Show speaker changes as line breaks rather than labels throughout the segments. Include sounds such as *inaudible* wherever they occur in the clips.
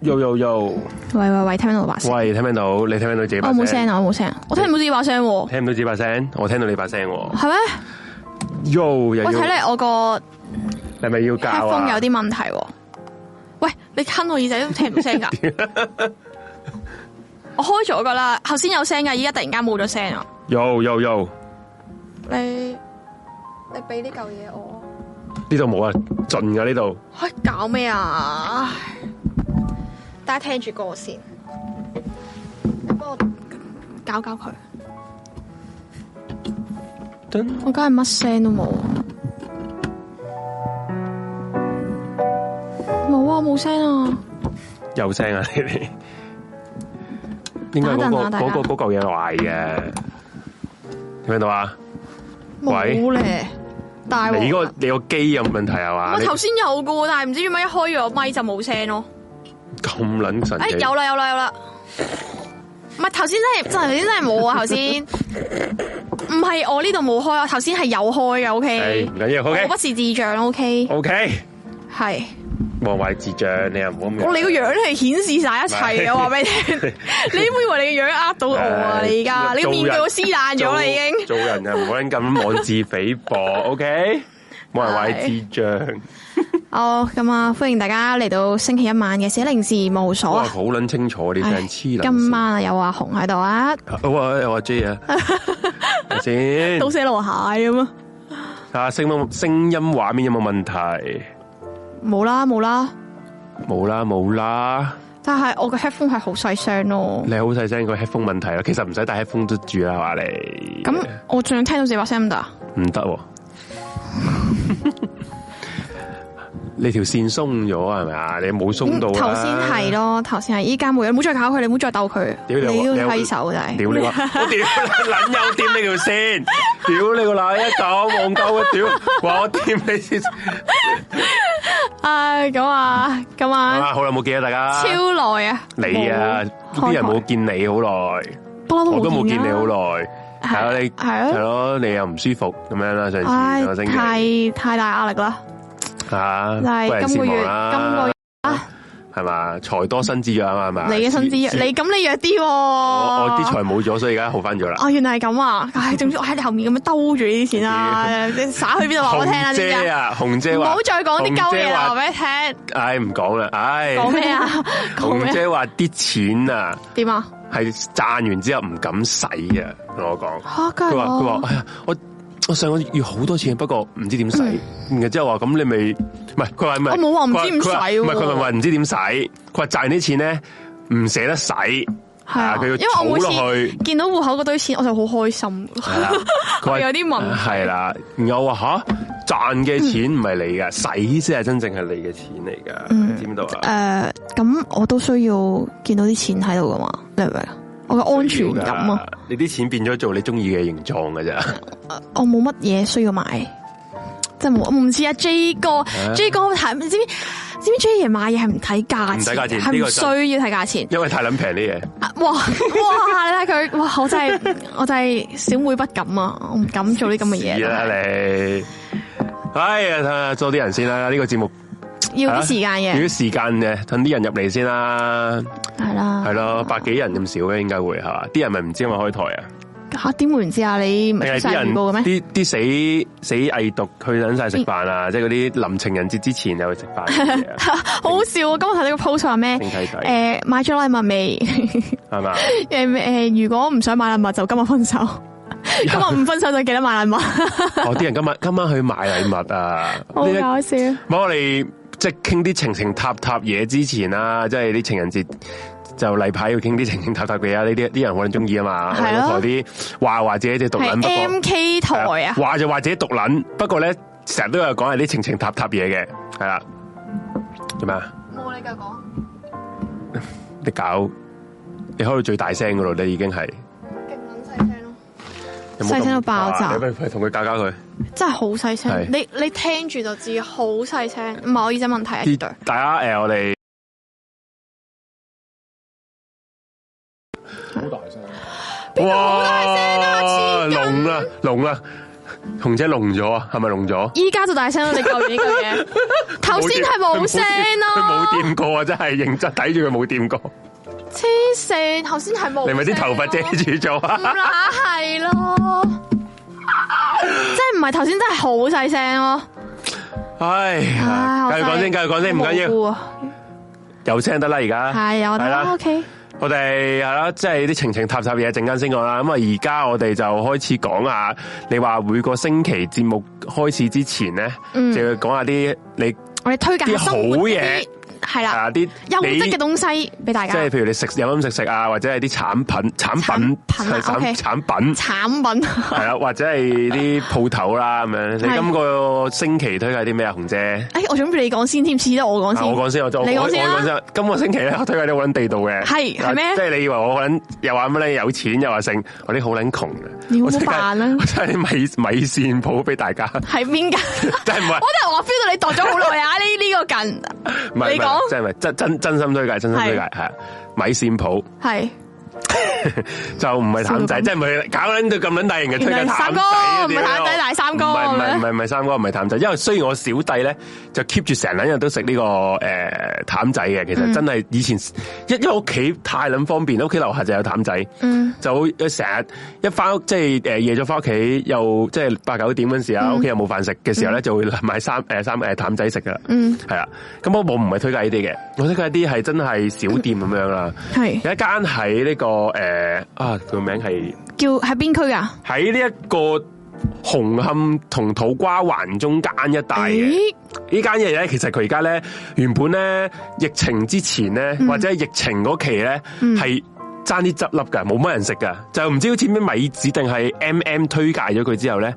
又又又，
喂喂喂，聽唔聽到我把聲？
喂，聽唔聽到？你聽唔聽到自己
我
把聲？
冇聲啊，我冇聲啊，我聽唔到自己把聲喎，
聽唔到自己把聲，我聽到你把聲喎。
係咩？
Yo，又
喂，
要
睇嚟我個
你咪要教
headphone
啊
有？啲問題喎。喂，你坑我耳仔都聽唔到聲㗎。
*laughs*
我開咗㗎啦，頭先有聲㗎，依家突然間冇咗聲啊！
Yo Yo Yo，
你你俾呢嚿嘢我，
呢度冇啊，盡噶呢度。
唉，搞咩啊？唉大家聽住歌先，你幫我搞搞佢。我梗係乜聲都冇，冇啊，冇聲啊！
有聲啊！你哋應該嗰個
打
嗰
一陣啊
個
大家
嗰嚿嘢壞嘅，聽唔聽到啊？喂
冇咧，大
你
鑊
嗰
啦
個！你個機有問題係嘛？
我
你
頭先有噶，但係唔知點解一開咗個咪就冇聲咯。
咁撚神
哎，
奇，
有啦有啦有啦，唔係頭先真係頭先真係冇啊！頭
*laughs*
先唔係我呢度冇開啊，頭先係有開嘅。O
係
K，
唔緊要，OK
我不是智障。O K，
O K，
係
望壞智障，你又唔好咁樣。
我你個樣係顯示晒一切
係
嘅，我話俾你
*laughs*
聽。你唔好以為你個樣呃到我啊！
誒
你
*laughs*
而家你個
做
面具
人
都撕爛咗啦，已經。
做做人啊，唔好撚咁妄自菲薄，OK？冇人話你智障，
好，咁啊，歡迎大家嚟到星期一晚嘅寫零事務所
哇，
啊！
好撚清楚啲
唉
聲，黐撚線
今晚啊有阿紅喺度啊，
啊喂，我阿 J 啊，係咪先
倒寫落蟹咁啊！
啊，聲音聲音畫面有冇問題？
冇啦冇啦，
冇啦冇啦，
但係我個 headphone 係好細聲咯。
你好細聲個 headphone 問題啦，其實唔使戴 headphone à, 都住啦，話你
咁我盡量聽到自己把聲得唔得啊？
唔得喎，你條線鬆咗係咪啊？你冇鬆到
嗯
啦
頭先係咯，頭先係依家冇嘢，唔好再搞佢，你唔好再鬥佢，
屌你
你都
你
要
有
揮手真係。
屌你個，我屌 *laughs* 你撚又掂你條線，屌你個乸一搞戇鳩啊！屌，話我掂你先，
唉，咁啊，咁啊，
啊好耐冇見啊大家，
超耐啊！
你啊
冇
啲人
開
冇
台，
見你好耐，
不嬲都
我都冇
見
見你好
啊。
耐，係啊你
係啊
係咯你又唔舒服咁樣啦，上次上個星期
唉，太太大壓力啦，
啊，
就係今
個
個月，今個月
係嘛財多身子弱啊嘛係嘛，
你嘅薪資
自
弱，你咁你弱啲喎。
我
我
我啲財冇咗，所以而家好翻咗啦。
啊，原來係咁啊！
*laughs*
唉，總之我喺你後面咁樣兜住呢啲錢啦，你耍去邊度話我聽啦，
紅
知唔知
姐
啊？
啊，紅姐
唔
話
好再講啲鳩嘢啦，話
紅姐話
俾你聽。
唉唔講啦， *laughs* 唉
講咩啊？講
紅
咩？
姐話啲錢啊，
點啊？
係賺完之後唔敢使啊，同我講。
吓，梗係
佢話佢
咯
話，哎呀，我我上個月要好多錢，不過唔知點使。然後之後話咁你咪唔係，佢話唔係，
嗯我冇話唔知點
佢話
使喎
唔係佢話話唔知點使，佢話賺完啲錢咧唔捨得使，
係啊，
佢要
因為我每
儲落去
*laughs* 次。見到戶口嗰堆錢，我就好開心。
係啦，佢話
有啲問題
係啦，然後我話吓賺嘅錢唔係你噶，使先係真正係你嘅錢嚟噶，
嗯
知唔知道啊？
誒，呃咁我都需要見到啲錢喺度噶嘛？你明唔明啊？我嘅安全感啊，！
你啲錢變咗做你中意嘅形狀噶咋？
我冇乜嘢需要買，即係冇我唔似阿 J 哥
啊
，J 哥睇知唔知？知唔知 J 爺買嘢係唔睇價
唔睇價錢呢
錢嘅，係唔
個真
需要睇價錢。
因為太撚平啲嘢，
啊哇 *laughs* 哇！你睇佢哇，我真係
*laughs*
我真係小妹不敢啊，我唔敢做呢咁嘅嘢
係
真
啦
係，
你。哎呀，睇下多啲人先啦，呢個節目啊
要啲時間
要啲
嘅，
時間嘅，等啲人入嚟先啦。
係啦，
係咯，百幾人咁少嘅應該會係嘛？啲人咪唔知咪開台啊？
吓點會唔知啊？你唔
定
係
係
出
啲
晒
人
預告嘅咩？
啲啲死死偽毒去撚晒食飯啊！即係嗰啲臨情人節之前又去食飯嗰啲嘢啊
*laughs* 好好笑啊！今日睇到個 post 話咩
定？睇睇
誒，買咗禮物未？
係嘛？
誒誒，如果唔想買禮物就今日
*laughs*
分手，今日唔分手就記得買禮物，
哦，啲人今日今晚去買禮物啊！
好
呢一
搞笑。
唔係我哋即係傾啲情情塔塔嘢之前啦，即係啲情人節就例牌要傾啲情情塔塔嘅嘢啊！呢啲啲人可能中意啊嘛，
係咯
我哋台啲話話自己隻獨撚，
係
不
M
過
K 台啊，
話就話自己獨撚，不過咧成日都有講係啲情情塔塔嘢嘅，係啦，做咩啊？
冇你繼續講。
你搞，你開到最大聲噶咯，你已經係
勁撚細聲咯，
有冇咁
細聲到爆炸
啊你咪咪同佢搞搞佢，
真係好細聲
係，
你你聽住就知好細聲，唔係我耳仔問題啊，絕對
啲大家诶、呃我哋
好大聲啊！
哇
大聲啊黐
à,
筋
聾啦，聾啦，紅姐聾咗啊？係咪聾咗？
依家就大聲啦！你救完呢
*laughs*
句嘢，頭先係冇聲
佢
咯，
冇掂過啊！真係認真睇住佢冇掂過，
黐線，頭先係冇聲咯。
你咪啲頭髮遮住咗
唔
啊！
乸
*laughs*
係咯，即係唔係頭先真係好細聲咯。
唉，
唉
繼續講啊先，繼續講先，唔緊要，
啊
有聲得啦，而家
係啊，我
係
得
啦
啦，OK。
我哋係啦，即係啲情情塔塔嘢，陣間先講啦。咁啊，而家我哋就開始講下，你話每個星期節目開始之前咧，
嗯
就要講下啲你
我哋推介下
啲好
生活嗰
嘢
啲係啦，
啊啲
優
你
質嘅東西俾大
即係
家。
譬如你食有飲食食啊，或者係啲產品產品
產品啊
產
OK
產品
產品 *laughs*
係啦，或者係啲鋪頭啦咁樣。你
係
今個星期推介啲咩啊，紅姐？
哎，我準備你講先添，似得我講
啊
先。
我講先，我就
你
我
講先啦
我講先。今個星期咧，我推介啲好撚地道嘅，
係係
啊
咩
即係你以為我撚又話乜咧有錢又話剩，我啲好撚窮嘅。
你好啊
我推介
扮啦
*laughs* 我真係啲米米線鋪俾大家，
係邊間？
*laughs* 真係唔係
我就話 feel 到你度咗好耐啊！呢呢個近
唔係
你
唔係，
講
真係唔係真真真心推介，真心推介係啊米線鋪
係
就唔係淡仔，
笑
即係唔係搞撚到咁撚大型嘅推介
原來
淡仔
三哥
啊，
唔係淡仔
屌
大三哥
唔係唔係
咁樣
唔係唔係三哥，唔係淡仔，因為雖然我小弟咧就 keep 住成撚日都食呢個誒淡仔嘅，其
嗯
實真係以前一因為屋企太撚方便，屋企樓下就有淡仔，
嗯
就呃成日一翻屋即係誒夜咗翻屋企，又即係八九點嗰陣時
嗯
啊，屋企又冇飯食嘅時候咧，就會買三誒三誒淡仔食噶啦。
嗯
係啦，咁我我唔係推介呢啲嘅，我推介一啲係真係小店咁樣啦。
係
有一間喺呢個誒啊，佢個名係
叫喺邊區噶？
喺呢一個紅磡同土瓜灣中間一帶嘅。
咦
呢間嘢咧，其實佢而家咧原本咧疫情之前咧，或者係疫情嗰期咧係爭啲執笠㗎，冇乜人食㗎，就唔知好似咩米子定係 M M 推介咗佢之後咧，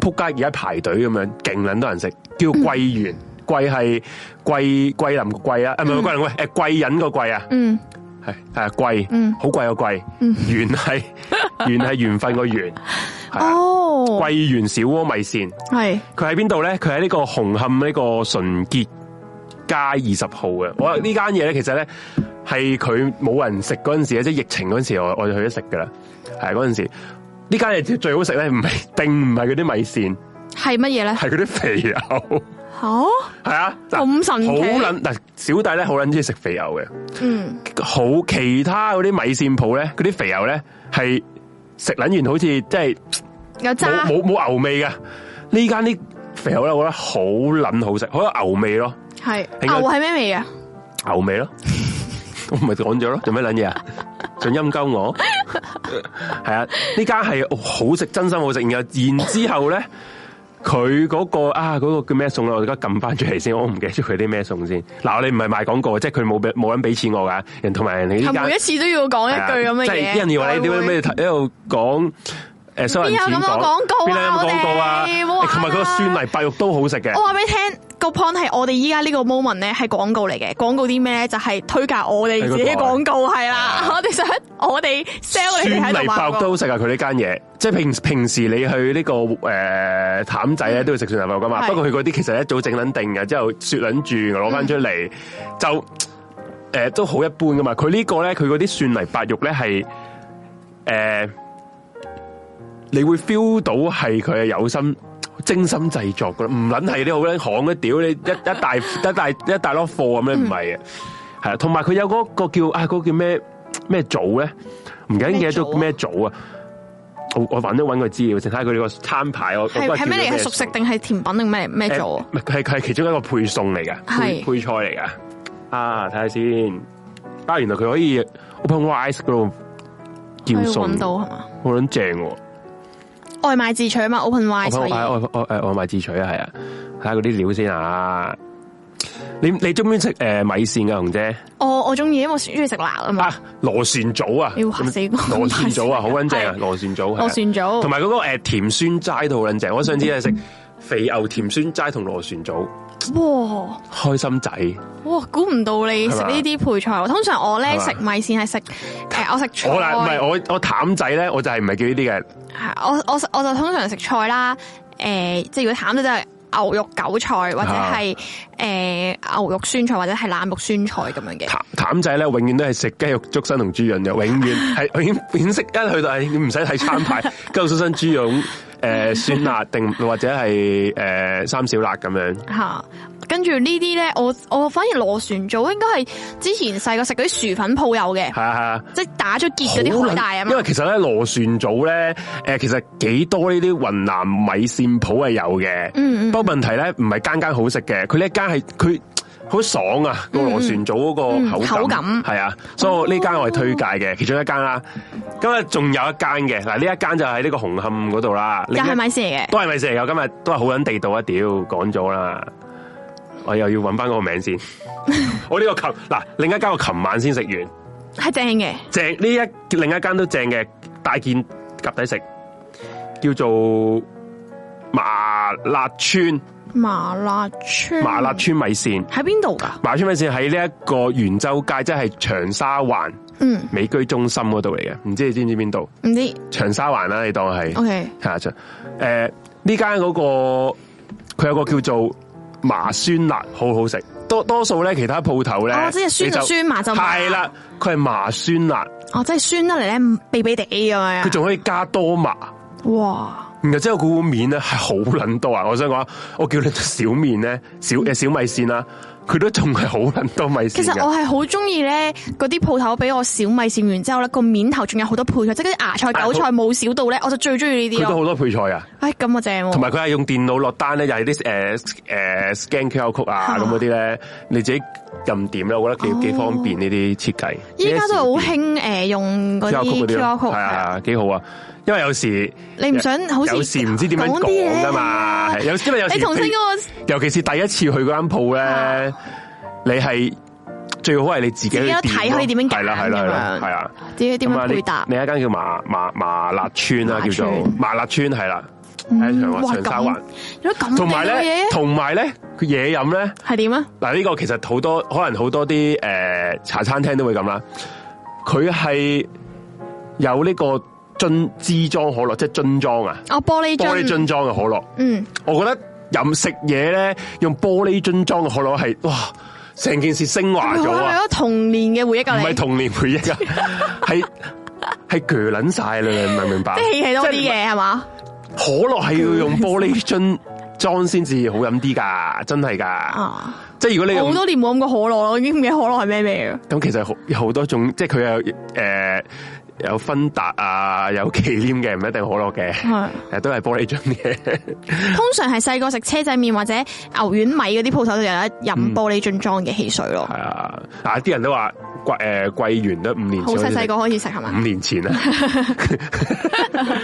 撲街而家排隊咁樣，勁撚多人食，叫桂圓。桂係桂桂林個桂啊，啊唔係桂林個桂，誒貴人個貴啊，
嗯
係係啊貴，好貴個貴，緣係緣係緣分個緣，係啊
哦
桂圓小鍋米線，
係
佢喺邊度咧？佢喺呢個紅磡呢個純潔街二十號嘅。我呢間嘢咧，其實咧係佢冇人食嗰陣時咧，即係疫情嗰陣時，我我就去咗食噶啦。係嗰陣時，呢間嘢最好食咧，唔係 *laughs* 並唔係嗰啲米線，
係乜嘢咧？
係嗰啲肥牛。 *laughs*
吓
係啊，嗱
咁神奇
好撚嗱，小弟咧好撚中意食肥牛嘅。
嗯
好其他嗰啲米線鋪咧，嗰啲肥牛咧係食撚完好似即係
*laughs* 有
冇
渣
冇冇牛味噶。呢間啲肥牛咧，我覺得好撚好食，好有牛味咯，
係
應該
牛係咩味啊？
牛味咯。我咪講咗咯，做咩撚嘢啊？想陰鳩我？係啊，呢間係好食，真心好食。然後然之後咧，佢嗰、個啊嗰、個叫咩餸啦？我而家撳翻出嚟先，我唔記得咗佢啲咩餸先。嗱，我哋唔係賣廣告，即係佢冇俾冇人俾錢我噶，人同埋人哋呢
係
間
每一。次都
*laughs*
要講一句咁嘅
哎即
嘢，
係一人以為你點樣咩喺度講誒收人
邊有
錢
咁
講，
多廣告啊
邊有咁多廣告啊？
我哋冇玩啊
同埋嗰個蒜泥白肉都好食嘅
我，話俾你聽，個 point 係我哋依家呢個 moment 咧係廣告嚟嘅，廣告啲咩咧就係推介我哋自己
啊
嘅廣告係啦， *laughs* 我哋想我哋 sell
蒜
你哋喺
啊泥
度
白
賣
肉都好食啊！佢呢間嘢，即係平平時你去呢個誒譚仔咧都要食蒜泥白肉噶嘛。
嗯係
不過佢嗰啲其實一早整撚定嘅，之後雪撚住攞翻出
嗯
嚟就誒都好一般噶嘛。佢呢個咧，佢嗰啲蒜泥白肉咧係誒，你會 feel 到係佢係有心。精心製作噶啦，唔撚係啲好撚行嘅屌，你一一大一大一大粒貨咁樣唔係嘅，
嗯
係啊，同埋佢有嗰個叫啊嗰個叫咩咩組咧，唔緊記得咗咩
咩
組啊，我我揾都揾個資料先，睇下佢哋個餐牌我
係係咩嚟？係熟食定係甜品定咩咩做
誒
啊？
唔係佢係佢係其中一個配餸嚟嘅，配
係
配菜嚟嘅。啊，睇下先。啊，原來佢可以 Open Rice 嗰度叫
可以揾到
餸，
係嘛？
好撚正喎！
外賣自取啊嘛，Open Y
我
所
我
以
我我我誒外賣自取啊，係啊，睇下嗰啲料先啊。你你中唔中意食誒呃米線啊噶紅姐
我我中意，因為我中意食辣啊嘛。
啊？螺旋組啊，
要嚇死我
螺旋組啊，好撚正啊！
係
螺旋組，係啊
螺旋組
同埋嗰個誒甜酸齋都好撚正。我上次係食肥牛甜酸齋同螺旋組，
哇
開心仔
哇，估唔到你食
係嘛
呢啲配菜喎。通常我咧
係嘛
食米線係食誒，我食菜。啊
我嗱唔係我我淡仔咧，我就係唔係叫呢啲嘅，
係我我我就通常食菜啦，诶、即係如果淡咗就係牛肉韭菜或者
啊
係诶、誒牛肉酸菜或者係腩肉酸菜咁樣嘅。
淡淡仔咧永遠都係食雞肉竹身同豬潤嘅，永遠係永遠永遠食一去到係唔使睇餐牌，雞肉竹身豬潤誒、诶酸辣定或者係诶三小辣咁樣。
吓，跟住呢啲咧，我我反而螺旋藻應該係之前細個食嗰啲薯粉鋪有嘅，
係啊係啊。
即係打咗結嗰啲海帶啊嘛
因為。其實咧螺旋藻咧，诶、其實幾多呢啲雲南米線鋪係有嘅。
嗯嗯
不過問題咧，唔係間間好食嘅，佢呢一間係佢好爽啊個螺旋藻嗰
嗯
個
口
口
感
感，
哦
係啊，所以我呢間我係推介嘅，其中一間啦。咁啊，仲有一間嘅嗱，呢一間就喺呢個紅磡嗰度啦。
又
另一
係米線嚟嘅，
都係咪食？我今日都係好撚地道啊！屌，講咗啦，我又要揾翻嗰個名
*laughs*
先。我呢個琴嗱，另一間我琴晚先食完。
係正嘅。
正呢一另一間都正嘅大件夾底食，叫做麻辣村
嗯麻辣村，
麻辣村米線。
喺邊度㗎？
麻辣村米線喺呢一個元州街，即係長沙灣
嗯，
美居中心嗰度嚟嘅，唔知你知唔知邊度？
唔知。
長沙灣啦、你當係
OK，
係啊，長誒呢間嗰個佢有個叫做麻酸辣，好好食。多多數咧，其他鋪頭咧，
哦即係酸就
你
酸麻就麻
係啦，佢係麻酸辣，
哦，即係酸得嚟咧，鼻鼻地咁
佢
樣。
仲可以加多麻。
哇，
然後之後嗰碗面咧係好撚多啊！我想講，我叫你小面咧，小誒小米線啦，佢都仲係好撚多米
嗯其
線
實我
嘅。
係好中意咧，嗰啲鋪頭俾我小米線完之後咧，個面頭仲有好多配菜，即係嗰啲芽菜、
啊
韭菜冇少到咧，我就最中意
佢
呢
都
啲咯。
好多配菜啊，
唉，咁啊正喎。
同埋佢係用電腦落單咧，又係啲誒誒 scan QR code 啊
啊
咁嗰啲咧，你自己任點咧，我覺得
哦
幾幾方便呢啲設計。
依家都好興诶用嗰
QR code 嗰
啲
啲
QR
咯
code，
係
係啊
啊，幾好啊！因為有時
你唔想好似
有時唔知點樣講噶嘛，
講
係
啲嘢
有因為有時
你同星嗰個
尤其是第一次去嗰間鋪咧，你係最好係你自己去
啊自己一睇可以點樣揀
係啦係啦係啦
咁樣
係啊。
點點
咁啊
樣
呢
配搭？
另一間叫麻麻麻辣村啊，
麻
叫
村嗯
做麻辣村係啦，喺長
哇
華長沙
咁
灣。
有得咁
同
正
埋
嘅
咧，
嘢，
同埋咧，佢嘢飲咧，
係點啊？
嗱呢個其實好多可能好多啲诶茶餐廳都會咁啦。佢係有呢個樽支裝可樂，即係樽裝啊，
哦，玻璃
玻璃
樽，
樽裝嘅可樂。
嗯，
我覺得飲食嘢咧，用玻璃樽裝嘅可樂係哇，成件事升華咗
係
啊！
咯，童年嘅回憶啊，
唔
你
係童年回憶
*laughs*
啊，係係鋸撚晒啦，你明唔明白？
即係氣氣多啲
即係
嘅係嘛？
可樂係要用玻璃樽裝先至好飲啲㗎，真係㗎。
啊，
即係如果你
我好
用
多年冇飲過可樂咯，我已經唔記得可樂係咩味
*laughs*
啦。
咁，其實好有好多種，即係佢有誒有芬達啊，有忌廉嘅，唔一定可樂嘅，
係
誒都係玻璃樽嘅。
通常係細個食車仔麵或者牛丸米嗰啲鋪頭就有得飲
嗯
玻璃樽裝嘅汽水咯
係，啊，嗱啲人都話呃貴誒貴園都五年
好
前
細
開始
細
食
個開始食係
五
嘛？
年前啊，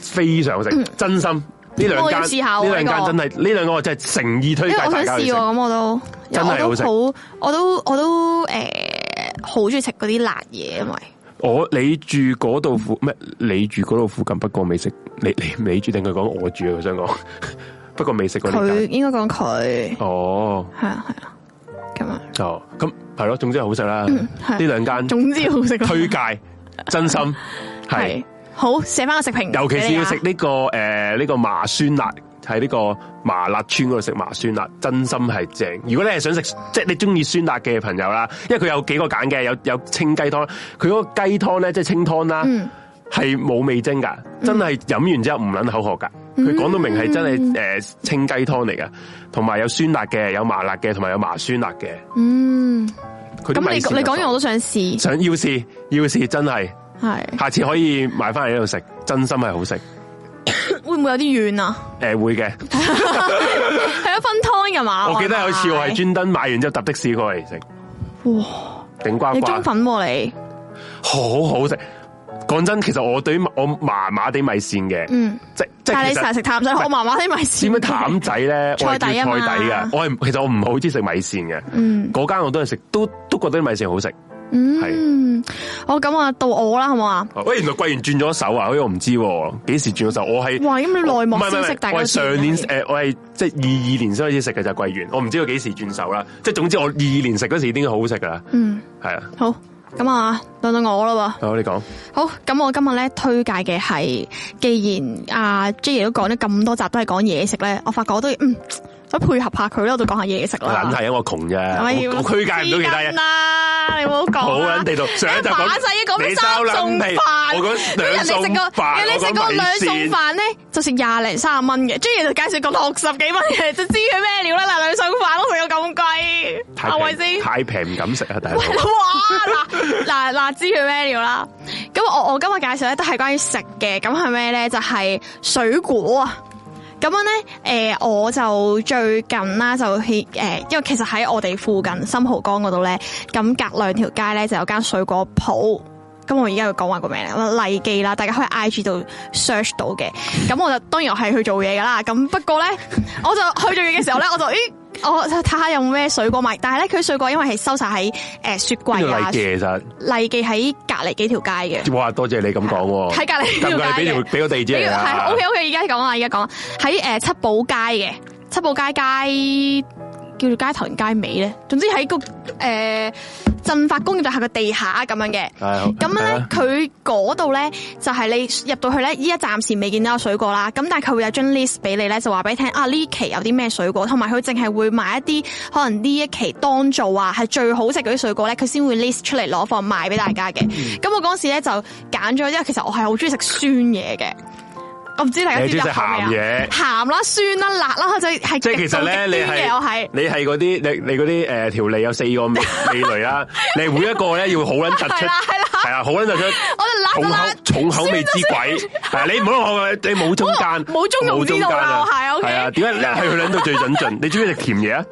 非常好食，真心呢兩
啊我
間
要試下喎
呢兩
呢個
間真係呢兩個我真係誠意推
因
介
為我
大
想
家去
試
食
喎，。咁我都，因
真係
為
好
我
食
都好，我都我都诶，好中意食嗰啲辣嘢，因為
我哦你住嗰度附咩？你住嗰度附近，不過未食。你你你住定佢講我住啊？佢想講， *laughs* 不過未食過呢
佢
間。
應該講佢
哦
係啊係啊，咁啊，
哦，咁係咯，總之係好食啦。
嗯係
呢兩間
總之好食咯
推介，真心係。
係好寫翻個食評，
尤其是要食
俾啊
呢、個个诶呢、個麻酸辣，喺呢個麻辣村嗰度食麻酸辣，真心係正。如果你係想食，即係你中意酸辣嘅朋友啦，因為佢有幾個揀嘅，有有清雞湯，佢嗰個雞湯咧即係清湯啦，
嗯
係冇、味精㗎，真係飲完之後唔撚口渴㗎。
嗯
佢講到明係真係诶、呃清雞湯嚟㗎，同埋有酸辣嘅，有麻辣嘅，同埋有麻酸辣嘅。嗯，佢
你
啲
啊。咁
米線
你你講完我
有
都想試，
想要試要試，真係
係
*laughs* 下次可以買翻嚟呢度食，真心係好食。
會唔會有啲遠啊？
诶、會嘅，
係一分湯㗎嘛？
我記得有次我係
係
專登買完之後搭的士過嚟食，哇，頂呱
你
呱
中，粉喎你，
好好食。講真，其實我對於我麻麻地米線嘅，嗯，即即
但
係
係你
其
成日
實
食淡仔，我麻麻地米線。
點解淡仔咧，我係叫
菜底啊嘛
菜底噶，我係其實我唔係好中意食米線嘅，嗯，嗰間我都係食，都都覺得米線好食，係。
嗯，好咁啊，到我啦，好唔好啊？
喂，原來桂圓轉咗手啊！好似我唔知喎幾時轉咗手，我係
哇咁你內幕
唔係唔係
消息
唔係
大家都
我係上年
知
誒，我係即係二二年先開始食嘅就係桂圓，我唔知道幾時轉手啦。即係總之我二二年食嗰時已經好好食噶啦，嗯，係啊。
好，咁啊，輪到我啦
好，你講
喎。好，咁我今日咧推介嘅係，既然阿 J 爺都講咗咁多集都係講嘢食咧，我發覺我都要嗯，想配合下佢咧，我就講下嘢食
我
啦
撚。係因為我窮啫，
係咪要
我我推介唔到其他
哎黐筋啊
嘢。
啦。啦，你唔好啊讲。
好啊撚地道上一集講
把仔講
你
咩
收
三餸
撚
飯
皮，我講兩
人哋食
餸
個
飯
人哋食
我
個
講米
兩餸
線
飯咧就食廿零三十蚊嘅，中意就介紹個六十幾蚊嘅，就知佢咩料啦。嗱，兩餸飯都食到咁貴，
太
係咪
平
先？
太平唔敢食啊，大佬
喂， *laughs* 哇！嗱嗱嗱，知佢咩料啦？咁我我今日介紹咧都係關於食嘅，咁係咩咧？就係、水果啊！咁樣咧，誒、我就最近啦，就去誒、因為其實喺我哋附近深豪江嗰度咧，咁隔兩條街咧就有間水果鋪。咁我而家要講話個名啦，咁啊麗記啦，大家可以 I G 度 search 到嘅。咁我就當然我係去做嘢噶啦，咁不過咧，我就去做嘢嘅時候咧，我就咦，我就睇下有冇咩水果賣。但係咧，佢水果因為係收晒喺誒雪
邊度
櫃
嚟，嘅
啊
其
麗記喺隔離幾條街嘅。
實，哇！多謝你咁講喎，
喺隔離條
咁
街
佢俾條
嘅
俾個地址嚟啊
系 OK OK，而家講啦，而家講啦喺诶七寶街嘅七寶街街叫做街頭定街尾咧，總之喺個诶振發工業大廈嘅地下咁樣嘅。
係好
咁
係
咧
啊，
佢嗰度咧就係你入到去咧，依家暫時未見到有水果啦。咁但係佢會有張 list 俾你咧，就話俾你聽啊呢期有啲咩水果，同埋佢淨係會買一啲可能呢一期當造啊係最好食嗰啲水果咧，佢先會 list 出嚟攞貨賣俾大家嘅。
嗯
咁、我嗰陣時咧就揀咗，因為其實我係好中意食酸嘢嘅。我唔知大家
你
知
中意
唔知
食
口味啊
鹹嘢
鹹啦、酸啦、辣啦，佢就係
即係其
實
實咧，你
嘅我係
係。你係嗰啲你你嗰啲誒條脷有四個味味蕾
*laughs*
啦，你每一個咧要好撚突出，
係啦係啦
係啊啦，好撚
*laughs*
突出，
我
重
就辣
口
到辣
重口味之鬼，係你唔好學佢，你冇中間，
*laughs* 冇中庸之
冇中間
道啦我係，OK
係啊，點解你係去撚到最準盡？ *laughs* 你中意食甜嘢啊？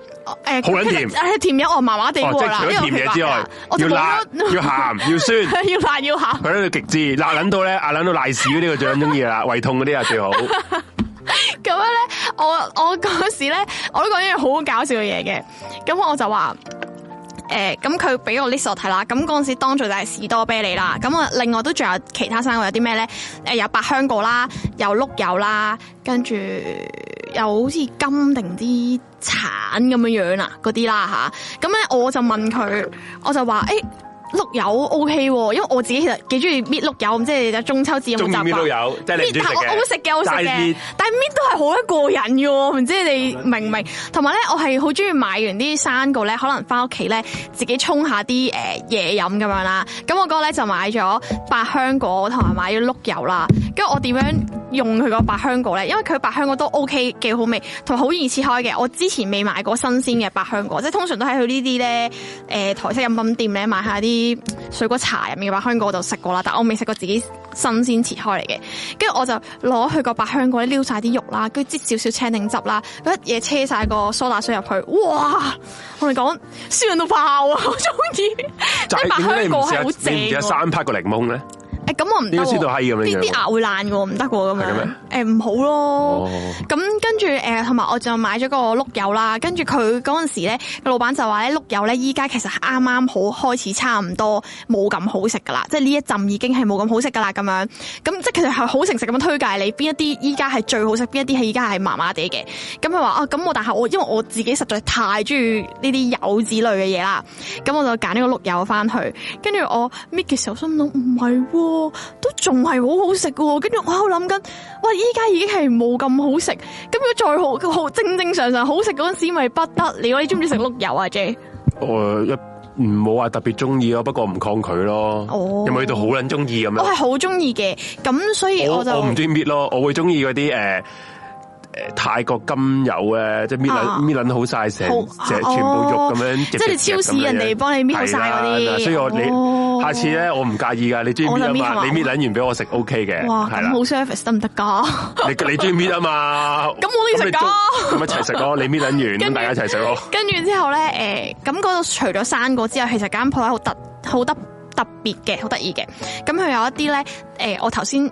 诶，
好撚甜
其實誒甜嘢我麻麻地
哦，即
喎
係
啦，
除
呢個
咗
明
甜
白
嘢之外
㗎，啊我，就
要
冇
辣、
咗
要鹹、要酸，
*laughs* 要辣要鹹。
佢喺度極致，辣撚到咧，啊撚到賴屎嗰啲我最撚中意啦，胃痛嗰啲啊最好，
*laughs* 咁樣咧，我我嗰時咧，我都講一樣好搞笑嘅嘢嘅。咁我就話。誒咁佢俾個 list 我睇啦，咁嗰陣時當做就係士多啤梨啦，咁啊另外都仲有其他生果有啲咩咧？誒有百香果啦，有碌柚啦，跟住有好似金定唔知橙咁樣樣啦，嗰啲啦吓，咁咧啊我就問佢，我就話誒。碌柚 O K 喎，因為我自己其實幾中意搣碌柚，唔知你哋中秋 *laughs* 節有
中
冇
意
習
搣
慣
都？有，即係你唔中意食
搣但我
嘅，
我會食嘅，我會食
齋搣
嘅，但係搣都係好一個人嘅喎，唔知你哋明唔明？同埋咧，我係好中意買完啲生果咧，可能翻屋企咧自己沖下啲誒呃嘢飲咁樣啦。咁我哥咧就買咗百香果同埋買咗碌柚啦。跟住我點樣用佢個百香果咧？因為佢百香果都 OK 幾好味，同埋好易切開嘅。我之前未買過新鮮嘅百香果，即係通常都喺佢呢啲咧誒台式飲品店咧買下啲水果茶入面嘅百香果，我就食過啦。但我未食過自己新鮮切開嚟嘅。跟住我就攞佢個百香果咧撩晒啲肉啦，跟住擠少少青檸汁啦，一嘢車晒個梳打水入去，哇！我哋講酸到爆啊！我中意，即
齋
係哎
點解
百 *laughs* 香
你唔
果
試
係
下
好正
你唔試下
喎。
三拍個檸檬咧？
誒哎咁我唔
呢
得
個酸到
喎，
閪咁樣
啲
樣
啲牙會爛嘅喎，唔得喎咁
係咁
樣。誒唔好咯。
哦
咁跟住誒，同埋我就買咗個碌柚啦。跟住佢嗰陣時咧，個老闆就話咧碌柚咧，依家其實啱啱好開始差唔多冇咁好食噶啦，即係呢一陣已經係冇咁好食噶啦咁樣。咁即係其實係好誠實咁樣推介你邊一啲依家係最好食，邊一啲係依家係麻麻地嘅。咁佢話啊，咁我但係我因為我自己實在太中意呢啲柚子類嘅嘢啦，咁我就揀呢個碌柚翻去。跟住我搣嘅時候，心諗唔係喎，都仲係好好食嘅喎。跟住我喺度諗緊，哇！依家已經係冇咁好食，咁如果再好好正正常常好食嗰陣時，咪不得了。你中唔中意食碌柚啊？J，
我一唔冇話特別中意咯，啊不過唔抗拒咯。
哦
有冇去到好撚中意咁
我係
樣？
好中意嘅，咁所以
我
我就
我唔中意搣咯，我會中意嗰啲誒誒泰國金油咧，即係搣
啊
撚搣撚好晒成
好
成
哦
全部肉咁樣，
即係你超市人哋幫你搣好晒嗰啲
係啦所以我
哦
你下次咧，我唔介意噶，你中意搣啊
我就搣
嘛，
係嘛
你搣撚完俾我食 OK 嘅，
哇
係
咁
啦
好 service 得唔得㗎？ *laughs*
你你中意搣啊嘛，咁
我都要食㗎
你中咁一齊食咯，你搣撚完
跟
咁
住
大家一齊食咯。
跟住之後咧，誒咁嗰度除咗生果之外，其實間鋪咧好特好特特別嘅，好得意嘅。咁佢有一啲咧，誒、我頭先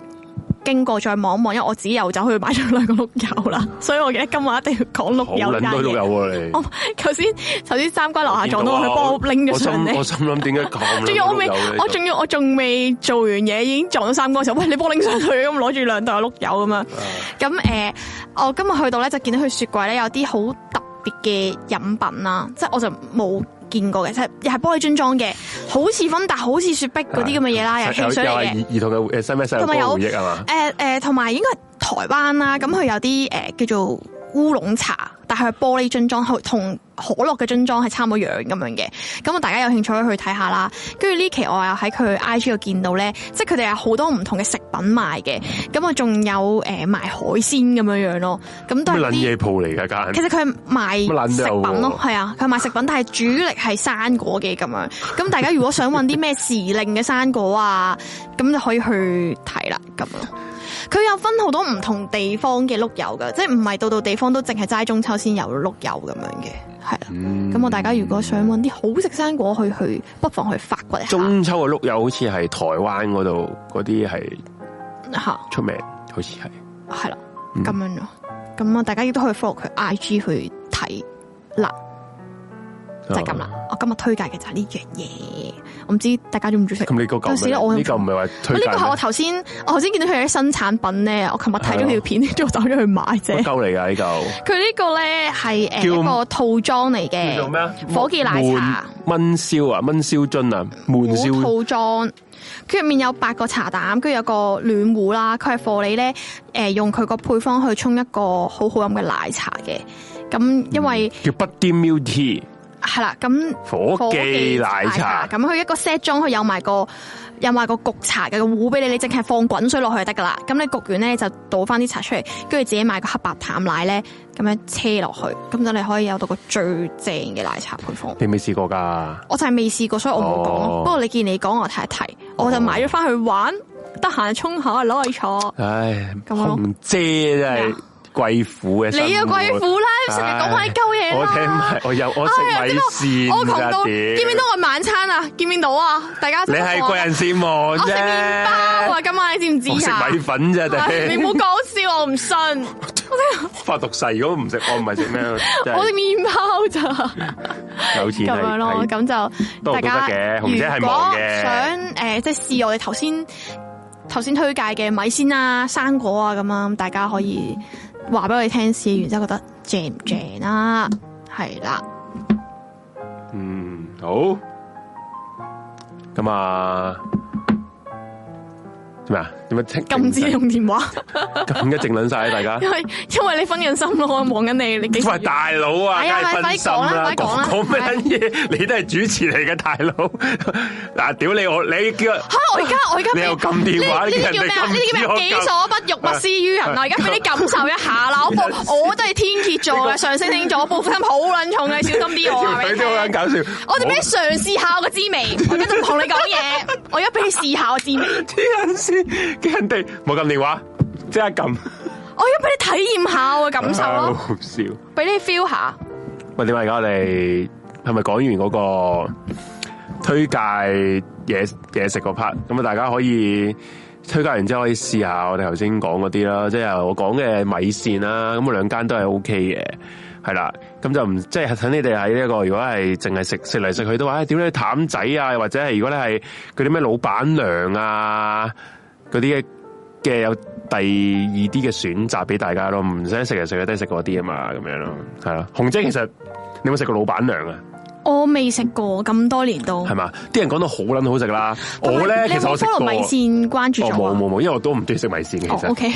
經過再望一望，因為我自己又走去買咗兩個碌柚啦， *laughs* 所以我記得今日一定要講
好
碌柚呢
撚
單
多都有
嘢。
喎你。啊
我頭先頭先三關樓下撞到我，佢幫我拎咗上
我心
嚟
我。心諗點解咁？
*laughs* 仲要我未，我仲要我仲未做完嘢，已經撞到三哥嘅時候，喂，你幫我拎上去咁，攞住兩袋碌柚咁樣。
啊
咁誒、呃我今日去到咧就見到佢雪櫃咧有啲好特別嘅飲品啦，即係我就冇見過嘅，即係又係玻璃樽裝嘅，好似芬達，好似雪碧嗰啲咁嘅嘢
啊
啦，啊又係汽水嚟嘅。
嘅。兒童嘅誒呃細咩細路
同埋
哥
有
回憶係嘛？
誒誒，同埋應該係台灣啦，咁佢有啲誒、呃叫做烏龍茶但係佢玻璃樽裝，佢同可樂嘅樽裝係差唔多樣咁樣嘅。咁啊，大家有興趣可以去睇下啦。跟住呢期我又喺佢 I G 度見到咧，即係佢哋有好多唔同嘅食品賣嘅。咁啊，仲有誒賣海鮮咁樣樣咯。咁都係
乜
啲
捻嘢鋪嚟噶
其
間？
實佢係賣
乜撚都
食
有喎
品咯，係啊，佢係賣食品，但係主力係生果嘅咁樣。咁大家如果想揾啲咩時令嘅生果啊，咁就可以去睇啦，咁咯。佢有分好多唔同地方嘅碌柚噶，即係唔係到到地方都淨係齋中秋先有碌柚咁樣嘅，係啦。
嗯
咁我大家如果想揾啲好食生果去去，不妨去發掘一下
中秋嘅碌柚好似係台灣嗰度嗰啲係
吓，
出名，好似係。
係啦，咁樣咯。咁啊，大家亦都可以 follow 佢 IG 去睇啦。就
啊
係咁啦。我今日推介嘅就係呢樣嘢，我唔知大家中唔中意食。
咁呢個
有時咧我
夠
哦
咩呢個唔係話推
呢
介
個係我
咩，
頭先，我頭先見到佢有啲新產品咧，我琴日睇咗
啊
條片，之後走咗去買
夠
啫。
嚟㗎呢嚿。
佢呢個咧係誒
叫
一個套裝嚟嘅，
叫做咩啊？
火記奶茶
燜燒啊，燜燒樽啊，燜
壺
燒
套裝，佢入面有八個茶膽，跟住有個暖壺啦。佢係貨你咧，誒用佢個配方去沖一個好好飲嘅奶茶嘅。咁因為
叫 Buddy Milk Tea
係啦，咁
火記奶茶。
咁佢一個 set 裝，佢有埋個有埋個焗茶嘅個壺俾你，你淨係放滾水落去就得噶啦。咁你焗完咧就倒翻啲茶出嚟，跟住自己買個黑白淡奶咧，咁樣車落去，咁就你可以有到個最正嘅奶茶配方。
你未試過噶？
我就係未試過，所以我冇講。
哦
不過你見你講，我睇一睇，我就買咗翻去玩，得閒沖下攞嚟坐。
唉，
咁咯
紅姐真係
咩啊
貴婦嘅生活。
你啊貴婦啦，成日講埋啲鳩嘢
我
啦。
聽埋，我有我食
哎呀
米
點
線
我窮
咋
到
屌！
見唔見到我晚餐啊？見唔見到啊？大家
你係貴人羨慕
我
啫
食。麵包啊！今晚你知唔
我
知
食
啊？
米粉啫，
*laughs* 唉你唔好
頂
講笑，我唔信。
發毒誓。如果唔食，我唔係食咩，真
*laughs* 我食
係
麵包咋
有錢
咁樣咯，
係係
咁
都
就大
都
家
得嘅
如
紅姐係忙
果
嘅
想诶，即係試我哋頭先頭先推介嘅米線啊、生果啊咁啊，大家可以話俾我哋聽試完之後覺得正唔正啦，係啦，
嗯，好。咁啊，做咩啊？點樣清
禁
*laughs*
止用電話，
咁一靜撚晒大
*laughs*
家
因。為因為你分緊心咯，我望緊你，你幾
*laughs*
時
喂，大佬啊，
哎呀
梗係分心啦
快，講啦快
講
講啦
講咩嘢？你都係主持嚟嘅，大佬。 *laughs* 嗱，屌你我，你叫
吓！我而家我而家
你又撳電話
呢呢啲叫
人哋
咩啊？
撳
呢啲叫咩？
電
己
話
所不欲，勿施於人
*laughs*
啊！而家俾你感受一下啦！我報我都係天蝎座嘅上升星座，我報復心好撚重嘅，小心 *laughs* 啲我啊！話俾
佢
你
都好撚
聽
搞笑。
我哋俾你嘗試下我嘅滋味，我而家就唔同你講嘢，我而家俾你試下我滋味，
黐撚線，叫人哋冇撳電話，即刻撳。
我而家俾你體驗下我嘅感受
啊
咯，
*laughs* 好笑。
俾你 feel 下。
喂，點啊？而家我哋係咪講完嗰個推介嘢嘢食個 part？咁啊，大家可以推介完之後可以試下我哋頭先講嗰啲啦，即係我講嘅米線啦，咁啊兩間都係 O K 嘅。係啦，咁就唔即係等你哋喺呢一個，如果係淨係食食嚟食去都話，唉、點你淡仔啊，或者係如果你係嗰啲咩老闆娘啊，嗰啲嘅嘅有第二啲嘅選擇俾大家咯，唔使食嚟食去都係食嗰啲啊嘛，咁樣咯，係啦。紅姐其實你有冇食過老闆娘啊？
我未食過咁多年都
係，嘛？啲人講到好撚好食啦，我
同埋
咧
哦啊你
其
有
實
冇
我食
follow
過。
米線關注
哦，
咗
冇
啊
冇冇，因為我都唔中意食米線嘅，其
哦
實、
，OK，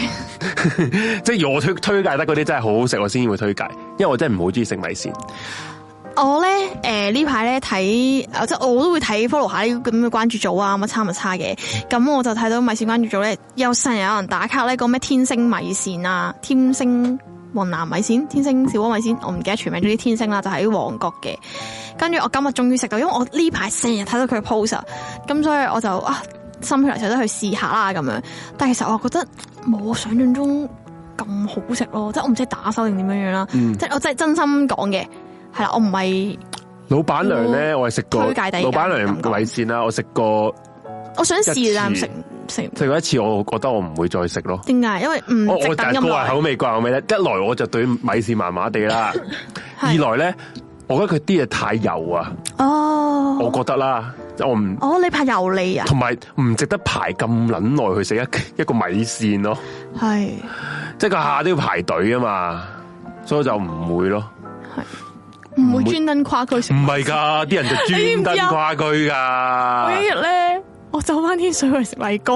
即係我推推介得嗰啲真係好好食，我先會推介，因為我真係唔好中意食米線。
我咧誒呢排咧睇，呃即係我都會睇 follow 下呢啲咁嘅關注組啊，乜叉乜叉嘅。咁我就睇到米線關注組咧，有成日有人打卡咧，講咩天星米線啊，天星雲南米線、天星小鍋米線，我唔記得全名，總之天星啦，就喺旺角嘅。跟住我今日終於食到，因為我呢排成日睇到佢嘅 post 啊，咁所以我就啊心血嚟潮都去試下啦咁樣。但係其實我覺得冇我想象中咁好食咯，即係我唔知係打手定點樣樣啦，即係我真係真心講嘅。係啦，我唔係，
老闆娘咧，我係食過
嗯推介第
老
二間
闆娘嘅米線啦，我食過
我想
一
試，
次
但食唔食唔
食過一次，我覺得我唔會再食咯。
點解？因為
我
唔
我
值
就
等
係
咁
個人
耐
口。味怪口味咧，一來我就對米線麻麻地啦， *laughs* 二
係
來咧，我覺得佢啲嘢太油啊，我
哦，
覺得啦，我唔
哦，你怕油膩啊？
同埋唔值得排咁撚耐去食一 *laughs* 一個米線咯，
係
即係佢下下都要排隊啊嘛，所以我就唔會咯。
唔會專登跨區食
唔。係㗎，啲人 *laughs*
你知
就專
唔知
登
啊
跨區
我一
㗎。
日咧，我走翻天水去食米糕，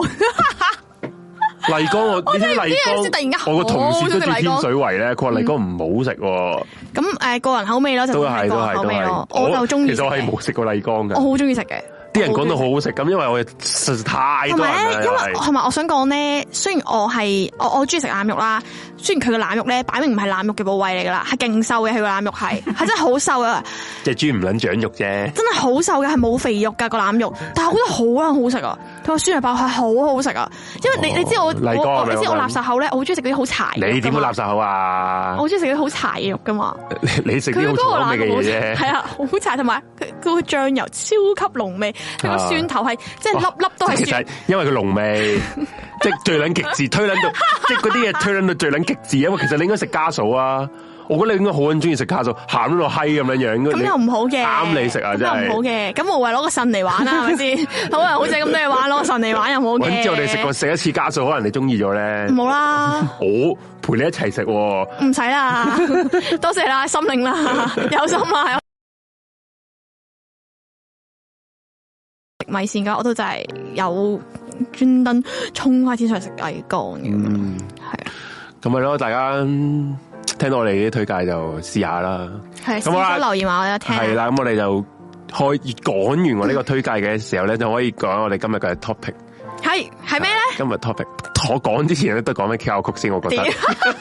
麗江我你知唔知啊
呢樣
麗
先突然間
江，我個同事都住
好中意麗江
天水圍咧，佢話麗江唔好食喎，
*laughs* 咁诶個人口味咯，就
都
真係
係
個
都
人
係
口
都
味
係
咯，。我就中意
其
食
實我係
嘅，
冇食過麗江
我
嘅，
好中意食嘅。
啲人講到
我好中意食
好好食咁，因為我實在太
同
多人
埋
啦
咧，因為
又係
同埋我想講咧，雖然我係我我中意食腩肉啦，雖然佢嘅腩肉咧擺明唔係腩肉嘅部位嚟噶啦，係勁瘦嘅，佢個腩肉係係真係好瘦啊，
隻豬唔撚長肉啫。
真係好瘦嘅，係冇肥肉噶個腩
*laughs*
肉，但係我覺得好撚好食啊，同埋酸辣爆係好好食啊，因為你你知我
哦麗江
我我
係咪
你知我
我諗
垃圾口咧，我好中意食嗰啲好柴嘅肉㗎嘛，
你點會垃圾口啊
我？好中意食嗰啲好柴嘅肉噶嘛。
你你食
佢
啲
嗰個
好
辣
重口味嘅嘢
係
啫。
啊，好柴，同埋佢佢個醬油超級濃味，佢個
啊
蒜頭係即係
哇
粒粒都係
其
蒜
實，因為佢濃
*laughs*
味，即係最撚極致，推撚到，即係嗰啲嘢推撚到最撚極致。因為其實你應該食家嫂啊，我覺得你應該好撚中意食家嫂，鹹到閪咁樣樣。
咁又唔好嘅，
啱你食啊
咁
真係
又唔好嘅，咁無謂攞個腎嚟玩啦，係
*laughs*
咪先？好啊，好似咁多嘢玩，攞個腎嚟玩又唔好
你。
嘅。
之後你食過食一次家嫂，可能你中意咗咧。
冇啦，
我陪你一齊食喎，
唔使啦，多謝啦，心領啦，有心啦。食米線㗎，我都真係有專登衝翻天上去食米干嘅，
嗯，
係啊，
咁咪咯，大家嗯聽到我哋啲推介就試下啦。
係
咁好啦
少留言話我有聽啊。
係啦，咁我哋就開講完我呢個推介嘅時候咧，就可以講我哋今日嘅 topic。
係係咩咧？
今日 topic，我講之前咧都講緊 Q 曲先，我覺得
屌，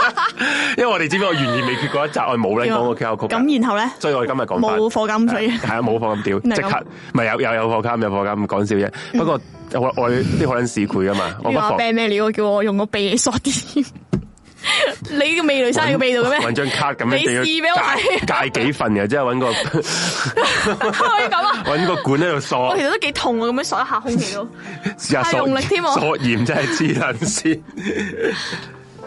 *laughs* 因為我哋知唔知我懸而未決嗰一集，我冇咧講過 Q 曲㗎，
啊咁然後咧
所以我哋今日講翻
冇課金，所以
係啊冇課咁屌，
你係咁嗯
即刻唔係有有有課金有課金，講笑啫。不過我我啲可能市儈啊嘛，我
你
不
話
妨
病咩料？叫我用個鼻嚟索啲，
*laughs*
你嘅味蕾生喺個鼻度嘅
揾
咩？
張卡咁
你
樣就要
試俾我
*laughs* 戒戒幾份嘅，即係揾個 *laughs*
*laughs* 可以咁啊！
揾個管喺度
*laughs* 我
索
其，實都幾痛啊，咁樣索一下空
*laughs*
氣都。
試下索
太用力
*laughs*
添喎
索鹽真係黐撚線。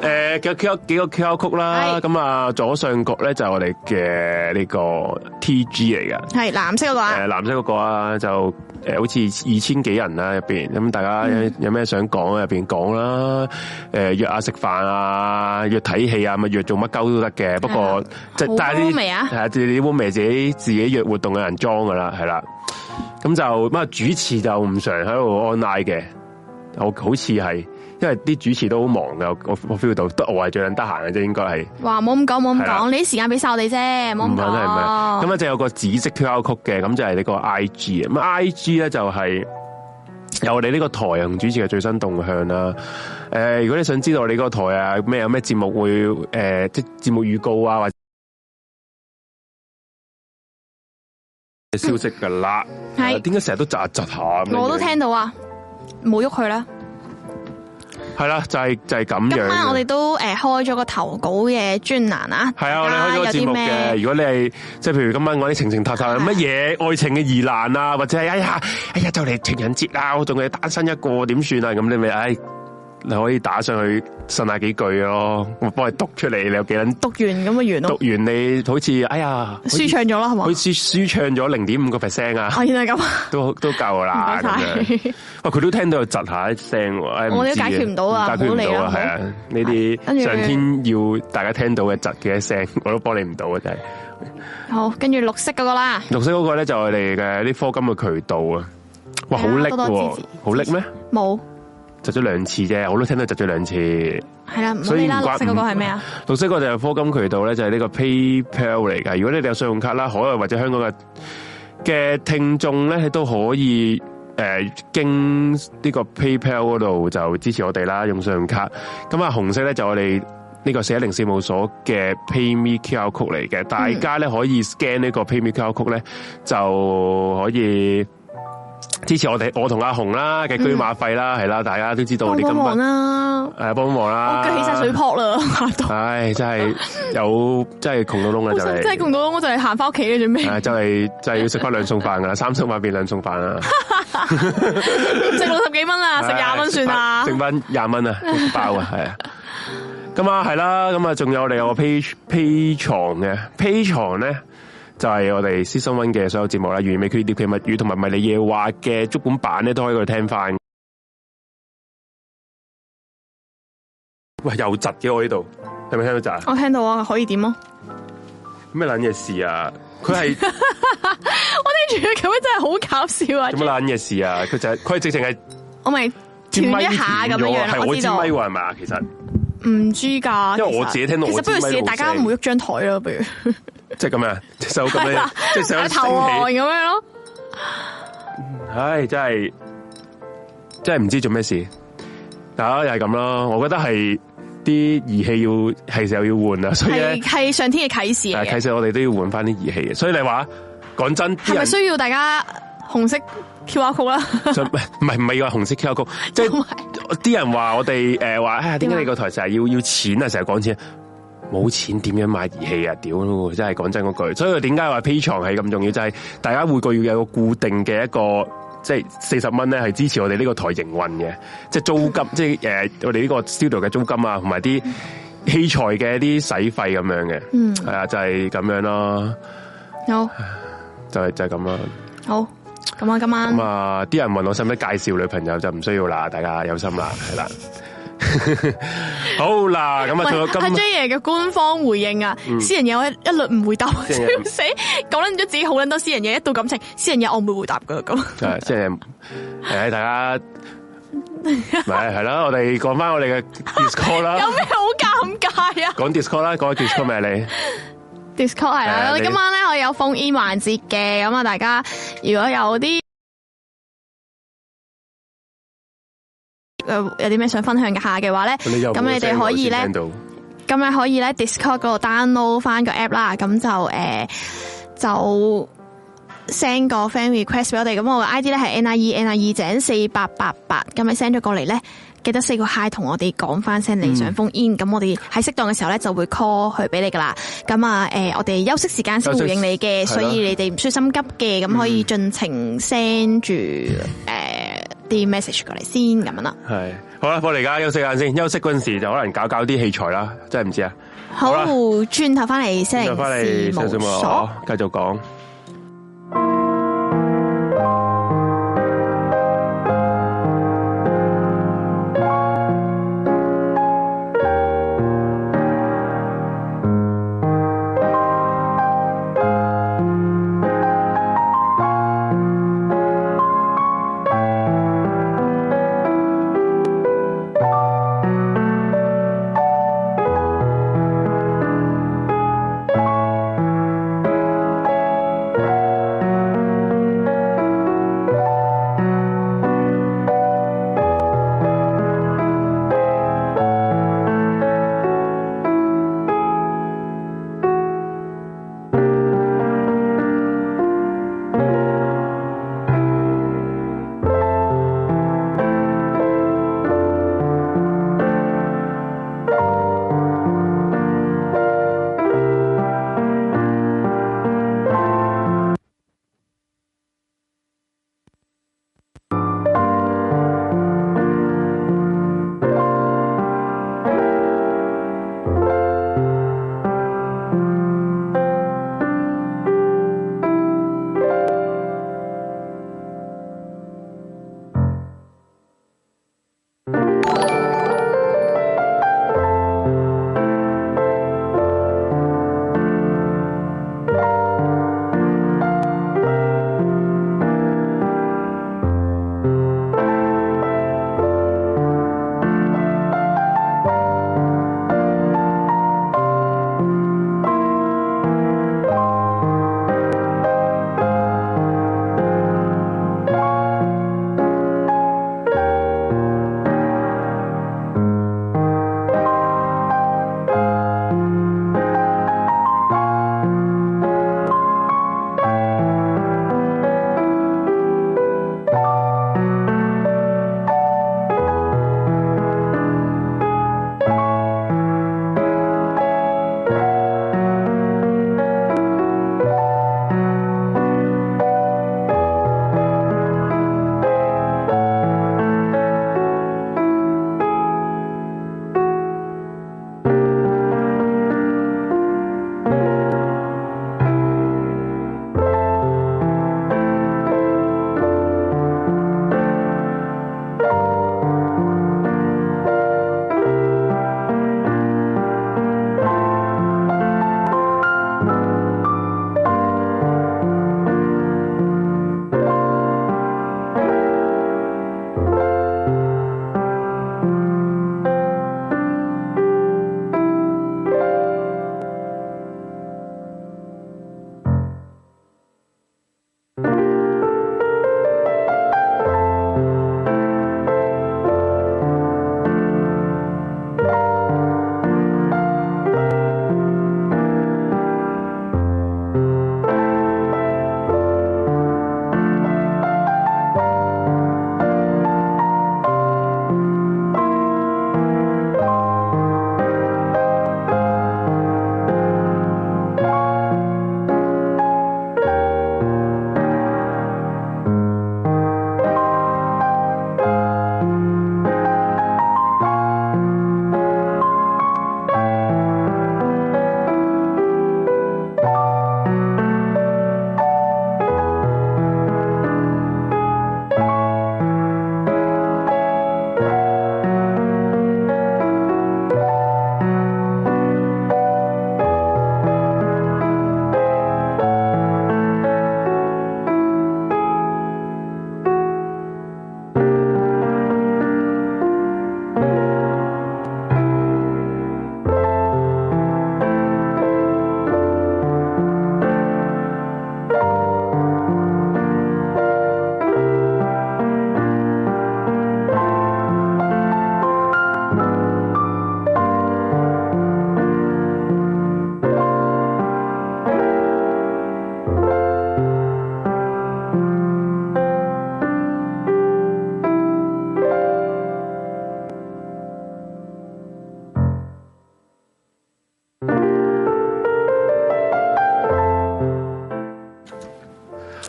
誒，有 Q 幾個 Q 曲啦，
係
咁啊左上角咧就係我哋嘅呢個 T G 嚟嘅。
係藍色嗰個
誒、
啊，
藍色嗰個啊，就誒、好似二千幾人啊啦入邊，咁大家
嗯
有有咩想講啊入邊講啦，誒、約啊食飯啊，約睇戲啊，咪約做乜鳩都得嘅。不過即係
啊好
但係呢
污味啊
係啊，自己污味自己自己約活動嘅人裝噶啦，係啦。咁就咁啊，主持就唔常喺度 online 嘅，我好似係。因為啲主持都好忙噶，我我 feel 到，得我係最撚得閒嘅啫，應該係。
哇！冇咁講，冇咁
係啦
講，你啲時間俾晒我哋啫，冇
唔
咁啊
係
哦
真係唔係，
講。
咁咧就啊有個紫色 QR code 嘅，咁就係呢個 I G 啊。咁 I G 咧就係有我哋呢個台同主持嘅最新動向啦。誒、如果你想知道你個台啊咩有咩節目會誒、即係節目預告啊或者消息噶啦。
係
誒點解成日都窒窒下咁樣樣？
我都聽到啊，冇喐佢啦。
係啦，就係、就係、咁樣嘅。
今晚我哋都誒開咗個投稿嘅專欄啊，
系啊，我哋
大家
開咗個
有
節
啲
目
咩
嘅。如果你係即係譬如今晚我啲情情塔塔
係
乜嘢愛情嘅疑難啊，或者係哎呀哎呀就嚟情人節啦，我仲係單身一個點算啊？咁你咪唉，你可以打上去呻下幾句咯。我幫你讀出嚟，你有幾撚
讀完咁嘅完
讀
咯，
完你好似哎呀，
舒暢咗啦，係嘛
好？似舒暢咗零點五個 percent 啊，
哦，原來咁，
都都夠
唔
啦
該
啊咁樣。
晒。
喂，佢都聽到有窒下一聲喎，唉唔
我哋都
知嘅
解決唔到啊
解決唔到
唔好理啦
啊，係啊，呢
跟
啲
住
上天要大家聽到嘅窒嘅一聲，我都幫你唔到啊，真係。
*laughs* 好，跟住綠色嗰個啦。
綠色嗰個咧就係我哋嘅啲科金嘅渠道啊，哇，好叻
係啊多多
喎
支持，
好叻咩？
冇，
窒咗兩次啫，我都聽到窒咗兩次。
係啦，唔好
所以
理
唔
啦。
關
綠色嗰個係咩啊？
綠色嗰個就係科金渠道咧，就係呢個 PayPal 嚟噶。如果你哋有信用卡啦，海外或者香港嘅嘅聽眾咧，都可以诶、呃經呢個 PayPal 嗰度就支持我哋啦，用信用卡。咁啊，紅色咧就我哋。呢個四一零事務所嘅 PayMe QR code 嚟嘅，大家咧可以 scan 呢個 PayMe QR code 咧就可以支持我哋，我同阿紅啦嘅居馬費啦，係啦，大家都知道我哋
幫
今啊
幫忙
日
啦，
誒幫忙
我
啦，
腳起晒水泡啦，
啊
嚇到
唉，真係有真係窮到窿啦，啊
好
就
想真係
係，啊
共到，我就係行翻屋企嘅準備，
*laughs* 唉，就係就係要食翻兩餸飯噶啦，三餸飯變兩餸飯啊啦，
食六十幾蚊啦， *laughs* 食廿蚊算啦
唉。剩翻廿蚊啊，好爆啊，係啊。咁啊，係啦，咁啊，仲有我哋有個 page page 床嘅 page 床咧，就係我哋 season one 嘅所有節目啦，完美缺碟奇物語同埋迷你夜話嘅足本版咧，都可以去聽翻。喂，又窒嘅我呢度，係咪聽到窒啊？
我聽到啊，可以點啊？
咩撚嘢事啊？佢係。
我聽住佢咁樣真係好搞笑啊！
做乜撚嘢事啊？佢就係佢係直情係
我咪
支咪
斷一下咁樣
斷咗啊
樣
係
我
我
知
支
道
咪喎係嘛？其實
唔知噶，
因為
其實
我自己聽到
其
我
實
知
不如
咪
試
路
大家
聲
每喐張台咯，不如
即係咁樣，隻手咁
係
樣
*laughs* 啦，
即係想
投降
升
咁
起，
樣咯。
唉，真係真係唔知做咩事。大家又係咁啦，我覺得係啲儀器要係時候要換啦，所以咧
係，係上天嘅啟示嚟
誒，其
嘅，
實我哋都要換翻啲儀器嘅。所以你話講真，啲
係咪
人
需要大家紅色 Q R 曲啦？
*laughs* 就唔係唔係話紅色 Q R 曲，即係啲人話我哋 *laughs* 誒話，哎呀，點解你個台成日要要錢啊？成日講錢，冇錢點樣買儀器啊？屌，真係講真嗰句。所以點解話 P 床係咁重要？就係、大家每個月有個固定嘅一個。即係四十蚊咧，係支持我哋呢個台營運嘅，即係租 *laughs* 金，即係誒、呃我哋呢個 studio 嘅租金啊，同埋啲器材嘅一啲使費咁樣嘅，
嗯
係啊，就係、咁樣咯，
好
就係、就係咁啦。
好，咁啊，今晚
咁啊，啲人問我使唔使介紹女朋友就唔需要啦，大家有心啦， *laughs* 係啦。好啦，咁啊，
喂
到
阿
咗
J 爺嘅官方回應啊，私人嘢我一一律唔回答，笑
嗯私人嘢
死！講捻咗自己好捻多私人嘢，一到感情，私人嘢我唔會回答噶咁。
今，啊即係誒，大家咪係啦，我哋講翻我哋嘅 Discord 啦，
*laughs* 有咩好尷尬啊
講 Discord 啦，講 Discord 咩你？
？Discord 係啦，
誒你
今晚咧我有封 in 環節嘅，咁啊大家如果有啲。誒呃有啲咩想分享下嘅話咧，
你又冇
咁你哋
聲
可以
我
咧
先聽，到
咁你可以咧 Discord 嗰度 download 翻個 app 啦，咁就誒、呃就 send 個 friend request 俾我哋，咁我嘅 ID 咧係 E，NIE NIE 井四八八八，咁你 send 咗過嚟咧，記得四個 hi 同我哋講翻聲你想封 in，咁、我哋喺適當嘅時候咧就會 call 佢俾你噶啦，咁啊誒我哋休息時嗯間先回應你嘅，
休息
所以你哋唔需要心急嘅，咁可以盡情 send 住誒啲 message 過嚟先咁樣啦，
係好啦，我哋而家休息下先，休息嗰陣時就可能搞搞啲器材啦，真係唔知啊。
好
好啦，
轉頭翻嚟先，
就翻嚟上
事
上
務所
我。繼續講。
Hãy subscribe cho kênh Ghiền Mì Gõ Để không bỏ lỡ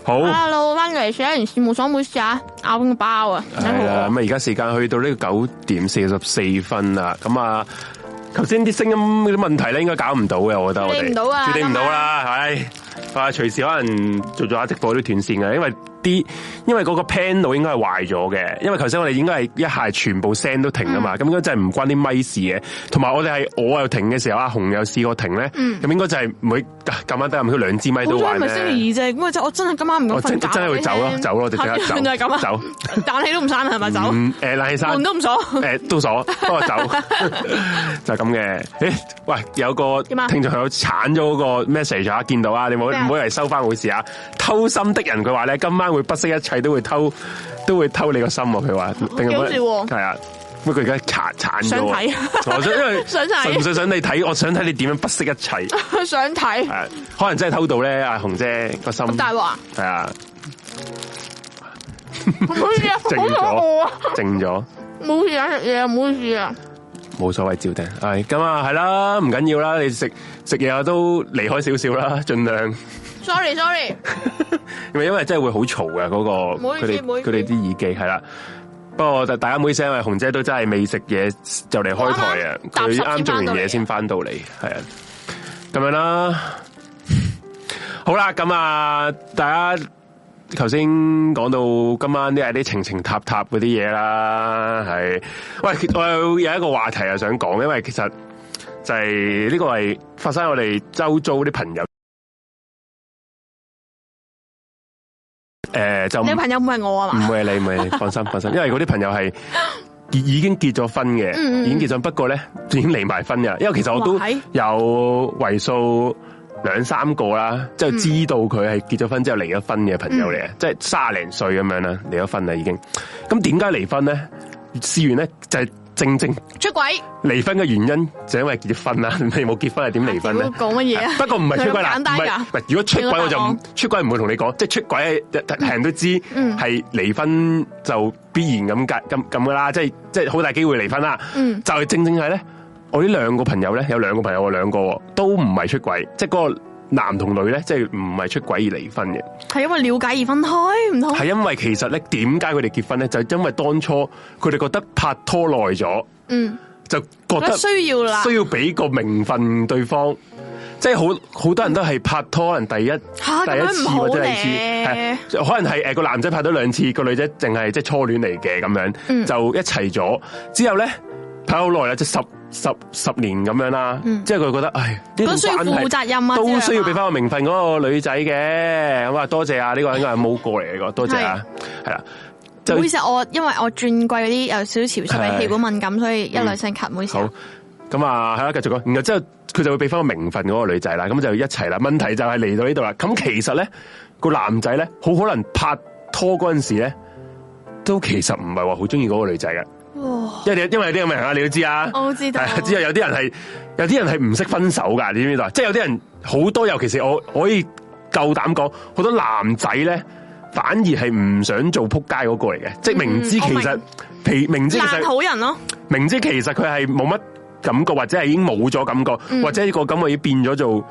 哦
嚟寫完事務所冇事啊，咬緊個包啊，
系
真
啦，
好
咁啊而家時間去到呢個九點四十四分啦，咁啊，頭先啲聲音嗰啲問題咧，應該搞唔到嘅，我覺得我
處
哋
理唔到啊
處理唔到啦，係啊，隨時可能做做下直播都斷線嘅，因為啲因為嗰個 panel 應該係壞咗嘅，因為頭先我哋應該係一下全部聲都停啊
嗯
嘛，咁應該真係唔關啲咪事嘅，同埋我哋係我又停嘅時候，阿紅又試過停咧，咁應該就係唔會咁啱得咁，佢兩支咪
嗯好
都壞
彩咪星期二啫，咁啊真我真係今晚唔敢
我
瞓
真
覺。
真係會走咯，走咯，我哋即刻
係就係咁
走，
啊，
走，
但氣都唔閂啦，係咪走？
嗯，誒，冷氣山
門。都唔鎖。
*laughs*
*laughs*
诶、都鎖，不過走就係咁嘅。诶、喂，有個
點啊
聽眾朋友鏟咗嗰個 message 啊，見到啊，你唔好
咩啊
唔好以為收翻冇事啊。偷心的人佢話咧，今晚會不惜一切都會偷，都會偷你個心喎。佢話定
哦幾好笑喎
係啊。不過佢而家鏟鏟
想
咗
睇
喎，我想因為
*laughs* 想睇
純粹想你睇，我想睇你點樣不惜一
*laughs*
切，
想睇
係可能真係偷到咧，阿紅姐個心
咁大鑊
*laughs*
啊！
係啊，
唔好意思啊，好
靜
肚餓啊！
咗，靜咗。
冇事啊，食嘢冇事啊。
冇所謂，照定係咁啊，係啦，唔緊要啦，你食食嘢啊都離開少少啦，盡量，
Sorry Sorry，
因為因為真係會好嘈嘅嗰個
唔好意
佢
思
哋
唔好意
佢
思
哋啲耳機係啦。不過大大家唔好意思，因為紅姐都真係未食嘢就嚟開台啊，
我啱
佢
啱
啱做完嘢先翻到嚟，係啊，咁樣啦。好啦，咁啊，大家頭先講到今晚啲係啲情情塔塔嗰啲嘢啦，係喂，我有有一個話題啊想講，因為其實就係呢個係發生喺我哋周遭啲朋友。誒、就唔
你朋友唔係我啊
*laughs* 唔
嘛？
會係你，唔會係
*laughs*
你，放心放心，因為嗰啲朋友係已已經結咗婚嘅，
嗯嗯
已經結咗，不過咧已經離埋婚嘅。因為其實我都
哇係
有為數兩三個啦，即
嗯
係知道佢係結咗婚之後離咗婚嘅朋友嚟嘅，即係卅零歲咁樣啦，離咗婚啦已經。咁點解離婚咧？事源咧就係正正
出軌
離婚嘅原因就因為結咗婚啦，你冇結婚係點離婚咧
屌？講乜嘢啊？
*laughs* 不過唔係出軌啦，唔
咁簡單
係
㗎
唔係如果出軌我就唔
你個答案
出軌唔會同你講，即係出軌係人都知
嗯
係離婚就必然咁解咁咁噶啦，即係即係好大機會離婚啦。
嗯
就係正正係咧，我呢兩個朋友咧，有兩個朋友，我兩個喎都唔係出軌，即係嗰個男同女咧，即係唔係出軌而離婚嘅。
係因為了解而分開，唔通
係因為其實咧，點解佢哋結婚咧？就係因為當初佢哋覺得拍拖耐咗，
嗯
就覺
覺得
得
需要啦
需要俾個名分對方。即係好好多人都係拍拖，可能第一、
嚇
第一
咁樣唔
次
好
或者第二次，
咧
係可能係誒個男仔拍咗兩次，個女仔淨係即係初戀嚟嘅咁樣，
嗯
就一齊咗。之後咧拍咗好耐啦，即係十十十年咁樣啦。之後佢覺得，唉，呢段
嗯都需要
關係
負責任啊之類
都
嘛
需要俾翻個名分嗰個女仔嘅。咁啊，多謝啊，呢個應該係冇過嚟嘅呢個，多謝啊，係啦。
唔
就
好意思啊，我因為我轉季嗰啲有少少潮濕
係
嘅氣管敏感，所以一兩聲咳，唔好意思啊。
好，咁啊，係啦，繼續講。然後之後佢就會俾翻個名分嗰個女仔啦，咁就一齊啦。問題就係嚟到呢度啦。咁其實咧，個男仔咧，好可能拍拖嗰陣時咧，都其實唔係話好中意嗰個女仔嘅，
哇，
因為你因為有啲咁嘅人啊，你都知啊。
*laughs* 我
*laughs*
知道
係啊之後有啲人係，有啲人係唔識分手噶，你知唔知道？即係有啲人好多，尤其是我我可以夠膽講，好多男仔咧。反而係唔想做撲街嗰個嚟嘅，即係明知
嗯我
其
明
實，皮明知其實
爛好人咯，
明知其實佢係冇乜感覺，或者係已經冇咗感覺，
嗯
或者個感覺已經變咗做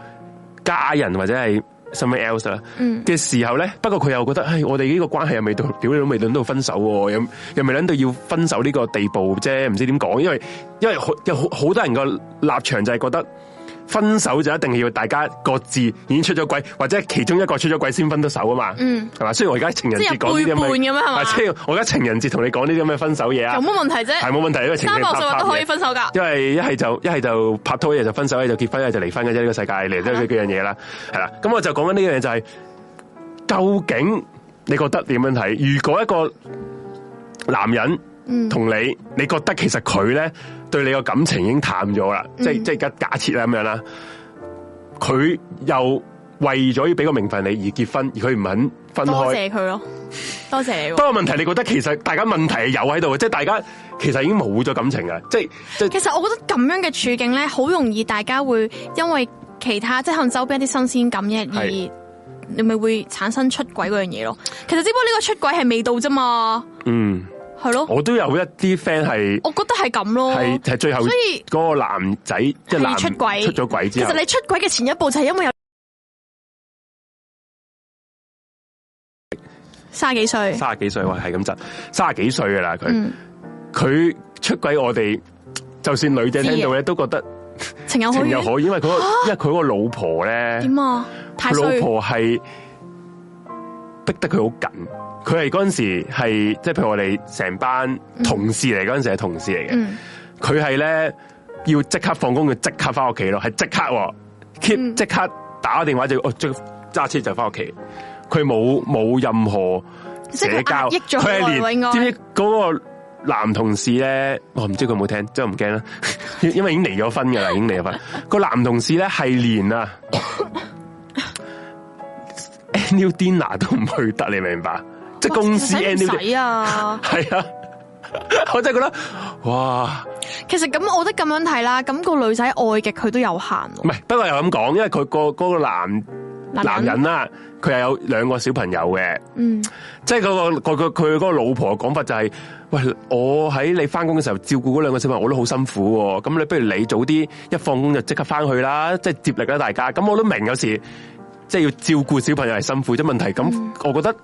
家人或者係 something else 啦
嗯
嘅、時候咧，不過佢又覺得，唉，我哋呢個關係又未到，屌你都未到到分手喎，又又未諗到要分手呢個地步啫，唔知點講，因為因為好有好好多人個立場就係覺得。分手就一定要大家各自已經出咗軌，或者其中一個出咗軌先分到手啊嘛，
嗯
係嘛？雖然我而家情人節講呢啲
即係背叛
咁
咁樣啊係嘛
即係我而家情人節同你講呢啲咁嘅分手嘢啊，
有乜問 *laughs* 題啫？
係冇問題，因為情侶
三百六十
拍
日都
拖
可
嘅
以分手㗎。
因為一係就一係就拍拖，一係就分手，一係就結婚，一係就離婚嘅啫。呢、個世界嚟都係呢幾樣嘢啦，係啦。咁我就講緊呢樣嘢就係、究竟你覺得點樣睇？如果一個男
嗯
人同你，你覺得其實佢咧對你個感情已經淡咗啦，
嗯
即係即係而家假設啦咁樣啦，佢又為咗要俾個名分你而結婚，而佢唔肯分
多
開。
謝佢咯，多謝你喎。
不過問題，你覺得其實大家問題係有喺度嘅，即係大家其實已經冇咗感情嘅，即係即係
其實我覺得咁樣嘅處境咧，好容易大家會因為其他即係可能周邊一啲新鮮感嘅而
係
你咪會產生出軌嗰樣嘢咯。其實只不過呢個出軌係未到啫嘛，
嗯。
係咯，
我都有一啲 friend 係
我覺得係咁咯。
係啊係最後，
哦所以
嗰個男仔即係
係
男
出軌
出咗軌
其
之後
實，你出軌嘅前一步就係因為有卅幾歲，
三十幾歲，我係咁窒，三十幾歲噶啦佢
嗯，
佢、出軌我哋，就算女仔
知嘅啊哦
聽到咧都覺得
情有可
情
原
有可原，因為佢個因為佢個老婆咧，
點啊？太
佢
衰
老，婆係逼得佢好緊，佢係嗰阵时系即係譬如我哋成班同事嚟嗰阵时係同事嚟嘅。
嗯，
佢係咧要即刻放工，佢即刻翻屋企咯，係即刻喎
嗯
keep 即刻打個電話就哦，即揸車就翻屋企。佢冇冇任何
即
社
係佢
交，
壓抑咗
佢
好耐
係
喎應該
連知唔知嗰個男同事咧？我唔知佢有冇聽，真係唔驚啦，因因為已經離咗婚噶啦，已經離咗婚。個男同事咧係連啊 annual dinner 都唔去得，你明唔明白？即係公司
哇使
annual
唔
dinner-
使啊？
係啊， *laughs* 我真係覺得哇！
其實咁，我覺得咁樣睇啦，咁個女仔愛極佢都有限
唔
喎，
係，不過又咁講，因為佢個嗰個男男人啦，佢係有兩個小朋友嘅，
嗯，
即係嗰個佢佢佢嗰個老婆嘅講法就係、喂，我喺你翻工嘅時候照顧嗰兩個小朋友，我都好辛苦喎。咁你不如你早啲一放工就即刻翻去啦，即係接力啦，大家。咁我都明有時即係要照顧小朋友係辛苦啫。問題咁，
嗯
我覺得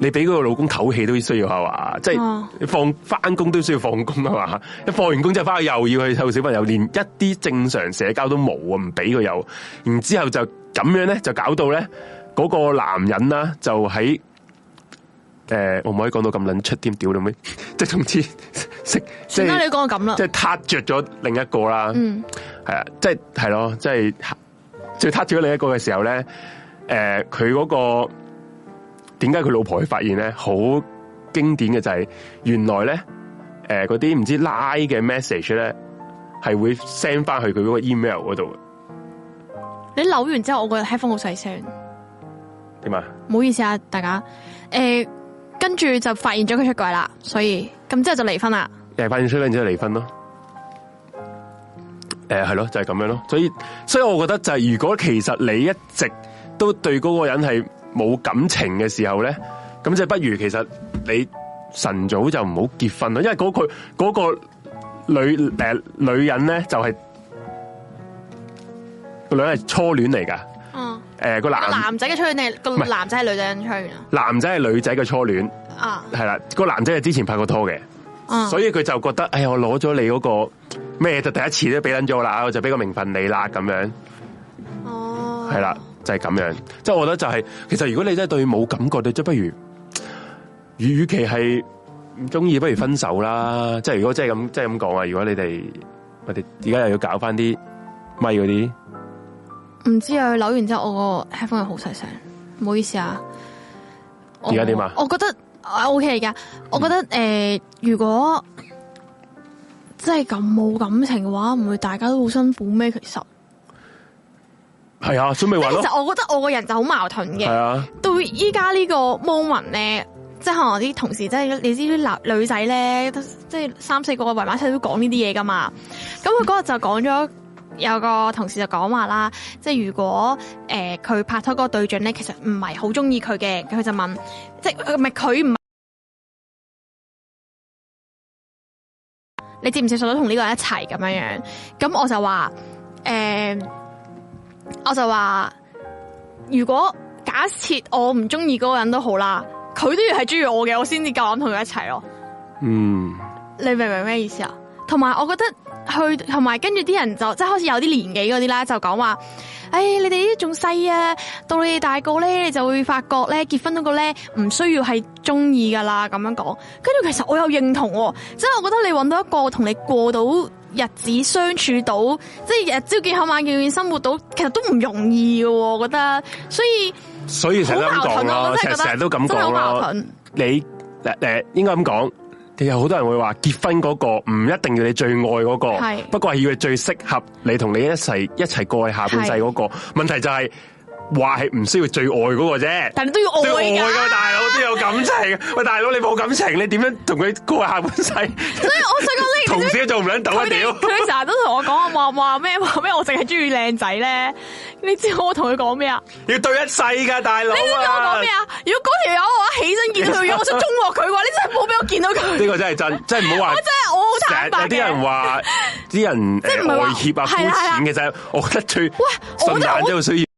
你俾嗰個老公唞氣都需要係嘛，即係
啊
你放翻工都需要放工係嘛。一放完工之後翻去又要去湊小朋友，連一啲正常社交都冇啊，唔俾佢有。然之後就咁樣咧，就搞到咧嗰、個男人啦，就喺。誒、我唔可以講到咁撚出添，屌你妹！ *laughs* 即係總之，食即
算啦，你
係
講到咁啦
即，係撻着咗另一個啦，
嗯，
係啊，即係係咯，即係最撻着咗另一個嘅時候咧，誒佢嗰個點解佢老婆去發現咧？好經典嘅就係、原來咧，誒嗰啲唔知拉嘅 message 咧係會 send 翻去佢嗰個 email 嗰度
你扭完之後，我個 headphone 好細聲。
點啊？
唔好意思啊，大家，诶、跟住就發現咗佢出軌啦，所以咁之後就離婚啦。
誒呃發現出嚟之後離婚咯。誒係咯，就係、咁樣咯。所以所以我覺得就係、如果其實你一直都對嗰個人係冇感情嘅時候咧，咁即係不如其實你晨早就唔好結婚啦，因為嗰、句嗰個女誒、呃女人咧就係、個女人係初戀嚟㗎，誒、
嗯，
個
個
男
男仔嘅出定係個
係
男仔係女仔嘅出完啊
男仔係女仔嘅初戀，
啊
係啦，個男仔係之前拍過拖嘅。
啊，
所以佢就覺得，哎呀，我攞咗你嗰、個咩就第一次都俾撚咗我啦，我就俾個名分你啦，咁樣
哦，
係啦，就係、咁樣。即係我覺得就係、其實如果你真係對冇感覺，你即係不如，與其係唔中意，不如分手啦。即係如果真係咁，即係咁講啊！如果你哋我哋而家又要搞翻啲咪嗰啲，
唔知啊，佢扭完之後我個 headphone 好細聲，唔好意思啊。我
而家點啊嗯
我覺得啊 OK 噶，我覺得诶、誒如果即係咁冇感情嘅話，唔會大家都好辛苦咩？其實，
係啊，所以咪
即
話
係
咯，
其實我覺得我個人就好矛盾嘅
係。啊，
到依家呢個 moment 咧，即係可能我啲同事，即係你知啲男女仔咧，都即係三四個圍埋一齊都講呢啲嘢噶嘛。咁佢嗰日就講咗。有個同事就講話啦，即係如果誒佢、拍拖嗰個對象咧，其實唔係好中意佢嘅，佢就問，即係唔係佢唔係你接唔接受到同呢個人一齊咁樣樣？咁我就話誒、我就話如果假設我唔中意嗰個人都好啦，佢都要係中意我嘅，我先至夠膽同佢一齊咯。
嗯，
你明唔明咩意思啊？同埋我覺得去，同埋跟住啲人就即係開始有啲年紀嗰啲啦，就講話，唉、你哋呢啲仲細啊，到你哋大個咧，你就會發覺咧，結婚嗰個咧唔需要係中意噶啦，咁樣講。跟住其實我又認同、喎，即係我覺得你揾到一個同你過到日子相處到，即係日朝見口晚見面生活到，其實都唔容易嘅、喎。我覺得，所以
所以成日都咁講
好矛盾啊
咯，
我真係
成
覺得
成日都咁
真係
講
好矛
咯
盾。
你誒誒應該咁講，有好多人會話結婚嗰個唔一定要你最愛嗰、
係
個，不過係要你最適合你同你一齊一齊過去下半世嗰、個。問題就係話係唔需要最愛嗰個啫。
但你都要愛
都要愛
㗎。
㗎大佬都有感情。喂，大佬你冇感情，你點樣同佢過下半世？
*laughs* 所以我想講呢，
同事都做唔撚到啊！
佢哋
屌，
佢哋成日都同我講話話咩話咩，我淨係中意靚仔咧。你知我同佢講咩啊？
要對一世㗎，大佬
你知唔知我講
啊
咩！啊？如果嗰條友我一起身見到佢樣，我想中和佢喎。你真係冇俾我見到佢，
*laughs* 呢
真
個真係真，真係唔好話。
係我好
成日
坦白
有啲人
嘅。
話，啲
*laughs*
人
係
誒
唔係話
外協啊、
係
膚
啦係啦
淺，其實我覺得最
喂，我
順
真係
眼
好
都需要。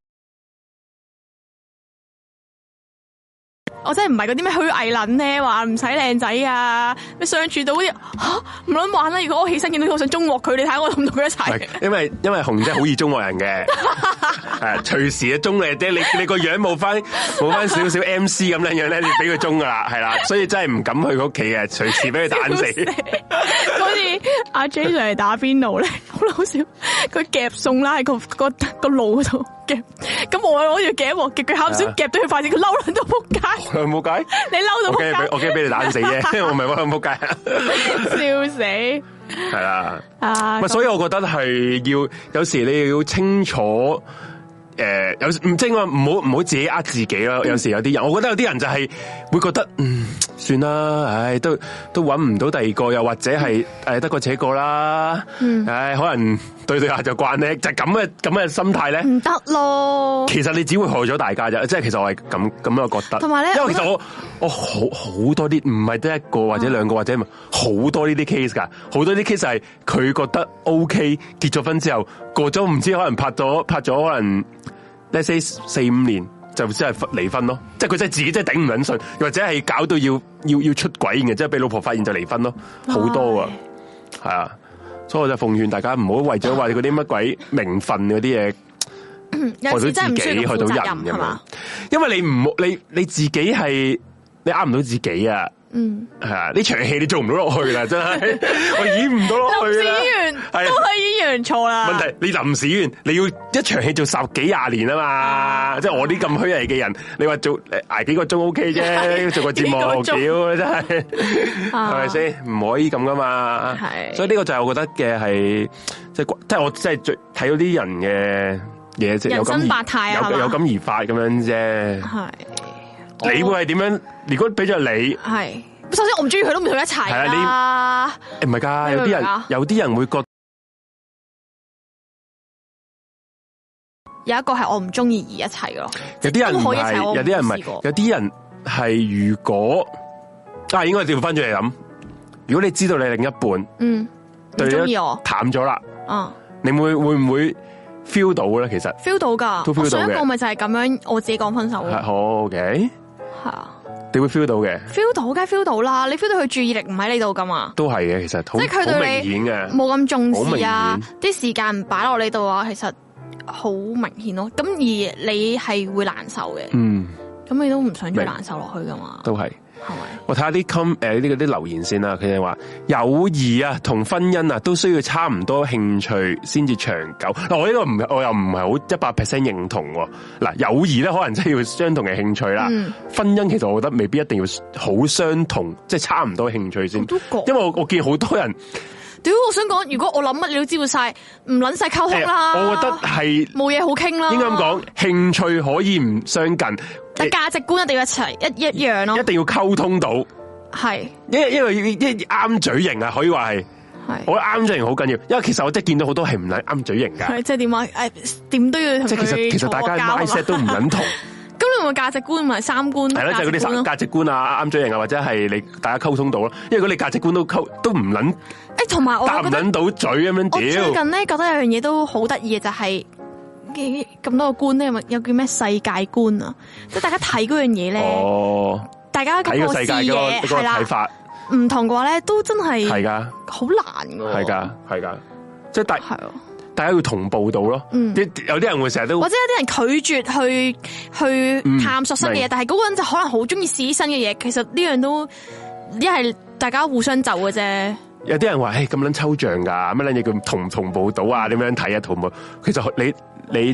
我真係唔係嗰啲咩虛偽撚咧，話唔使靚仔啊，咩相處到嗰啲吓唔撚玩啦！如果我起身見到佢，我想中鑊佢，你睇我同唔同佢一
唔
齊
係？因為因為紅姐好易中國人
*laughs*
嘅，誒隨時啊中你啫，你你個樣冇翻冇翻少少 M C 咁樣樣咧，你俾佢中噶啦，係啦，所以真係唔敢去佢屋企嘅，隨時俾佢打死。
嗰次阿 J 上嚟打邊爐咧， *laughs* 好搞笑，佢夾餸啦喺個個個路嗰度夾，咁我攞住夾喎，夾佢喊少
啊
夾到佢筷子，佢嬲撚到仆
*laughs*
街，
佢冇計，
你嬲到
我
仆
驚俾我
街，
驚俾你打死
*laughs*
啫，我咪話佢冇計啊，
笑死
係啦。
啊！
唔係，所以我覺得係要有時你要清楚。誒、有唔即係話唔好唔好自己呃自己咯。有時有啲人，我覺得有啲人就係會覺得，嗯，算啦，唉，都都揾唔到第二個，又或者係誒得過且過啦。唉，可能對對下就慣咧，就咁嘅咁嘅心態咧，
唔得咯，
其實你只會害咗大家啫。即係其實我係咁咁樣覺得。
同埋呢
因為其
我覺
實我我好好多啲唔係得一個或者兩個或者唔係好多呢啲 case 㗎，好多啲 case 係佢覺得 OK，結咗婚之後過咗唔知可能拍咗拍咗可能 let's say 四五年。就真係離婚咯，即係佢真係自己真係頂唔撚順，又或者係搞到要要要出軌嘅，即係俾老婆發現就離婚咯，好多啊，係啊，所以我就奉勸大家唔好為咗話嗰啲乜鬼名分嗰啲嘢
有時真係唔需要
害
咁
到
負
自己害到人
責任係
咁樣
嘛？，
因為你唔好你你自己係你呃唔到自己啊，
嗯，
係啊，呢場戲你做唔到落去啦，真
*laughs*
係我演唔到落
林
去
子
啦。
源
係啊
都係演員錯啦，
問題你臨時演員你要一場戲做十幾廿年啊嘛，即係我啲咁虛偽嘅人，你話做挨幾個鐘 O
*laughs*
K 啫，做個節目
幾個
屌
鐘
真係係咪先？唔可以咁噶嘛，
係
所以呢個就係我覺得嘅係即係即係我即係最睇到啲人嘅嘢，即係有感
人生
而
百態啊
有
係嘛
有感而發咁樣啫。
係
你
我
會係點樣？如果俾咗你，
係。首先我唔中意佢，都唔同佢一齊
係啊
啦。
誒唔係㗎，有
你明唔
啲
明
人
啊
有啲人會覺
有一個係我唔中意而一齊嘅咯，
有啲人唔
都可以一
係
齊，我
有啲人唔係
冇試過，
有啲人係如果啊，應該調翻轉嚟諗，如果你知道你另一半
嗯，唔
對
中
你
意我，
淡咗啦，
嗯
你會會唔會 feel 到咧？其實
feel 到噶
都，feel
我上
到
一
嘅
個咪就係咁樣，我自己講分手
係
咯，
好 OK，
係啊
你會 feel 到嘅，
，feel 到梗係 feel 到啦，你 feel 到佢注意力唔喺你度噶嘛，
都係嘅。其實好
即係佢
好
對你
明顯嘅，
冇咁重視
好
啊
明，
啲時間唔擺落你度啊，其實好明顯咯，咁而你係會難受嘅，
嗯，
咁你都唔想再
明
難受落去噶嘛，
都係。
係咪？
我睇下啲 com 誒呢啲留言先啦，佢哋話友誼啊同婚姻啊都需要差唔多興趣先至長久。嗱，我呢個唔我又唔係好一百 percent 認同喎。嗱，友誼咧可能真係要相同嘅興趣啦，
嗯
婚姻其實我覺得未必一定要好相同，即係差唔多興趣先
哦我。都覺
因為我我見好多人
屌，我想講，如果我諗乜你都知道晒，唔撚晒溝通
誒、
啦，
哎我覺得係
冇嘢好傾啦，
應該咁，講，興趣可以唔相近，
但價值觀一定要一齊一一樣咯
一，定要溝通到，
係
因為因為一啱嘴型啊，可以話係。
係。
我覺得啱嘴型好緊要，因為其實我真係見到好多係唔撚啱嘴型噶，
係即係點啊？誒，點都要同
即係其實
佢啊
其實大家
嘈下交
mindset 都唔撚
*laughs*
同，
咁你咪價值觀咪三觀
係啦，
價
就係嗰
值
啲
觀咯
價值觀啊、啱嘴型啊，或者係你大家溝通到咯。因為如果你價值觀都溝都唔撚
誒，哎同埋我
搭唔
覺得
撚到嘴咁樣，
我最
屌
近咧覺得有樣嘢都好得意嘅就係嘅咁多個觀咧，有咪有叫咩世界觀啊？即係大家睇嗰樣嘢咧，
哦，
大家
睇個
嗰個
世界
視
嗰
野
個嗰個
係
睇
啦，
法
唔同嘅話咧，都真
係
係
噶，
好難㗎喎
係，噶，係噶，即係大
係啊。
大家要同步到咯。
嗯
啲有啲人會成日都
或者有啲人拒絕去
嗯
去探索新嘅
明
嘢，但係嗰個人就可能好中意試新嘅嘢。其實呢樣都一係大家互相就嘅啫。
有啲人話：，誒咁撚抽象㗎，乜撚嘢叫同唔同步到啊？點樣睇啊？同步，其實你你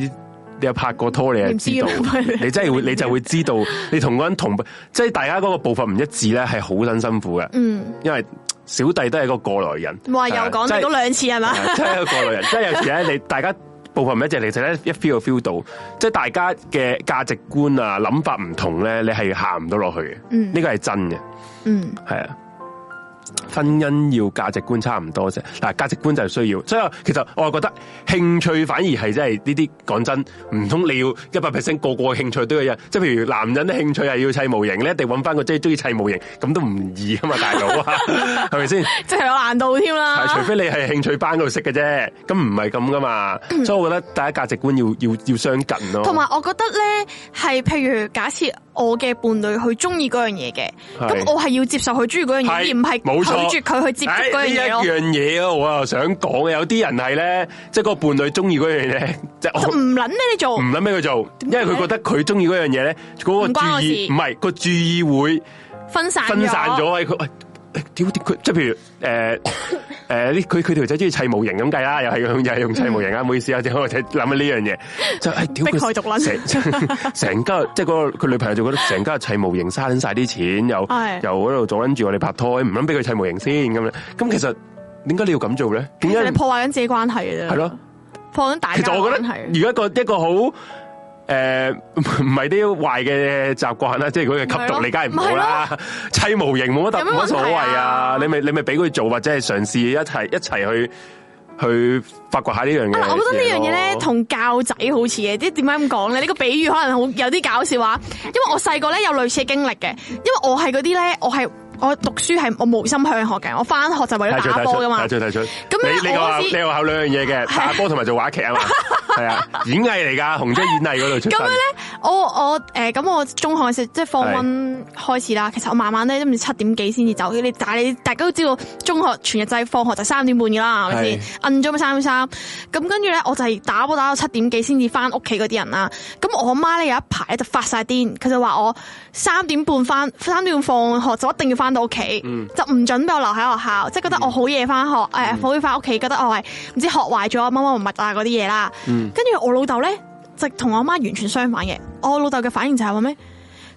你有拍過拖，你就知道
你唔知㗎，嘛
你真係會你
*laughs*
就會知道，你同嗰個人同步，即係大家嗰個步伐唔一致咧，係好撚辛苦嘅。
嗯，
因為小弟都係一個過來人，
哇！又
係啊
講
即係
咗兩次係嘛？
係啊真係一個過來
*laughs*
人，即係有時咧，你大家步伐唔一致，其實咧一 feel 就 feel 到，即係大家嘅價值觀啊、諗法唔同咧，你係行唔到落去嘅。
嗯
呢個係真嘅，
嗯，
係啊。婚姻要價值觀差唔多啫。嗱，價值觀就係需要，所以其實我係覺得興趣反而係真係呢啲講真，唔通你要一百 percent 個個興趣都有，即係譬如男人嘅興趣係要砌模型咧，一定揾翻個即係中意砌模型，咁都唔易啊嘛，大佬啊，
*laughs*
係咪先？
即係有難度添啦。
係除非你係興趣班嗰度識嘅啫，咁唔係咁噶嘛。所以我覺得大家價值觀要要要相近咯。
嗯同埋，我覺得咧係，譬如假設我嘅伴侶佢中意嗰樣嘢嘅，
係
咁我係要接受佢中意嗰樣嘢，
係
而唔
冇錯哎
係拒絕佢去接觸嗰
唉呢
樣嘢
一
咯。
樣嘢啊，我又想講嘅，有啲人係咧，即係個伴侶中意嗰樣嘢咧，即係
就
我
唔撚俾你做
唔，諗俾佢做，因
解
為佢覺得佢中意嗰樣嘢咧，嗰、
唔
個
關
注
我事
意唔係個注意會
分散啊
分散咗喺佢。喂哎屌啲佢，即係譬如
*laughs*
誒誒啲佢佢條仔中意砌模型咁計啊啦，又係用又係用砌模型啊！唔好意思啊，即係我哋諗緊呢樣嘢，就係屌
嗯逼佢獨撚
成成家即係嗰個佢女朋友就覺得成家砌模型嘥撚晒啲錢，又
係
又喺度阻撚住我哋拍拖，唔撚俾佢砌模型先咁樣。咁其實點解你要咁做咧？點
其實你啊
解
破壞緊自己關係嘅啫。
係咯？
破緊大
其
家
實我覺
嘅關
得
係。啊
如果一個一個好诶唔 *laughs* 唔係啲壞嘅習慣啦，即係佢嘅吸毒，你梗係唔好啦。砌模型冇乜特
有咩
冇乜所謂
問題
啊
啊！
你咪你咪俾佢做，或者係嘗試一齊一齊去去發掘下呢樣嘢
嗱，
咯。
啊我覺得呢樣嘢咧同教仔好似嘅，即係點解咁講咧？呢、個比喻可能好有啲搞笑啊，因為我細個咧有類似嘅經歷嘅，因為我係嗰啲咧，我係我讀書係我無心向學嘅，我翻學就為
睇
咗
出
打
睇出
波噶嘛
睇。出睇出。
咁咧
你你又
我
考
嗰
你
時
又考兩樣嘢嘅，打波同埋做話劇
*laughs*
啊嘛，係啊，演藝嚟㗎，紅姐演藝嗰度出
咁樣
身。
咧，我我誒咁、我中學嘅時候即係放温開始啦。其實我慢慢咧都唔知七點幾先至走。你但係你大家都知道，中學全日制放學就三點半嘅啦，係咪先
係？
摁咗咪三點三。咁跟住咧，我就係打波打到七點幾先至翻屋企嗰啲人啦。咁我媽咧有一排咧就發晒癲，佢就話我三點半翻，三點半放學就一定要翻到屋企，就唔準俾我留喺學校，即係覺得我好夜翻學，誒、好夜翻屋企，覺得我係唔知學壞咗乜乜物啊嗰啲嘢啦。跟住我老豆咧。就同我媽完全相反嘅。我老豆嘅反應就係話咩？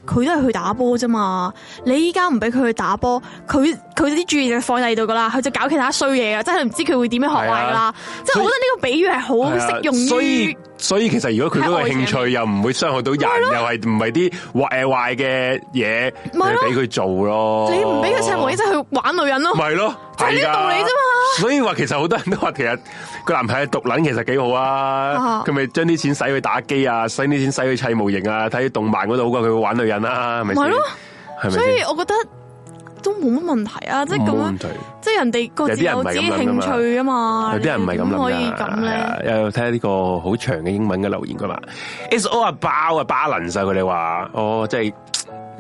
佢都係去打波啫嘛，你依家唔俾佢去打波，佢佢啲注意力放第二度噶啦，佢就搞其他衰嘢啊！真係唔知佢會點樣學壞噶
係
啦。即係我覺得呢個比喻係好
係啊
適用
所以
於
所以其實如果佢嗰個
喺愛
興
情
趣又唔會傷害到人，又係唔係啲壞壞嘅嘢，
咪咯
你俾佢做咯。
你唔俾佢砌模型，即係去玩女人咯。
咪咯，
就係呢個
哦係㗎
道理啫嘛。
所以話其實好多人都話，其實個男朋友獨撚其實幾好啊
啊。
佢咪將啲錢使去打機啊，使啲錢使去砌模型啊，睇動漫嗰度好過佢玩女人啊啦，係咪先？
咪咯
係咪
所以
先？
我覺得都冇乜問題啊，即係咁
冇
樣
問，題。
即係人哋各
嗯有
自
啲人唔
有
係
自己
咁諗㗎嘛
興趣啊嘛。
有啲人唔係啊咁
你點可以
諗
咁咧。
噶，又睇下呢個好長嘅英文嘅留言噶嘛。It's all a b o u t a balance 啊，佢哋話，哦，即係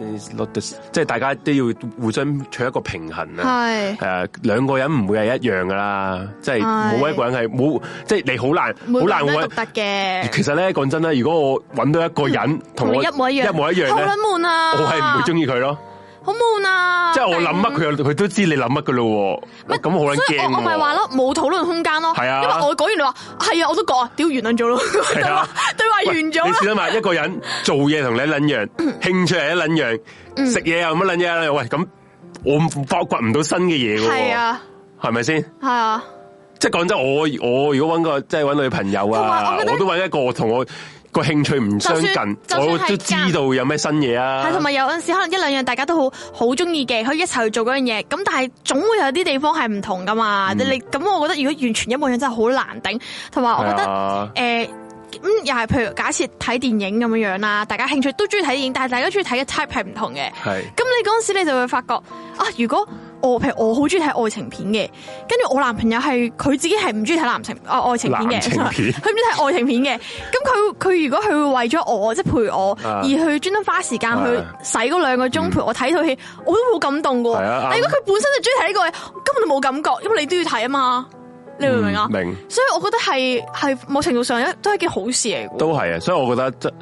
嘖 not the- 即係大家都要互相取一個平衡啊。
係
係啊，兩個人唔會係一樣噶啦，即係
係
冇一個人係冇，即係你好難，
每
好
個
難
人都
會
係獨特嘅，
其實咧，講真啦，如果我揾到一個人同
同你
我
一模一樣，
一模一樣
好
咧
撚，悶啊！
我係唔會中意佢咯。
好悶啊！
即係我諗乜，
頂
佢又佢都知你諗乜噶咯喎。咁好撚
所以
驚
我我咪
喎
話咯，冇討論空間咯。
係啊
因為我講完你話係啊，我都覺啊，屌原諒咗咯，對
啊
話對話
喂
完咗
你
啦。嗯
試諗下，一個人做嘢同你一捻樣，興趣係一捻樣，食嘢又乜捻嘢啦？喂，咁我發掘唔到新嘅嘢嘅
係
喎，
啊，
係咪先？
係啊，
即係講真，我我如果搵個即係搵女朋友啊，
同埋我覺得
我都搵一個同我個興趣唔相
就算
近，
就算係
我都知道有咩新嘢啊。
係同埋有陣時可能一兩樣大家都好好中意嘅，可以一齊去做嗰樣嘢。咁但係總會有啲地方係唔同噶
嗯
嘛。你你咁，我覺得如果完全一模一樣真係好難頂。同埋我覺
係
得
啊，
誒。咁又係，譬如假設睇電影咁樣樣啦，大家興趣都中意睇電影，但係大家中意睇嘅 type 係唔同嘅。
係
咁你嗰陣時你就會發覺啊，如果我譬如我好中意睇愛情片嘅，跟住我男朋友係佢自己係唔中意睇男情啊愛情片
*laughs* 男
嘅，
情片
sorry，佢唔中 *laughs* 意睇愛情片嘅。咁佢佢如果佢會為咗我即係陪我
啊
而去專登花時間去
啊
使嗰兩個鐘陪我睇套戲，我都會好感動噶。
係啊
但
啱
如果佢本身就中意睇呢個嘢，我根本就冇感覺，因為你都要睇啊嘛，你明唔明啊？
嗯明。
所以我覺得係係某程度上一都係一件好事嚟嘅。
都係啊，所以我覺得即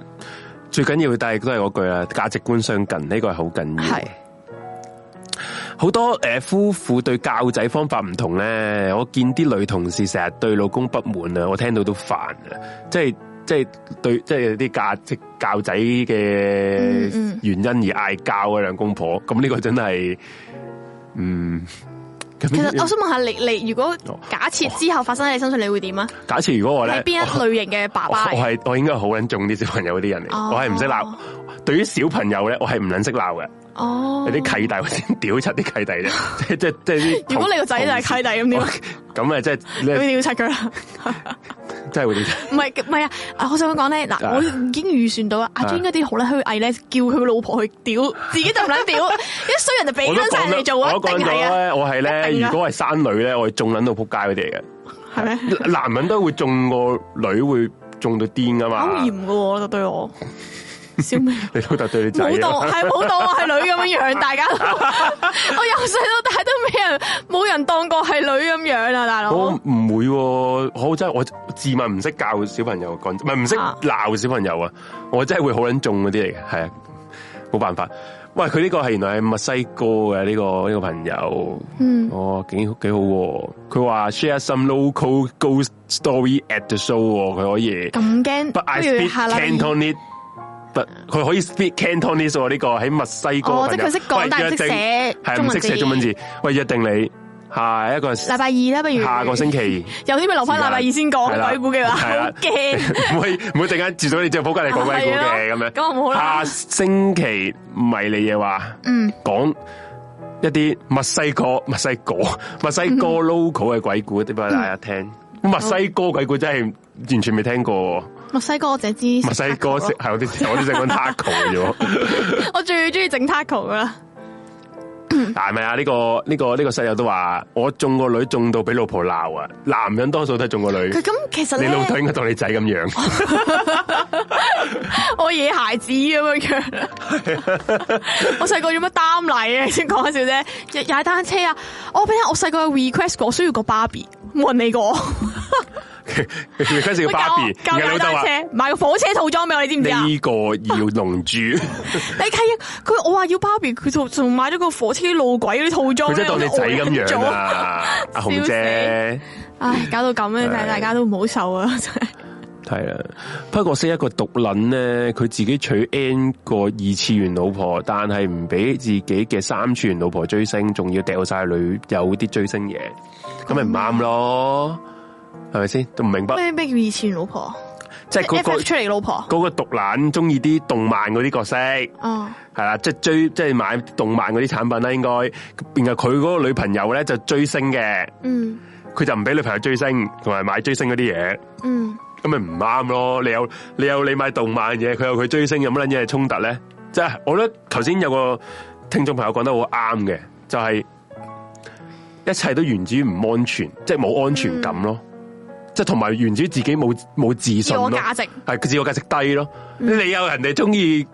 最緊要，但係都係嗰句啦，價值觀相近呢個係好緊要
係。
好多诶、呃夫婦對教仔方法唔同咧，我見啲女同事成日對老公不滿啊，我聽到都煩啊！即係即係對即係啲價即係教仔嘅
嗯
啊原因而嗌交嘅兩公婆，咁呢個真係嗯哦其
其實我想問下你，你如果假設之後發生喺你身上，你會點啊？
假設如果我咧
係，邊一類型嘅爸
我我
爸嚟？
係我應該係好撚中啲小朋友嗰啲人嚟，
哦
我係唔識鬧。對於小朋友咧，我係唔撚識鬧嘅。
哦
有，啲契弟我先屌柒啲契弟
*laughs*
啫，即即即啲同。
如果你個仔就係契弟咁點啊？
弟，咁啊即係
咁
咧
你要拆
*laughs*
佢啦？
真係會點？
唔係唔係啊！啊我想講咧，嗱，
啊
我已經預算到啦，阿
啊
Jane 嗰啲好撚虛偽咧，叫佢老婆去屌，自己就唔
*laughs*
撚屌，一衰人就俾
我都
撚晒
講
你
咗，
做啊，
我
一
都講
定
咗
係啊，
咧，我係
一定
咧，
㗎
如果係生女咧，我係中撚到撲街嗰啲
係咪？
嘅。男人都會中個女會中到癲噶
好
嘛。
嚴噶喎，對我，小明。
你老豆對 *laughs* 你仔啊
冇當係冇當我係女咁樣樣，大家
*laughs*
都我由細到大都冇人冇人當過係女咁樣啦，大佬。
我哦唔會喎、我真係我自問唔識教小朋友講，唔係唔識
啊
鬧小朋友啊！我真係會好撚中嗰啲嚟嘅，係啊，冇辦法。喂，佢呢個係原來係墨西哥嘅呢、個呢、個朋友，嗯，哦，幾幾好喎、佢話 share some local ghost story at the show，喎佢、可以
咁驚，
，but I
不如
speak
下啦。
Cantonese，but 佢可以 speak Cantonese 喎、呢、個喺墨西哥嘅
哦
朋友
即係佢識講
喂
但係唔識
約定
寫
係
中
唔
文
識寫
字
中文字。喂，約定你下一個
禮拜二啦，不如
下個星期。
有啲咪留翻禮拜二先
係
講
啦
鬼故嘅話，
係啦
好
*laughs*
驚。
唔會唔會突然間住到你隻仆街嚟講鬼故嘅
係
咁樣。
啊咁我冇啦
下星期迷你嘢話，嗯，講一啲墨西哥、墨西哥、 *laughs* 墨西哥
嗯
local 嘅鬼故，啲俾大家聽。墨西哥鬼故真係完全未聽過喎，
墨西哥我淨係知
墨西哥食
taco
係我啲我啲想講 taco 嘅啫喎。
*laughs* 咯我最中意整 taco 噶啦，
但係咪啊？呢個呢個呢個室友都話，我中個女中到俾老婆鬧啊！男人多數都係中個女
佢，咁其實
你
咧，
老豆應該當你仔咁樣。
我野孩子咁樣樣。
*laughs*
我細個做乜擔泥啊？先講下笑啫，日踩單車啊！我俾你聽我細個有 request 過，我需要個芭比，冇人理過我。
*laughs* 嗰時叫芭比，
*laughs* 教
然後老豆
踩單
話。
車，買個火車套裝俾我，你知唔知啊？
呢個要龍
*laughs*
珠，
你睇啊，佢我話要芭比，佢仲仲買咗個火車路軌嗰啲套裝
佢真
咧，
係當你仔咁樣
我都呆咗！
啊！阿紅姐
笑唉，搞到咁咧，
唉
但係大家都唔好受啊！真係
係啦，不過識一個毒撚咧，佢自己娶 N 個二次元老婆，但係唔俾自己嘅三次元老婆追星，仲要掉晒女友啲追星嘢，咁咪唔啱咯？
嗯
係咪先？都唔明白，
咩咩叫以前老婆，
即係嗰、個
，FF 出嚟嘅老婆，
嗰、個毒撚中意啲動漫嗰啲角色。
哦，
系啦，即系追即系买動漫嗰啲產品啦，應該。然後佢嗰個女朋友咧就追星嘅，
嗯
佢就唔俾女朋友追星，同埋買追星嗰啲嘢，
嗯，
咁咪唔啱咯。你有你有你買動漫嘢，佢有佢追星，有乜撚嘢係衝突咧？即係我覺得頭先有個聽眾朋友講得好啱嘅，就係、一切都源自於唔安全，即係冇安全感咯。即係同埋源自於自己冇冇自信
自
咯
我。價值
系佢自我價值低咯。你有人哋中意，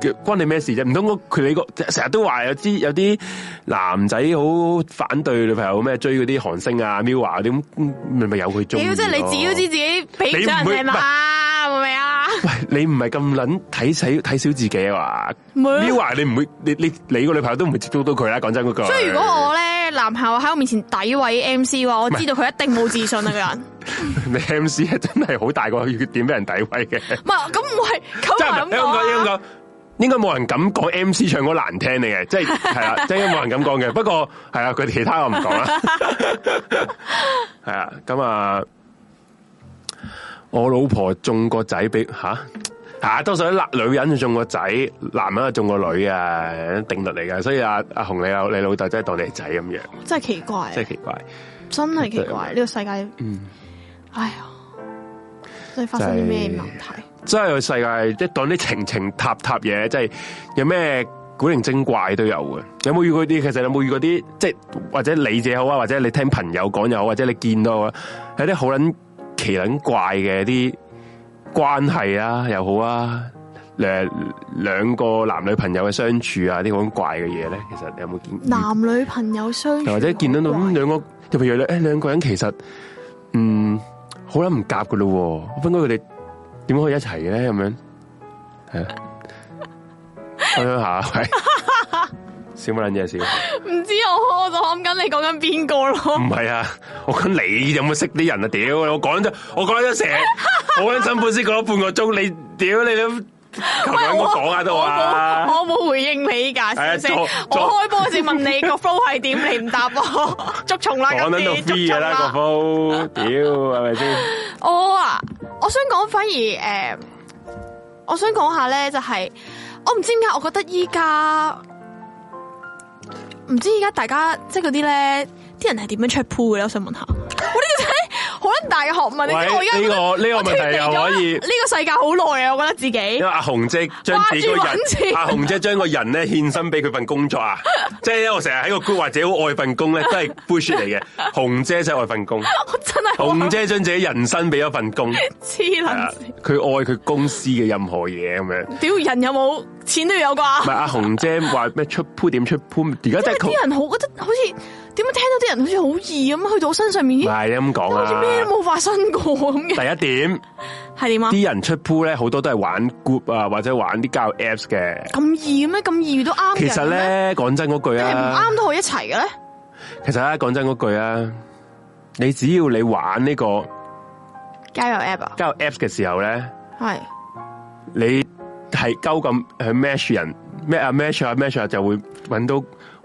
嘅關你咩事啫？唔通嗰佢你個成日都話有啲有啲男仔好反對女朋友咩追嗰啲韓星啊、Miu 啊嗰啲咁，嗯咪咪有佢中意
屌，
咯。
即係你自己都知自己俾唔上
你唔會
人哋嘛，係咪啊？
喂，你唔係咁撚睇死睇小自己啊
唔
嘛
會啊
？Miu 啊，你唔會你你你個女朋友都唔會接觸到佢啦。講真嗰句。
所以如果我咧男校喺我面前詆毀 MC 嘅話，我知道佢一定冇自信啊個人。
*laughs* 你 MC 係真係好大個缺點俾人詆毀嘅，
唔係咁唔係
真
咁
係哎
唔係
唔
咁
係應該咁
講
講，
啊，
應該冇人敢講 MC 唱歌難聽你嘅，即係係啦，即係應該冇人敢講嘅。不過係啊，佢其他我唔講啦。係啊，咁啊，我老婆中個仔俾吓吓，多數啲男女人就中個仔，男人就中個女啊，定律嚟噶。所以阿阿紅你老你老豆真係當你係仔咁樣，
真係奇怪，啊
真係奇嗯怪。
真係奇怪啊呢個世界。哎呀，真係發生啲咩問題？
真係世界即係當啲情情塔塔嘢，即係有咩古靈精怪都有嘅。有冇遇過啲？其實有冇遇過啲？即係或者你自己好啊，或者你聽朋友講又好，或者你見到啊，有啲好撚奇撚怪嘅啲關係啊，又好啊。誒兩個男女朋友嘅相處啊，啲好撚怪嘅嘢咧，其實你有冇見？
男女朋友相處，
又或者見到到咁兩個，就譬如咧，誒兩個人其實嗯好啦唔夾噶咯喎，咁應該佢哋點可以一齊嘅咧？咁
*laughs*
樣係啊，分享下，喂，笑乜撚嘢笑？
唔知我我就諗緊你講緊邊個咯
唔？係啊，我講你有冇識啲
*laughs*
人啊？屌，我講咗，我講咗成好撚辛苦先講咗半個鐘，你屌你都求其搵個講下都好 *laughs* 啊。
我冇我冇回應你㗎，
係啊
先生。
做
我
做
開波嗰時問你個 flow 係點，你唔答
*laughs*
我，捉蟲啦，
講緊到
今
V
次捉
嘅
蟲
啦，個
啦。
煲，屌係咪先？
我啊，我想講反而誒、呃我想講下咧，就係、我唔知點解，我覺得依家唔知依家大家即係嗰啲咧，啲人係點樣 check pool 嘅咧？我想問下，我呢個真係好撚大嘅學問。你知我而家
喂，呢個呢
覺得
個
我脫
問題
離
又可以 *laughs*
咗呢個世界好耐啊！我覺得自己
因為阿紅姐將自己個
掛住揾
人，
錢
阿紅姐將個人咧獻身俾佢份工作啊，即係因為我成日喺個 group 或者好愛份工咧，都係 bullshit 嚟嘅。紅姐真係愛份工，
我真係好
紅姐將自己人生俾咗份工，係
黐撚
啊
線。
佢愛佢公司嘅任何嘢咁樣。
屌人有冇錢都要有
唔係
啩？
阿紅姐話咩出鋪點出鋪，而家真係窮
啲人好覺得好似點解聽到啲人好似好易咁去到我身上面，
唔
咦
係咁講
好似咩都
啊。
冇發生過咁嘅，
第一點，
係點啊？
啲人出鋪咧好多都係玩 group 啊，或者玩啲交友 apps 嘅。
咁易嘅咩？咁易遇到啱嘅
其
人
實
嘅咩，
咧，講真嗰句
你係唔
啊。
啱都可以一齊嘅咧。
其實咧，講真嗰句啊，你只要你玩呢個
交友 app 啊，
交友 Apps 嘅時候咧，
係
你係鳩咁去 match 人咩啊 match 啊 match 啊，就會揾到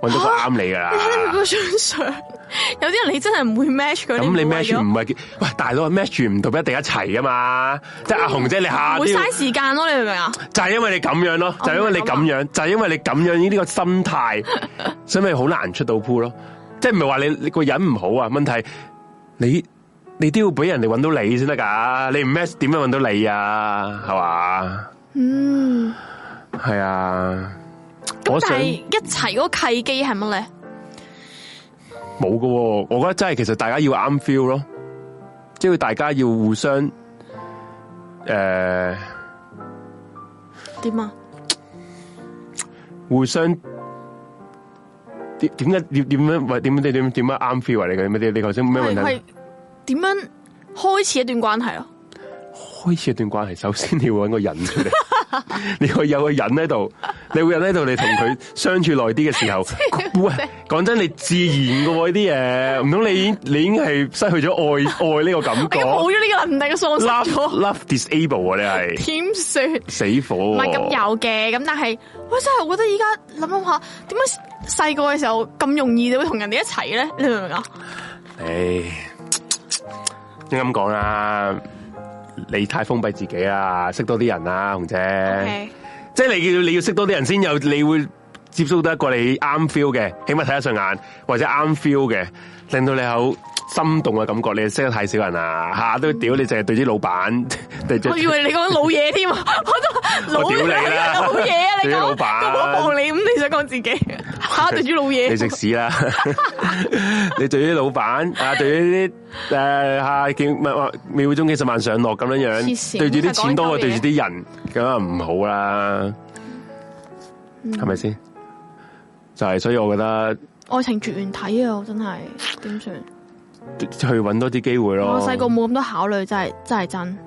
揾到個
嚇
啱你噶啦
你。睇你個張相，有啲人你真係唔會 match 佢。
咁你 match
唔啊
唔係喂大佬 match 唔到一定一齊噶嘛？即係阿紅姐你下
會
啲
嘥時間咯？你明唔明啊？
就係因為你咁樣咯，
哦
就係因為你咁
明
樣，就係因為你咁樣呢啲個心
*laughs*
態，所以咪好難出到鋪咯。即係唔係話你你個人唔好啊？問題你你都要俾人哋揾到你先得噶，你唔咩點樣揾到你啊？係嘛？
嗯，
係啊，
咁
我想
但係一齊嗰個契機係乜咧？
冇噶、喎。我覺得真係其實大家要啱 feel 咯，即係大家要互相誒、呃
點啊？
互相。點點解點點樣喂點點點點樣啱 feel 啊？你嘅你你頭先咩問
係
題？
係點樣開始一段關係咯？
開始一段關係，首先你要揾個人出
*laughs*
嚟，你要有個人喺度，你會有人喺度，你同佢相處耐啲嘅時
*laughs*
候，喂，講真，你自然嘅喎呢啲嘢，唔通你已經你已經係失去咗愛愛呢個感
哎我
覺
已經冇咗呢個能力嘅喪失咗
love。love disable 啊，你係
點算？唔
死火喎，
係咁有嘅，咁但係我真係我覺得依家諗諗下，點解細個嘅時候咁容易就會同人哋一齊咧？你明唔明啊？
唉，應該咁講啦，你太封閉自己啦，識多啲人啦，紅姐。
OK，
即係你要你要識多啲人先有，你會接觸到一個你啱 feel 嘅，起碼睇得上眼或者啱 feel 嘅，令到你有心動嘅感覺。你識得太少人啦，下下都屌你淨係對啲老 *laughs* 闆，對住
我以為你講老嘢添
*laughs*
啊！我都老
我屌你啦
老嘢啊！你
屌你老闆
講咁我望你咁，你想講自己
*laughs*
吓對住老
你
嘢
食屎啦！ *laughs* 你對啲老
*laughs*
闆啊，對於啲誒下幾唔係話秒鐘幾十萬上落咁樣
黐
樣，
線
對住啲
講
錢多過
鳩嘢
對住啲人，咁啊唔好啦，
嗯
係咪先？就係、所以我覺得
愛情絕緣體啊！我真係點算？
去揾多啲機會咯。
我細個冇咁多考慮，真係真係真。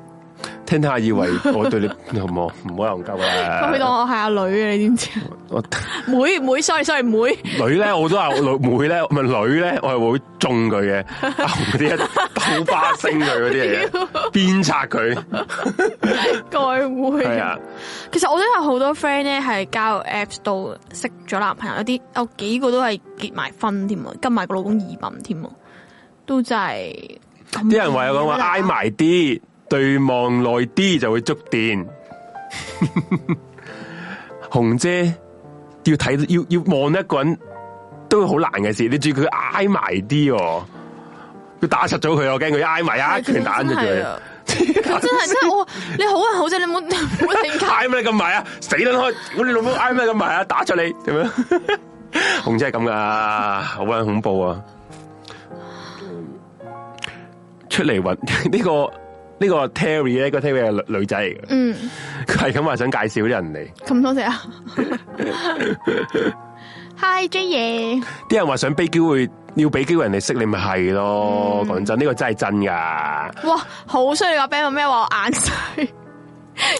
聽下以
*laughs*
為我對你好唔好？唔好戇鳩
佢當
啦！
我係阿女啊！你知唔知啊？
我
妹妹，sorry sorry，妹。
*laughs* 女咧，我都話女妹咧，唔係女咧，我係會中佢
*laughs*
嘅，阿紅嗰啲一兜巴星佢嗰啲嚟嘅，鞭策佢
*laughs* 該會
係啊！
其實我都有好多 friend 咧，係交友 Apps 度識咗男朋友，有啲有幾個都係結埋婚添啊，跟埋個老公移民添啊，都真係。
啲
啲
人話有
嗯
講話挨埋啲，對望耐啲就會觸電。紅姐要睇要要望一個人都會好難嘅事，你仲要佢挨埋啲喎，佢打實咗佢，我驚佢挨埋一拳打
真
咗佢
係。啊！佢真係真係我，你好啊人好啫，你唔好唔
*laughs*
好定格。
挨咩咁埋啊！死撚開，我哋老母挨咩咁埋啊！打咗你點 *laughs* 樣？紅姐係咁噶，好鬼恐怖啊！出嚟 *laughs* 搵呢個呢、個 Terry 咧，個 Terry 係女女仔嚟嘅，
嗯，
佢係咁話想介紹啲人嚟，
咁多謝啊！Hi J 爺，
啲人話想俾機會，要俾機會人哋識你咪係咯。講、真，呢、個真係真噶，
哇，好衰你個 band 咩話我眼細，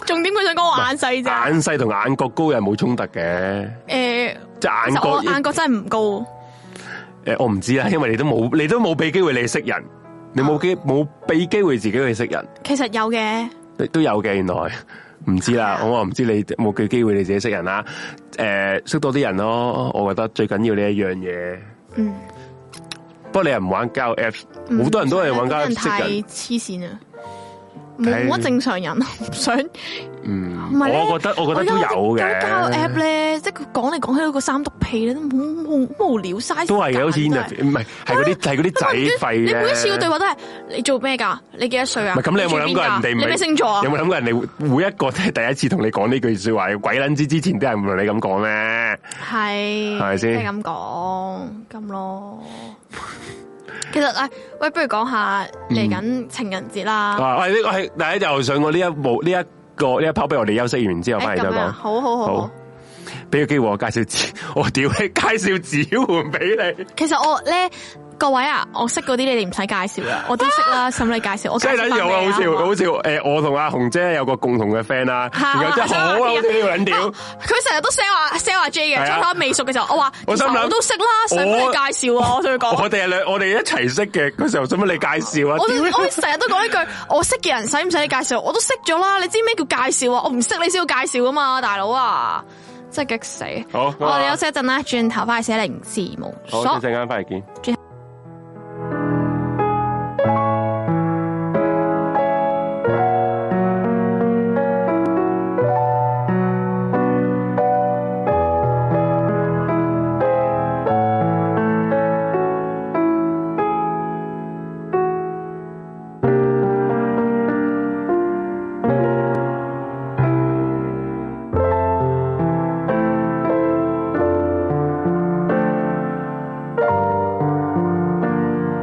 重點佢想講我眼細咋？
眼細同眼角高又係冇衝突嘅，
誒，
即係
其
眼
實
角
我眼角真係唔高。
诶、我唔知啊啦，因為你都冇，你都冇俾機會你識人，你冇機冇俾機會自己去識人，
其實有嘅，
都有嘅原來。唔知啦，我話唔知你冇嘅機會你自己識人啦，诶、識多啲人咯，我覺得最緊要呢一樣嘢。
嗯，
不過你又唔玩交友 app，好多人都係玩交友 app
啲
識
太
人，
黐線啦，冇
係
冇乜正常人，唔想唔
嗯，
係咧
我覺得我覺得都有嘅，
交友 app 咧，即係佢講嚟講去嗰個三督屁咧，都好好無聊嘥時間。
都係嘅，好似 interview- 唔係係嗰啲係嗰啲仔
真係
廢
啊你每一次嘅對
嘅。
話都係你做咩㗎？你幾多歲啊？
唔係咁，你有冇諗過人哋唔
你
係
咩星座啊
有？冇諗過人哋每一個都係第一次同你講呢句说話？鬼撚知之前啲人唔同你咁講咩？係
係
咪先
即係咁講咁咯。其實啊，喂，不如講下嚟緊情人節啦。
啊，喂，呢個係大家又上過呢一部呢一個呢一 part 俾我哋休息完之後
誒
翻嚟
咁
再
樣啊
講。
好好好好
好。，俾個機會我介紹自， *laughs* 我屌你介紹指換俾你，
其實我咧，各位啊，我識嗰啲你哋唔使介紹啦，我都識啦，使唔使介紹？我介
真係
紹
撚
翻
用啊！好
你
笑，
啊
好笑。誒，我同阿紅姐有個共同嘅 friend 啦，
*laughs* 嚇
然後真係好啊撚好笑呢個撚屌。
*laughs* 佢成日都 sell 話 sell 話 J
係
嘅，
啊
初初未熟嘅時候，我話
我心諗
其實我都識啦，使唔使你介紹啊？我同佢講，
我哋係兩，我哋一齊識嘅嗰時候，使乜你介紹啊？
我
屌
我成日都講呢句，我識嘅人使唔使你介紹？我都識咗啦，你知咩叫介紹啊？我唔識你先要介紹啊嘛，大佬啊！真係激死！
好啊
我哋休息一陣啦，轉頭翻去寫零事務
好，
所
一陣。間翻嚟見。
Hãy subscribe cho kênh Ghiền Mì Gõ Để không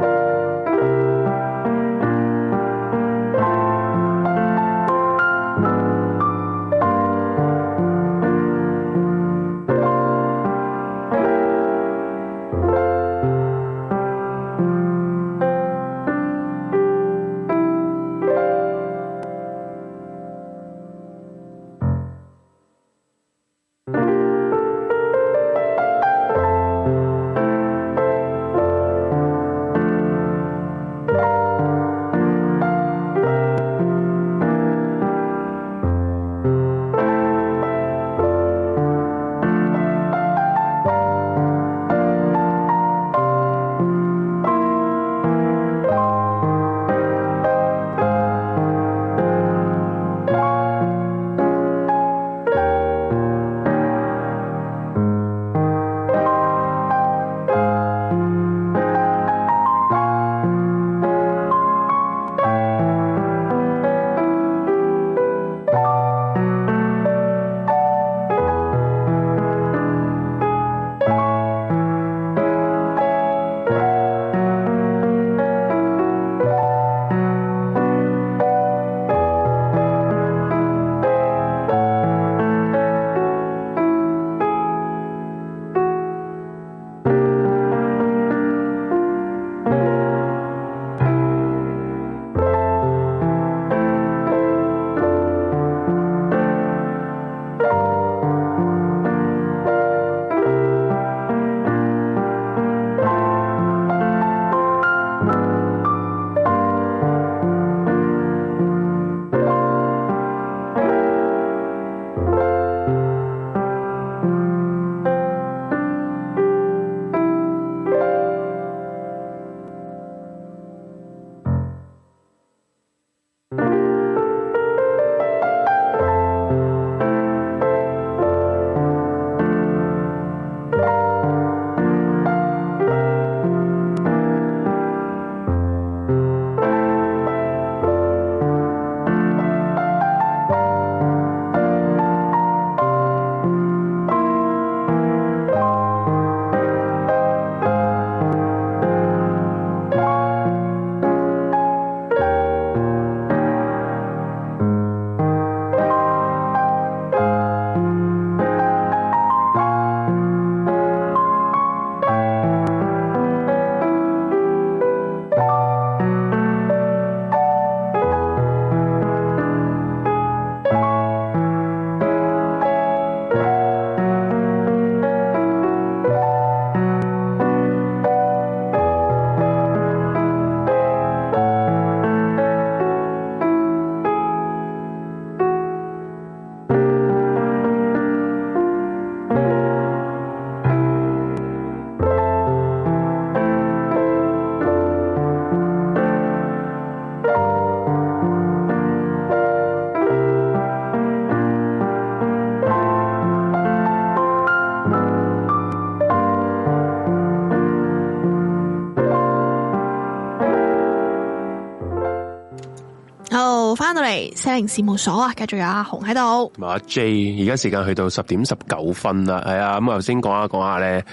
bỏ lỡ
嚟西零事務所啊，繼續有阿紅喺度。
同埋阿 J，而家時間去到十點十九分啦，係啊，咁頭先講下講下咧，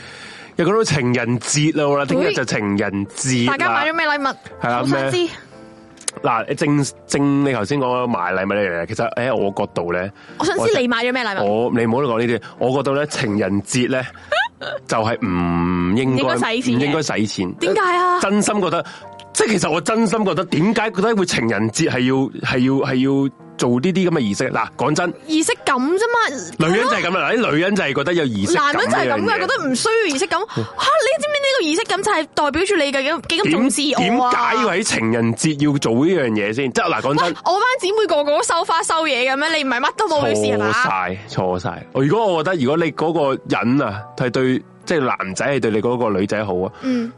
又講到情人節啦，我啦，聽日就情人節啦，
大家買咗咩禮物？
係啊
好想知
咩嗱，正正你頭先講買禮物呢樣嘢，其實喺我角度咧，
我想知你買咗咩禮物？
我你唔好講呢啲，我覺得咧情人節
*laughs*
咧就係唔應
應
該
該使錢
唔
嘅
應該使錢。
點解啊？
真心覺得，即係其實我真心覺得，點解覺得會情人節係要係要係要做呢啲咁嘅儀式？嗱，講真，
儀式感啫嘛，
女人就係咁啦，嗱啲女人就係覺得有儀式感
男人就係咁
呢樣
嘅，
嘢哦
覺得唔需要儀式感。吓，你知唔知呢個儀式感就係代表住你嘅幾咁重視
點
我啊？
解要喺情人節要做呢樣嘢先？即係嗱，講
喂，
真。
我班姊妹個個都收花收嘢嘅咩？你唔係乜都冇嘅事係
錯
嘛？
晒，錯晒。如果我覺得，如果你嗰個人啊，係對，即係男仔係對你嗰個女仔好啊，
嗯，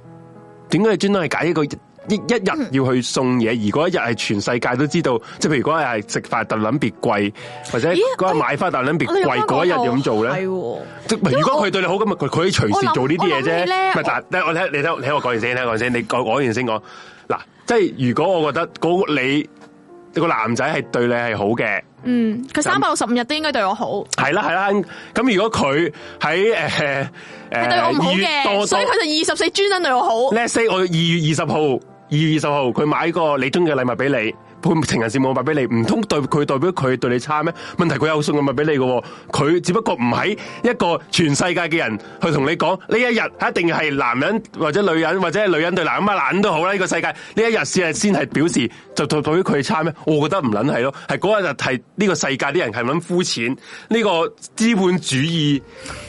點解你專登係揀一個一一一日要去送嘢，而嗰一日係全世界都知道，即係譬如嗰日係食飯特撚別貴，或者
咦
嗰日買花特撚別貴，嗰一日咁做
係
咧？
喎
即係如果佢對你好咁，咪佢佢可以隨時做呢啲嘢
我諗我諗
啫。
起咧
唔係嗱，等我聽你聽你聽我講完先，聽我講完先，你講講完先講。嗱，即係如果我覺得嗰個你個男仔係對你係好嘅。
嗯，佢三百六十五日都應該對我好，
系啦系啦，咁如果佢喺诶诶
佢對我唔好
多
嘅，
多
所以佢就二十四專登對我好。
let's say 我二月二十號，二月二十號佢買個你中意嘅禮物俾你，佢情人節冇買俾你，唔通對佢代表佢對你差咩？問題佢有送禮物俾你嘅喎，佢只不過唔喺一個全世界嘅人去同你講呢一日一定係男人或者女人或者係女人對男人乜男人都好啦，呢、個世界呢一日先係先係表示就代表佢差咩？我覺得唔撚係咯，係嗰一日係呢個世界啲人係撚膚淺，呢、個資本主義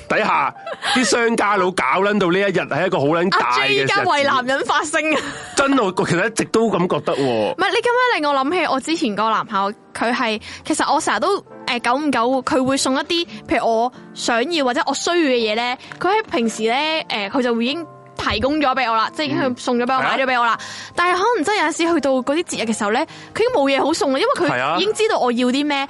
底下啲商家佬搞撚到呢一日係一個好
*laughs*
撚
阿
大
J
嘅
而啊家為
日子
男人發聲，啊唔
真啊我其實一直都咁覺得
*laughs*
喎。
係你咁樣令我諗起我之前個男朋友，佢係其實我成日都誒久唔久佢會送一啲譬如我想要或者我需要嘅嘢咧，佢喺平時咧誒佢就會已經提供咗俾我啦，即係已經佢送咗俾我
係啊
買咗俾我啦。但係可能真係有陣時去到嗰啲節日嘅時候咧，佢已經冇嘢好送啦，因為
係啊
佢已經知道我要啲咩，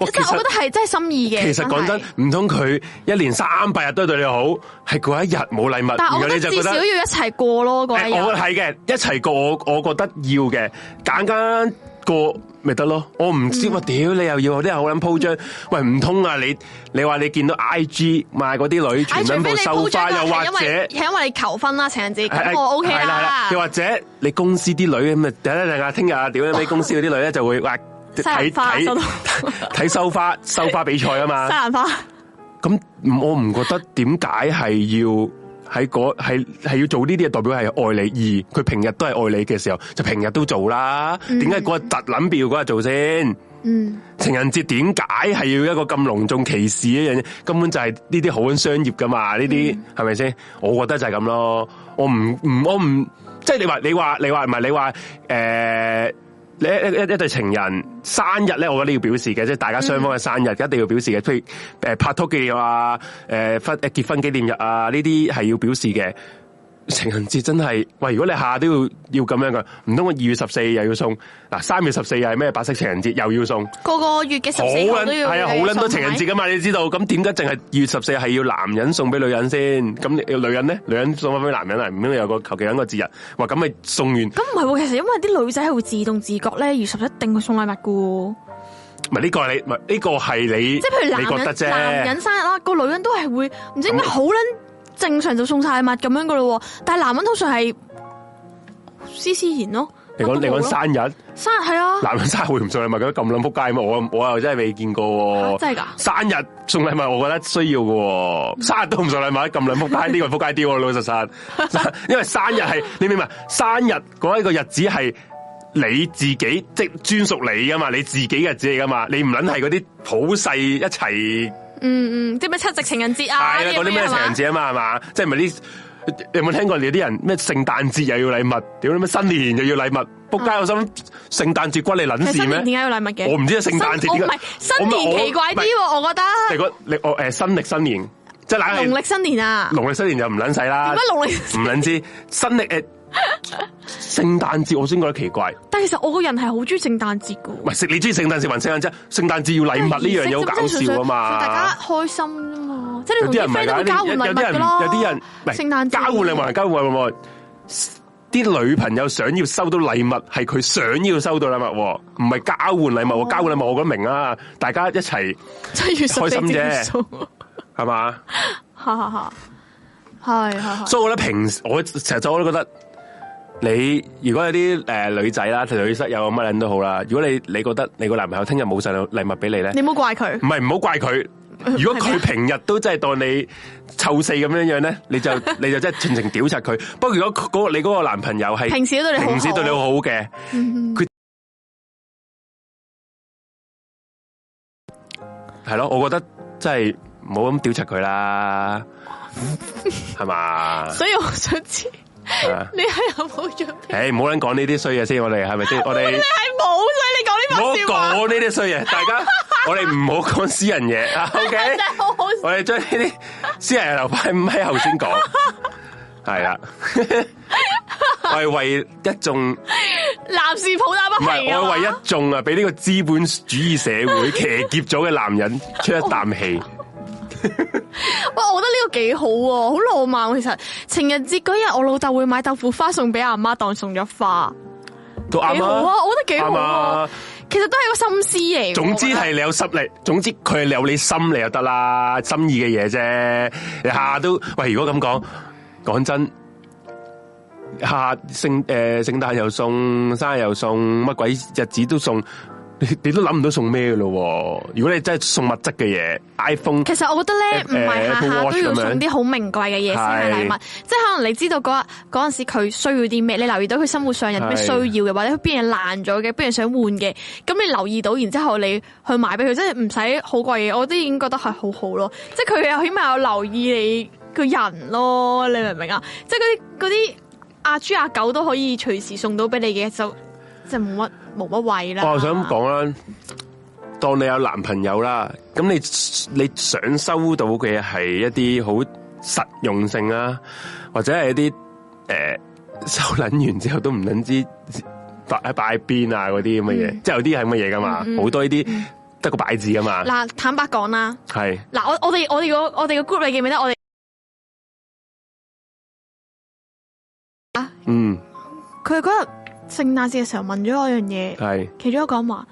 哇
即係我覺得係真係心意嘅。
其實講
係
真，唔通佢一年三百日都對你好，係嗰一日冇禮物，然
但係
後
我覺
你
得
就
至
覺
少要
得。
一齊過咯嗰一
誒我
日。
係嘅，一齊過我我覺得要嘅，簡簡過咪得咯。我唔
嗯
知我屌你又要我啲人好撚鋪張，喂唔通啊你你話你見到 I G 賣嗰啲女
唉
全
除
撚
非你
部收
鋪張
花，
都
又或
係因為
者。
係因為你求婚啦，情人節
係
咁我 OK
係係
啦。
又或者你公司啲女咁啊，等一等啊，聽日啊，屌你咩公司嗰啲女咧就會話
生日
睇
花收到
睇 *laughs* 睇收花收花比賽啊
*laughs*
嘛，
西蘭花
咁唔我唔覺得點解係要喺嗰係係要做呢啲嘢，代表係愛你，而佢平日都係愛你嘅時候，就平日都做啦。點解嗰日特撚表嗰日做先？
嗯，
情人節點解係要一個咁隆重歧視一樣嘢？根本就係呢啲好撚商業噶嘛？呢啲係咪先？我覺得就係咁咯。我唔唔我唔即係你話你話你話唔係你話誒。呃你一一一對情人生日咧，我覺得要表示嘅，即係大家雙方嘅生日一定要表示嘅，譬如誒、呃拍拖紀念啊，誒婚誒結婚紀念日啊，呢啲係要表示嘅。情人節真係，喂！如果你下下都要要咁樣噶，唔通我二月十四又要送，嗱三月十四又係咩白色情人節又要送，
個個月嘅十
好
四號
撚
都要
係啊，好撚多情人節。噶嘛，你知道？咁點解淨係二月十四係要男人送俾女人先？咁你女人咧，女人送翻俾男人啊？唔通有個求其一個節日，話咁咪送完？
咁唔係喎，其實因為啲女仔係會自動自覺咧，二十一定會送禮物噶。
唔係呢個係你，唔係呢個係你，
即係譬如
你覺
男
得
人男
啫。
人生日啦，個女人都係會唔知點解好撚正常就送晒禮物咁樣噶咯喎。但係男人通常係斯斯然咯。
你講
乜
你
都冇
講
咯
生日，
生日係啊，
男人生日會唔送禮物咁咁撚撲街咩？我我又真係未見過
嚇
喎。
真係㗎嗯
生日送禮物，我覺得需要嘅喎。生日都唔送禮物，咁撚撲街，呢個撲街啲喎，老實實。 *laughs* 生因為生日係你明唔明？啊生日嗰一個日子係你自己即專屬你噶嘛，你自己嘅日子嚟噶嘛，你唔撚係嗰啲普世一齊。
嗯嗯，即係咩七夕情人節啊，
係啦，嗰啲
呢
咩
係
情
嘛
人節啊嘛，係嘛？即係咪啲？你有冇聽過你啲人咩聖誕節又要禮物，屌你咩新年又要禮物？仆街！我心諗聖誕節關你撚
嗯其實
事
新年
咩？
點解要禮物嘅？
我唔知啊聖誕節
新哦我唔係
點解
新年奇怪啲喎，我覺
*laughs* 你個你
得
我誒新歷新年，即係懶係
農曆新年啊，
農曆新年就唔撚使啦
點解，農
唔
曆？ *laughs*
撚知新歷誒聖誕節我先覺得奇怪。
但其實我個人係好中意聖誕節噶，
喂，食你中意聖誕節還聖誕節？聖誕節要禮物呢樣嘢好搞笑啊嘛！
大家開心啫嘛，即係
有
你
啲
同
人
啲
唔係
friend
㗎
都會交換
有
禮
有
物
啲人
噶咯。
有啲人唔係
聖誕節
交換禮物，交換禮物。啲女朋友想要收到禮物，係佢想要收到禮物喎，唔係交換禮物喎。交換禮物我覺得明啊，大家一齊
七月十四
開心啫
點數，
係嘛？
*laughs* 哈哈哈，係係係，
*laughs* 所以我覺得平時我成日我都覺得你如果有啲诶、呃女仔啦，女室友乜撚都好啦，如果你你覺得你個男朋友聽日冇晒禮物俾你咧，
你唔好怪佢
唔，係唔好怪
*laughs*
佢。如果佢平日都真係當你臭四咁樣樣咧，你
*laughs*
就你就真係全程屌柒佢。不過如果嗰、個你嗰個男朋友係
平時都對你好啊嗯
平時對你好好嘅，佢係咯，我覺得真係唔好咁屌柒佢啦，係嘛？
所以我想知 *laughs*
係嘛
你係有冇準備？
诶，唔好撚講呢啲衰嘢先，我哋係咪
*laughs*
先？我哋
你係冇，所以你
唔
講呢番
好
笑話
講呢啲衰嘢，大
*laughs*
家我哋唔好講私人嘢啊，OK？
真係好好笑。
我哋將呢啲私人嘢留翻喺後先講，係
*laughs*
啦。我係為一眾唔
男士抱打不平
係，
啊
我
嘛！
係為一眾啊，俾呢個資本主義社會騎劫咗嘅男人出一啖氣。
哇，我覺得呢個幾好喎，好浪漫喎。其實情人節嗰日，我老豆會買豆腐花送俾阿媽，當送咗花，
都
幾
啱啊
好啊！我覺得幾好
啱
啊
啊。
其實都係個心思嚟嘅。
總之
我覺得
係你有心力，總之佢係有你心你就得啦，心意嘅嘢啫。你下下都喂，如果咁講，講真，下下聖诶圣诞又送，生日又送，乜鬼日子都送，你你都諗唔到送咩嘅咯喎。如果你真係送物質嘅嘢，iPhone
其實我覺得咧，唔係下
Apple
下
Watch
都要
咁樣
送啲好名貴嘅嘢先係禮物
係，
即係可能你知道嗰日嗰陣時佢需要啲咩，你留意到佢生活上有啲咩
係
需要嘅，或者佢邊樣爛咗嘅，邊樣想換嘅，咁你留意到，然之後你去買俾佢，即係唔使好貴嘅，我都已經覺得係好好咯。即係佢又起碼有留意你個人咯，你明唔明啊？即係嗰啲嗰啲阿豬阿狗都可以隨時送到俾你嘅，就即係冇乜冇乜謂啦。
我又想啊講啦，當你有男朋友啦，咁你你想收到嘅係一啲好實用性啊，或者係一啲诶、呃收撚完之後都唔撚知擺喺擺邊啊嗰啲咁嘅嘢，即係有啲係咁嘅嘢噶嘛，好、多呢啲得個擺字噶嘛，
嗱，坦白講啦。
係
嗱，我我哋我哋個我哋個 group 你記唔記得我哋
嗯
佢嗰日聖誕節嘅時候問咗我一樣嘢，
係
其中一個人話：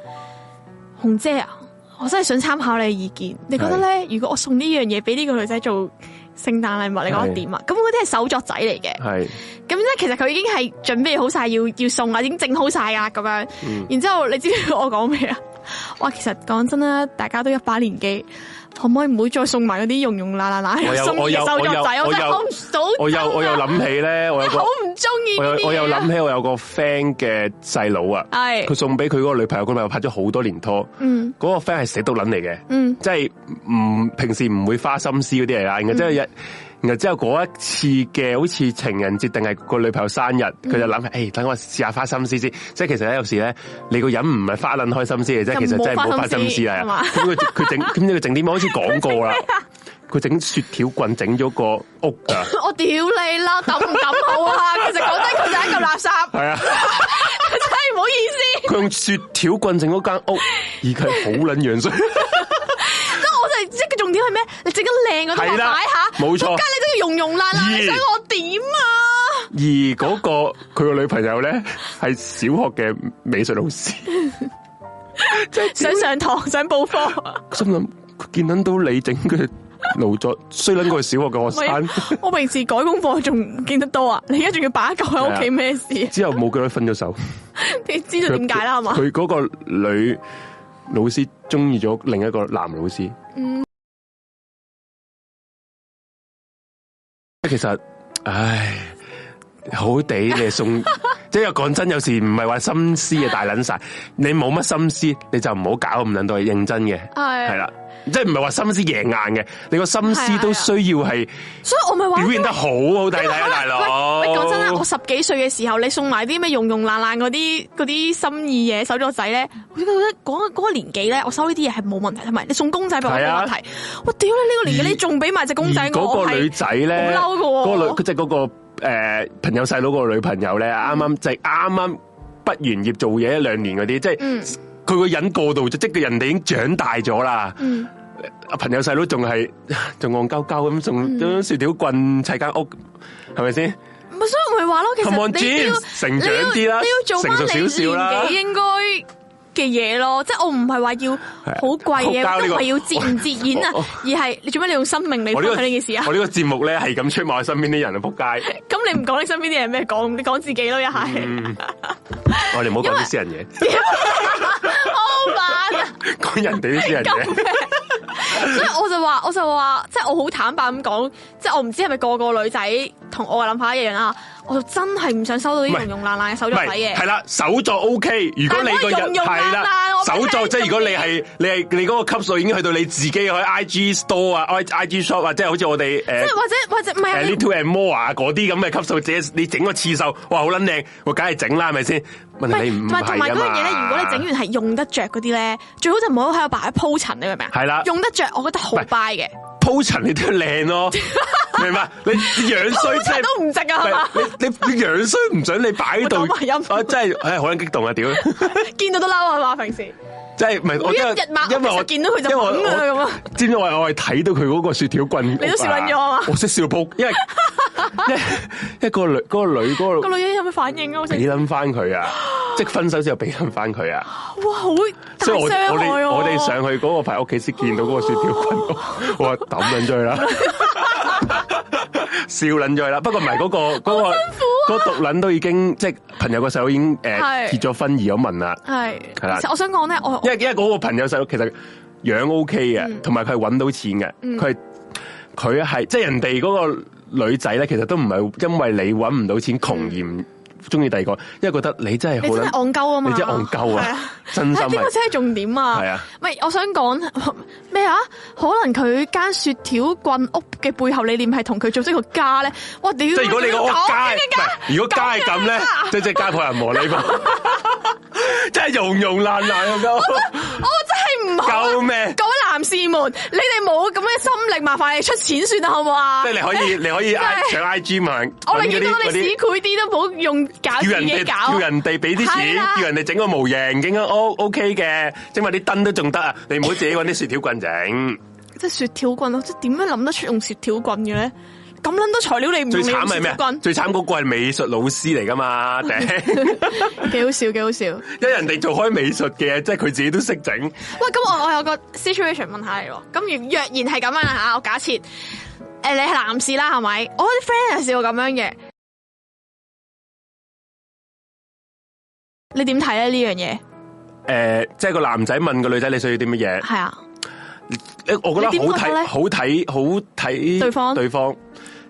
紅姐啊，我真係想參考你嘅意見，你覺得咧，如果我送呢樣嘢俾呢個女仔做聖誕禮物，你覺得點啊？咁嗰啲係手作仔嚟嘅，
係
咁咧其實佢已經係準備好晒要要送啊，已經整好晒啊咁樣。
嗯
然之後你知唔知我講咩啊？哇，其實講真啦，大家都一把年紀。可唔可以唔好再送埋嗰啲用用啦啦啦
我有
送
我有
嘅手作仔？
我有
我真
我
係
有
好唔到啊
我有我有諗起咧，我有個
*laughs* 好唔中意
我
呢
有
啲嘢
我有
啦
諗起我有個 friend 嘅細佬啊，
啊係
佢送俾佢嗰個女朋友，佢女朋友拍咗好多年拖，
嗯
嗰個 friend 係死都撚嚟嘅，
嗯
即係唔平時唔會花心思嗰啲嚟啦。然後之後一，然後之後嗰一次嘅好似情人節定係個女朋友生日，佢
嗯
就諗，誒等我試下花心思先。即係其實咧有時咧，你個人唔係花撚開心思嘅啫，
就
其實真係
冇
冇
花
花
心思
心思
係
啊
嘛。
咁佢佢整咁佢整啲咩？好似講過啦，佢整雪條棍整咗個屋啊
*laughs*
㗎。
*laughs* 我屌你啦，抌唔抌好
*laughs*
啊？其實講真，佢就係一嚿垃圾，
係啊，
真係唔好意
*laughs*
思。
佢用雪條棍整嗰間屋，而佢係好撚樣衰。
即係我就係即係個重點係咩？你整得靚嗰啲
係啦
擺下，
冇錯
梗你都要融融爛爛，
咦
你想我點啊？
而嗰、個佢個女朋友咧係小學嘅美術老師，
想上堂，想
*laughs*
補課，
心諗佢見撚到你整嘅勞作，衰撚過佢小學嘅學
咪
生，
我平時改功課仲見得多啊，你而家仲要擺一嚿喺屋企咩事？
之後冇幾耐分咗手。
你知道點解啦？係嘛？
佢嗰個女老師中意咗另一個男老師。
嗯
其實，唉，好
*laughs*
地你送，即係講真，有時唔係話心思嘅大撚晒，你冇乜心思，你就唔好搞咁撚多嘢，認真嘅
係
係啦，即係唔係話心思贏硬嘅，你個心
係
思
啊
都
係啊
需要係
所以我咪話
表現得好好睇睇啊，大佬。
喂，講真啦，我十幾歲嘅時候，你送埋啲咩融融爛爛嗰啲嗰啲心意嘢手作仔咧，我覺得嗰嗰個年紀咧，我收呢啲嘢係冇問題，同埋你送公仔俾我
係啊
冇問題。我屌你呢個年紀，
而
你仲俾埋隻公仔
而
我，
嗰
我
個女
係
仔咧，
好嬲㗎喎
嗰個女即係嗰個诶朋友細佬嗰個女朋友咧，
嗯
啱啱就係啱啱畢完業做嘢一兩年嗰啲，即
嗯
係佢個人過度咗，即係人哋已經長大咗啦。
嗯
阿朋友細
嗯
佬仲係仲戇鳩鳩咁，仲咁樣雪條棍砌間屋，係咪先？
唔咪所以我咪話咯，其實
Come
你
on,
你要
James，成長啲啦
你要你要做翻你
成熟
年
少少啦
紀應該嘅嘢咯，即系我唔係話要好
係啊
貴嘢，
我
都
教呢個
唔係要節唔節儉
我
啊，而係你做咩你用生命嚟
我
分
呢個
享呢件事啊
我？呢個節目咧係咁出賣我身邊啲人啊，仆街！
咁你唔講你身邊啲嘢咩？講你講自己咯，一係
嗯我哋唔好講啲私人嘢，
*laughs* 好煩啊！
講人哋啲私人嘢。
所以我就話，我就話，即系我好坦白咁講，即系我唔知係咪個個女仔同我嘅諗法一樣啦。我就真係唔想收到
唔
啲
係
融融爛爛嘅手
唔
作仔
係
嘅
係。啦，手作 O K。如果你個
但係唔可以
人
用用
係
眼啊
啦，
我
手作
俾你
即係如果你
用
係你係你嗰個級數已經去到你自己去 I G store 啊，I G shop 啊，即係好似我哋
即
誒
系或者或者唔係啊
誒
你
Little and More 啊嗰啲咁嘅級數，自己你整個刺繡，哇好撚靚，我梗係整啦，係咪先？問題你
唔
唔
係，同埋同埋
係啊
嗰樣嘢咧，如
嘛
果你整完係用得着嗰啲咧，啊最好就唔好喺度擺鋪塵，你明唔明啊？
係啦
用得着，我覺得好
唔係
buy 嘅，
鋪陳你都要靚咯，明白？你你樣衰
*laughs* 鋪
即
塵
係
都唔值啊，係嘛？
你你你樣衰唔準你擺喺度，
我講埋音
啊真係唉好撚激動啊屌！
見到都嬲啊嘛，平時
即係唔係？我
每一
因為
日抹
因為
我
我
就見到佢就
因為我
揾佢咁啊
我知唔知我係我係睇到佢嗰個雪條棍，你
都笑撚咗啊嘛
我識笑仆，
*laughs*
因為因為因為個女嗰個女嗰
個
個
女人有咩反應啊？我想
俾撚翻佢啊！即係分手之後俾撚翻佢啊！
哇，好大
所以我我
傷害啊
哋
喎哦
我哋上去嗰個排屋企先見到嗰個雪條棍，我我話抌撚咗佢
*laughs*
啦，笑撚咗佢啦。不過唔係嗰個嗰個嗰個毒撚都已經即係朋友個細佬已經誒
啊係
結咗婚移咗民啦。
係
係啦
其實我想講咧，我
因為因為嗰個朋友細佬其實樣 O K
嗯
嘅，同埋佢係揾到錢嘅，佢係佢係即係人哋嗰個女仔咧，其實都唔係因為你揾唔到錢窮而唔中意第二個，因為覺得你真係
嗯你
好
真係戇鳩啊嘛，
你真係戇鳩
係
啊，真心
係呢個
係
先係重點啊！
係啊，
唔係我想講咩啊？可能佢間雪條棍屋嘅背後理念係同佢組織個家咧。哇屌！
即係如果你個屋
講
家係
呢啲家
唔係如果家係咁咧，即係即係家破人亡
*laughs*
你嘛， *laughs* 真係融啊融爛爛咁
我真係唔好啊。
鳩，救命！
各位男士們，你哋冇咁嘅心力，麻煩你出錢算啦，好唔好啊
即係？你可以你可以
真係
上 I G 問，
我寧
揾嗰啲
願見到
嗰
你
啲
屎攰啲都冇用搞
叫
自
人
己
哋
搞
叫
啊。
人哋俾啲錢
係啦，
叫人哋整個模型，整個 O O K 嘅，整埋啲燈都仲得啊！你唔好自己揾啲雪條棍整。
即係雪條棍咯，即係點樣諗得出用雪條棍嘅咧？咁諗多材料你唔
最
用你
慘
用
係
雪
咩
條
啊？
棍，
最慘嗰個係美術老師嚟
*laughs*
噶嘛？頂，
幾好笑幾好笑。
因為人哋做開美術嘅，即係佢自己都識整。
喂，咁我我有個 situation 問下你喎。咁如若然係咁樣啦吓，我假設诶、誒你係男士啦，係咪？我啲 friend 係試過咁樣嘅，你點睇咧呢樣
誒，即係個男仔問個女仔你需要啲乜嘢
嘢？？係啊，
誒我覺
你
得
點
好
覺得
睇，
呢
好睇，好睇
對方
對方。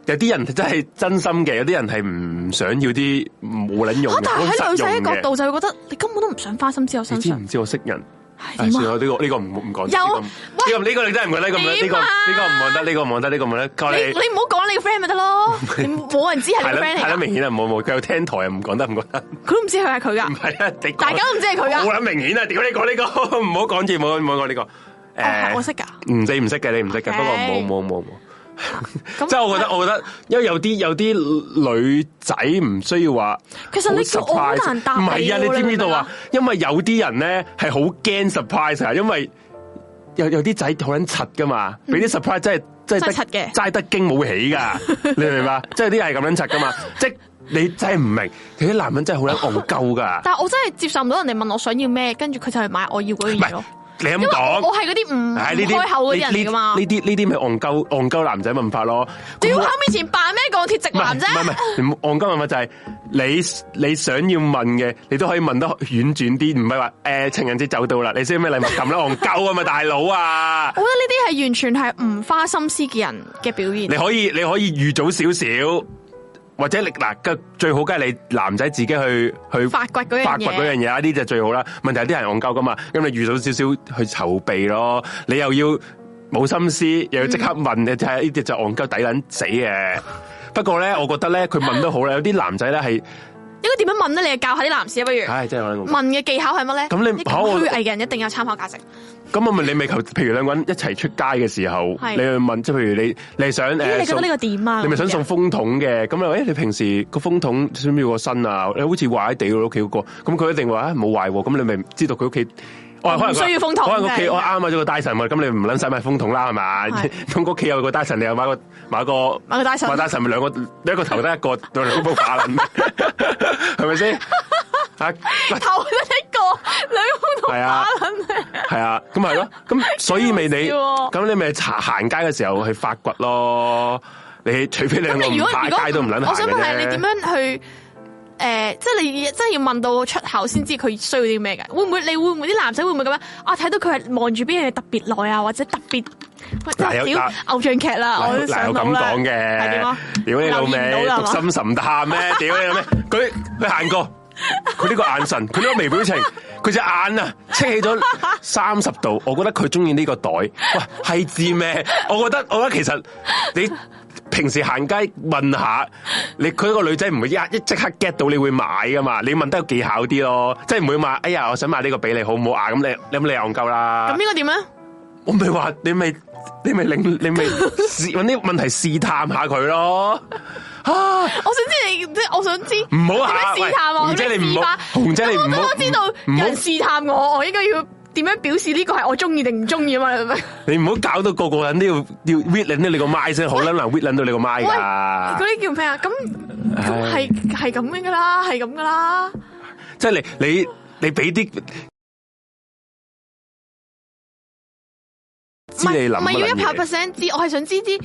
有啲人真係真心嘅，有啲人係唔想要啲冇撚用嘅，
嚇啊但係喺女仔
嘅
嘅角，度就會覺得你根本都唔想花心思我
你
身
知
上
唔，知我識人？
係
唉，
點
算啦，
啊？
呢個呢個唔唔講。
有
呢個唔呢個呢個你真係唔覺得，呢個唔覺得，呢
點
個
啊
呢個唔覺得，呢個唔覺得，呢個唔覺得。教
你
你
你唔好講你個 friend 咪
*laughs*
得咯，你冇人知係
係
你
啦
個 friend 嚟
係啦，
㗎，
明顯啊，冇冇，佢有聽台啊，唔講得唔講得， *laughs*
佢都唔知佢係佢㗎，
係啊，你講
大家都唔知係佢㗎
好撚明顯啊！屌你講 *laughs* 呢個，唔好講住，唔好唔好講呢個。
哦係我
誒，
識㗎。
唔知唔識嘅，你唔識嘅，
OK
不過冇冇冇冇。
咁
即係我覺得，我覺得，因為有啲有啲女仔唔需要話
其實
好
你叫我好
surprise，
難答
唔係啊！
你
你
喎
知唔知道啊？？因為有啲人咧係好驚 surprise 啊，因為有有啲仔好撚柒噶嘛，俾啲 surprise 真係真係
嗯真係柒嘅
齋得驚冇起噶，
*laughs*
你明唔明白？即係有啲人係咁撚柒噶嘛，即係你真係唔明，有啲男人真係好撚戇鳩
*laughs*
噶，
但係我真係接受唔到人哋問我想要咩，跟住佢就去買我要嗰樣
唔
嘢
係
咯。
你咁
因為
講
我。係嗰啲唔唔
唉，呢啲
開口嗰啲人嚟噶嘛
呢。呢啲呢啲咪戇鳩戇鳩男仔問法咯。
屌，喺面前扮咩鋼鐵直
唔係
男
啊唔係唔
啫？
係，你唔戇鳩問法就係你你想要問嘅，你都可以問得婉轉啲，唔係話誒情人節就到啦，你先咩禮物咁啦，戇鳩啊嘛，大佬啊！
我覺得呢啲係完全係唔花心思嘅人嘅表現
你。可以你可以預早少少，或者你嗱嘅最好梗係你男仔自己去去
發掘嗰樣嘢
發掘嗰樣嘢啊，呢就最好啦。問題有啲人戇鳩噶嘛，咁你預早少少去籌備咯，你又要冇心思，又要即刻問，你睇下呢啲就戇鳩抵撚死嘅。不過咧，我覺得咧，佢問都好啦，有啲男仔咧係，
應該點樣問咧？你教下啲男士啊，不如
唉，真係戇鳩
問嘅技巧係乜咧？
咁你
呢啲
考我
虛偽嘅人一定有參考價值。
咁我咪你咪求，譬如兩個人一齊出街嘅時候，
係
你去問，即係譬如你你係想
咦，
誒，
你覺得
送
呢個點啊？
你咪想送風筒嘅，咁啊，誒，你平時個風筒需唔需要個身啊？你好似壞喺地喎，屋企嗰個，咁佢一定話啊冇壞喎，咁你咪知道佢屋企我可能
唔需要風筒
可能屋企
真係
我啱買咗個 Dyson 喎，咁你唔撚使買風筒啦，係嘛？
係
*laughs* 咁屋企有個 Dyson，你又買個買個
買個 Dyson
買 Dyson 咪兩個一個頭得一個，兩兩部把撚， *laughs* 係咪先？啊，
*laughs* 头得一個兩個同
係啊
把撚
係啊，咁咪係咯，
*laughs*
咁所以咪你
幾好笑喎啊
咁你咪行行街嘅時候去發掘咯。你除非你兩個
咁你
唔
如果
行
如果
街都唔撚行
我想問係
嘅
你
啫
點樣去？诶、即係你真係要問到出口先知佢需要啲咩㗎？會唔會？你會唔會啲男仔會唔會咁樣？啊，睇到佢係望住邊樣嘢特別耐啊，或者特別喂真
嗱有
係屌
嗱
偶像劇啦，我都
嗱
想
有
到
咁
啦。
講
係點啊
嘅，屌你老
留言唔
味，
到啦
讀
係嘛
心神探
*laughs*
咩？屌你老味，佢佢行過，佢呢個眼神，佢呢個微表情，佢隻眼啊，清起咗三十度，我覺得佢中意呢個袋，喂係字咩？我覺得我覺得其實你。平時行街問下你，佢個女仔唔會一一即刻 get 到你會買噶嘛？你問得有技巧啲咯，即係唔會話哎呀，我想買呢個俾你好唔好啊？咁你咁你戇鳩啦。
咁應該點啊咧？
我咪话你咪你咪令你咪试揾啲问题试探下佢咯， *laughs* 啊！
我想知你，即係我想知
唔好下
點樣試探啊？
喂紅
我
姐
點
你唔
樣試
好
法？
紅姐你唔好
咁我都知道
唔好
有人試探我，我應該要點樣表示呢個係我中意定唔中意啊嘛？你明唔明
你唔好搞到个个人都要要 w i t 到你个麦先，好啦，难 w i t 到你个麦
喂，
噶
嗰。啲叫咩啊？咁咁
哎唉
係係咁樣噶啦，係咁噶啦。
即系你你你俾啲知你谂
唔係要一百
乜嘢
percent 知，我係想知啲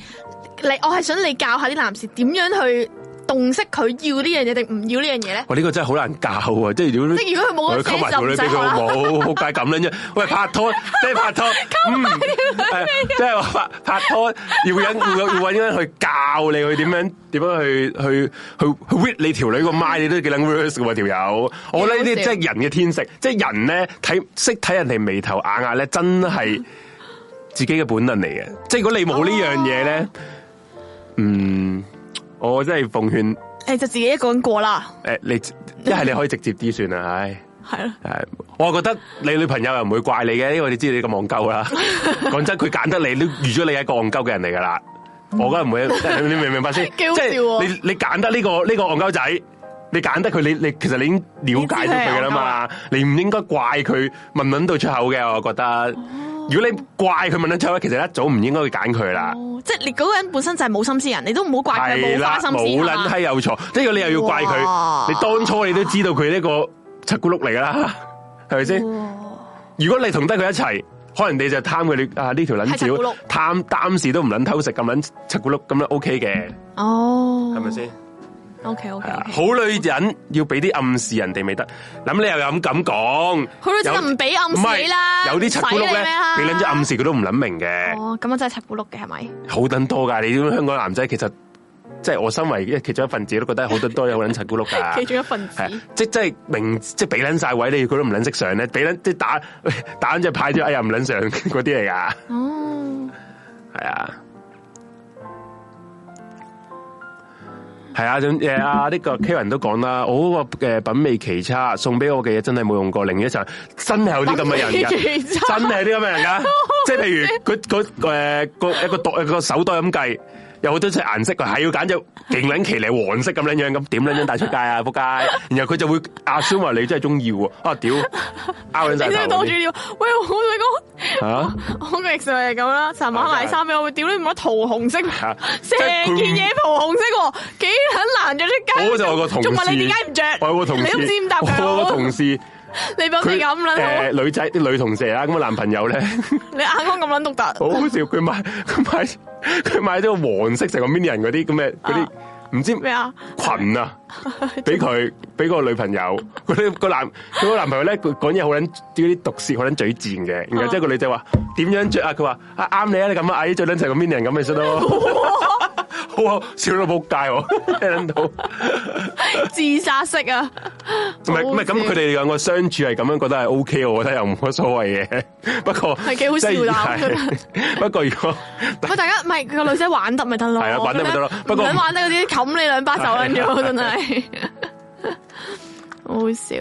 你，我係想你教下啲男士點樣去洞悉佢要呢樣嘢定唔要呢樣嘢咧？
喂，呢個真係好難教啊！即係如果
即係如果佢冇嗰個
溝埋
車
條女俾佢
就唔使
好冇，仆街咁樣啫。喂，拍
*laughs*
拖即係拍拖，嗯，係即係話拍拍拖要揾要要揾人去教你去點樣點樣去去去去 w i t 你條女個麥，你都幾撚 worse 嘅喎條友。我覺得呢啲
幾好笑
即係人嘅天性，即係人咧睇識睇人哋眉頭眼額咧，真係自己嘅本能嚟嘅。即係如果你冇呢樣嘢咧，
哦
嗯，我真係奉勸。
你就自己一個人過啦，
诶、你一系你可以直接啲算啦，唉，
係啦。
诶，我覺得你女朋友又唔會怪你嘅，因為你知你咁戇鳩
*laughs*
啦。講真，佢揀得你，都預咗你係一個戇鳩嘅人嚟噶啦。我梗係唔
*laughs*
會，你你明唔明白先？
幾好笑喎
即係你你揀得呢、個呢、個戇鳩仔，你揀得佢，你你其實你已經了解咗佢噶啦嘛，你唔應該怪佢問唔問到出口嘅，我覺
哦
得。如果你怪佢問得出口，其實一早唔應該去揀佢啦。
哦，即係你嗰個人本身就係冇心思人，你都唔好怪佢
啊係
冇
啦
花，心思
冇撚
係嘛
閪有錯，即係你又要怪佢，
哇
你當初你都知道佢呢個七咕碌嚟㗎啦，係咪先？如果你同得佢一齊，可能你就貪佢你啊呢條
係
撚
七
條
咕碌
貪擔事都唔撚偷食咁撚七咕碌咁樣 OK 嘅，
哦，
係咪先？
？O K O K，
係啊好女人要俾啲暗示人哋咪得，咁你又咁咁講，
好女仔
有
就唔俾暗示啦
唔係有啲七咕碌
唔使你
咧
咩啊啦，
俾撚咗暗示佢都唔撚明嘅。
哦，咁啊真係七咕碌嘅係咪？。
好撚多噶，你啲香港男仔其實即係我身為一其中一份子，都覺得好撚多有撚柒咕碌噶
*laughs* 其中一份子
係啊即即係明即係俾撚晒位你，佢都唔撚識上咧，俾撚即係打 *laughs* 打撚隻牌咗，哎呀唔撚上嗰啲嚟噶，
哦，
係啊。係啊，咁誒啊呢個 Karen 都講啦，我嗰個嘅品味奇差，送俾我嘅嘢真係冇用過。另一層真係有啲咁嘅人㗎。
品味奇差
真係有啲咁嘅人
*laughs*
㗎。即係譬如佢佢誒個一個袋一個手袋咁計，有好多隻顏色，佢係要揀隻勁撚奇嚟黃色咁樣樣，咁點撚樣帶出街啊？仆街！然後佢就會 assume 話你真係中意喎，啊屌，拗撚
你真
晒
係當
頭啊
住料，喂，我想講。
嚇！
*laughs* 我個 ex 就係咁啦，尋晚買衫俾我，屌你唔好桃紅色，
啊
成件嘢桃紅色喎，幾很難着出街。
我就有個同事，
仲問你點解唔着？
我有個同事，
你都唔知點答佢。
我有個同事，
你俾我哋咁
誒
撚
女仔啲女同事啦，咁我男朋
*laughs*
友咧。
好，你眼光咁撚獨特。
好好笑，佢買佢買佢買咗個黃色成個 minion 嗰啲咁嘅嗰
啊
啲唔知
咩啊？
裙
*laughs*
啊，俾佢俾個女朋友，佢啲個男佢個男朋友咧，佢講嘢好撚啲啲毒舌，好撚嘴賤嘅。然後之後個女仔話點樣着啊？佢話啊啱你啊，你咁啊矮着撚成個 minion 咁咪得
*laughs*
咯。 *laughs* 好啊，笑到仆街喎， *laughs* 聽撚到。
自殺式啊！
唔係唔係，咁佢哋兩個相處係咁樣覺得係 O K，我覺得又冇乜所謂
*laughs*
嘅。不過
係幾好笑
即係
但我覺得
係不過如果
喂，大家唔係個女仔玩得咪得咯？
係啊玩得咪得咯
咁
*laughs* 不
樣
過啊
*laughs* 唔想玩得嗰啲冚你兩巴手撚咗，真係。好好笑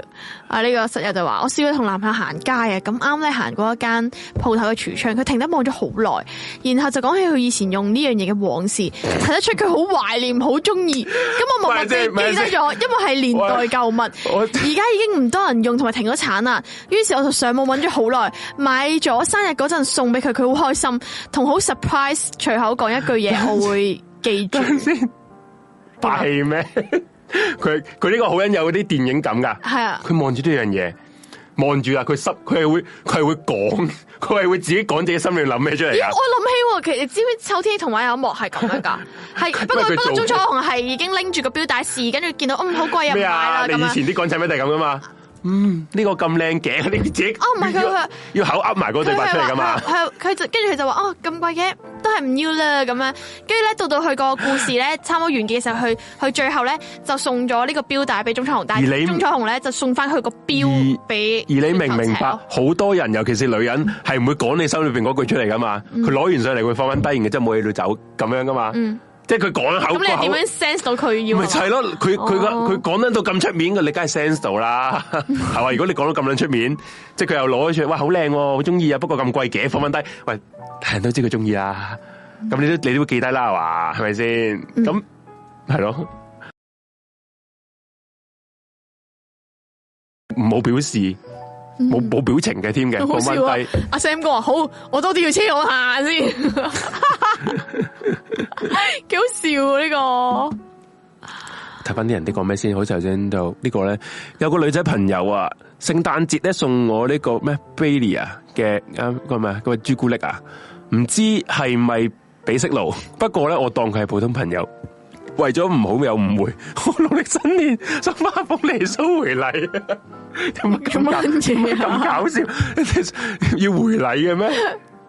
啊！呢、個室友就話：我試過同男朋友行街啊，咁啱咧行過一間鋪頭嘅櫥窗，佢停得望咗好耐，然後就講起佢以前用呢樣嘢嘅往事，
嗯
睇得出佢好懷念、好中意。咁我默默地
咪先咪
記得
先
咗，因為係年代舊物，
我
而家已經唔多人用同埋停咗產啦。於是我就上網揾咗好耐，買咗生日嗰陣送俾佢，佢好開心，同好 surprise，隨口講一句嘢，我會
*laughs*
記住。
先霸氣咩？ *laughs* 佢佢呢個好人有嗰啲電影感噶，
係啊
佢望住呢樣嘢，望住啊，佢濕，佢係會佢係會講， *laughs* 佢係會自己講自己心裏諗咩出嚟
咦，
噶。
我諗起喎，其實你知唔知秋天童話有一幕係咁樣噶？係不過
*laughs* 佢
不過
做
鍾楚紅係已經拎住個錶帶試，跟住見到嗯好貴啊，唔
咩
買
啊？
啦
你
咁
以
樣。
前啲港產咩都係咁噶嘛？嗯，呢、個咁靚頸，你自己
哦唔係佢佢
要口噏埋嗰對
佢
白出嚟
係
噶
話
嘛？
佢佢就跟住佢就話哦咁貴嘅都係唔要啦咁樣，跟住咧到到佢個故事咧差唔多完結嘅時候，佢佢最後咧就送咗呢個錶帶俾鍾楚紅，但係
而你
鍾楚紅咧就送翻佢個錶俾
而你明唔明
鍾楚
白
紅？
好多人，尤其是女人，係唔會講你心裏邊嗰句出嚟噶嘛？佢攞完上嚟，佢放翻低，然後真係冇嘢要走咁樣噶嘛？即係佢講口
嗯咁你
個
又
口
點，樣 sense 到佢要
咪就
啊？
係咯？佢佢個
哦
佢講得到咁出面嘅，你梗係 sense 到
*laughs*
啦，係嘛？如果你講到咁樣出面，即係佢又攞咗出嚟，哇，好靚喎，好中意啊！不過咁貴嘅，放翻低，喂，係人都知佢中意啦，咁你都你都會記低啦，係嘛？係咪
嗯
先？咁係咯。冇表示，冇
嗯
冇表情嘅添嘅，
好
放
笑
翻
啊
低。！
阿 Sam 哥話好，我多啲要車我行先， *laughs* 幾好笑啊呢個。
睇翻啲人啲講咩先，好似頭先度呢個咧，有個女仔朋友啊，聖誕節咧送我呢個咩 Bailey 啊嘅啊個咩 *laughs* 啊個朱古力啊，唔知係咪比色奴，不過咧我當佢係普通朋友。為咗唔好有誤會， *laughs* 我努力新年送花鳳梨酥回禮，有乜
做
咁搞
乜嘢
咁
啊？
搞笑？ *laughs* 要回禮嘅咩？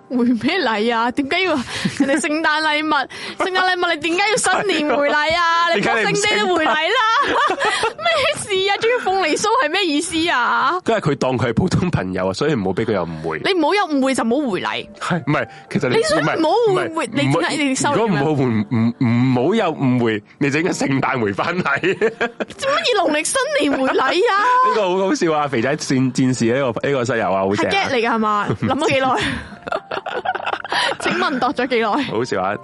回咩禮啊？
*laughs*
點解要人哋聖誕禮物？聖誕禮物你點解要新年回禮啊？你
點 *laughs*
過
解你唔
聖誕都回禮啦， *laughs* 咩事啊？仲要鳳梨酥係咩意思啊？
因為佢當佢係普通朋友啊，所以唔好俾佢有誤會。
你唔好有誤會就唔好回禮。
系唔系？其實你
你想
係
唔好
係
誤會
唔
你
好
點解你收啊
如果唔
你咁樣
好誤唔唔好有誤會，你整個聖誕回翻禮，呢
做乜嘢農曆新年回禮啊？
個好好笑啊！肥仔戰戰士呢個呢個室友啊，好
係
正
get
啊，
嚟噶係嘛？諗咗幾耐？請問度咗幾耐？
好笑啊！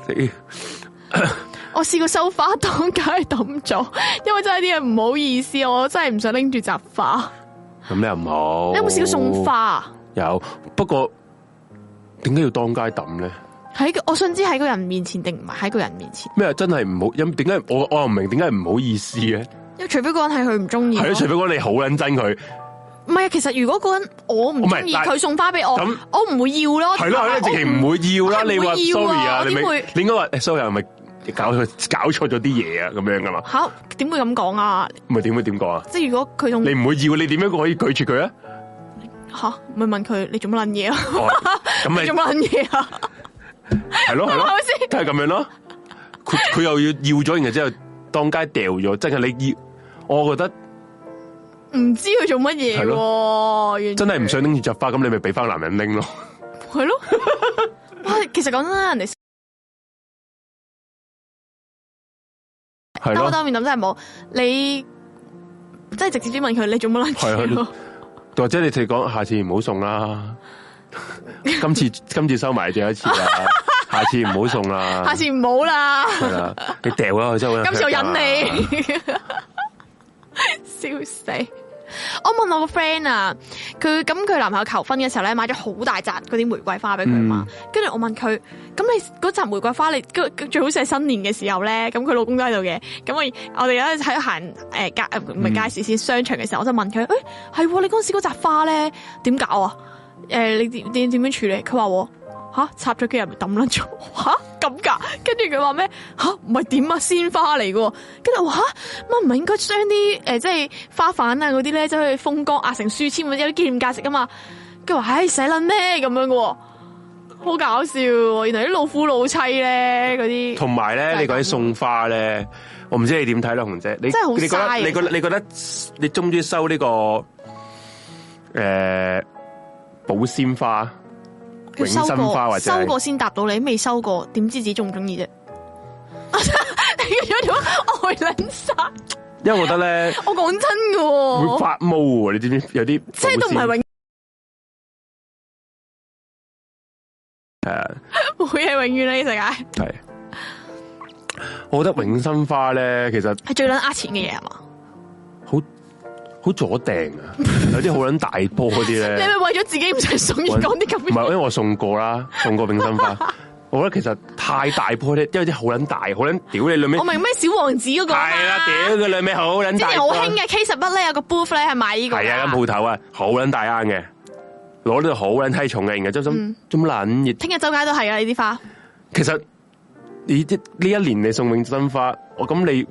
我試過收花當街抌咗，因為真係啲嘢唔好意思，我真係唔想拎住雜花。
咁你又唔好，
你有冇試過送？花啊？
有，不過點解要當街抌咧？
喺個我想知喺個人面前定唔係喺個人面前，
咩啊真係唔好？因點解我我又唔明點解唔好意思嘅？
因為除非嗰個人係佢唔中意咯。啊
係咯，除非講你好撚憎佢，
唔係，其實如果嗰個人我唔
哦唔係
中意，
但
佢送花俾我
咁，
我唔會要咯。
係咯係
我
咯，直情唔會要啦。
我
你
唔會
話
要啊
sorry 啊，
我
你咪
點會
你應該話誒 sorry 係咪搞錯搞錯咗啲嘢啊？咁樣噶嘛？
吓點會咁講啊？
咪點會點講啊？
即係如果佢用
你唔會要，你點樣可以拒絕佢
*laughs*
啊？
吓，咪問佢你做乜撚嘢啊？
哦咁咪
你做乜撚嘢啊？
係咯係咯
係咪先，
都係咁樣咯。佢佢又要要咗，然後之後當街掉咗，真係你要，我覺得
唔知佢做乜嘢
係
喎？完全
真係唔想拎住扎花，咁你咪俾翻男人拎咯。
係咯。 *laughs* 哇，其實講真啦，人哋
係
兜
咯，
兜面諗真係冇，你真係直接啲問佢你做乜撚嘢
係
咯
啊？或者你哋講下次唔好送啦， *laughs* 今次今次收埋最後一次啦，下次唔好送啦，
*laughs* 下次唔好啦。
係啦，你掉啦佢真係。
今次我忍
啊
你， *laughs* 笑死！我問我個 friend 啊，佢咁佢男朋友求婚嘅時候咧，買咗好大扎嗰啲玫瑰花俾佢啊嘛。跟住、我問佢，咁你嗰扎玫瑰花你跟跟最好似係新年嘅時候咧，咁佢老公都喺度嘅。咁我我哋咧喺行誒街呃唔係街市先商場嘅時候，我就問佢，誒、係喎你嗰陣時嗰扎花咧點搞啊？誒、你點點點樣處理？佢話我吓插咗幾日咪抌甩咗 *laughs* 吓咁噶？跟住佢話咩吓唔係點啊鮮花嚟嘅喎？跟住我話吓乜唔係應該將啲誒即係花瓣啊嗰啲咧走去風乾壓成書籤，有啲紀念價值啊嘛？跟住話唉使撚咩咁樣嘅喎，好搞笑喎！原來啲老夫老妻咧嗰啲
同埋咧，
係啊
你嗰啲送花咧，我唔知你點睇啦，紅姐。你
真係好
你覺得
嘥啊
你覺得你覺得你中唔中意收呢、個诶、保鮮花、
佢
永
收
生花
過
或者
收過先答到你，未收過 *laughs* 點知自己中唔中意啫？你咗點愛撚晒？
因為我覺得
*laughs*
咧
我講真嘅
會
喎，
發毛喎，你知唔知？有啲
哦即係都唔係永
係啊。
冇嘢永 *laughs* 遠呢個世界
系，我覺得永生花咧，其實
係最撚呃錢嘅嘢啊嘛！
好好左掟
*laughs*
啊，有啲好撚大波嗰啲
你 *laughs*
咧，
咪為咗自己唔想送而
搵
講啲咁
唔係
嘅
因為我送過啦，送過永生
*laughs*
花，我覺得其實太大波咧，因為啲好撚大，好撚屌你兩尾
我，明咩小王子嗰個啊嘛
係啦，屌佢兩尾好撚
之
大
前
波，
好興嘅 K 十一咧有個 booth 咧係賣呢個㗎，
係啊，間鋪頭啊，好撚大啱嘅，攞到好撚閪重嘅，然後真心咁撚熱
聽日周街都係啊呢啲花，
其實你一呢一年你送永生花，我咁你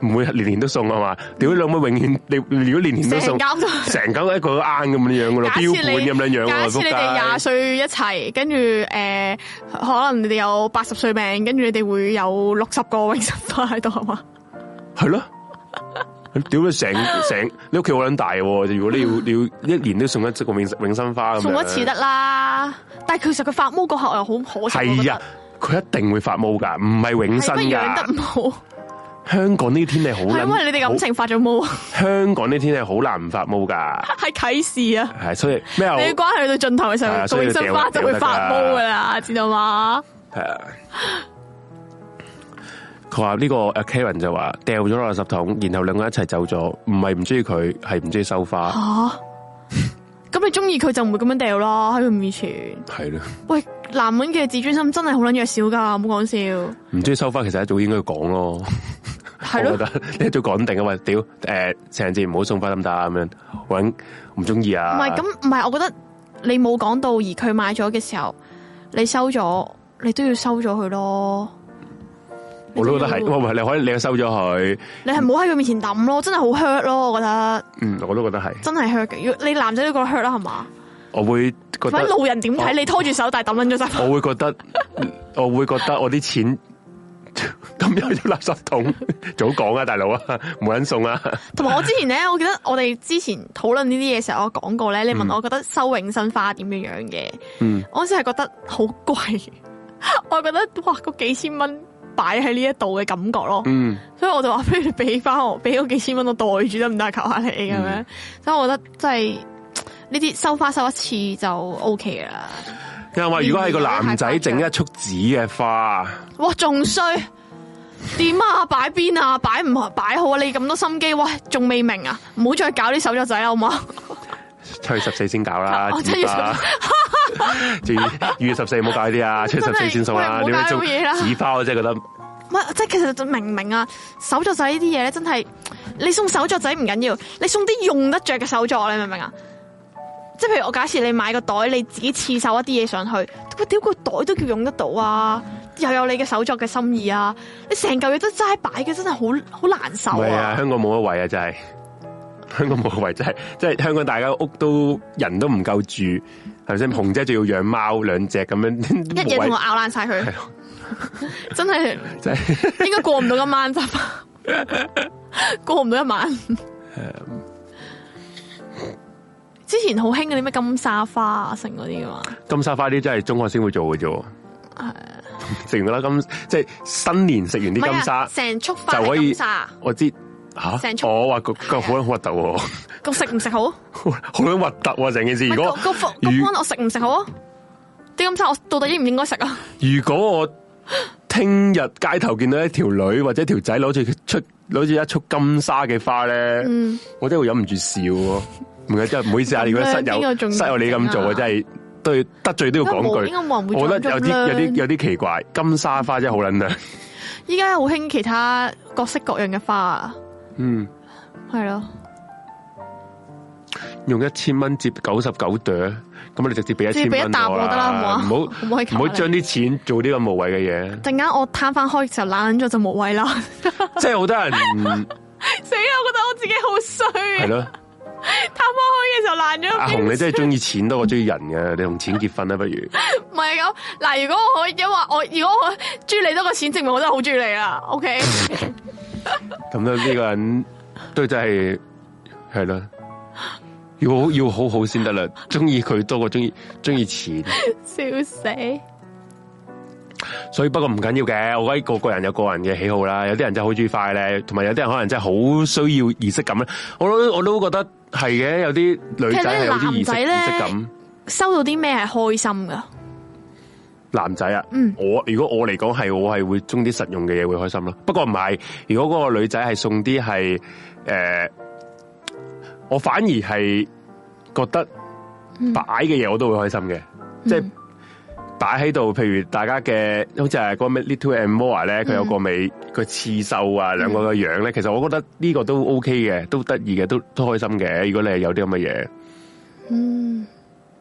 唔會年年都送啊嘛？屌你老母，永遠你你如果年年都送
成，間都。
成嚿一個都啱咁樣樣噶咯，
假
標
設
本
你
咁樣樣
假
喎，
設你哋廿
仆街！
歲一齊，跟住诶，可能你哋有八十歲命，跟住你哋會有六十個永生花喺度，係嘛？
係咯，屌你成成你屋企好撚大喎！如果你要你要一年都送一隻個永永生花咁樣，啊
送一次得啦。但係其實佢發毛嗰刻我又好可惜，我覺
係
得
啊，佢一定會發毛噶，唔係永
係
生
乜養
噶
得。唔好？
香港呢啲天氣好
係因為
撚，
你哋感情發咗毛， *laughs*
好香港呢啲天氣好難唔發毛噶，
係啟示啊！
係所以咩啊？
你嘅關係去到盡頭嘅時
係啊
候，
所
個
以
永生花就會發毛噶啦，知道嘛？
系啊。佢話呢個阿 Karen 就話掉咗落垃圾桶，然後兩個一齊走咗，唔係唔中意佢，係唔中意收花，
啊！咁你中意佢就唔會咁樣掉啦，喺佢面前。
係咯，
喂，男人嘅自尊心真係好撚弱小噶，唔好講笑。
唔中意收花，其實一早應該要講咯，
係
我覺
咯，
得你一早講定啊，喂，屌，诶、成日唔好送花得唔得啊咁樣，搵唔中意
唔
啊，
係咁，唔係我覺得你冇講到，而佢買咗嘅時候，你收咗，你都要收咗佢咯。
我都覺得係，
你
喂
都要
喂，你可以你收咗佢，
你係唔好喺佢面前抌咯，真係好 hurt 咯，我覺得
嗯，我都覺得係，
真係 hurt 嘅。如果你男仔都覺得 hurt 啦，係嘛？
我會覺
咁
得，
路人點
我
睇你拖住手但係抌撚咗晒？
我會覺得，我會覺得我啲 *laughs* 錢咁有咗垃圾桶， *laughs* 早講啊，大佬啊，冇人送啊。
同埋我之前咧，我記得我哋之前討論呢啲嘢嘅時候，我講過咧，你問我覺得收永生花點樣樣嘅，
嗯
我嗰時係覺得好貴， *laughs* 我覺得哇個幾千蚊擺喺呢一度嘅感覺咯，
嗯，
所以我就話不如俾翻我，俾嗰幾千蚊我袋住得唔得？求下你咁樣，
嗯
所以我覺得真係呢啲收花收一次就 O K 啦。
因為話如果係個男仔整一束紙嘅花，
哇，仲衰點啊？擺邊啊？擺唔擺好啊？你咁多心機，哇，仲未明啊？唔好再搞啲手作仔啦，好唔好？
七月十四先搞啦，
*laughs* 哦
紙花。 *laughs* 仲要二月十四唔好搞呢啲啊，七月十四先送啦。
*laughs*
你
真係喂唔好
做
搞咁嘢啦
紙花，我真係覺
*laughs*
得
唔係，即係其實明唔明啊？手作仔呢啲嘢咧，真係你送手作仔唔緊要，你送啲用得着嘅手作，你明唔明啊？即係譬如我假設你買個袋，你自己刺繡一啲嘢上去，喂屌個袋都叫用得到啊！又有你嘅手作嘅心意啊！你成嚿嘢都齋擺嘅，真係好好難受
唔係啊，
啊！
香港冇得位啊，真係香港冇得位，真係即係香港大家屋都人都唔夠住，係咪先？紅姐仲要養貓兩隻咁樣，
嗯一嘢
冇
同我
位
咬爛晒佢
係啊咯，
*laughs* 真係
真係 *laughs*
應該過唔到今晚咋，過唔到一晚。之前好興嗰啲咩金沙花啊，成嗰啲噶嘛。
金沙花啲真係中學先會做嘅啫喎。食完啦金，即係新年食完
啊唔
啲
係
金
啊，
沙。
成束花
就可
係
以
金沙，
我知吓
成，啊束
我話個個好撚核突喎， *laughs*
個食唔食好？
好撚核突喎成件事。如果
唔係個個個
如
point 我食唔食好啊？啲金沙我到底應唔應該食啊？
如果我聽日街頭見到一條女或者條仔攞住出攞住一束金沙嘅花咧，我真係會忍唔住笑喎。唔係真係唔好意思啊！
嗯咁
如果室
樣邊個
友
仲
室友你咁做啊，
正啊
真係都要得罪都要講句
應該冇應該冇人會。
我覺得有
做
啲
咁樣
有啲有啲奇怪，金沙花真係好撚靚。
依家好興其他各式各樣嘅花啊，
嗯，
係咯，
用一千蚊接九十九朵，咁你直接俾一
直
千
接俾一
蚊
沓
我
我得啦
啦，
好
唔好
唔好
唔
啊好
好
唔好
將啲錢做呢咁無謂嘅
*laughs*
嘢。
陣間我攤翻開嘅時候懶咗就冇
*laughs*
位啦。
即係好多人
死啦！我覺得我自己好衰
係
啊，
咯。
*laughs* 攤翻開嘅時候爛咗。
阿
*laughs*
紅，你真係中意錢多過中意人嘅，你同錢結婚啦，不如。
唔係咁嗱，如果我可以，因為我如果我中意你多過錢，證明我真係好中意你啦。OK， *laughs*
咁都呢個人都真係係咯，要好要好好先得啦。中意佢多過中意中意錢，
笑死！
所以不過唔緊要嘅，我覺得個個人有個人嘅喜好啦。有啲人真係好中意快咧，同埋有啲人可能真係好需要儀式感咧。我都我都覺得係嘅，有啲女仔係有啲儀
其實
式
啲男仔呢
儀式感。
收到啲咩係開心噶？
男仔啊，
嗯
我如果我嚟講係，我係會中啲實用嘅嘢會開心咯。不過唔係，如果嗰個女仔係送啲係誒，我反而係覺得擺嘅嘢我都會開心嘅，即係擺喺度，譬如大家嘅好似係嗰個咩 Little and More 咧，佢有個尾佢刺繡啊，兩個嘅樣咧，其實我覺得呢個都 OK 嘅，都得意嘅，都都開心嘅。如果你係有啲咁嘅嘢。
嗯，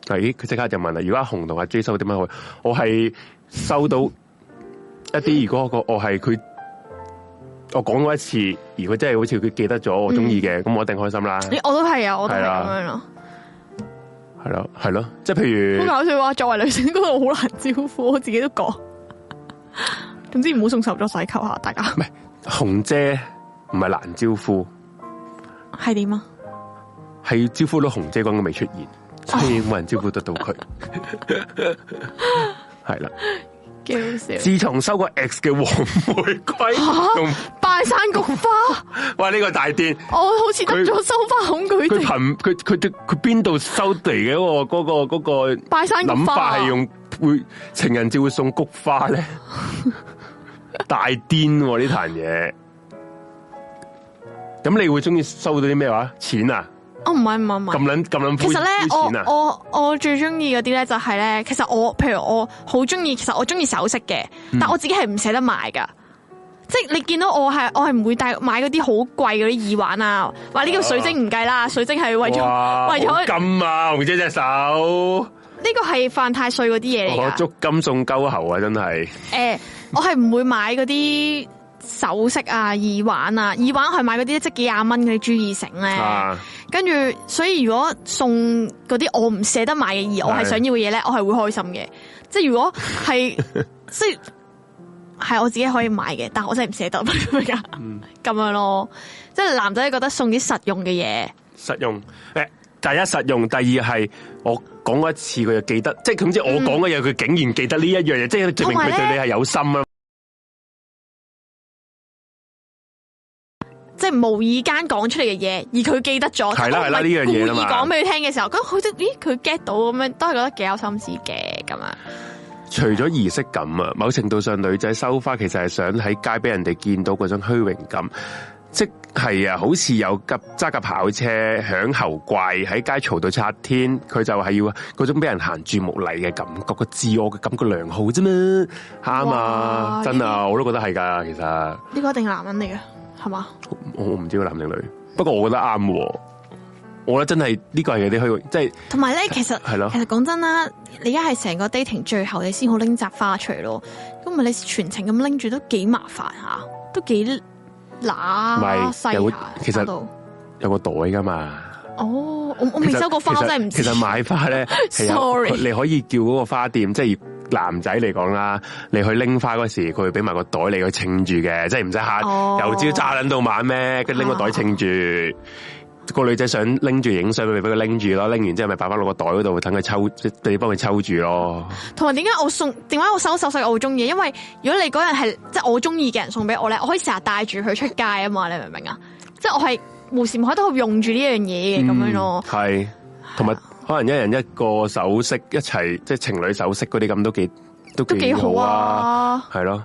嗱，咦，佢即刻就問啦，如果阿紅同阿 J 收點樣去？我係收到一啲，如果個我係佢，我講過一次，而佢真係好似佢記得咗我中意嘅，咁、我一定開心啦，
咦我都係啊，我都係
係啊
咁樣咯。
係咯，係咯，即係譬
好
如
搞笑啊！作為女性嗰度好難招呼，我自己都講。 *laughs* 總之唔好送手咗洗扣下大家，
紅姐唔係難招呼，
係點啊？
係要招呼到紅姐嗰個未出現，所以冇人招呼得到佢。係啦，
幾好笑！
自從收過 X 嘅黃玫瑰，同
拜山菊花，
哇呢、個大癲！
我好似得咗收花恐懼
佢
症。
憑佢佢佢佢邊度收嚟嘅嗰個嗰、個嗰、個
拜山菊花
諗法係用會情人節會送菊花
*laughs*
咧，大癲喎呢壇嘢。咁你會中意收到啲咩話？錢啊，
哦，唔係唔係唔
咁
係。
撚咁撚
其
灰
實咧，
灰錢啊
我！我我最中意嗰啲咧就係咧，其實我譬如我好中意，其實我中意首飾嘅，
嗯
但我自己係唔捨得買噶。即係你見到我係我係唔會戴買嗰啲好貴嗰啲耳環啊，話呢個水晶唔計啦，水晶係為咗
哇，
為
好
咗
金啊，紅姐隻手，我
呢個係犯太歲嗰啲嘢嚟㗎。
足金送鳩喉啊，真係。
诶、我係唔會買嗰啲首飾啊、耳環啊，耳環係買嗰啲即係幾廿蚊嗰啲珠耳繩咧。
啊，
跟住，所以如果送嗰啲我唔捨得買嘅，而我係
係
想要嘅嘢咧，我係會開心嘅。即係如果
*laughs*
係即係係我自己可以買嘅，但我真係唔捨得咁、
嗯
樣咯。即係男仔覺得送啲實用嘅嘢，
實用。誒，第一實用，第二係我講過一次，佢就記得，即係總之我講嘅嘢，佢、竟然記得呢一樣嘢，即係證
同
明佢
埋呢
對你係有心啊！
即係無意間講出嚟嘅嘢，而佢記得咗。
係啦
即我唔
係啦呢樣嘢啦嘛
故意講俾佢聽嘅時候，咁好似咦佢 get 到咁樣，都係覺得幾有心思嘅咁樣。
除咗儀式感啊，某程度上女仔收花其實係想喺街俾人哋見到嗰種虛榮感，即係啊，好似有架揸架跑車響喉怪喺街嘈到拆天，佢就係要嗰種俾人行注目禮嘅感覺，個自我嘅感覺良好啫嘛，啱啊，
哇
真
呢
啊，我都覺得係㗎，其實
呢個一定係男人嚟嘅，係嘛？
我我唔知個男定女，不過我覺得啱喎，我覺得真係呢個係有啲虛榮，即係
同埋咧，其實
係咯
其實講真啦，你而家係成個 dating 最後你先好拎扎花出嚟咯，咁咪你全程咁拎住都幾麻煩下，都幾
唔係
乸西
有
下。
其實
搞到
有個袋㗎嘛。
哦，我我未收過花，
其
我
實
真係唔
其
知。
實買花
*laughs*
咧係有
Sorry
你可以叫嗰個花店，即係男仔嚟講啦，你去拎花嗰時，佢會俾埋個袋你去稱住嘅，即係唔使嚇
哦
由朝揸撚到晚咩，跟住拎個袋稱住。
啊
個女仔想拎住影相，咪俾佢拎住咯，拎完之後咪擺翻落個袋嗰度，等佢抽，即係你幫佢抽住咯。
同埋點解我送點解我收首飾我會中意？因為如果你嗰日係即係我中意嘅人送俾我咧，我可以成日帶住佢出街啊嘛，你明唔明啊？即係我係無時無刻都會用住呢樣嘢嘅咁樣咯。
嗯
啊
係，同埋可能一人一個首飾一齊，即係情侶首飾嗰啲咁都幾都
都幾
幾
好
好啊，
啊！
係咯。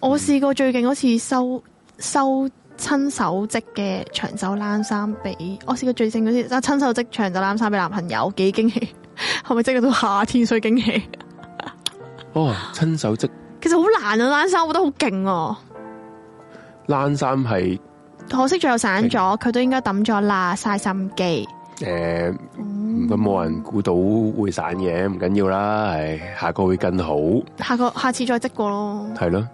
我試過最近嗰次收收親手織嘅長袖冷衫俾，我試過最正嗰次，啊親手織長袖冷衫俾男朋友，幾驚喜， *laughs* 係咪織到夏天所以驚喜？
哦，親手織
其實好難啊，冷衫我覺得好勁啊！
冷衫係
可惜最後散咗，佢都應該抌咗啦，嘥心機。
诶，
嗯
咁冇人估到會散嘅，唔緊要啦，系下個會更好，
下個下次再織過咯。
係咯，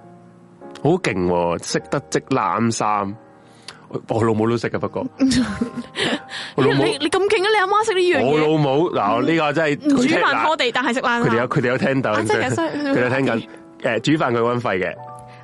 好勁喎，識得織冷衫，我我老母都識啊嘅，不
*laughs*
過我老母
你你咁勁啊！你阿媽識呢樣
我
嘢，
老母嗱呢個真係
唔
佢
煮
聽
飯
嗱
拖地，但係食冷
佢哋有
衫。
佢哋有聽到，
啊真係
佢
嘅真係
哋有聽緊诶煮飯佢搵費嘅，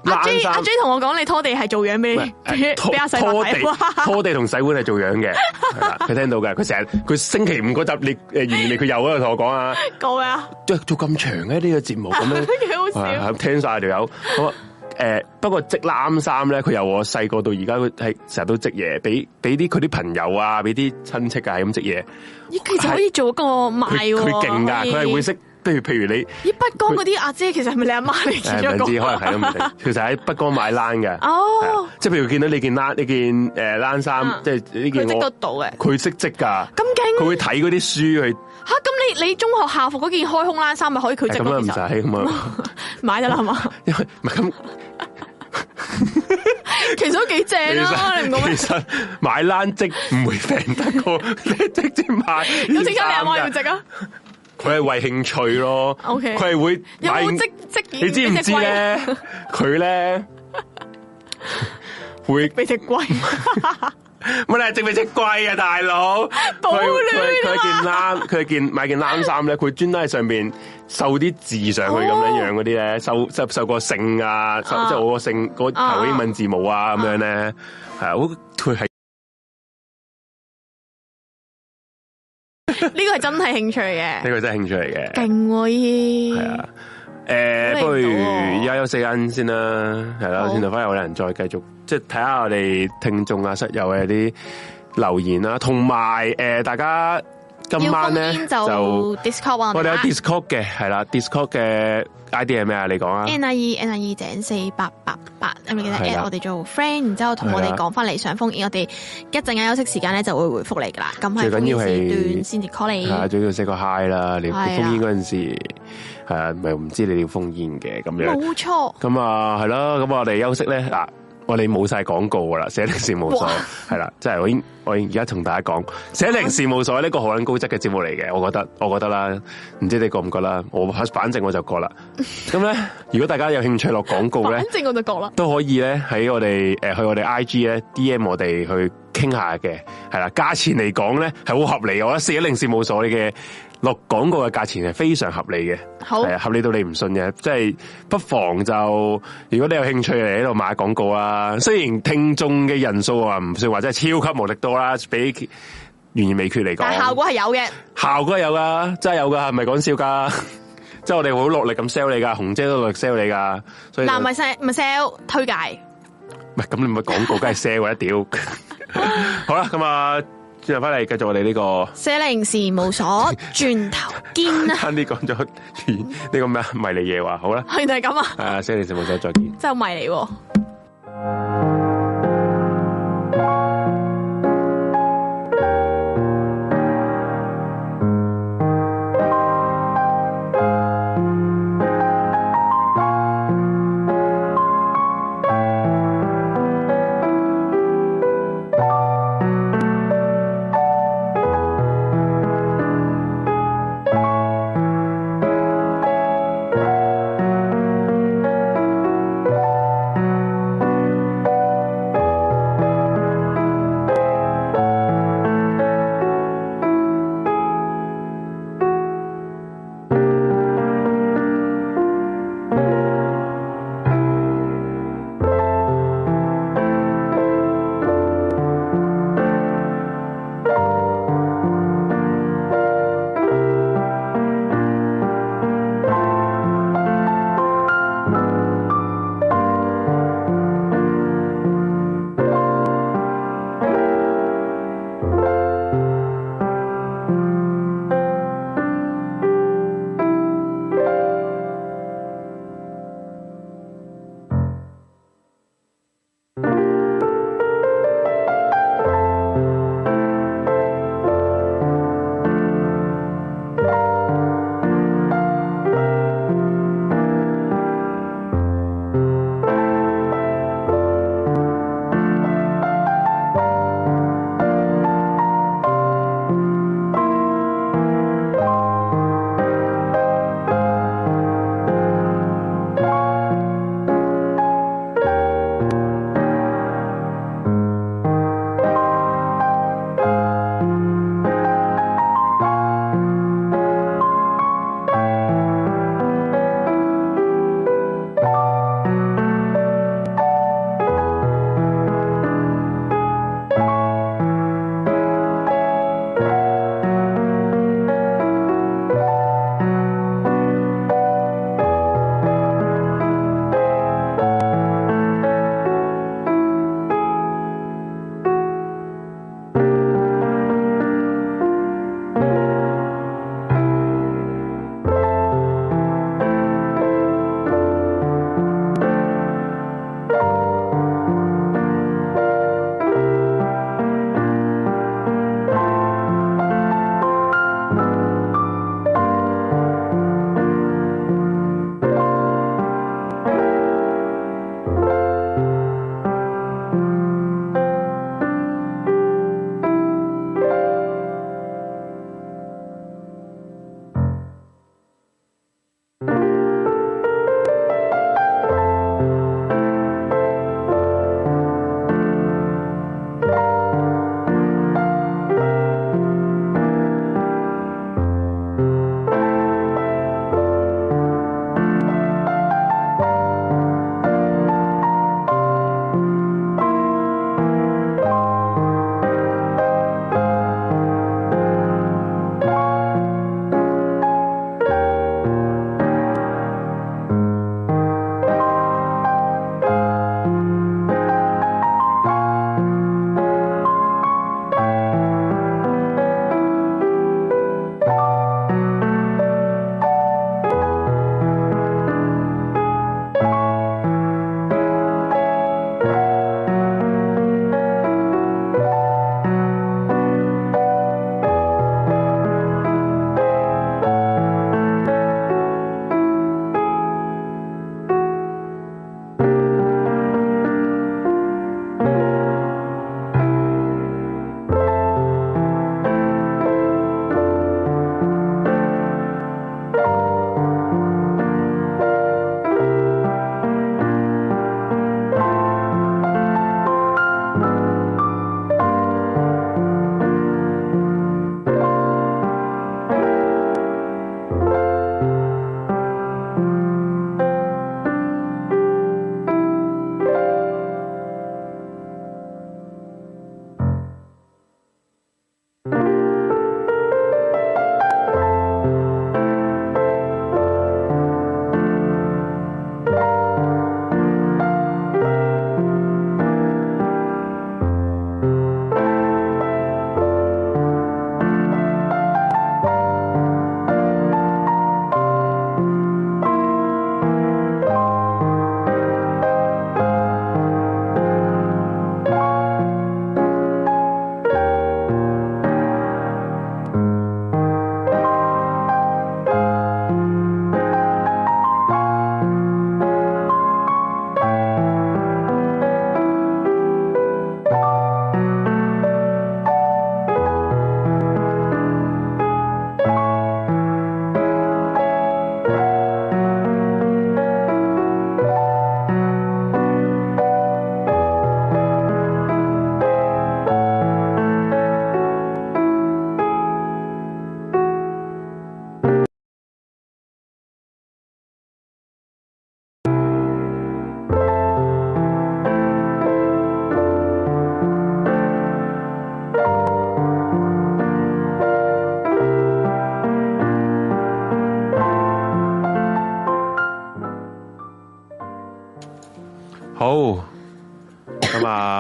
阿 J
冷衫
阿 J 同我講，你拖地係做樣俾
喂
俾
拖
*laughs* 俾阿細伯
拖
睇，哇 *laughs*
地拖地同洗碗係做樣嘅，係啦佢聽到嘅，佢成日佢星期五嗰集你誒完未佢又喺度同我講啊， *laughs*
講咩啊？
做做咁長嘅呢個節目咁樣。
幾 *laughs* 好笑
系，聽晒條友。咁诶，不過織冷衫咧，佢由我細個到而家，佢係成日都織嘢，俾俾啲佢啲朋友啊，俾啲親戚啊係咁織嘢。
咦其實可以做個
佢
賣喎，
佢勁㗎，
可以
佢係會。識。譬如譬如你
咦，北江嗰啲阿姐其實係咪你阿媽 *laughs* 嚟？
誒
咗
唔知，可
個
能係啊咁
*laughs*
定，其實喺北江買冷嘅。
哦
係啊，即係譬如見到你件冷，你件诶冷衫
啊，
即係呢
佢
件
織得
我，
到嘅。
佢識織㗎。
咁勁
佢會睇嗰啲書去，
吓，咁你你中學校服嗰件開胸冷衫咪可以佢
誒
織
咁啊
咯？
唔
其實
使咁啊，
*laughs* 買得啦，
*laughs*
係嘛？
因為唔係咁。
其實都幾正啦，你唔講咩
其？實買冷積唔會平得過 *laughs* 你直接買。
咁 *laughs*
咁
點解你阿媽要？織啊？
佢係為興趣咯。
OK
佢係會
有
買
冇織織件
你知唔
俾隻
知
龜啊
咧？佢咧
*laughs*
會
俾只
*laughs*
龜， *laughs*
乜咧？整俾隻龜啊，大佬！
*laughs* 保
佢
暖
佢佢件
啊
冷，佢件買件冷衫咧，佢專登喺上邊繡啲字上去咁
哦
樣樣嗰啲咧，繡繡繡個姓啊，繡
啊
即係我個姓嗰
啊
頭英文字母啊咁樣咧，係啊，好佢係。
呢個係真係興趣
呢 *laughs*
嘅，
個真係興趣嚟嘅，
勁
係
喎咦！
啊。诶、
好
不如
令到喎
而家休息間先啦，係啦，
好
轉頭翻嚟我哋再繼續，即係睇下我哋聽眾啊、室友嘅啲留言啦，同埋诶，誒大家今晚
要
咧
封煙
就
就 Discord 啊
我哋有
啊
Discord 嘅，係啦，Discord 嘅 ID 係咩啊？你講啊，
N I E N I E 井四八八八，咁你記得
係
at
啦
我哋做 friend，然之後同我哋講翻嚟上封煙，我哋一陣間休息時間咧就會回覆你噶啦。咁係
最緊要係
封煙時段先至 call 你
係，啊，最緊要 say 個 hi 啦，你
係啊
封煙嗰陣時，係啊，唔係唔知你要封煙嘅咁樣。
冇錯。
咁啊，係啦，咁我哋休息咧嗱，我哋冇晒廣告噶啦，寫零事務所
哇
係啦，即係我已經我已經而家同大家講，寫零事務所呢個好撚高質嘅節目嚟嘅，我覺得，我覺得啦，唔知你覺唔覺啦，我反正我就覺啦。咁咧，如果大家有興趣落廣告咧
反，正我就覺啦，
都可以咧喺我哋誒、呃去我哋 I G 咧 D M 我哋去傾下嘅，係啦，價錢嚟講咧係好合理嘅，我覺得四一零事務所嘅落廣告嘅價錢係非常合理嘅。
好
係啊，合理到你唔信嘅，即係不妨就如果你有興趣嚟喺度買廣告啊，雖然聽眾嘅人數啊唔算話真係超級無敵多啦，比懸而未決嚟
但係效
講，
果係有嘅。
效果有噶，真係有噶，係咪講笑
*laughs*
噶？即係我哋會好落力咁 sell 你噶，紅姐都落力 sell 你噶，所以就
嗱，唔係 sell 唔係 sell 推介，
唔係咁你咪廣告梗係 sell 啦，屌！ *laughs* 好啦，咁啊，轉頭翻嚟繼續我哋呢、個。 *laughs*
寫零事務所轉頭見
*laughs*
啊，
差啲講咗呢個咩啊迷你夜話，好啦，
原來係咁啊，
係啊，星期四冇再再見。
真係迷你喎。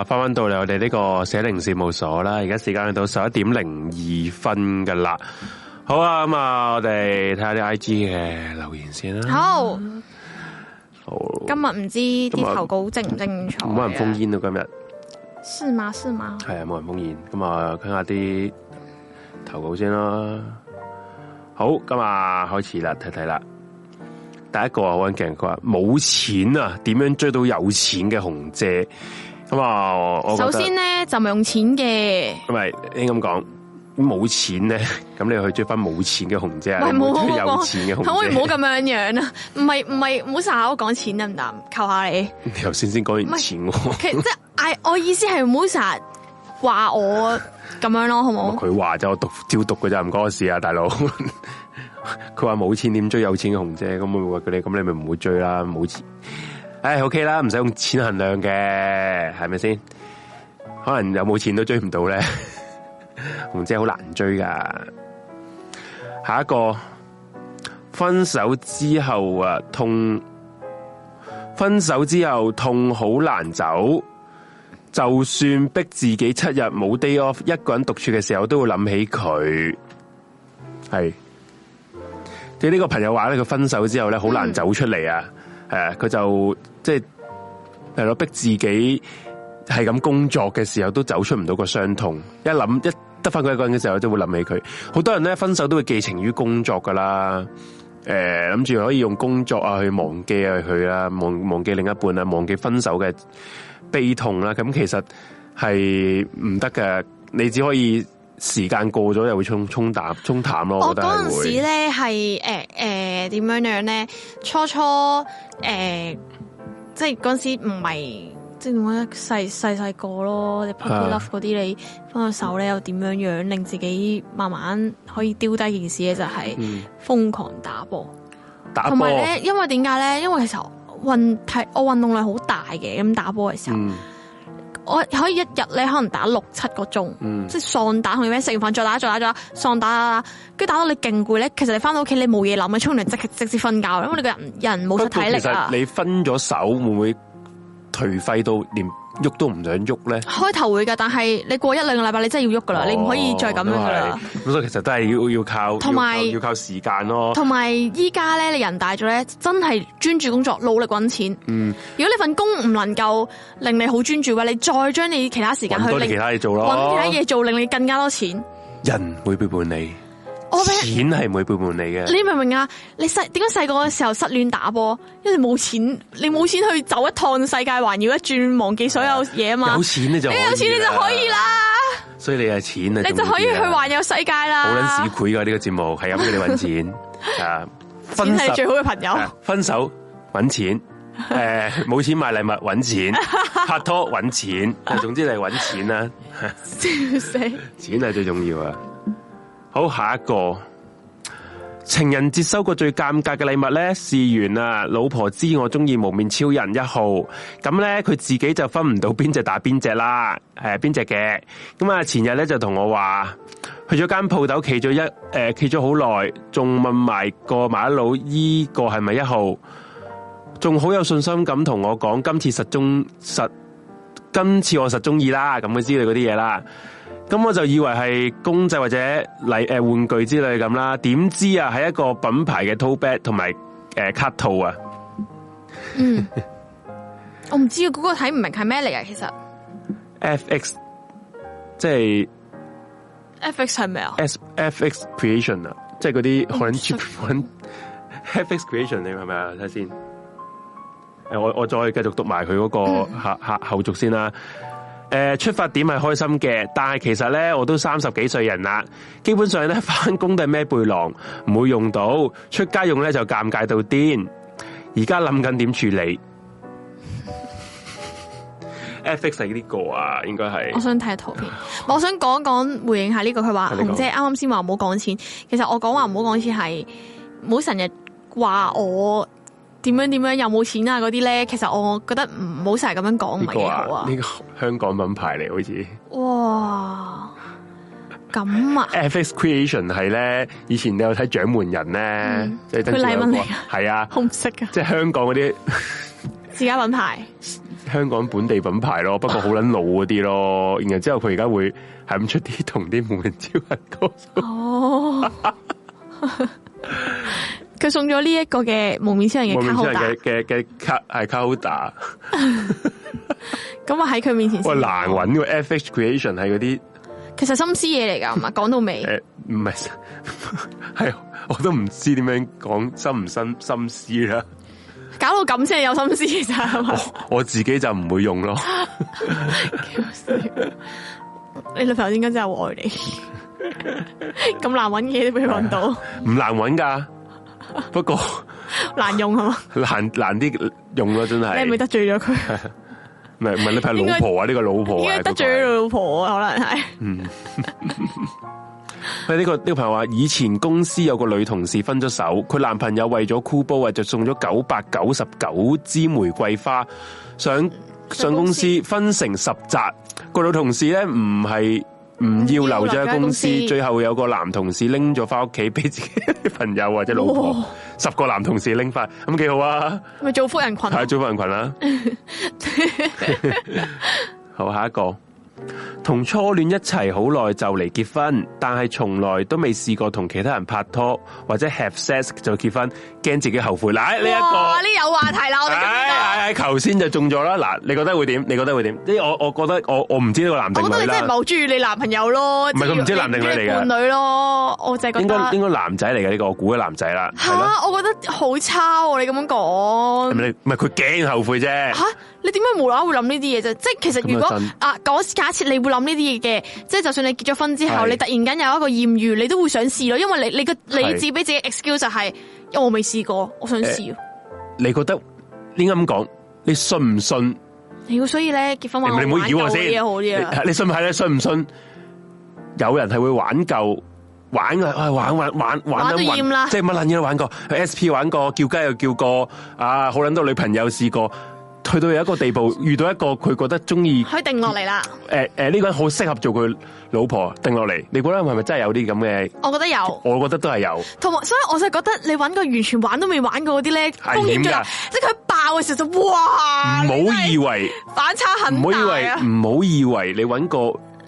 翻到嚟我哋呢個寫靈事務所啦，而家時間去到十一點零二分噶啦。好啊，咁啊，我哋睇下啲 I G 嘅留言先啦。
好，
嗯好，
今日唔知
今日
啲投稿精唔精彩啊？
冇人封煙到今日，
是嗎？是嗎？
係啊，冇人封煙。咁啊，傾下啲投稿先啦。好，咁啊，開始啦，睇睇啦。第一個啊，好撚勁，佢話冇錢啊，點樣追到有錢嘅紅姐？咁啊，我我覺
首
得
先咧就唔用錢嘅，
唔係應該咁講，冇錢咧， *laughs* 咁你去追翻冇錢嘅紅姐啊，
喂
你唔
冇
會追
冇
有錢嘅
冇，可唔可
紅
以唔好
姐。
咁樣樣啊？唔係唔係，唔好成日都講錢得唔得？求下你，
*laughs* 你頭先先講完錢喎，
其實即係嗌我意思係唔好成日話我咁啊樣咯，好冇？
啊佢話就我讀照讀嘅咋，唔關我事啊，大佬。 *laughs* 佢話冇錢點追有錢嘅紅姐，咁我話佢你，咁你咪唔會追啦，冇錢。唉，OK 啦，唔使用錢衡量嘅，係咪先？可能有冇錢都追唔到咧， *laughs* 紅姐好難追噶。下一個分手之後啊，痛分手之後痛好難走，就算逼自己七日冇 day off，一個人獨處嘅時候，都會諗起佢。係，即係呢個朋友話咧，佢分手之後咧，好難走出嚟啊。係啊，佢就即係係咯，逼自己係咁工作嘅時候，都走出唔到個傷痛。一諗一得翻佢一個人嘅時候，都會諗起佢。好多人咧分手都會寄情於工作噶啦。誒諗住可以用工作啊去忘記啊佢啦，忘忘記另一半啊，忘記分手嘅悲痛啦。咁其實係唔得嘅，你只可以時間過咗又會沖沖淡沖淡咯。我
我
覺得
哦嗰
係
陣時
會
咧係誒誒點樣樣咧？初初誒、呃即係嗰陣時唔係即係點講咧？細細細個咯，你 puppy
啊
love 嗰啲你分咗手咧，又點樣樣令自己慢慢可以丟低件事咧？就係、
嗯
瘋狂打波，
打
同
波
埋，咧，因為點解咧？因為其實運體我運動量好大嘅，咁打波嘅時候，
嗯
我可以一日咧可能打六七個鐘。
嗯，
即係喪打同你咩？食完飯再打再打再打，喪打打打，跟住打到你勁攰咧。其實你翻到屋企你冇嘢諗嘅，沖涼即刻直接瞓覺，因為你個人人冇
不
晒
過
體力
其
啊
實。你分咗手會唔會頹廢到連喐都唔想喐咧？
開頭會噶，但係你過一兩個禮拜你真係要喐噶啦，你唔可以再咁樣噶啦。
哦。都係咁所以其實都係要要靠
同埋
要靠要靠時間咯。
同埋依家咧，你人大咗咧，真係專注工作，努力搵錢。
嗯，
如果你份工唔能夠令你好專注嘅話，你再將你其他時間
揾
去
多啲
令
其他嘢做咯。
搵其他嘢做，令你更加多錢。
人會背叛你，
我俾
錢係唔會背叛你嘅。
你明唔明啊？你細點解細個嘅時候失戀打波？因為你冇錢，你冇錢去走一趟世界環繞一轉，忘記所有嘢啊嘛
有。錢你就
你有錢你就可以，啦，
所以你係錢啊，
你就可以去啊環遊世界
好捻市
啦。
儈噶呢個節目，係咁叫你搵
*laughs*
錢啊！
錢
分
係最
手
好嘅朋友。
啊分手搵
*laughs*
錢，誒冇錢買禮物搵錢，拍拖搵錢，
*laughs*
啊總之你係搵錢啦，
笑死！
錢係最重要啊！好，下一個。情人節收過最尷尬嘅禮物咧，試完啦，啊老婆知我中意蒙面超人一號，咁咧佢自己就分唔到邊隻打邊隻啦，誒邊隻嘅，咁啊前日咧就同我話去咗間鋪頭企咗一誒企咗好耐，仲問埋個馬佬依個係咪一號，仲好有信心咁同我講今次實中實，今次我實中意啦，咁嘅之類嗰啲嘢啦。咁我就以為係公仔或者禮誒玩具之類咁啦，點知啊係一個品牌嘅 tote bag 同埋誒卡套啊，
嗯，我唔知嗰個睇唔明係咩嚟啊。其實
FX 即係
FX 係咩啊？
S FX creation 啊，即係嗰啲可能
識
cheap *laughs* 可能 FX creation 你係咪啊？睇下先。誒，我我再繼續讀埋佢嗰
嗯
個下下後續先啦。誒、出發點係開心嘅，但係其實咧我都三十幾歲人啦，基本上咧 *laughs* 翻工都係孭背囊，唔會用到，出街用咧就尷尬到癲。而家諗緊點處理 *laughs* ？FX 係呢個啊，應該係
我想睇下圖
*laughs*
片，我想講一講回應下呢、個。佢話
啊你講
紅姐啱啱先話唔好講錢，其實我講話唔好講錢係唔好成日話我點樣點樣有冇錢啊嗰啲咧。其實我覺得唔好成日咁樣講唔
呢個
係幾好
啊，
啊
呢、。個香港品牌嚟，好似。
哇，
*laughs*
咁啊，
FX Creation 係咧，以前你有睇掌門人咧
嗯，
即係曾志偉
佢禮
有
物
個
嚟㗎
係啊，
我唔識噶，
即係香港嗰啲
自家品牌
香 *laughs* 香港本地品牌咯，不過好撚老嗰啲咯。然後之後佢而家會係咁出啲同啲無人超人歌手
哦， *laughs* 佢送咗呢一個嘅蒙面超人
無
*laughs* 嘅卡
面
號
超人
打，
嘅嘅嘅卡係卡好打，
咁啊喺佢面前先
喂難揾喎 FX Creation 係嗰啲
其實心思嘢嚟㗎，唔係講到尾。
*laughs* 誒唔係係我都唔知點樣講心唔心心思啦。
搞到咁先係有心思，其實係嘛？
我自己就唔會用咯。 *laughs*
你女朋友應該真係好愛你，咁難揾嘢都俾佢揾到，
唔難揾噶，不過
難用係嘛？
難難啲用咯，真
你係咪
係。
得罪咗佢？
唔係唔係，你係老婆啊？呢個老婆
應
啊，
該得罪
呢個
咗老婆啊，可能係。
喂，呢個呢個朋友話，以前公司有個女同事分咗手，佢男朋友為咗箍煲啊，就送咗九百九十九支玫瑰花，上上公司分成十扎。個女同事咧唔係。唔要留咗喺公司
唔要留咗喺公司，
最後有個男同事拎咗翻屋企俾 *laughs* 自己啲朋友或者老婆
哇，
十個男同事拎翻，咁幾好啊！
咪造福人 *laughs* 群
睇下追人群啊啦。好，下一個。同初戀一齊好耐就嚟結婚，但係從來都未試過同其他人拍拖或者 have sex 就結婚，驚自己後悔。嗱，呢一
哇！呢
個，
有話題啦，我哋
唉
終
唉，頭先就中咗啦。嗱，你覺得會點？你覺得會點？呢我我覺得我我唔知呢個男
於
定
我覺得
女
你真係唔係
啦，
好中意你男朋友咯，
係佢唔知男定女嚟㗎
你伴侶咯，我就係覺
應該應
得
該男仔嚟嘅呢個，我估嘅男仔啦，係咯，
吓，我覺得好差喎！你咁樣講
係。咪你？唔係佢驚後悔啫。
吓，你點解無啦啦會諗呢啲嘢啫？即係其實如果
咁啊真
啊嗰時假設你會諗呢啲嘢嘅，即係就算你結咗婚之後，
係
你突然間有一個豔遇，你都會想試咯，因為你你個你
係
自己俾自己 excuse 就係、因為我未試過，我想試。
你覺得應該咁講？你信唔信？
你要所以咧結婚話
你唔好
玩
擾我
舊
先。
嘢好啲啊，
你你信唔係咧？信唔信？有人係會玩夠玩嘅，唉玩玩玩玩得
玩到厭啦
暈，即係乜撚嘢都玩過。去 SP 玩過，叫雞又叫過，啊好撚多女朋友試過。去到有一個地
*laughs*
步，遇到一個佢覺得中意，
可以定落嚟啦。
誒誒呢個人好適合做佢老婆，定落嚟。你覺得係咪真係有啲咁嘅？
我覺得有，
我覺得都係有。
同埋所以我就覺得你揾個完全玩都未玩過嗰啲咧，風險最大
危險㗎。
即係佢爆嘅時候就哇，
唔好以
為
為，
反差
唔
很
好
大
以嗯為
啊，！
唔好以為你揾個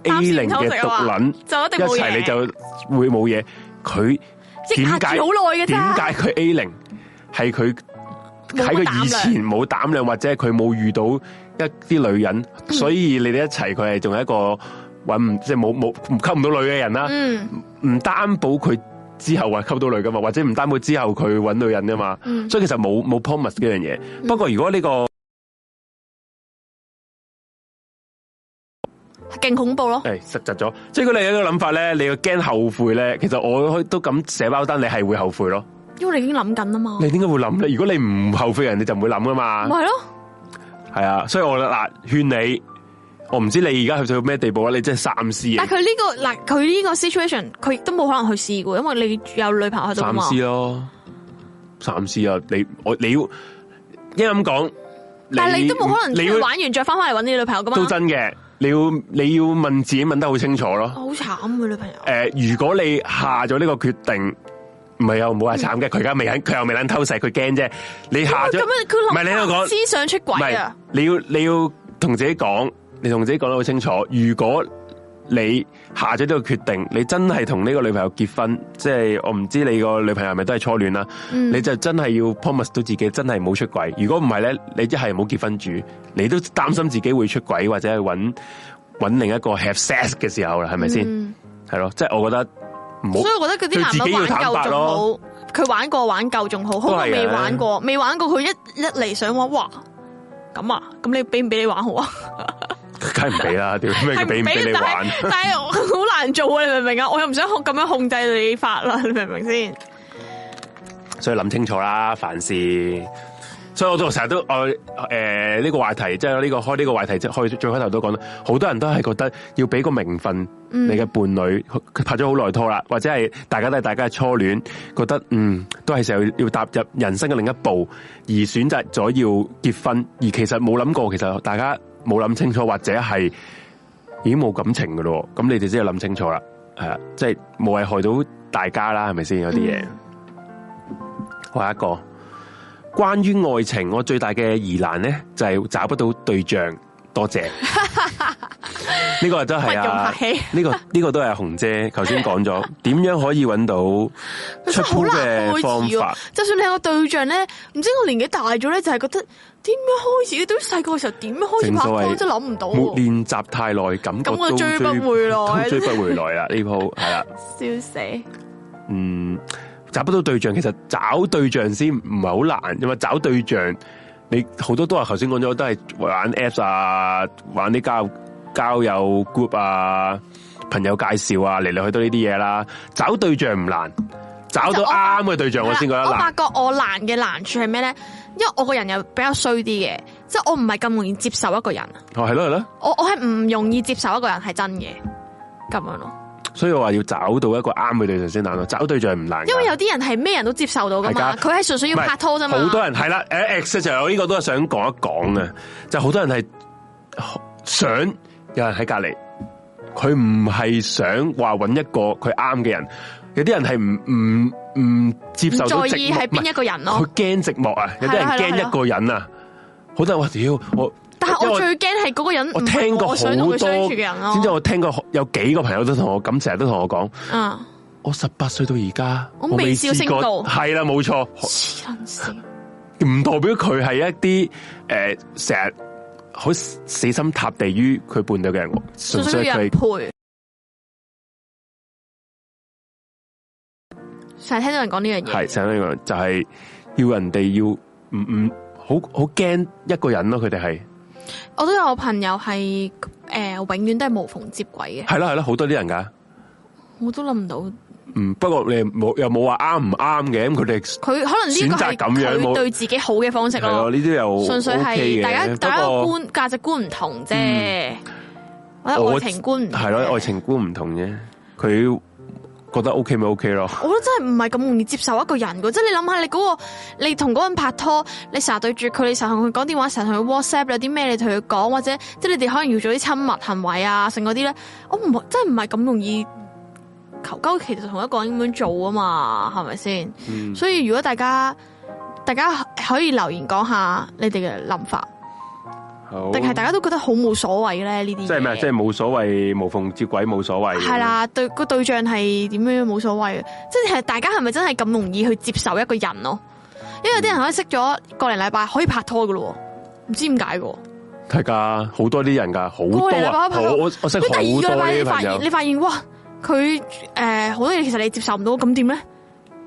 A
貪
零
錢偷食
嘅
啊
毒撚。
就一定
一
冇
齊
嘢。
你就會冇嘢。佢
抑
點
壓
解
住好耐嘅啫
點解佢 A 零係佢喺佢
冇乜膽量
以前冇膽量，或者佢冇遇到一啲女人，
嗯
所以你哋一齊佢係仲係一個搵唔即係冇冇唔溝唔到女嘅人啦。
嗯。
唔擔保佢之後話溝到女噶嘛，或者唔擔保之後佢搵女人噶嘛。
嗯
所以其實冇冇 promise 呢樣嘢。不過如果呢、個
勁恐怖咯！
誒實質咗，即係佢哋有一個諗法咧，你要驚後悔咧，其實我都咁寫包單，你係會後悔
哦
咯。
因為你已經諗緊啦啊嘛，
你啊點解會諗咧？如果你唔後悔人，你就唔會諗噶
咪
嘛。
係咯，
係啊，所以我嗱勸你，我唔知你而家去到咩地步啦。你真係三思
但
啊
係，佢呢個嗱，佢呢個 situation 佢都冇可能去試嘅，因為你有女朋友喺度啊
三
嘛。
思咯，三思啊！你我你要應該咁講，
但係你都冇可能
你
出去
要
玩完再翻翻嚟搵你女朋友噶嘛。
都真嘅，你要你要問自己問得好清楚咯。
好慘啊嘅女朋友。
誒，如果你下咗呢個決定。唔係又唔好話慘嘅，佢而家未肯，佢又未肯偷食，佢驚啫。你下
咁
咗，
樣佢
唔係你聽我
諗
講，
思想出
唔
軌
係
啊！，
你要你要同自己講，你同自己講得好清楚。如果你下咗呢個決定，你真係同呢個女朋友結婚，即係我唔知你個女朋友係咪都係初戀啦，
嗯
你就真係要 promise 到自己真係冇出軌。如果唔係咧，你一係冇結婚住，你都擔心自己會出軌或者係揾揾另一個 have sex 嘅時候啦，係咪先？係咯，即係我覺得唔好
嗯所以我覺得嗰啲男人玩夠仲好，佢玩過玩夠仲好，好過
都係嘅啊
未玩過，未玩過佢一一嚟想話哇咁啊，咁你俾唔俾你玩好啊？
梗係唔俾啦，屌咩叫俾唔俾你
但
玩
係？但係我好難做啊！你明唔明啊？我又唔想控咁樣控制你法啦，你明唔明先？
所以諗清楚啦，凡事。所以我都成日都我誒呢個話題，即係呢個開呢個話題，即係開最開頭都講啦，好多人都係覺得要俾個名分你嘅伴侶，佢拍咗好耐拖啦，或者係大家都係大家嘅初戀，覺得嗯都係時候要踏入人生嘅另一步，而選擇咗要結婚，而其實冇諗過，其實大家冇諗清楚，或者係已經冇感情嘅咯，咁你哋真係諗清楚啦，係啊，即係
嗯
啊冇謂害到大家啦，係咪先有啲嘢？我下一個關於愛情，我最大嘅疑難咧就係找不到對象。多
*laughs*
謝，呢個都係啊，
不用客氣
呢個呢個都係紅姐頭先講咗，點樣可以揾到出
真係 *laughs* 好
鋪
難
嘅
開
方
始啊喎
法？。
就算你有個對象咧，唔知我年紀大咗咧，就係覺得點樣開始？對於細個嘅時候點樣開始
正
拍
所
拖
謂
都諗唔到
沒
喎，
練習太耐，感覺
咁我
都
追不回來
都追不回來啦。呢鋪係啦，
笑死！
嗯，找不到對象，其實找對象先唔係好難，因為找對象你好多都係頭先講咗，都係玩 Apps 啊，玩啲交交友 group 啊，朋友介紹啊，嚟嚟去去都呢啲嘢啦。找對象唔難，找到
就我
啱嘅對象我先覺得
我發
難。
覺我難嘅難處係咩咧？因為我個人又比較衰啲嘅，即係我唔係咁容易接受一個人，啊
哦，係咯係咯，
我我係唔容易接受一個人係真嘅咁樣咯。
所以我話要找到一個啱嘅對象先難咯，找對象唔難㗎。
因為有啲人係咩人都接受到噶嘛，
係㗎
佢係純粹要
唔係
拍拖啫嘛。
好多人係啦，誒 X 就有呢個都係想講一講嘅，就好多人係想有人喺隔離，佢唔係想話揾一個佢啱嘅人，有啲人係唔唔唔接受到
唔
寂
在意
寞
係邊一個人
唔係
咯
佢。驚寂寞啊，有啲人
係啦係啦
驚一個人啊，好多人話屌我，
但係
因為
我最驚係嗰個人
我
唔係
聽過
我
好
想同
多，
佢相處嘅人
知唔知
咯。
我聽過有幾個朋友都同我咁，成日都同我講，
嗯，
我十八歲到而家，
我
我
未
未
笑
試
聲道
過，係啦，冇錯。
黐撚線，
唔代表佢係一啲诶成日好死心塌地於佢伴侶嘅人，純
純粹
粹
要有人
佢
陪。成日聽到人講呢樣嘢，
係成日一樣，就係要人哋要唔唔好好驚一個人咯。佢哋係
我都有朋友係诶、呃永遠都係無縫接軌嘅，
係啦係啦，好多啲人噶。
我都諗唔到
嗯，不過你冇又冇話啱唔啱嘅，咁佢哋
佢可能呢
選
個係
擇咁樣
佢
冇
對自己好嘅方式
係咯
咯，
呢啲又
純粹
OK
係
嘅
大家大家個
不過嗯
觀價值觀唔同啫，或者
我
愛情觀唔同
係咯，
啫
愛情觀唔同啫，佢覺得 OK 咪 OK 咯。
我都真係唔係咁容易接受一個人嘅，即係你諗下，你嗰、個你同嗰個人拍拖，你成日對住佢，你成日同佢講電話，成日同佢 WhatsApp，有啲咩你同佢講，或者即係你哋可能要做啲親密行為啊，成嗰啲咧，我唔真係唔係咁容易求鳩其實同一個人咁樣做啊嘛，係咪先？
嗯
所以如果大家大家可以留言講下你哋嘅諗法，
好
定係大家都覺得好冇所謂咧呢啲嘢？
啊即係咩？即係冇所謂無縫接軌，冇所謂。
系啦，對個對象係點樣冇所謂嘅，即係大家係咪真係咁容易去接受一個人咯？因
嗯
為有啲人可以識咗個零禮拜可以拍拖噶咯喎，唔知點解嘅喎。
系噶，好多啲人噶，好多
個零禮拜
啊！
可以拍拖
我我我识
跟
好
住
多
第二個禮拜
呢
你
啲
發
朋
現
友。
你發現哇，佢诶好多嘢其實你接受唔到，咁點咧？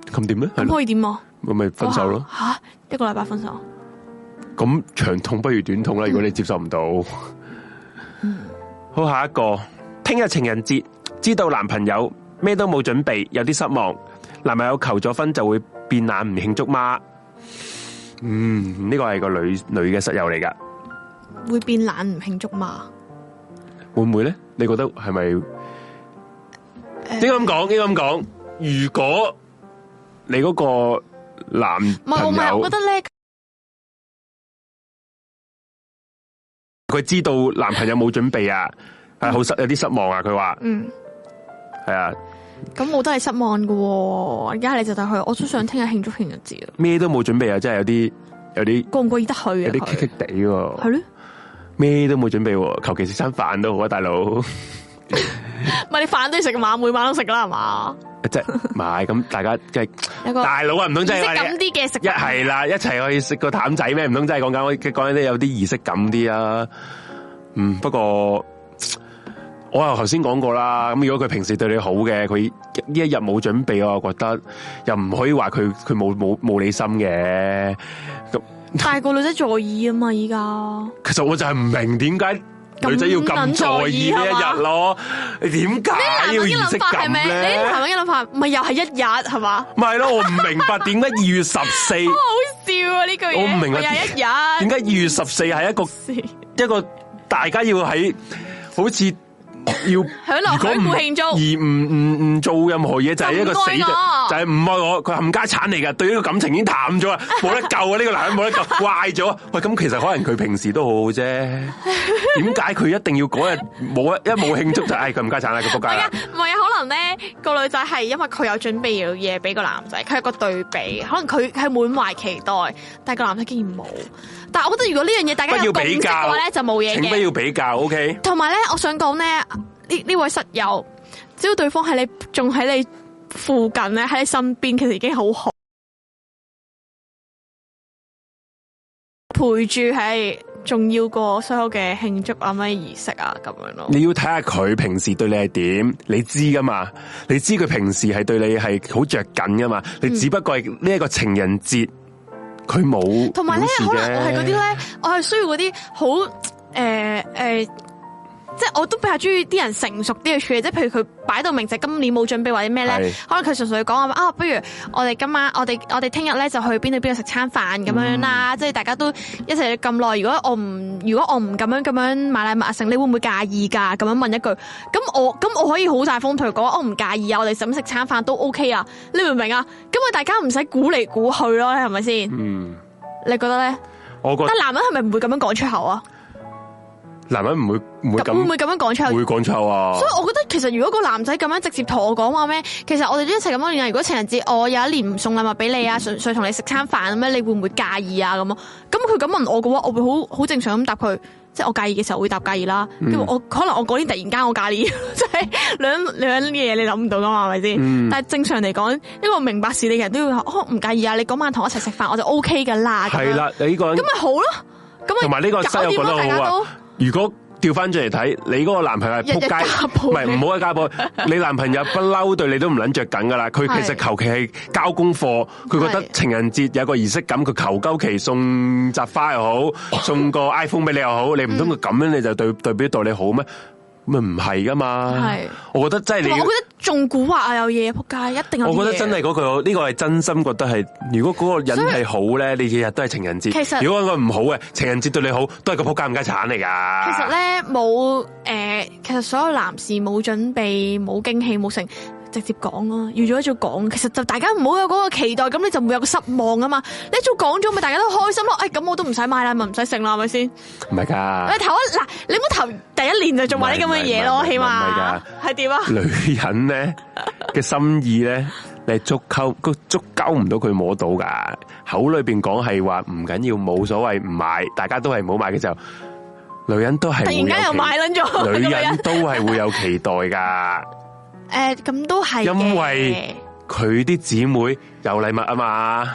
咁點咧？係
咁
咯
可以點啊？
咁咪分手咯。
哇！吓一個禮拜分手，
咁長痛不如短痛啦。
嗯
如果你接受唔到，好下一個。聽日情人節，知道男朋友咩都冇準備，有啲失望。男朋友求咗婚就會變懶唔慶祝嗎？嗯，呢個係個女女嘅室友嚟噶，
會變懶唔慶祝嘛？
會唔會咧？你覺得係咪？應該咁講，應該咁講。如果你嗰個男
唔係唔
朋
係，
友
我覺，得咧，
佢知道男朋友冇準備啊，係好失有啲失望啊。佢話
嗯，
係啊，
咁我都係失望嘅喎。而家你就帶佢，我都想聽日慶祝情人節啊，
咩都冇準備啊，真係有啲有啲
過唔過意得去啊？
有啲
佢
棘棘地
係
喎，
咯。
咩都冇準備喎，求其食餐飯都好啊，大佬。 *laughs*
唔係你飯都要食噶嘛，每晚都食噶啦，係嘛？
即係唔係咁，大家即係
有個
大佬啊，唔通
即
真係
係
話
咁
你
啲嘅食
一係啦，一齊去食個淡仔咩？唔通真係講緊講緊啲有啲儀式感啲啊？嗯，不過我又頭先講過啦，咁如果佢平時對你好嘅，佢呢一日冇準備，我又覺得又唔可以話佢佢冇冇冇你心嘅。
但係個女仔在意 *laughs* 啊嘛，依家
其實我就係唔明點解女仔要咁在意呢一日咯？你點解
男
要
人嘅
儀式
哎諗法係
感
咪？你啲男
咧？
人嘅諗法咪又係一日係嘛？
咪係咯，我唔明白點解二月十
*laughs*
四，
好笑啊！呢句嘢
我唔明
咪
啊
又係一
點
日
解二月十四係一個
是
一個大家要喺好似
*laughs*
要
享樂
如果
享
唔
負慶祝
而唔唔唔做任何嘢就係一個死
就唔愛我
嘅，就係唔愛我，佢冚家產嚟噶，對呢個感情已經淡
*laughs*
咗啦，冇得救啊！呢個男人冇得救，壞咗。喂，咁其實可能佢平時都好好啫，
*laughs*
點解佢一定要嗰日冇一一冇慶祝就唉佢冚家產啦，佢仆街
係
啦
啊，，唔係啊，可能咧個女仔係因為佢有準備要嘢俾個男仔，佢有個對比，可能佢係滿懷期待，但係個男仔竟然冇。但係我覺得如果呢樣嘢大
不
家有
要
共識
比
嘅
較
話咧，就冇嘢
請不
嘅。
要比較，OK？
同埋咧，我想講咧，呢呢位室友，只要對方喺你仲喺你附近咧，喺你身邊，其實已經好好。陪住係重要過所有嘅慶祝啊、咩儀式啊咁樣咯。
你要睇下佢平時對你係點，你知噶嘛？你知佢平時係對你係好着緊噶嘛？你只不過係呢一個情人節，佢冇
同埋咧
表，示啫
可能我係嗰啲咧，我係需要嗰啲好诶诶，即係我都比較中意啲人成熟啲嘅處理，即係譬如佢擺到明就係今年冇準備或者咩咧
係，
可能佢純粹講話啊，不如我哋今晚我哋我哋聽日咧就去邊度邊度食餐飯咁樣
嗯
啦，即係大家都一齊咁耐。如果我唔如果我唔咁樣咁樣買禮物啊，成你會唔會介意㗎？咁樣問一句，咁我咁我可以好大風同佢講，我唔介意啊，我哋咁食餐飯都 OK 啊，你明唔明啊？咁啊，大家唔使估嚟估去咯，係咪先？
嗯，
你覺得咧？
我覺
但男人係咪唔會咁樣講出口啊？
得男人唔會唔會
咁會唔
咁
會咁樣講出口？
會講錯啊
所。以我覺得其實如果個男仔咁樣直接同我講話咩，其實我哋都一齊咁多年啦。如果情人節我有一年唔送禮物俾你啊，純粹同你食餐飯咁樣，你會唔會介意啊？咁啊咁佢咁問我嘅話，我會好好正常咁答佢，即係我介意嘅時候會答介意啦。
嗯
跟住我可能我嗰年突然間我介意， *laughs* 即係兩兩樣嘢你諗唔到噶啊嘛，係咪先？
嗯
但係正常嚟講，一個明白事理嘅人都要話哦唔介意啊，你嗰晚同我一齊食飯我就 O K 噶啦。咁樣
係，啦，你呢個人
咁咪好咯。咁咪
同埋呢個
搞
室友
掂
覺得
咯大家
好
都
啊。如果調翻轉嚟睇，你嗰個男朋友係
日日
撲
家
街，
暴
唔係唔好喺家暴。
*laughs*
你男朋友不嬲對你都唔撚着緊噶啦，佢其實
係
求其係交功課，佢覺得
係
情人節有個儀式感，佢求鳩其送扎花又
*laughs*
好，送個 iPhone 俾你又好，你唔通佢
嗯
咁樣你就對對表對你好咩？咪唔係噶嘛
係？
我覺得真係你
同埋
要
我覺得仲古惑啊，有嘢仆街，一定有啲嘢。
我覺得真係嗰句，呢個係真心覺得係，如果嗰個人係好咧，你日日都係情人節。
其實
如果嗰個唔好嘅，情人節對你好，都係個仆街唔家產嚟㗎。
其實咧冇诶，其實所有男士冇準備、冇驚喜、冇成，直接講咯，預咗一早講。其實就大家唔好有嗰個期待，咁你就唔會有個失望啊嘛。你一早講咗，咪大家都開心咯。诶、咁我都唔使買啦，咪唔使剩啦，係咪先？
唔係㗎
*laughs* 你。頭一嗱，你唔好頭第一年就做埋啲咁嘅
啊
嘢
唔
咯，
係唔係
起
唔係
碼
㗎
係點啊？
女人咧嘅心意咧，你係足溝足溝唔到佢摸到噶。口裏邊講係話唔緊要，冇所謂，唔買，大家都係唔好買嘅時候，女人都係
突
會
然
有
間又
期
買撚咗，
女
咁
人
樣
都係會有期待噶。
诶，咁都係嘅
因為佢啲姊妹有禮物啊嘛。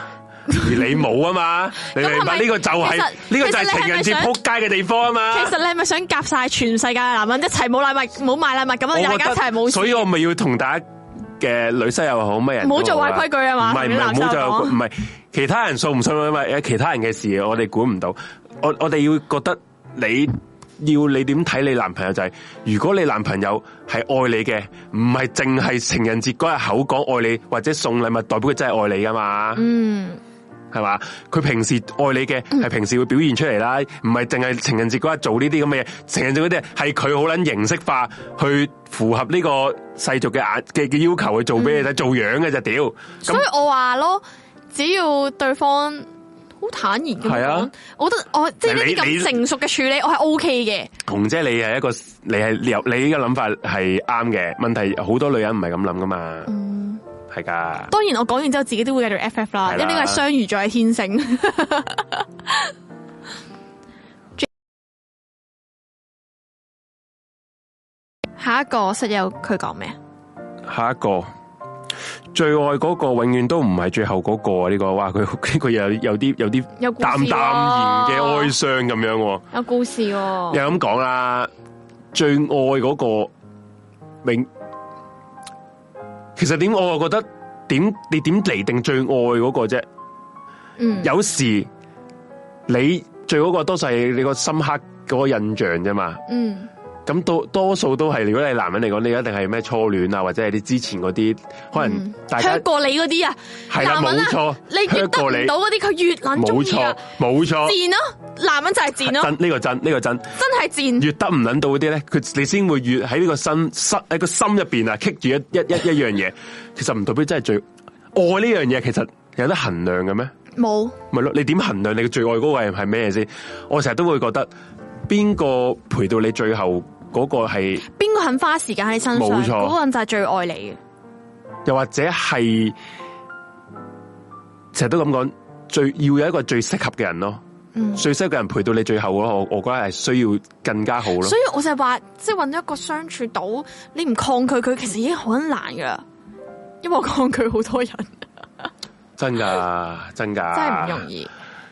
而你冇啊
*laughs*
嘛，你明
咁係咪
白呢個就係
其實
呢個就
其實
係
你係咪
情人節
想
撲街嘅地方啊嘛。
其實你係咪想夾晒全世界嘅男人一齊冇禮物、冇買禮物咁
我
啊？
覺
大
得
家一齊冇事，
所以我咪要同大家嘅女室友好乜人都
唔好做
啦
壞規矩啊嘛
唔係唔係
同啲男
唔
生
好做
講
壞規唔係其他人信唔信啊嘛，有其他人嘅事我哋管唔到，我我哋要覺得你。要你點睇你男朋友就係、如果你男朋友係愛你嘅，唔係淨係情人節嗰日口講愛你或者送禮物，代表佢真係愛你噶嘛？
嗯，
係嘛？佢平時愛你嘅係平時會表現出嚟啦，唔係淨係情人節嗰日做呢啲咁嘅嘢。情人節嗰啲係佢好捻形式化，去符合呢個世俗嘅眼嘅嘅要求去做俾你睇，做樣嘅就屌。
嗯所以
咁
我話咯，只要對方好坦然咁
係
講
啊，
我覺得我即係呢啲
你你
咁成熟嘅處理，我係 O K 嘅。
紅姐你係一個你係你有你嘅諗法係啱嘅，問題好多女人唔係咁諗噶嘛，
嗯
係噶。
當然我講完之後，自己都會繼續 F F 啦，
係
因
啦
為呢個係雙魚座嘅天性。 *laughs* 下一個室友佢講咩啊？
下一個最愛嗰個永遠都唔係最後嗰個啊！呢個哇，佢 *laughs* 呢個有有啲有啲
有故事
淡
喎
淡然嘅哀傷咁樣喎。
有故事喎，
又咁講啦，最愛嗰、個永，其實點我又覺得點你點嚟定最愛嗰個啫？
嗯，
有時你最嗰個多數係你個深刻嗰個印象啫嘛。
嗯，
咁多多數都係，如果你係男人嚟講，你一定係咩初戀啊，或者係啲之前嗰啲，可能大家
嗯香過你嗰啲啊，
係啦，
男
冇
人啊
錯，
你越
香
得
過
唔
你，
到嗰啲，佢越捻中
冇
意啊
錯，，冇錯，
賤咯，男人就係賤
真
咯，
呢、個真呢、個真。
真係賤。
越得唔捻到嗰啲咧，佢你先會越喺呢個心心喺個心入边啊，棘住一一一一樣嘢。其實唔代表真係最愛呢樣嘢，其實有得衡量嘅咩？
冇，
咪咯，你點衡量你嘅最愛嗰位係咩先？我成日都會覺得邊個陪到你最後嗰個係
邊個肯花時間喺你身上，
冇錯
嗰個人就係最愛你嘅。
又或者係成日都咁講，最要有一個最適合嘅人咯，
嗯
最適合嘅人陪到你最後咯，我我覺得係需要更加好咯
所。以我就係話，即係揾到一個相處到你唔抗拒佢，其實已經好難噶啦。因為我抗拒好多人，
真噶，真噶，
真係唔容易。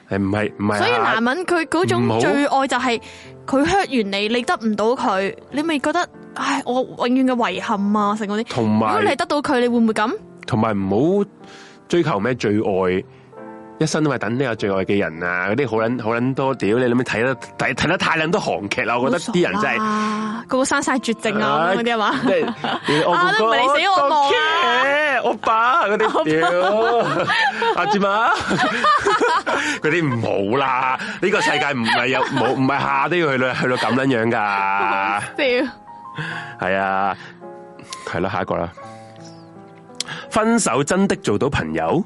係唔係唔啊係啊？嗯
所以男人佢嗰
唔好
種最愛就係佢 hurt 完你，你得唔到佢，你咪覺得唉，我永遠嘅遺憾啊，成嗰啲。
同埋
如果你得到佢，你會唔會咁？
同埋唔好追求咩最愛，一生都係等呢個最愛嘅人啊！嗰啲好捻好捻多屌，你諗睇得睇睇得太捻多韓劇啦！我覺得啲人真係。
係啊個個生晒絕症啊
唉
咁嗰啲係嘛
即？係我
*laughs* 啊都唔係你死我亡
啊！我爸嗰啲屌阿芝
*laughs*
麻，嗰啲唔好啦！呢個世界唔係有冇唔係下都要去到去到咁樣樣噶。
屌，
係啊，係啦，下一個啦。分手真的做到朋友，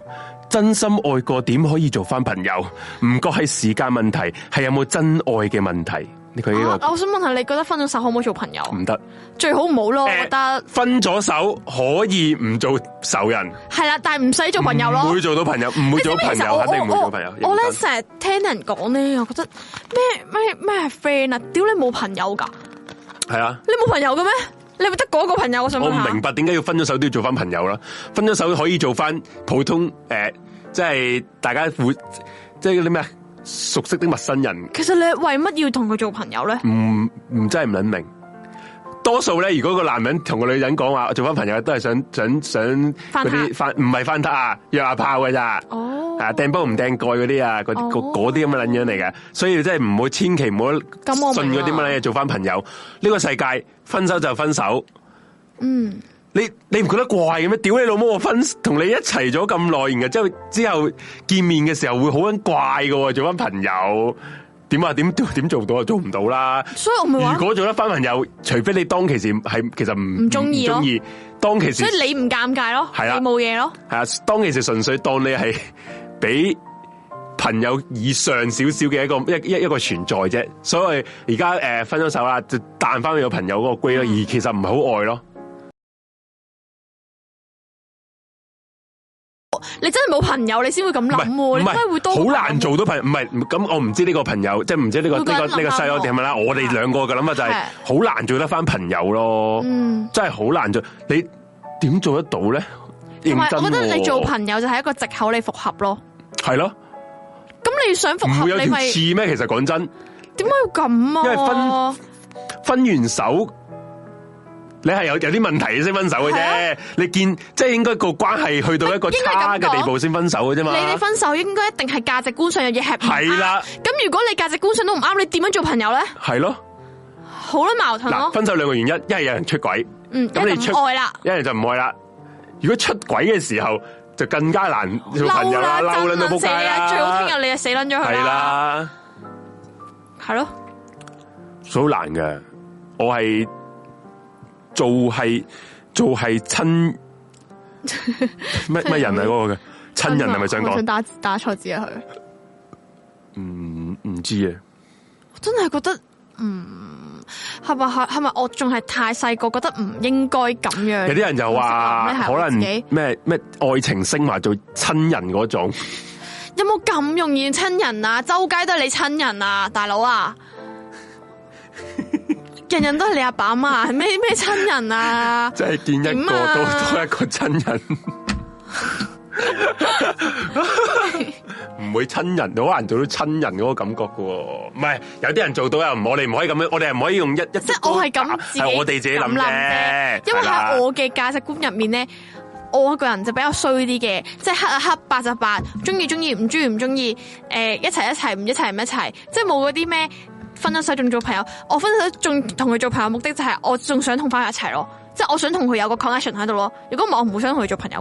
真心愛過點可以做翻朋友？唔覺係時間問題，係有冇真愛嘅問題？呢佢呢
啊我想問下，你覺得分咗手可唔可以做朋友？
個唔得。
最好唔好咯，我
誒
覺得
分咗手可以唔做仇人，
係啦，但係唔使做朋友咯
唔會。做到朋友，唔會做到朋
你知唔知其實我
友，肯定唔會做到朋友。
我我我咧
認真
成日聽人講咧，我覺得咩咩咩係 friend 啊？屌你冇朋友㗎？
係啊，
你冇朋友嘅咩？你咪得嗰個朋友？我想
我
問
唔
下。
明白點解要分咗手都要做翻朋友啦？分咗手可以做翻普通誒，即係大家會即係嗰啲咩啊熟悉的陌生人。
其實你為乜要同佢做朋友咧？
唔唔真係唔捻明。多數咧，如果個男人同個女人講話做翻朋友，都係想想想
翻
嗰
撻
啲翻唔係翻撻啊，約下炮嘅咋。
哦
啊掟煲唔掟蓋嗰啲啊，嗰啲嗰
哦
嗰啲咁嘅捻樣嚟嘅，所以真係唔好千祈唔好
我
信
明
嗰啲乜
啦
捻嘢做翻朋友。呢個世界分手就分手，
嗯，
你你唔覺得怪嘅咩？屌你老母！我分同你一齊咗咁耐，然後之後之後見面嘅時候會好撚怪嘅喎，做翻朋友點啊？點點做到啊？做唔到啦！
所以我咪話
如，果做得翻朋友，除非你當其時係其實唔
唔鍾意咯
唔鍾意當其時
所以你唔尷尬咯，
係啦
你冇嘢咯，
係啊，當其時純粹當你係俾朋友以上少少嘅一個一一一個存在啫。所以而家誒分咗手啦，就彈翻去個朋友嗰個歸咯，
嗯
而其實唔係好愛咯。
你真係冇朋友，你先會咁諗喎，
唔
你點解會
係
多
好
個朋友？
難做到朋友，唔係咁我唔知呢個朋友，即係唔知呢個呢
每個
個
人
呢個
諗法
細佬點樣啦。
唔同
我哋兩個嘅諗法就係
啊係
好難做得翻朋友咯，
嗯，
真係好難做。你點做得到咧？
同埋
認真
我覺得你
喎
做朋友就係一個藉口，你復合咯。
係咯，
咁你想復
唔
合，
會有
哦你
條
咪
刺咩？其實講真，
點解要咁啊？
因為分完手，你係有有啲問題先分手嘅
係
啫。你見即係應該個關係去到一個
應該係
差
咁
嘅地步先分手嘅啫嘛。
你哋分手應該一定係價值觀上有嘢係唔啱
係啦。
咁如果你價值觀上都唔啱，你點樣做朋友咧？
係咯，
嗯好啦，矛盾
嗱，
咯。
分手兩個原因，一係有人出軌，
嗯，
咁你
一定
出
唔愛啦，
一係就唔愛啦。如果出軌嘅時候，就更加難做朋友啦，嬲
憎
撚到
撚
仆
死
街
你
啦，
啦，最好聽日你就死撚咗佢
係
啦，
啦，
係咯。
所以好難嘅。我係做係做係
*laughs*
親乜乜人啊嗰個嘅親人係咪想
啊我
講？
打打錯字啊！佢
唔唔知啊。
我真係覺得，嗯，係咪係係咪我仲係太細個，覺得唔應該咁樣？
有啲人就話
唔識諗呢係我
可能
自己
咩咩愛情升華做親人嗰種，
有冇咁容易親人啊？周街都係你親人啊，大佬啊！人人都係你阿爸阿媽，啊咩咩親人啊？
即係見一個
點啊
多多一個親
*laughs*
人，唔會親人，好難做到親人嗰個感覺噶。唔係有啲人做到又唔，我哋唔可以咁樣，我哋係唔可以用一一
即係我係咁
打
自己
係我哋自己諗
咁諗
啫
啫，因為
係啦
喺我嘅價值觀入面咧，我個人就比較衰啲嘅，即係黑啊黑，白就白，中意中意，唔中意唔中意，誒一齊一齊，唔一齊唔一齊，即係冇嗰啲咩分咗手仲做朋友，我分咗手仲同佢做朋友，目的就係我仲想同翻佢一齊咯，即係我想同佢有個 connection 喺度咯。如果唔係，我唔會想同佢做朋友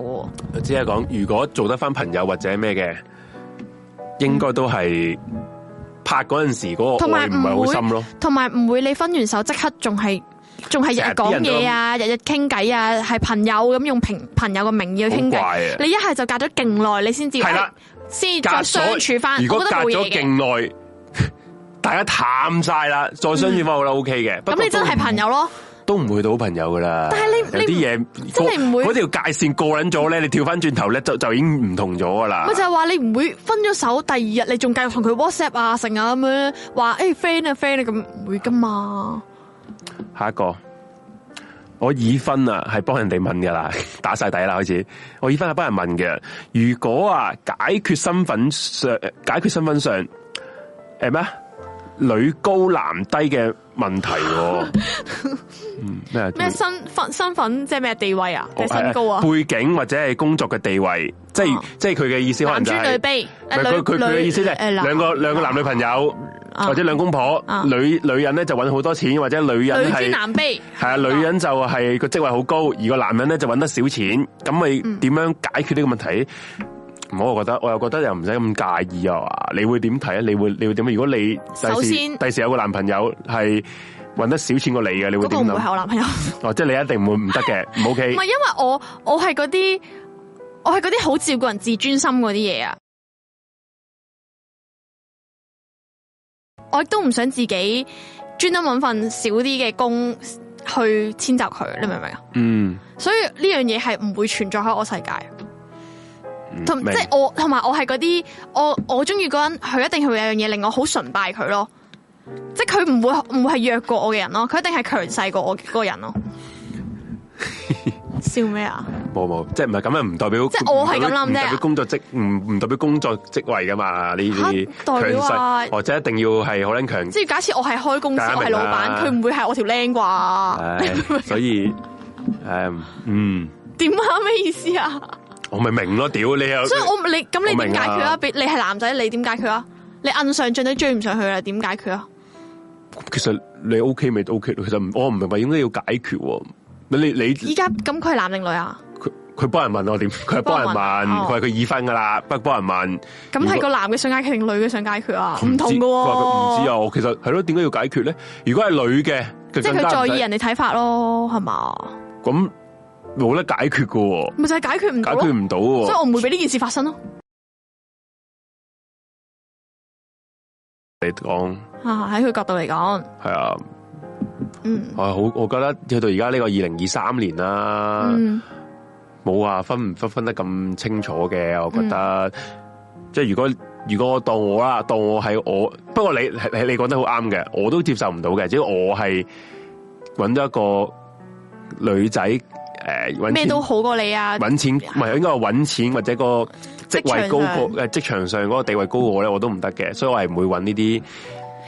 嘅喎。
只係講，如果做得翻朋友或者咩嘅，應該都係拍嗰陣時嗰
同
個愛
埋
唔係
唔
好
會
深咯。
同埋唔會你分完手即刻仲係仲係日日講嘢啊，日日傾偈啊，係朋友咁用平朋友嘅名義去傾
好怪啊
偈。你一係就隔咗勁耐，你先至
係啦
哎先至
隔
再
所
相處翻。
如
我
果
覺
隔
得冇
咗
嘢嘅。
勁耐， *laughs* 大家淡晒啦，再相處翻我覺得 O K 嘅。不過
咁你真係
都唔
朋友咯，
都唔會到好朋友噶啦。
但係你
有
你
啲嘢
真係唔會
嗰條界線過撚咗咧，你跳翻轉頭咧就就已經唔同咗噶啦
咪。就係話你唔會分咗手，第二日你仲繼續同佢 WhatsApp 啊，成啊咁樣話誒 friend 啊 friend 啊咁唔會噶嘛？
下一個，我已婚啊，係幫人哋問噶啦， *laughs* 打晒底啦開始。我已婚係幫人問嘅。如果啊解決身份上，呃解決身份上，誒咩啊女高男低嘅問題喎。
*laughs*
嗯咩啊
咩身份身份即係咩地位啊？定係
係
身高啊？
背景或者係工作嘅地位，即係
啊
即係佢嘅意思可能
男
就
尊女
係。
卑，
唔
誒
係佢佢佢嘅意思即係兩個兩個男女朋友或者兩公婆
啊，
女女人咧就搵好多錢，或者女
女
人
尊
係
男卑，
系啊，女人就係個職位好高，而個男人咧就搵得少錢，咁咪點樣解決呢個問題？唔好，我覺得我又覺得又唔使咁介意啊嘛。你會點睇啊？你會你會點啊？如果你
首
第時
先
第時有個男朋友係搵得少錢過你嘅，你會
嗰個
點
唔會係
諗？
我男朋友。
哦，即係你一定唔會唔得嘅，唔
*laughs*
OK
唔係。因為我我係嗰啲我係嗰啲好照顧人自尊心嗰啲嘢啊，我亦都唔想自己專登揾份少啲嘅工去遷就佢，你明唔明啊？
嗯，
所以呢樣嘢係唔會存在喺我世界。
嗯
同
明
即系我同埋我係嗰啲我我中意嗰個人，佢一定係會有樣嘢令我好崇拜佢咯。即系佢唔會唔會係弱過我嘅人咯，佢一定係強勢過我嗰
*laughs*
個人咯。笑咩啊？
冇冇，即係唔係咁樣，唔代表
即係我係咁諗啫
唔代表工作職唔唔代表工作職位噶嘛？呢啲
嚇代表啊
強勢或者一定要係好撚
*laughs*
強
即係假設我係開公司，
大家
我係
明
老
啦
闆，佢唔會係我條僆啩？
唉，所以诶，嗯，
點啊？咩意思啊？
我咪明咯，屌你又，
所以我你咁你
我明
點解決啊？
啊
俾你係男仔，你點解決啊？你摁上進都追唔上去啦，點解決啊？
其實你 O K 咪 O K 咯，其實唔我唔明白應該要解決喎。你你你
依家咁佢係男定女啊？
佢佢幫人問我點，佢係幫
幫
人
人問
問，
哦
佢話佢已婚噶啦，不過幫人問，
咁
如
係
果
個男嘅想解決定女嘅想解決啊？唔同
知
噶
佢話佢唔
喎
知。啊，我其實係咯，點解要解決咧？如果係女嘅，即
即係佢在意人哋睇法咯，係嘛？
咁冇得解決噶喎，
咪就係解決唔
解
到咯
決，唔到
所以我
喎。
唔會俾呢件事發生咯。
你講
啊，喺佢角度嚟講，
係啊，
嗯
我好，我覺得去到而家呢個二零二三年啦。
嗯，
冇話分唔分分得咁清楚嘅，我覺
嗯
得、即係如果如果我當我啦，當我係我，不過你你你講得好啱嘅，我都接受唔到嘅，只要我係揾咗一個女仔誒揾
咩
錢
都好過你啊，
揾錢，唔係應該話揾錢或者個職位
職場上
高過誒職場上嗰個地位高過我咧，我都唔得嘅，所以我係唔會揾呢啲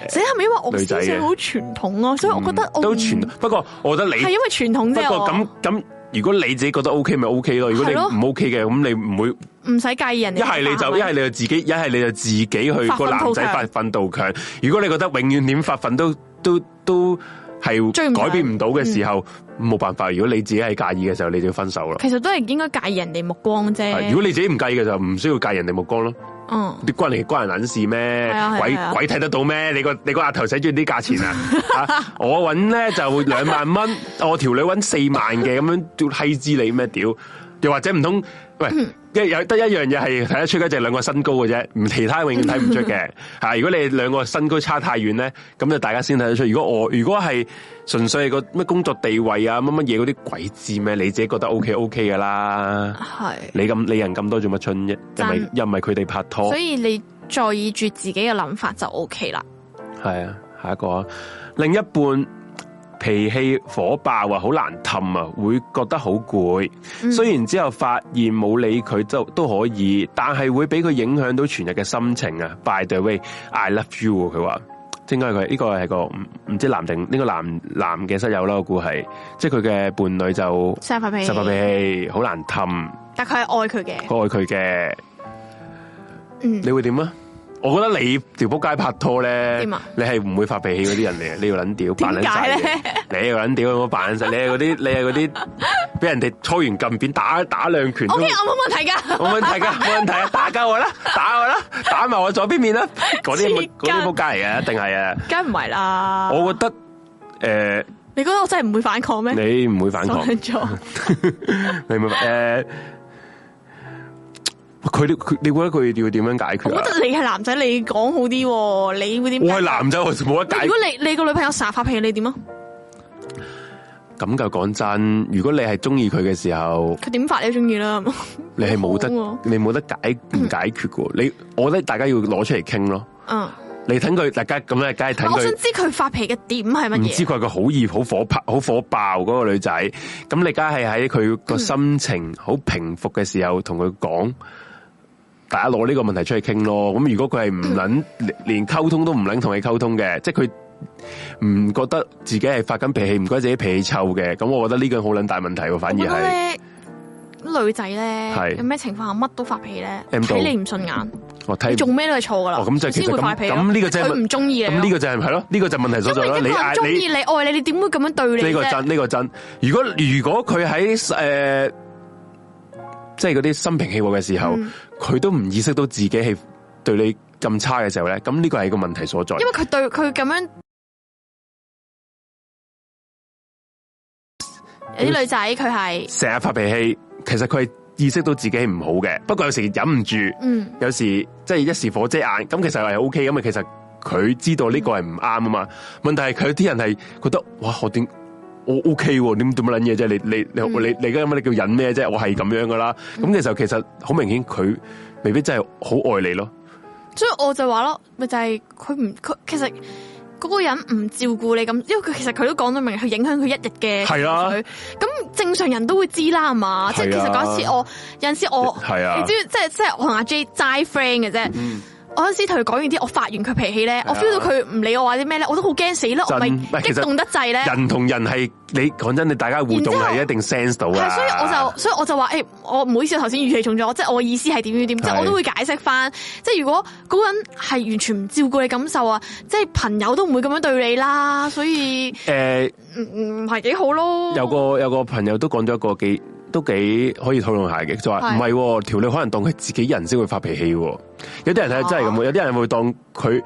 死係咪因為我
女仔嘅
思想好傳統咯？所以我覺得我
嗯都
唔
全。不過我覺得你
係因啊為傳統
不
啫，
過
我
咁咁，如果你自己覺得 O K 咪 O K 咯，如果你
係咯
唔 O K 嘅，咁你唔會。
唔使介意人哋
一
睇法。
係你就一係
係
你就自己，一係你就自己去
發奮
個男仔
圖強
發奮度強。如果你覺得永遠點發奮都都都
追唔
係
上嗯
改變唔到嘅時候，冇、辦法。如果你自己係介意嘅時候，你就要分手啦。
其實都係應該介意人哋目光
係
啫。
啊如果你自己唔介意嘅就唔需要介意人哋目光咯。
嗯，
啲關你關人撚事咩
係啊係啊？
鬼
係啊
鬼睇得到咩？你個你個額頭使住啲價錢
*laughs*
啊！啊我揾咧就兩萬蚊， *laughs* 我條女揾四萬嘅，咁樣叫閪知你咩屌？又或者唔通喂？
嗯
一有得一樣嘢係睇得出嘅就係兩個身高嘅啫，唔其他永遠睇唔出嘅。
*laughs*
嚇，如果你兩個身高差太遠咧，咁就大家先睇得出。如果我如果係純粹係個咩工作地位啊乜乜嘢嗰啲鬼知咩？你自己覺得 O K O K 噶
*laughs*
啦。
係。
你咁你人咁多做乜春啫？又咪
真
又唔係佢哋拍拖。
所以你在意住自己嘅諗法就 O K 啦。
系啊，下一个啊，另一半脾氣火爆啊，好難氹啊，會覺得好攰。
嗯
雖然之後發現冇理佢都都可以，但係會俾佢影響到全日嘅心情啊。By the way，I love you 啊佢話，應該係佢呢個係個唔唔知男定呢、個男男嘅室友啦，我估係，即係佢嘅伴侶就
生發脾氣
十發脾氣，好難氹。
但佢係愛佢嘅。
我愛佢嘅，
嗯
你會點啊？我覺得你條仆街拍拖咧，
點啊
你係唔會發脾氣嗰啲人嚟嘅，你要撚屌，扮撚
點解
晒
咧
嘢，你又撚屌，我扮撚晒，你係嗰啲，你係嗰啲俾人哋搓完撳扁打打兩拳都
O K，我冇問題㗎。
冇問題
*laughs*
噶，冇問題啊！打交我啦，打我啦，打埋我左邊面啦，嗰啲
黐筋
嗰啲仆街嚟嘅，一定係啊！
梗唔係啦。
我覺得诶、
你覺得我真係唔會反抗咩？
你唔會反
*laughs*
抗。
咗。
*laughs* 你明唔明？诶、佢哋佢，你覺得佢要點樣解決
我
啊
覺？得你係男仔，你講好啲喎，你會點？
我係男仔，我冇得解決
如果。你你個女朋友成日發脾氣，你點啊？
咁就講真，如果你係中意佢嘅時候，
佢點發你都中意
*laughs*
啦， *laughs*
你係冇得
好啊喎
你冇得解唔解決嘅。你我覺得大家要攞出嚟傾咯。
嗯。
你睇佢，大家咁咧，梗係睇
但我想
佢。
知佢發脾嘅點係乜
唔知
嘢？
佢係個好熱、好火爆、好火爆嗰個女仔，咁你梗係喺佢
嗯
個心情好平復嘅時候同佢講，大家攞呢個問題出去傾咯。咁如果佢係唔
嗯
捻連溝通都唔捻同你溝通嘅，即係佢唔覺得自己係發緊脾氣，唔覺得自己脾氣臭嘅，咁我覺得呢個好捻大問題喎，
我
反而
覺得
係
咧，女仔咧
係
有咩情況下乜都發脾氣咧，
M 到
睇你唔順眼，
我
你
睇
做咩都係錯噶啦。
哦咁就其實
先會發脾氣咯
咁咁呢個真係
即係佢唔中意你啊
咁
咯。
呢個就係係咯，呢個就問題所在
因
啦。
為
你
一個人中
嗌
意
你。
你愛你，你點會咁樣對
呢
你
個
啫？
真，呢個真。如果如果佢喺诶，即係嗰啲心平氣和嘅時候，
嗯
佢、都唔意識到自己係對你咁差嘅時候咧，咁呢個係個問題所在
因。為佢對佢咁樣。有啲女仔佢係，
成日發脾氣，其實佢係意識到自己係唔好嘅，不過有時忍唔住，
嗯，
有時即係一時火遮眼，咁其實係 O K 咁啊。其實佢知道呢個係唔啱啊嘛。問題係佢有啲人係覺得哇，我點我 O K 喎？點點乜撚嘢啫？你你你
嗯
你你而家乜你叫忍咩啫？我係咁樣噶啦。咁其實其實好明顯，佢未必真係好愛你咯。
所以我就話咯，咪就係佢唔佢其實嗰個人唔照顧你咁，因為佢其實佢都講到明，佢影響佢一日嘅
係啊
情緒咁正常人都會知啦，係嘛？即係
係
其
啊
實嗰一次我有陣時我
係啊
你知唔知即係即係我同阿 J 齋 friend 嘅啫。我嗰陣時同佢講完啲，我發完佢脾氣咧，我 feel 到佢唔理我話啲咩咧，我都好驚死啦！我哦咪
真喂
激
其實
動得滯咧，
人同人係你講真，你大家互動
然之後
係一定 sense 到啊。
係，所以我就所以我就話誒、欸我唔好意思，我頭先語氣重咗，即係我意思係點點點，即係
係
我都會解釋翻。即係如果嗰個人係完全唔照顧你感受啊，即係朋友都唔會咁樣對你啦，所以
诶、
唔唔係幾好咯。
有個有個朋友都講咗一個幾都幾可以討論下嘅，就話
係
唔係喎條女可能當佢自己人先會發脾氣喎，有啲人係真係咁喎，有啲人會當佢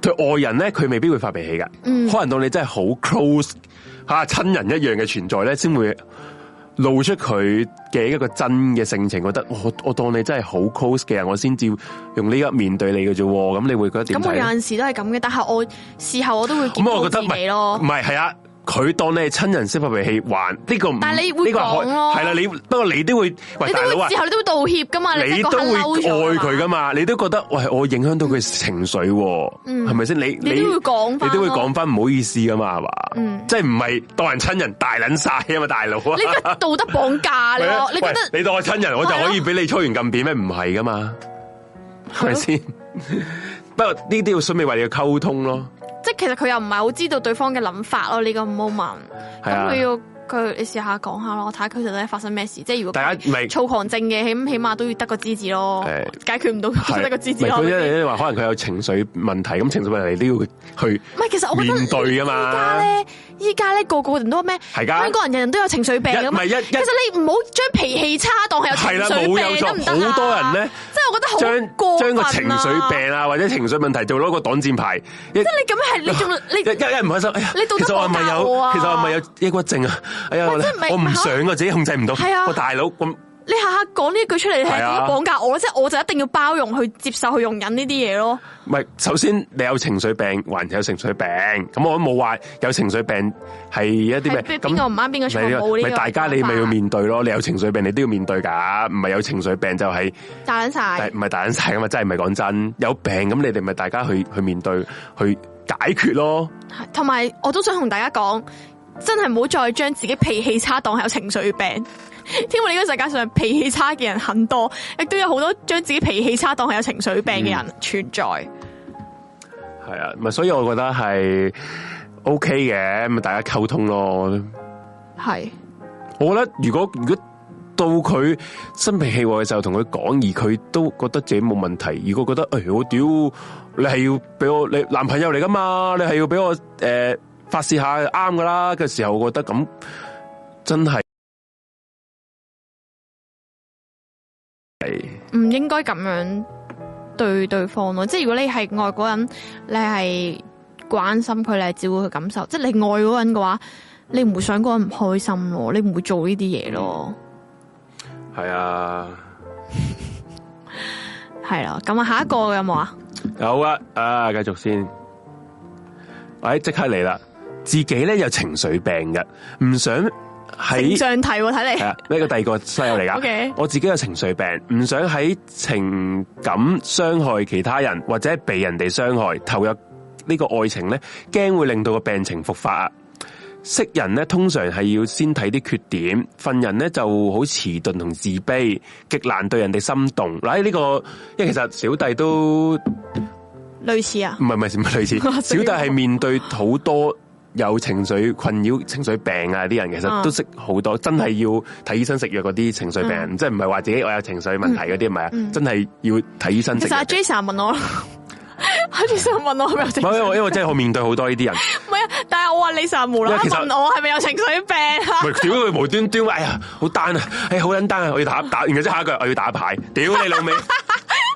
對外人咧，佢未必會發脾氣噶，可能當你真係好 close 吓、親人一樣嘅存在咧，先會露出佢嘅一個真嘅性情，覺得我我當你真係好 close 嘅人，我先至用呢一面對你嘅啫喎，咁你會覺得點
咁我
睇
有
呢？
陣時都係咁嘅，但係我事後我都會檢
咁我
討
覺得唔
自己咯
係唔。係係啊，佢當你係親人先發脾氣，還呢個唔
但係你會
呢個係
講咯
係啦，你不過你都會喂
你都
大佬啊
會事。後你都會道歉噶嘛？
你
即係
都
嗰
會
下嬲咗啊
愛佢噶
嘛？
嘛？你都覺得喂，我影響到佢情緒喎，係咪先？你
嗯你都會講
你
返
都會
咯嗯
講翻唔好意思噶嘛，係嘛？即係唔係當人親人大撚晒啊嘛，大佬啊！
你個道德綁架你咯？
*laughs* 喂
你覺得
喂你當我親人，我就
係啊
可以俾你吹完禁片咩？唔係噶嘛，係咪先？不過呢啲要順便為你嘅溝通咯，
即係其實佢又唔係好知道對方嘅諗法咯，呢、個 moment。
係
咁
啊
佢要佢你試下講下咯，睇下佢到底發生咩事。即係如果
大家咪
躁狂症嘅，起起碼都要得個知字咯
係。
解決唔到，
係
得個知字
唔係
咯。
佢因
唔
為你話可能佢有情緒問題，咁情緒問題你都要去
係，其實我覺得
面對㗎嘛
依家咧，依家咧個個人都咩？
係㗎
香港人人人都有情緒病
一
㗎
唔
嘛。
係一一
其實你唔好將脾氣差當係有情
係啦，
緒
冇有
病得唔
錯，
得啊
好多人咧，
即係我覺得好
將
過分
將個
啊
情緒。病啊或者情緒問題做攞個擋箭牌，一
即係你咁係你
*laughs* 一
仲
一
你。
一唔開心，哎呀，
你道德
其實我係咪
綁架我
有，
啊
其實我係咪有抑鬱症啊？哎呀，我
喂真係咪
我唔想啊，自己控制唔到。
係啊
我大佬咁
你下下講呢句出嚟，你係
係啊
點綁架我咯？即係我就一定要包容去接受去容忍呢啲嘢咯。
唔係，首先你有情緒病，還有情緒病，咁我都冇話有情緒病係一啲咩
係邊
咁
邊個唔啱邊個錯冇呢
咪
個
大家你咪要面對咯，你有情緒病你都要面對㗎，唔係有情緒病就係、
大撚晒
但係。唔係大緊晒噶嘛，真係唔係講真，有病咁你哋咪大家去去面對去解決咯，
同埋我都想同大家講，真係唔好再將自己脾氣差當係有情緒病， *laughs* 因為呢個世界上脾氣差嘅人很多，亦都有好多將自己脾氣差當係有情緒病嘅人存在。
係啊，咪所以我覺得係 O K 嘅，咪大家溝通咯。
係、
我覺得如果如果到佢心平氣和嘅時候同佢講，而佢都覺得自己冇問題，如果覺得誒、哎我屌你係要俾我你男朋友嚟噶嘛，你係要俾我誒、呃、發泄下啱噶啦嘅時候，我覺得咁真係係。
唔應該咁樣對對方咯。即係如果你係外國人，你係關心佢，你係照顧佢感受，即係你愛嗰個人嘅話，你唔會想嗰個人唔開心咯，你唔會做呢啲嘢咯。
系啊，
係啦，咁啊，下一個有冇啊？
哎有啊，啊，继续先，喂、即刻嚟啦！自己咧有情緒病嘅，唔想喺
上題喎，睇
系
嚟
啊，呢個第二個細路嚟噶。
OK
我自己有情緒病，唔想喺情感傷害其他人或者被人哋傷害，投入呢個愛情咧，驚會令到個病情復發啊！識人咧，通常係要先睇啲缺點，份人咧就好遲鈍同自卑，極難對人哋心動。嗱，呢、個因為其實小弟都
類似啊
唔，係唔係唔係類似，小弟係面對好多有情緒困擾、情緒病啊啲人，其實
嗯
都識好多，真係要睇醫生食藥嗰啲情緒病人，即係唔係話自己我有情緒問題嗰啲，唔係啊，真係要睇醫生
其
食藥。
實阿 Jason 問我， *laughs* 阿 Jason 問我係咪有
唔
情
係因為
緒
我因為我真係我面對好多呢啲人，
唔係啊，但係我話你成日無啦啦
因為其實
問我係咪有情緒病啊
喂，？屌佢無端端，哎呀，好單啊，哎好撚單啊，我要打打，然後即下一句我要打牌，屌你老味，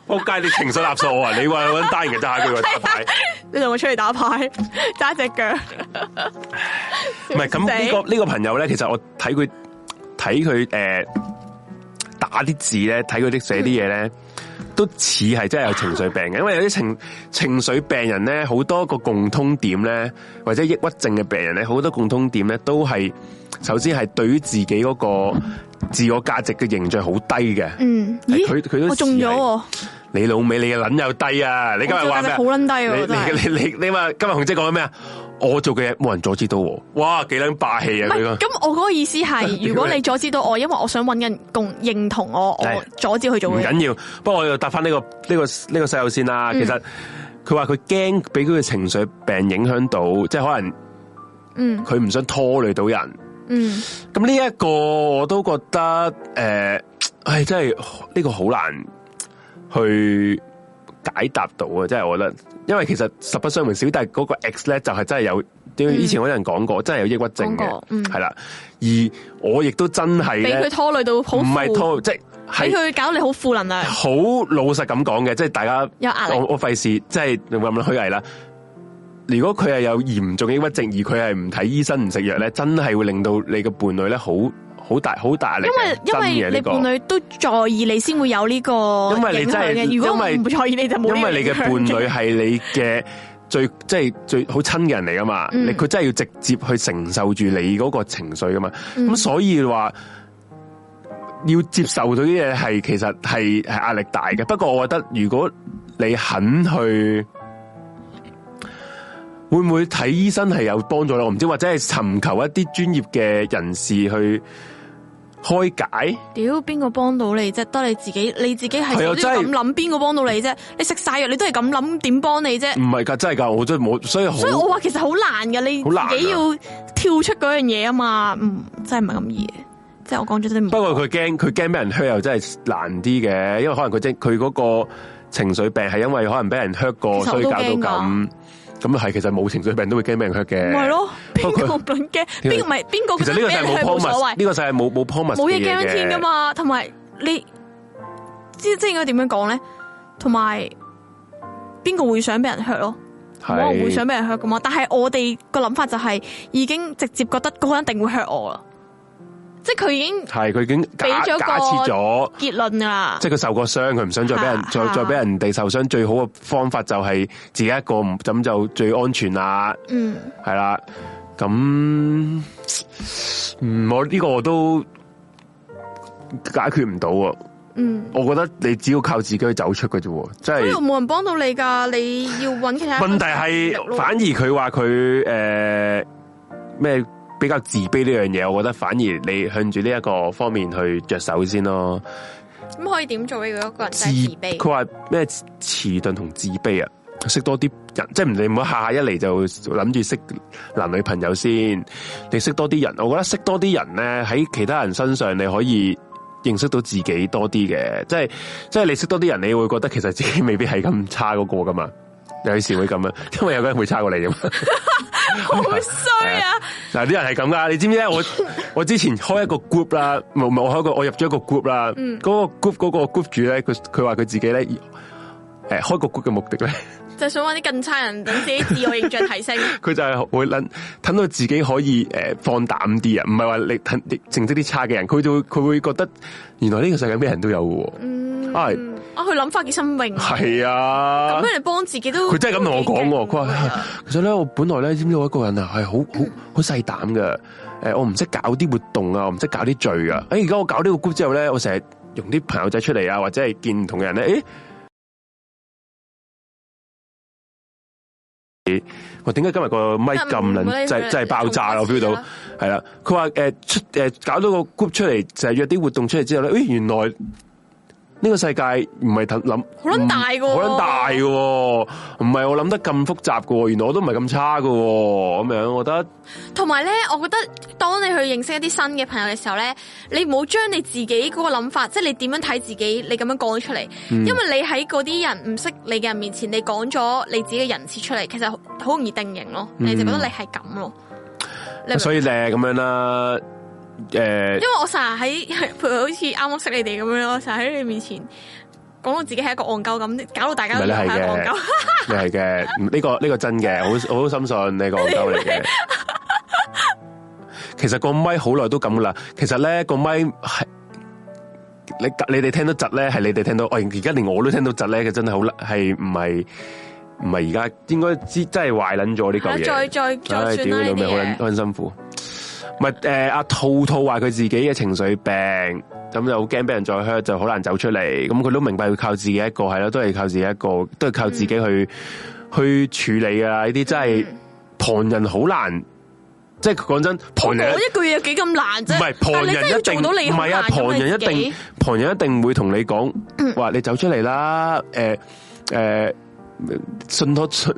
仆街你情緒勒索我啊！你話我撚單，然後即下一句我打牌。
你同我出去打牌， *laughs* 揸只腳，
唔係咁呢個呢、個朋友咧，其實我睇佢睇佢诶打啲字咧，睇佢啲寫啲嘢咧，都似係真係有情緒病嘅。因為有啲情情緒病人咧，好多個共通點咧，或者抑鬱症嘅病人咧，好多共通點咧，都係首先係對於自己嗰個自我價值嘅形象好低嘅。
嗯，
係
咦，
佢佢都
我中咗喎，
你老味，你嘅撚又低啊！你今日話咩啊？
我做得好撚低喎
你
真係
你你你你話今日紅姐講緊咩啊？我做嘅嘢冇人阻止到我，哇！幾撚霸氣
唔
啊！佢個
係咁我嗰個意思
*laughs* 屌你
係，如果你阻止到我，因為我想揾人共認同我，我
係
阻止佢做
唔
嘅嘢，
緊要，不過我又答翻呢、個呢、個呢、個細路先啦。
嗯
其實佢話佢驚俾佢嘅情緒病影響到，即係可能
嗯
佢唔想拖累到人。
嗯，
咁呢一個我都覺得诶、呃唉，真係呢個好難去解答到啊！真係我覺得，因為其實實不相瞞，小弟嗰個 X 咧就係真係有，以前嗰啲人講過，真係有抑鬱症
嗯講過
嘅，
嗯
係啦、而我亦都真係
俾
咧
佢，拖累到好
唔係
負，
拖，即係
俾
係
佢搞你好負能
*laughs*
量，
好老實咁講嘅，即係大家
有壓力
我我費事即係咁樣虛偽啦。如果佢係有嚴重抑鬱症，而佢係唔睇醫生唔食藥咧，真係會令到你嘅伴侶咧好好大好大壓力
因
嘅。
為因
真嘅
為
呢
你
個
伴侶都在意你先會有呢個
因為
影
你真
響
係
嘅，如果
因為
唔在意你就冇呢
因
個
為你嘅
影響
伴侶係你嘅最即係最好親嘅人嚟噶嘛，
嗯
你佢真係要直接去承受住你嗰個情緒噶嘛，咁、
嗯
所以話要接受到啲嘢係其實係係壓力大嘅。不過我覺得如果你肯去。會唔會睇醫生係有幫助咧？我唔知，或者係尋求一啲專業嘅人士去開解。
*laughs* 屌，邊個幫到你啫？得你自己，你自己係
係啊
首先要
真
咁
係
諗，邊個幫到你啫？你食晒藥，你都係咁諗，點幫你啫？
唔係㗎，真係㗎，我真係冇，所以好
所以我話其實好難嘅，你
好難啊
自己要跳出嗰樣嘢啊嘛，嗯，真係唔係咁易嘅。即係我講咗真係唔易
不過佢驚佢驚俾人 hurt 又真係難啲嘅，因為可能佢即佢嗰個情緒病係因為可能俾人 hurt 過，
其實
所
我
以
都
搞到
驚㗎
咁。咁係其實冇情緒病都會驚俾人 hurt 嘅。
唔係，咯，
不過
邊
佢
個唔撚驚？邊個唔係邊個
其
覺
實
得
呢個
俾
世界
人
冇
係冇所
promise，
謂
呢，個世界冇冇 promise
冇嘢
嘅
guarantee
嘅
噶。嘛。同埋你即即係應該點樣講咧？同埋邊個會想俾人 hurt 咯？
係
冇人會想俾人 hurt 噶嘛。但係我哋個諗法就係已經直接覺得嗰個人一定會 hurt 我啦，即係佢已經
係佢已經
俾
假
咗個
假設咗，
結論㗎啦。
即係佢受過傷，佢唔想再俾人
嚇
再
嚇
再俾人哋受傷。最好嘅方法就係自己一個唔咁就最安全啦。
嗯，
係啦，咁嗯，我呢個我都解決唔到啊。
嗯，
我覺得你只要靠自己去走出嘅啫喎，即
呢度
係
冇人幫到你㗎，你要揾其他
問題
出
係
路咯
反而佢話佢誒咩比較自卑呢樣嘢，我覺得反而你向住呢一個方面去着手先咯。
咁可以點做呢？如果一個人
自
真係自
佢
卑，
話咩遲鈍同自卑啊，識多啲人，即係唔你唔好下下一嚟就諗住識男女朋友先，你識多啲人，我覺得識多啲人咧喺其他人身上你可以。認識到自己多啲嘅，即係即係你識多啲人，你會覺得其實自己未必係咁差嗰個噶嘛，有時會咁樣，因為有個人會差過你噶嘛。
*laughs* 好衰啊！
嗱，啲人係咁噶，你知唔知咧？
*laughs*
我我之前開一個 group 啦，唔係唔係我開個我入咗一個 group 啦，嗰、
嗯
個 group 嗰個 group 主咧，佢佢話佢自己咧，誒開個 group 嘅目的咧， *laughs*
就係想揾啲更差人，等自己自我形象提升。
佢就係會諗等到自己可以誒、呃放膽啲啊，唔係話你等你成績啲差嘅人，佢就會佢會覺得原來呢個世界咩人都有嘅喎。
嗯
啊
啊，佢諗法幾新穎，咁
系啊
樣。嚟幫自己都
佢真係咁同我講喎，佢
都幾勁喎
話其實咧，我本來咧，知唔知我一個人啊，係好好好細膽嘅。誒，我唔識搞啲活動啊，我唔識搞啲聚噶。誒，而家我搞呢個 group 之後咧，我成日用啲朋友仔出嚟啊，或者係見唔同嘅人咧，誒，我點解今日個咪咁撚就係就係爆炸啦？我
啊
feel 到。系啦，佢話诶出诶、搞到個 group 出嚟，就係約啲活動出嚟之後咧，诶原來呢個世界唔係諗諗
好撚大㗎喎
唔好撚大嘅，唔係我諗得咁複雜嘅，原來我都唔係咁差嘅，咁樣我覺得
*laughs* 同埋咧，我覺得當你去認識一啲新嘅朋友嘅時候咧，你唔好將你自己嗰個諗法，即係你點樣睇自己，你咁樣講出嚟，
嗯
因為你喺嗰啲人唔識你嘅人面前，你講咗你自己嘅人設出嚟，其實好容易定型咯，你就覺得你係咁咯。你明
嗯啊所以咧咁樣啦，诶、
因為我成日喺，譬如好似啱啱識你哋咁樣咯，成日喺你面前講到自己係一個戇鳩咁，搞到大家
唔係
都
你
覺
係
得係一個戇
嘅
鳩。，
你係嘅，呢、個呢、個真嘅，好我好深信你個戇鳩
*laughs*
嚟嘅。其實個咪好耐都咁
*laughs*
噶啦，其實咧個咪係你你哋聽到窒咧，係你哋聽到，哦而家連我都聽到窒咧，佢真係好係唔係唔係而家應該知真係壞撚咗呢嚿嘢。
*laughs* 再再再
唉
算
屌
啦
你
呢
咪好
啲
撚好
嘢。
撚辛苦。唔係誒，阿兔兔話佢自己嘅情緒病，咁就好驚俾人再 hurt，就好難走出嚟。咁佢都明白要靠自己一個，係咯，都係靠自己一個，都係靠自己
嗯
去、去處理噶啦。呢啲真係旁人好難，即係講真，旁人
我一句嘢有幾咁難
唔
啫？
係旁人
但
一
係你真係
定
要做到你
唔
好
係啊，
難咁
旁人一
你自
定
己嗯
旁人一定會同你講話你走出嚟啦，誒、誒、信託信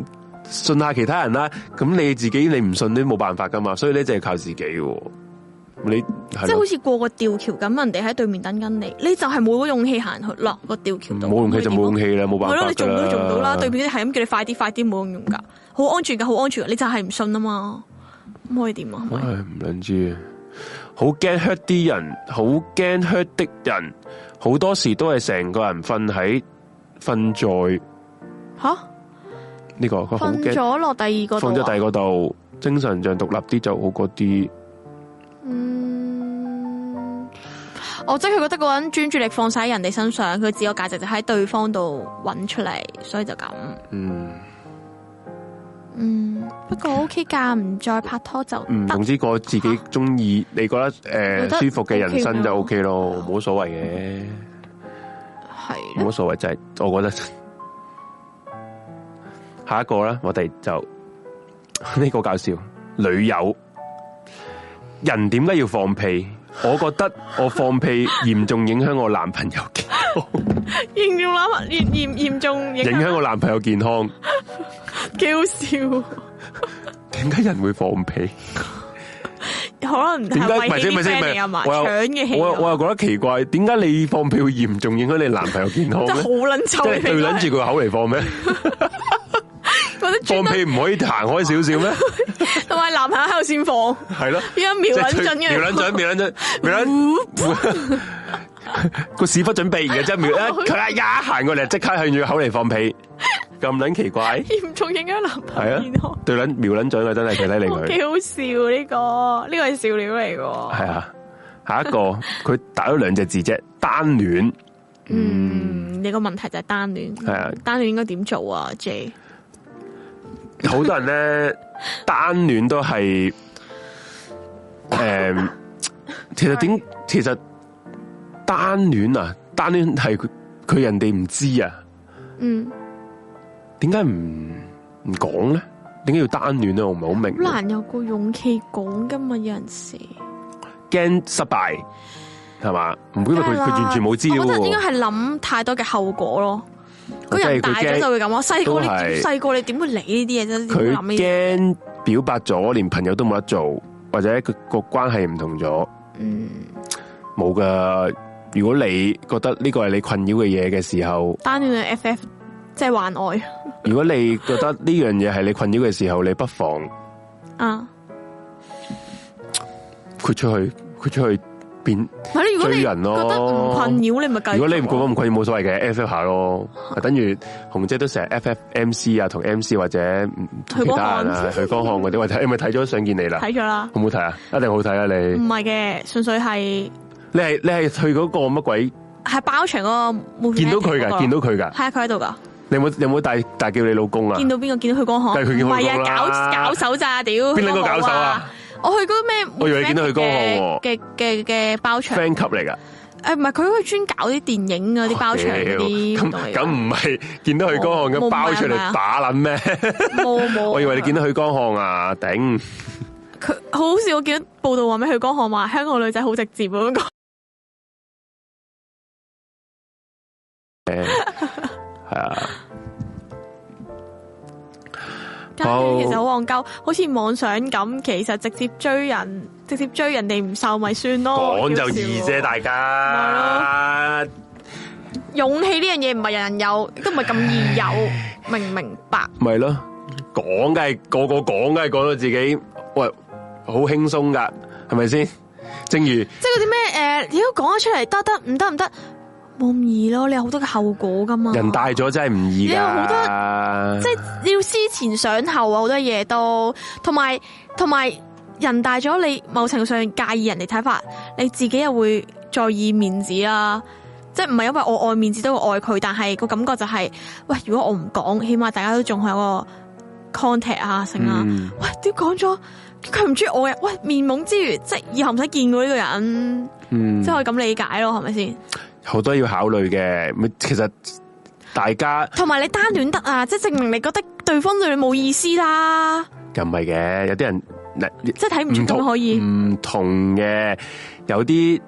信下其他人啦，咁你自己你唔信都冇辦法噶嘛，所以咧就係靠自己喎。你係
即係
咯
好似過個吊橋咁，人哋喺對面等緊你，你就係冇嗰勇氣行去落個吊橋度。
嗯冇勇氣就冇勇氣啦，冇辦
係
法
咯，你做唔到
㗎
就做唔到啦，對
啦。
面啲係咁叫你快啲快啲，冇用用㗎，好安全㗎，好安全㗎，你就係唔信啊嘛，咁可以點啊？係
唉
咪？
唔撚知，好驚 hurt 啲人，好驚 hurt 的人，好多時都係成個人瞓喺瞓在
吓，
呢、個，佢好
瞓
驚。
咗落第二個
放咗
度
第
啊
二個度，精神上獨立啲就好過啲。
嗯，我即係佢覺得嗰個人專注力放晒喺人哋身上，佢自我價值就喺對方度揾出嚟，所以就咁。
嗯，
嗯，不過 OK 㗎，唔再拍拖就
嗯，
得啊
總。之過自己中意，你覺得
覺
诶、
得
舒服嘅人生就
OK
OK
嗯
咯，冇所謂嘅，
係
冇
咯
乜所謂，就係我覺得 *laughs* 下一個啦，我哋就 *laughs* 呢、個搞笑女友人點解要放屁？我覺得我放屁嚴重影響我男朋友健，
嚴重啦，嚴嚴嚴重 *laughs* 影
影
響
響我男朋友健康。
幾好笑，
點解人會放屁？
可能
點解
係
唔係
為
先？
氣
唔係
啲 friend
先？
嚟啊嘛，
我又
搶嘅氣
我又我
啊，
又覺得奇怪，點解你放屁會嚴重影響你男朋友健康
真
咧
係好？撚臭
即
嘅
係
氣
對撚住佢口嚟放咩？放
或者專
屁
登
唔可以行開少少咩？
同埋男朋友喺度先放，
係咯，
而家瞄撚準
即係
嘅，
瞄撚準，瞄撚準，瞄撚個屎忽準備，然後之後瞄一佢一行過嚟，即刻向住個口嚟放屁，咁撚奇怪，
嚴重影響男朋
係
友健
啊
康，，
對撚瞄撚準佢真係佢睇嚟佢。
幾好笑呢個，呢個係笑料嚟㗎。
系啊，下一個佢打咗兩隻字啫，單戀
嗯，你個問題就係單戀，
係啊
單戀應該點做啊？J，
好多人
*laughs*
咧單戀都係诶、誒其實點其實單戀啊，單戀係佢佢人哋唔知啊，
嗯，
點解唔唔講咧？點解要單戀咧？我唔係好明
好，難有個勇氣講噶嘛，有陣時。
驚失敗係嘛？唔因為佢佢完全冇資料
我覺得應該
喎，
係諗太多嘅後果咯。個
即係
人
佢
大
驚
咗就會咁咯，細個你
都係
點細個你點會理呢啲嘢啫？點會
佢
諗呢啲？
驚表白咗，連朋友都冇得做，或者佢個關係唔同咗。
嗯，
冇噶。如果你覺得呢個係你困擾嘅嘢嘅時候，
單戀嘅 FF 即係幻愛
如果你覺得呢樣嘢係你困擾嘅時候，你不妨
啊！
豁出去，豁出去變。
唔係你如果你
追
覺
人咯
得唔困擾，你咪繼續咯。啊
如果你唔覺得唔困擾，冇所謂嘅，F F 下咯。啊等於紅姐都成日 F F M C 啊，同 M C 或者嗯
許
其他人 *laughs* 啊，
光漢
許光漢嗰啲，或者你咪睇咗想見你啦，
睇咗啦，嗯
好唔好睇啊？一定好睇啊！你
唔係嘅，純粹係
你係你係去嗰個乜鬼
係包場嗰個
*laughs*
冇
見到佢㗎見到佢㗎
係啊，佢喺度㗎。
你有冇你有冇大大叫你老公啊？
見到邊個？見到許光漢。
梗係佢見
唔
到許
係
光啦
啊，搞搞手咋屌！
邊兩個
個
搞手啊？
我去嗰咩？
我以為你見到許光漢喎
嘅嘅嘅包場。
friend 級嚟㗎。
誒唔係，佢嗰專搞啲電影啊嗰啲包場
啊
嗰啲
屌
活動
咁
嚟㗎
咁唔係見到許光漢
冇
咁
冇
包出
買啊
嚟打撚咩？
冇
*laughs*
冇。
我以為你見到許光漢啊，
*laughs*
頂！
佢好好笑，我見到報道話咩？許光漢話香港女仔好直接咁樣講。
係啊，
家姐其實好戇鳩，好似網上咁，其實直接追人，直接追人哋唔受咪算咯。
講就
叫笑
易啫，大家。
勇氣呢樣嘢唔係人人有，亦都唔係咁易有，明唔明白？
咪咯，講梗係個個講，梗係講到自己喂好輕鬆㗎，係咪先？正如
即係嗰啲咩诶，誒如果講咗出嚟得得，唔得唔得，冇咁易咯。你有好多嘅後果噶嘛。
人大咗真係唔易
你有好
㗎，
即係你要思前想後啊，好多嘢都，同埋同埋人大咗，你某程度上介意人哋睇法，你自己又會在意面子啦。即係唔係因為我愛面子都會愛佢，但係個感覺就係、喂，如果我唔講，起碼大家都仲係有個 contact 啊，成啊。
嗯
喂，屌講咗，佢唔中意我嘅，喂，面懵之餘，即係以後唔使見佢呢個人，
嗯
即係可以咁理解咯，係咪先？
好多要考慮嘅。咪其實大家
同埋你單戀得啊，即係證明你覺得對方對你冇意思啦，
又唔係嘅，有啲人嗱
即係睇唔出咁可以。
唔同嘅，有啲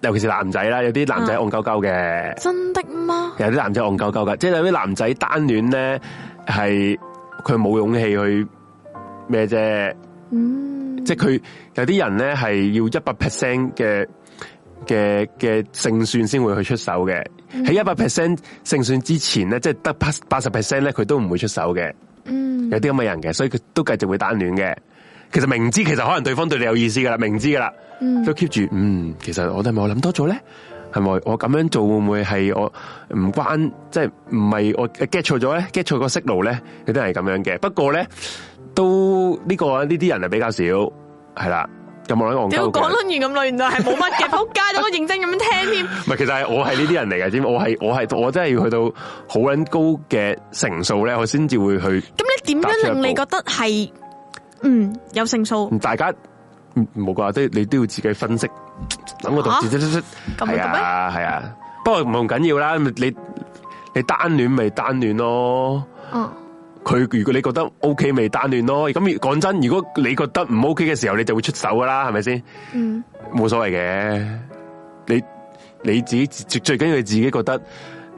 尤其是男仔啦，有啲男仔
啊
戇鳩鳩嘅，
真的嗎？
有啲男仔戇鳩鳩嘅，即係有啲男仔單戀咧係佢冇勇氣去咩啫，
嗯，
即係佢有啲人咧係要一百 percent 嘅。嘅嘅勝算先會去出手嘅，喺一百 percent 勝算之前咧，即係得八八十 percent 咧，佢都唔會出手嘅。
嗯
有啲咁嘅人嘅，所以佢都繼續會單戀嘅。其實明知其實可能對方對你有意思噶啦，明知噶啦，都 keep 住嗯。其實我哋係咪我諗多咗咧？係咪我咁樣做會唔會係我唔關，即係唔係我 get 錯咗咧？get 錯個 signal 咧？有啲人係咁樣嘅。不過咧，都呢、個呢啲人係比較少，係啦。咁我諗戇
屌
鳩
講
嘅
撚。完咁耐，原來係冇乜嘅，仆街都好認真咁樣
*laughs*
聽添。
唔係，其實係我係呢啲人嚟嘅，知唔知我係我係我真係要去到好撚高嘅成數咧，我先至會去。
咁你點樣令你覺得係嗯有勝數？
大家唔冇啩，都你都要自己分析。等我讀
啊
字，
咁
係
嘅咩
啊係啊，不過唔緊要啦。你你單戀咪單戀咯。
嗯，
佢如果你覺得 O K 咪單戀咯。咁如講真，如果你覺得唔 O K 嘅時候，你就會出手噶啦，係咪先？
嗯，
冇所謂嘅。你你自己最最緊要你自己覺得。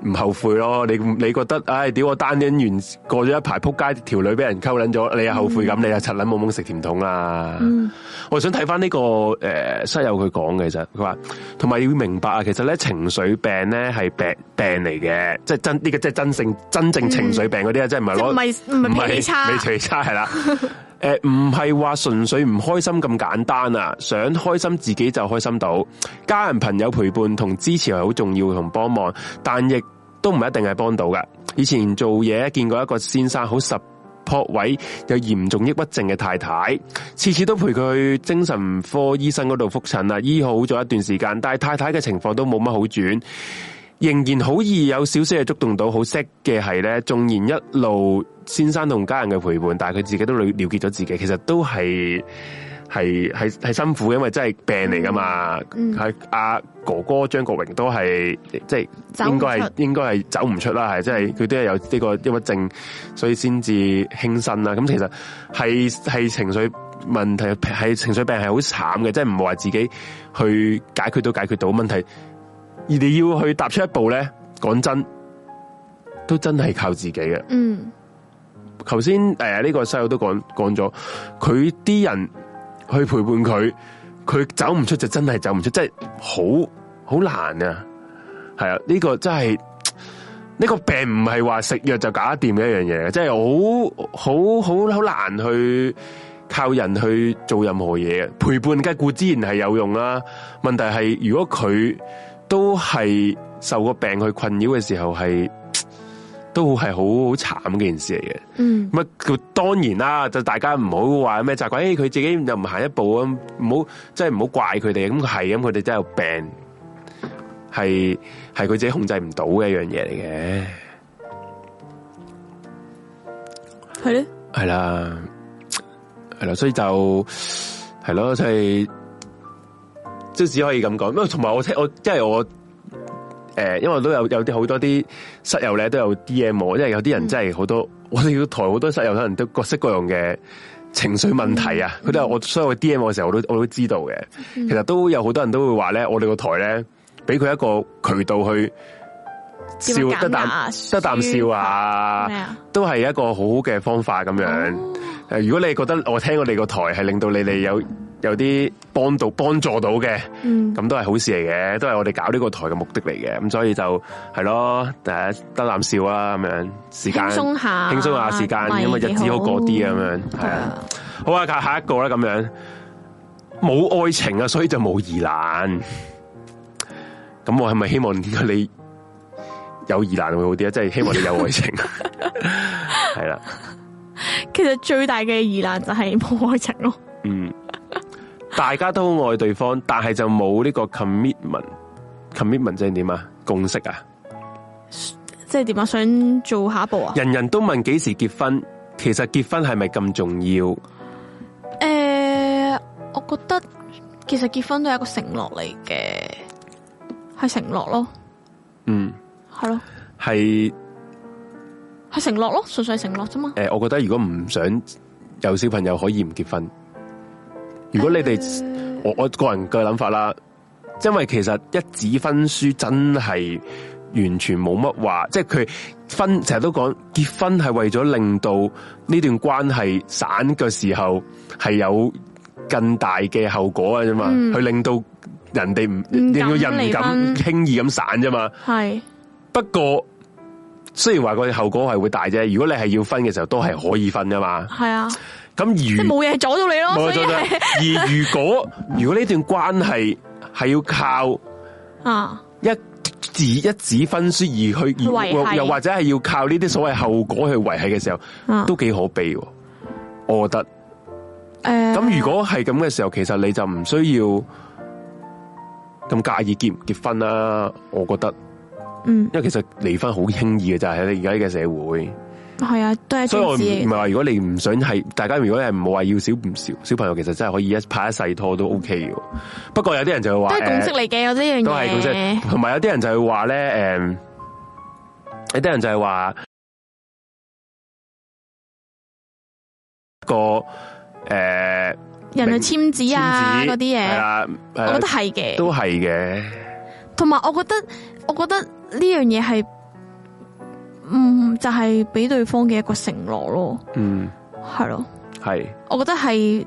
唔後悔咯，你你覺得，唉，屌我單戀完過咗一排，撲街條女俾人溝撚咗，你又後
嗯
悔咁，你又柒撚冇懵食甜筒啦。我想睇翻呢個诶室友佢講嘅，其實佢話，同埋要明白啊，其實咧情緒病咧係病病嚟嘅，即係真呢、個即係真正真正情緒病嗰啲啊，即係唔係攞
即係唔係唔係脾氣差
唔係脾氣差係啦。 *laughs* 诶，呃唔係話純粹唔開心咁簡單啊！想開心自己就開心到，家人朋友陪伴同支持係好重要同幫忙，但亦都唔一定係幫到噶。以前做嘢見過一個先生好 support 位有嚴重抑鬱症嘅太太，次次都陪佢去精神科醫生嗰度復診啦，醫好咗一段時間，但係太太嘅情況都冇乜好轉。仍然好易有少少嘢觸動到，好識嘅係咧，縱然一路先生同家人嘅陪伴，但係佢自己都了了結咗自己，其實都係係係係辛苦，因為真係病嚟噶嘛。
嗯
係阿、哥哥張國榮都係即
走
係
唔
應該係
出
應該係走唔出啦，係即係佢都係有呢個抑鬱症，所以先至輕生啦。咁其實係係情緒問題，係情緒病係好慘嘅，即係唔係話自己去解決到解決到問題。而你要去踏出一步咧，講真，都真係靠自己嘅。
嗯，
頭先誒呢個細佬都講講咗，佢啲人去陪伴佢，佢走唔出就真係走唔出，真係好好難啊！係啊，呢、個真係呢個病唔係話食藥就搞得掂嘅一樣嘢，真係好好好好難去靠人去做任何嘢嘅。陪伴嘅固之然係有用啊啦，問題係如果佢都係受個病去困擾嘅時候係。都係好好慘嘅件事嚟嘅，
嗯，
乜佢當啊然啦，就大家唔好話咩責怪，誒佢自己啊又唔行一步咁，唔好即係唔好怪佢哋，咁佢係咁，佢哋真係有病，系系佢自己控制唔到嘅一樣嘢嚟嘅，
系咧，
係啦，係啦，所以就係咯，所以即係只可以咁講。因為同埋我聽我，因為我诶、呃因為我都有有啲好多啲室友咧都有 D M 我，因為有
嗯
啲人真係好多，我哋個台好多室友可能都各式各樣嘅。情緒問題
嗯
啊，佢都有我所以我 D M 我嘅時候，我都我都知道嘅。其實都有好多人都會話咧，我哋個台咧，俾佢一個渠道去笑
點樣
得
減壓啊
啖得啖笑啊
咩啊，
都係一個好好嘅方法咁樣。
哦
诶、如果你覺得我聽我哋個台係令到你哋有有啲幫到幫助到嘅，
嗯，
咁都係好事嚟嘅，都係我哋搞呢個台嘅目的嚟嘅。咁所以就係咯，诶得啖笑啊咁樣，時間
輕鬆下
輕鬆下時間，
咪
咁啊日子好過啲啊咁樣，係
係
啊。
啊，
好啊，下下一個啦，咁樣冇愛情啊，所以就冇疑難。咁我係咪希望你有疑難會好啲啊？即係希望你有愛情， *laughs* 係啦，
其實最大嘅疑難就係冇愛情咯。
嗯，大家都愛對方，但係就冇呢個 commitment。commitment 即係點啊？共識啊？
即係點啊？想做下一步啊？
人人都問幾時結婚，其實結婚係咪咁重要？
诶、我覺得其實結婚都係一個承諾嚟嘅，係承諾咯，
嗯，
係咯，
係
係承諾咯，純粹係承諾啫嘛。
诶、我覺得如果唔想有小朋友，可以唔結婚。如果你哋、
嗯
我我個人嘅諗法啦，因為其實一紙婚書真係完全冇乜話，即係佢婚成日都講結婚係為咗令到呢段關係散嘅時候係有更大嘅後果啊嘅啫嘛，
嗯
去令到人哋唔
唔敢
令到人唔
離婚
敢輕易咁散啫嘛。
係
不過雖然話個後果係會大啫，如果你係要分嘅時候，都係可以分噶嘛。
係啊，
咁
即係
如
冇嘢阻到你咯，
冇
所以
錯啦
係
而如果如果呢段關係係要靠
啊，
一字一紙分書而去，而
維繫
又或者係要靠呢啲所謂後果去維係嘅時候，
嗯
都幾可悲喎。我覺得。
诶、
咁如果係咁嘅時候，其實你就唔需要咁介意結唔結婚啦。我覺得，
嗯
因為其實離婚好輕易嘅就係你而家嘅社會。
係啊，都係
所以我
政
唔
治
唔係
嚟嘅，
話，如果你唔想係大家，如果係唔好話要小唔少小朋友，其實真係可以一拍一世拖都 OK 嘅喎。不過有啲人就會
都
話，
係共識
誒
嚟嘅，有呢樣嘢
都係共識，同埋有啲人就係話咧，誒、有啲人就係話個誒、
人去簽字啊
簽字
嗰啲
係
嘢，
啦，
我
誒
覺得係嘅。
都係嘅，
同埋我覺得，我覺得呢樣嘢係，嗯，就係俾對方嘅一個承諾咯，
嗯，
係咯，
係
我覺得係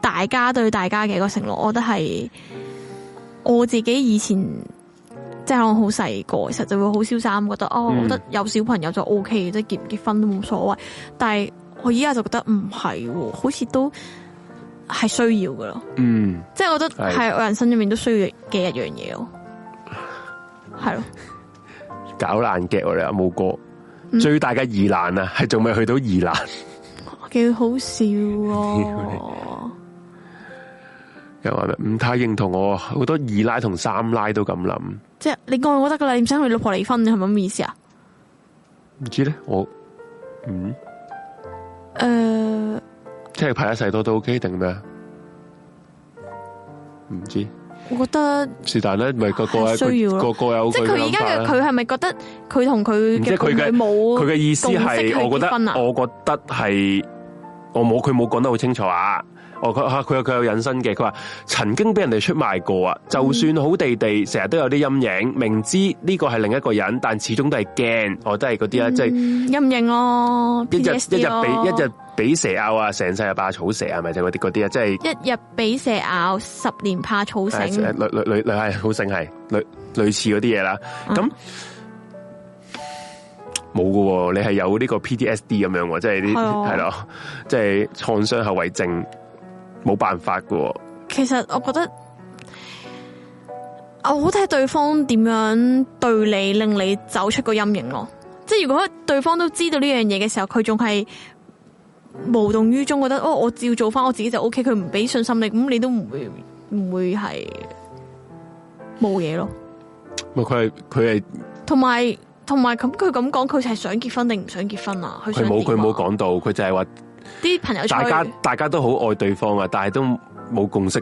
大家對大家嘅一個承諾，我覺得係我自己以前即係可能好細個，其實就會好瀟灑咁覺得，哦，
嗯
我覺得有小朋友就 O K，即係結唔結婚都冇所謂，但係我依家就覺得唔係喎，好似都係需要噶咯。
嗯
即系我覺得
係
係我人生入面都需要嘅一樣嘢咯，係咯，
搞爛嘅我哋阿冇哥。
嗯
最大嘅疑難啊，係仲未去到疑難，
幾好
*laughs*
笑咯，
又話咩唔太認同我，好多二奶同三奶都咁諗，唔
即係你愛我得噶啦，你唔使同你老婆離婚，你係咪咁意思啊？
知咧我，嗯，
诶、
即係排一世多都 OK 定咩啊？唔知
我覺得
是但咧，咪個個
係啊需要
個
咯
個有
即係佢而
諗
家
法
嘅
啦。
佢係咪覺得佢同佢
唔知
嘅
佢嘅
伴侶冇
佢嘅意思
共識去
係，我覺得
結婚啊啊
我覺得係我冇佢冇講得好清楚啊。我佢佢有佢有引申嘅，佢話曾經俾人哋出賣過啊，就算好地地，成日都有啲陰影，明知呢個係另一個人，但始終都係驚，我都係嗰啲啦，啊即係。
嗯陰影咯，
一日
PTSD
一日
咯嗯
俾一日俾蛇咬啊，成世啊霸草蛇啊，咪就嗰啲嗰啲啊，即係
一日俾蛇咬，十年怕草
誒誒
繩，
類類類類係好性係類類似嗰啲嘢啦。
嗯
咁冇㗎喎，你係有呢個 PTSD 咁樣喎，即係啲
係啊
係咯，即係創傷後遺症，冇辦法㗎喎。
其實我覺得，我好睇對方點樣對你，令你走出個陰影咯。即系如果對方都知道呢樣嘢嘅時候，佢仲係無動於衷，覺得哦，我照做翻我自己就 O K，佢唔俾信心你，咁你都唔會唔會係冇嘢咯。
咪佢係佢係
同埋同埋咁佢咁講，佢係想結婚定唔想結婚啊？佢
佢
想
冇佢
點啊
冇講到，佢就係話
啲朋友
大家
吹
大家都好愛對方啊，但係都冇共識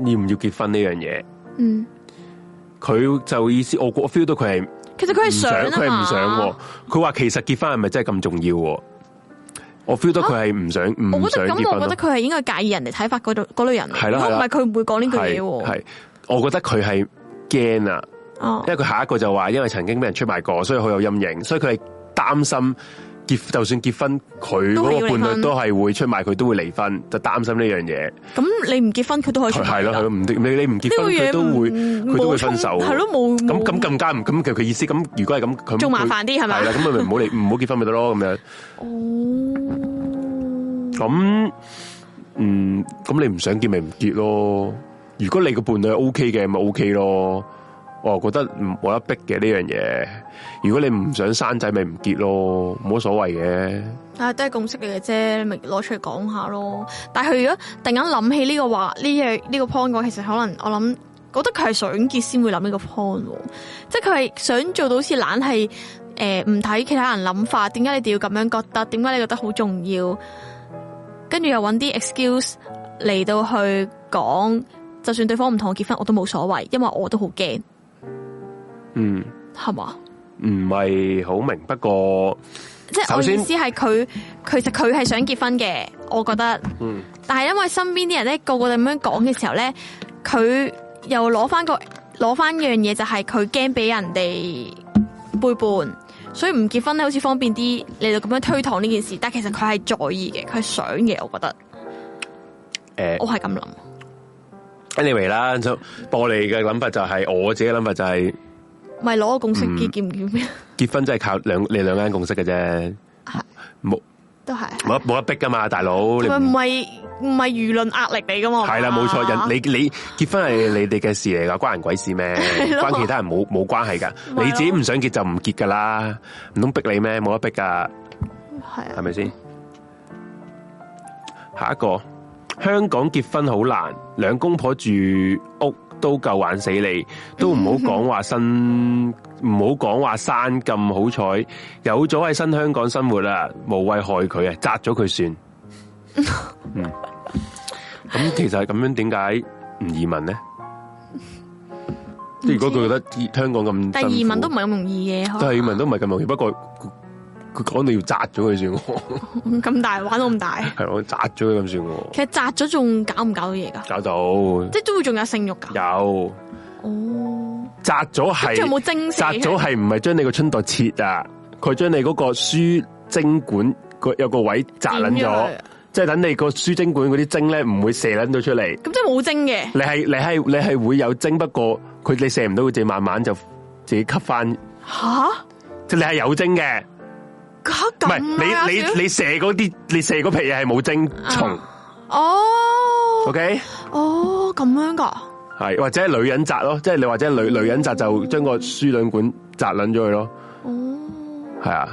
要唔要結婚呢樣嘢。
嗯，
佢就意思，我我 feel 到佢係
其實佢
唔
係
想，
啊
佢係
嘛
唔想喎。佢話其實結婚係咪真係咁重要喎？我 feel 到佢係唔想唔
我
想
覺得咁，
結
我
婚
覺得
咯。
佢係應該介意人哋睇法嗰度嗰類人嚟。
係啦
如果唔
係啦
係佢唔會講呢句嘢喎。
係，我覺得佢係驚啊，
哦
因為佢下一個就話，因為曾經俾人出賣過，所以好有陰影，所以佢係擔心結，就算結婚，佢
都係
嗰個
要離
伴
婚
侶都係會出賣佢，都會離婚，就擔心呢樣嘢。
咁你唔結婚，佢都可以出
係咯，係咯，
呢
唔你你唔結
個
婚，佢
嘢
都會
唔
佢都會
冇衝
分手喎。
係咯，冇
咁
冇
咁更加唔咁佢佢意思咁，如果係咁，佢
仲麻煩啲係咪
係啦，咁咪唔好嚟，唔好結婚咪得咯，咁樣。
哦，
咁嗯，咁你唔想結咪唔結咯？如果你個伴侶 O K 嘅，咪 O K 咯。我又覺得唔冇得逼嘅呢樣嘢。如果你唔想生仔，咪唔結咯，冇乜所謂嘅。
啊都係共識嚟嘅啫，你咪攞出嚟講下咯。但係佢如果突然間諗起呢個話呢樣呢個 point 嘅話，其實可能我諗。覺得佢係想結先會諗呢個 point，喎即係佢係想做到好似懶係誒唔睇其他人諗法，點解你哋要咁樣覺得？點解你覺得好重要？跟住又揾啲 excuse 嚟到去講，就算對方唔同我結婚，我都冇所謂，因為我都好驚，
嗯，
係嘛？
唔係好明，不過
即係
首
我
先
意思係佢，其實佢係想結婚嘅，我覺得。
嗯
但係因為身邊啲人咧，個個咁樣講嘅時候咧，佢又攞翻個攞翻樣嘢，就係佢驚俾人哋背叛，所以唔結婚咧，好似方便啲嚟到咁樣推搪呢件事。但其實佢係在意嘅，佢係想嘅，我覺得
誒
我係咁諗。
，anyway 啦，就我哋嘅諗法就係、我自己嘅諗法就係、
咪攞個共
嗯
識結結唔結
*laughs*
咩？
結婚真係靠兩你兩間共識嘅啫，
係
冇
都係，
冇得冇得逼噶嘛，大佬你
咪
唔
唔係唔係輿論壓力嚟噶嘛？
系啦，冇錯，人
你
你你結婚係你哋嘅事
*laughs*
嚟噶，關人鬼事咩？
啊咯
關其他人冇冇關係噶，
咯
你自己唔想結就唔結噶啦，唔通逼你咩？冇得逼噶，
係啊
係咪先？下一個香港結婚好難，兩公婆住屋都夠玩死你，都唔好講話 *laughs* 新，唔好講話生咁好彩，有咗喺新香港生活啦，無謂害佢啊，砸咗佢算。 *laughs* 嗯，咁其實咁樣點解唔移民呢？即係如果佢覺得香港咁，
但係移民都唔啊係咁容易嘅，可
但
能
係移民都唔係咁容易，不過佢佢講到要砸咗佢算喎，
咁大玩到咁大，
係我砸咗佢咁算喎。
其實砸咗仲搞唔搞到嘢噶？
搞到
即係都會仲有性欲噶？
有
哦，
砸咗
咁仲有
係
冇精死
砸咗係唔係將你個春袋切啊？佢將你嗰個輸精管個有個位砸撚
剪
咗
佢，
即係等你個輸精管嗰啲精咧唔會射撚到出嚟。
咁即係冇精嘅，
你係你係你係會有精，不過佢你射唔到，佢自己慢慢就自己吸翻。
吓
即係你係有精嘅，
吓
唔係
咁啊啦
你
少
你你射嗰啲你射嗰皮嘢係冇精蟲。
啊哦
OK，
哦咁樣噶，
係或者係女人扎咯，即係你或者女女人扎就將個輸卵管扎撚咗佢咯，
哦
係啊。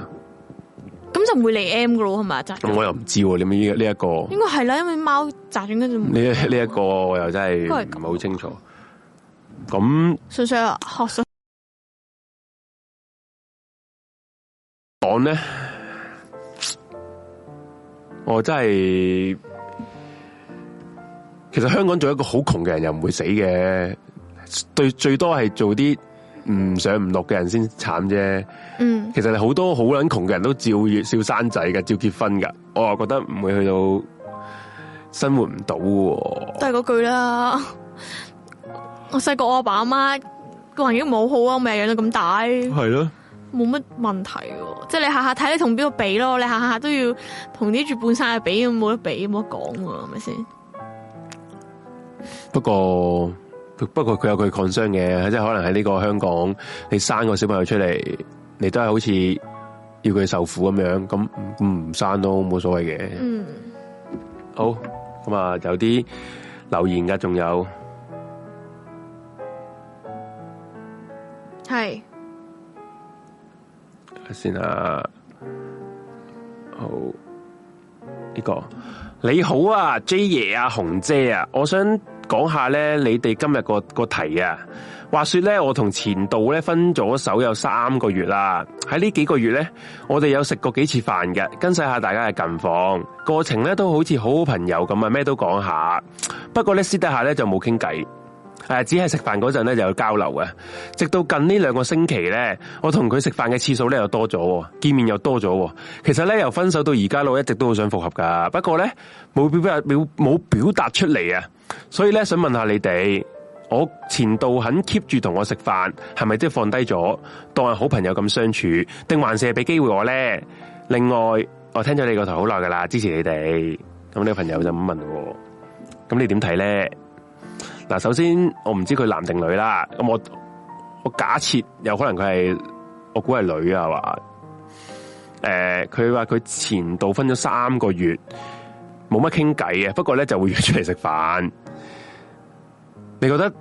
咁就唔會嚟 M 噶咯，係咪啊？扎
咁我又唔知喎，你咪呢呢一個
應該係啦，因為貓扎咗跟住
呢呢一個我又真係
應該係咁
唔係好清楚。咁
純粹係學術
講咧，我哦真係其實香港做一個好窮嘅人又唔會死嘅，最最多係做啲唔上唔落嘅人先慘啫。
嗯
其實好多好撚窮嘅人都照照生仔嘅，照結婚噶，我又覺得唔會去到生活唔到喎。
都係嗰句啦。我細個我阿爸阿媽個環境冇好啊，我咪養到咁大，
系咯，
冇乜問題喎。即係你下下睇你同邊個比咯，你下下都要同啲住半山嘅比，冇得比冇得講喎，係咪先？
不過不過佢有佢 concern 嘅，即係可能喺呢個香港，你生個小朋友出嚟，你都係好似要佢受苦咁樣，咁唔唔生都冇所謂嘅。
嗯。
好，咁啊有啲留言噶，仲有
系
先啊，好呢、個你好啊，J 爺啊，紅姐啊，我想講下咧，你哋今日個個題啊。話說咧，我同前度咧分咗手有三個月啦。喺呢幾個月咧，我哋有食過幾次飯嘅，跟晒下大家嘅近況，過程咧都好似好好朋友咁啊，咩都講下。不過咧，私底下咧就冇傾偈。誒，啊只係食飯嗰陣咧就有交流嘅，直到近呢兩個星期咧，我同佢食飯嘅次數咧又多咗喎，見面又多咗喎。其實咧由分手到而家，我一直都好想復合噶，不過咧冇表表冇表達出嚟啊，所以咧想問下你哋，我前度肯 keep 住同我食飯，係咪即係放低咗，當係好朋友咁相處，定還是係俾機會我咧？另外，我聽咗你個台好耐噶啦，支持你哋。咁呢個朋友就咁問我，咁你點睇咧？嗱，首先我唔知佢男定女啦，咁我我假設有可能佢係，我估係女啊，係嘛？誒、佢話佢前度分咗三個月，冇乜傾偈嘅，不過咧就會約出嚟食飯。你覺得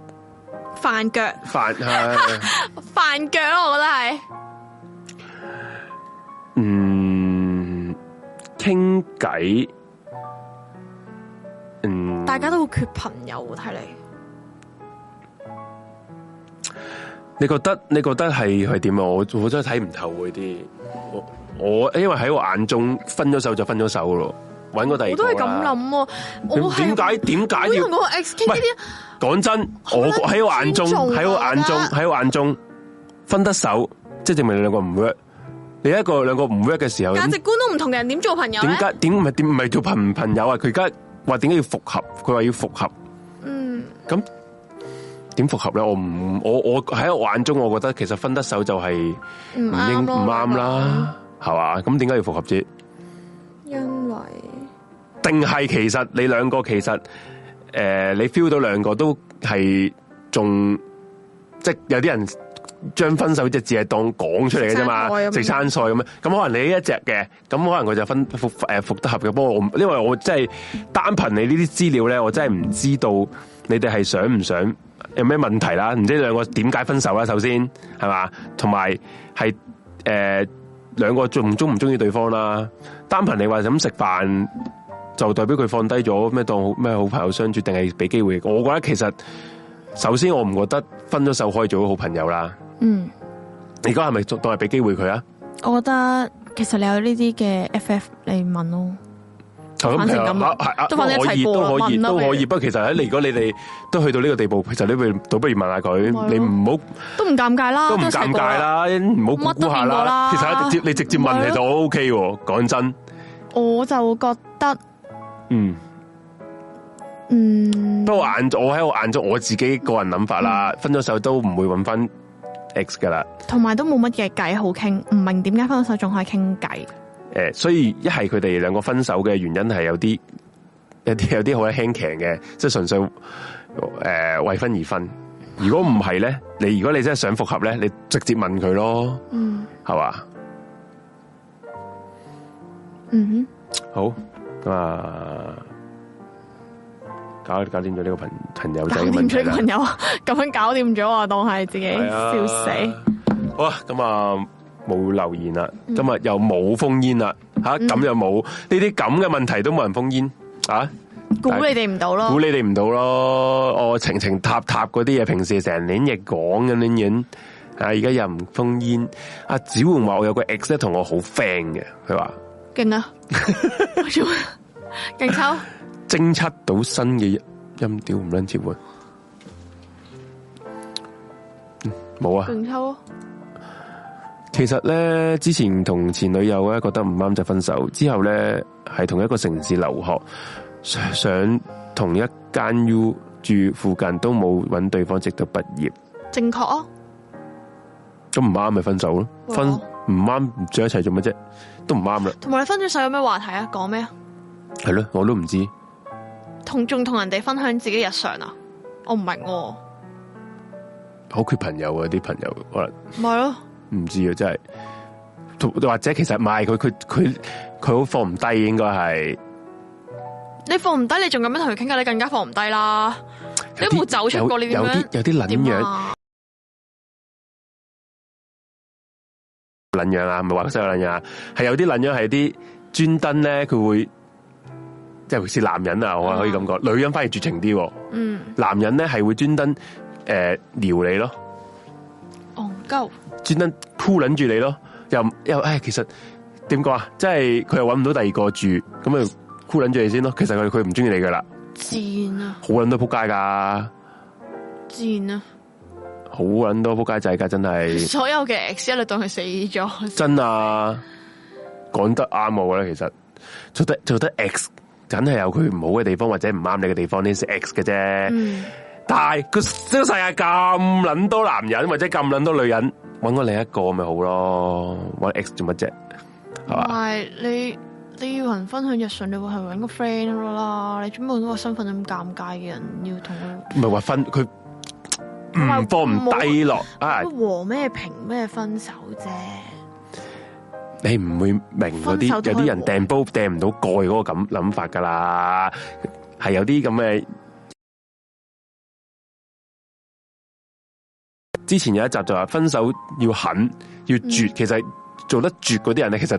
飯腳
飯呃係
飯腳咯，我覺得係
嗯傾偈，嗯
大家都好缺朋友喎，睇嚟
你覺得你覺得係係點啊？我我真係睇唔透嗰啲，我我因為喺我眼中分咗手就分咗手咯，搵個第二
我
個
都
啦
係咁諗喎，我係
點點解點解
我會
要
同我 ex 傾
唔
呢
係
啲？啊
講真？我
覺得
喺我眼中
尊重啊
喺我眼中
我覺得
喺我眼中分得手，即係證明你兩個唔 work。你一個兩個唔 work 嘅時候，
價值
點
觀都唔同嘅人點做朋友咧？
解點唔係點唔係做朋唔朋友啊？佢而家話點解要復合？佢話要復合。嗯，咁點復合咧？我唔我我喺我眼中，我覺得其實分得手就係、
唔
唔應
啱咯，
唔啱。啦，係嘛？咁點解要復合啫？
因為
定係其實你兩個其實诶、呃你 feel 到兩個都係仲即係有啲人將分手隻字係當講出嚟嘅啫嘛
生菜咁，樣
食生菜咁樣。咁可能你呢一隻嘅，咁可能佢就分復诶復得合嘅。不過我唔因為我真係單憑你呢啲資料咧，我真係唔知道你哋係想唔想有咩問題啦。唔知兩個點解分手啦？首先係嘛，同埋係诶兩個仲中唔中意對方啦。單憑你話咁食飯。就代表佢放低咗咩當好咩好朋友相處，定係俾機會？我覺得其實首先我唔覺得分咗手可以做好朋友啦。
嗯，
你而家係咪當係俾機會佢啊？
我覺得其實你有呢啲嘅 FF，你問咯。
就
反正咁啊
係啊
都反正一
可以
齊
都
過啦
可以
問啦
都可
不
以。
如
不過其實咧，如果你哋都去到呢個地步，其實你不如倒不如問下佢，
咯啊
你唔好
都唔尷尬啦，
都唔
一齊
尷
過
尬。啦，唔好
乜
估
都
估下
見過
啦。
啦啊
其實直接你直接問
咪
其
咯
實我 OK 喎，講真，
我就覺得，
嗯。
嗯，
不過我眼我喺我眼中我自己個人諗法啦，分咗手都唔會揾翻 X 噶啦。
同埋都冇乜嘢偈好傾，唔明點解分咗手仲可以傾偈。
诶、呃所以一係佢哋兩個分手嘅原因係有啲 *laughs* 有啲有啲好輕強嘅，即係純粹诶、呃為分而分。如果唔係咧，你如果你真係想復合咧，你直接問佢咯，
嗯
係嘛？
嗯
好咁啊，搞搞掂咗呢個朋朋友
哼，
仔
搞
嘅問
掂
題
咗
啦
啲朋友，咁樣搞掂咗啊，當係自己
係啊
笑死。！嗯
好啊，咁啊冇留言啦，今日又冇封煙啦，吓咁又冇呢啲咁嘅問題都冇人封煙啊！
估你哋唔到
估
咯，
你哋唔到咯，我情情塔塔嗰啲嘢，平時成年嘢講咁樣樣，啊而家又唔封煙。阿子焕話我有個 ex 咧同我好 friend 嘅，佢話
勁 *laughs* 啊！做咩勁抽，
偵測到新嘅音音調唔撚切換，嗯冇啊。
勁抽啊！
其實咧，之前同前女友啊咧覺得唔啱就分手，之後咧係同一個城市留學，上上同一間 U 住附近都冇揾對方，直到畢業。
正確啊！
咁唔啱咪分手咯，
哇
分唔啱唔住一齊做乜啫？都唔啱啦，
同埋你分咗手有咩話題啊？講咩啊？
係咯，我都唔知。
同仲同人哋分享自己日常啊？我唔明喎，
好缺朋友啊！啲朋友可能
咪係咯，
唔知啊，真係同或者其實唔係佢佢佢佢好放唔低，應該係
你放唔低，你仲咁樣同佢傾偈，你更加放唔低啦。
有
你有
啲
冇走出過呢啲
有有啲有啲
點
撚樣
啊？
撚樣啊，唔係話佢細個撚樣啊，係有啲撚樣係啲專登咧，佢會即係是男人啊，我可以咁講，女人反而絕情啲喎，
嗯，
男人咧係會專登诶撩你咯，
戇鳩，
專登箍撚住你咯，又唔又唉，其實點講啊，即係佢又搵唔到第二個住，咁咪箍撚住你先咯。其實佢佢唔中意你噶啦，
賤啊，
好撚多仆街噶，
賤啊！
好撚多仆街仔噶，真係
所有嘅 ex 一律當佢死咗，
真啊，講得啱我咧，其實做得做得 X，梗係有佢唔好嘅地方或者唔啱你嘅地方，呢啲先 X 嘅啫。
嗯，
但係個呢個世界咁撚多男人或者咁撚多女人，搵個另一個咪好咯，搵 X 做乜啫？係
同
嘛？
埋你你要人分享日常，你會係揾個 friend 啦，你專門揾個身份咁尷尬嘅人要同佢。
唔係話分佢
話
嗯唔放唔低落啊！
乜和咩平咩分手啫，
你唔會明嗰啲
分手
有
都可以
啲人掟煲掟唔到蓋嗰個咁諗法噶啦，係有啲咁嘅。之前有一集就話分手要狠要絕，
嗯
其實做得絕嗰啲人咧，其實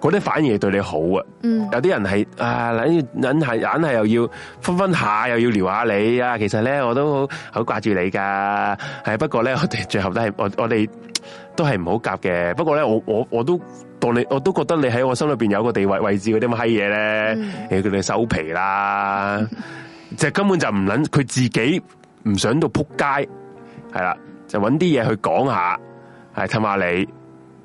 嗰啲反而係對你好啊。
嗯，
有啲人係啊，捻捻系硬系又要分分下，又要撩下你啊。其實咧，我都好好掛住你噶。係不過咧，我哋 *laughs* 最後都係我我哋都係唔好夾嘅。不過咧，我我我都當你，我都覺得你喺我心裏边有個地位位置嗰啲咁嘅閪嘢咧，
嗯
你叫你收皮啦。就根本就唔捻佢自己唔想到扑街，係啦，就揾啲嘢去講下，係氹下你。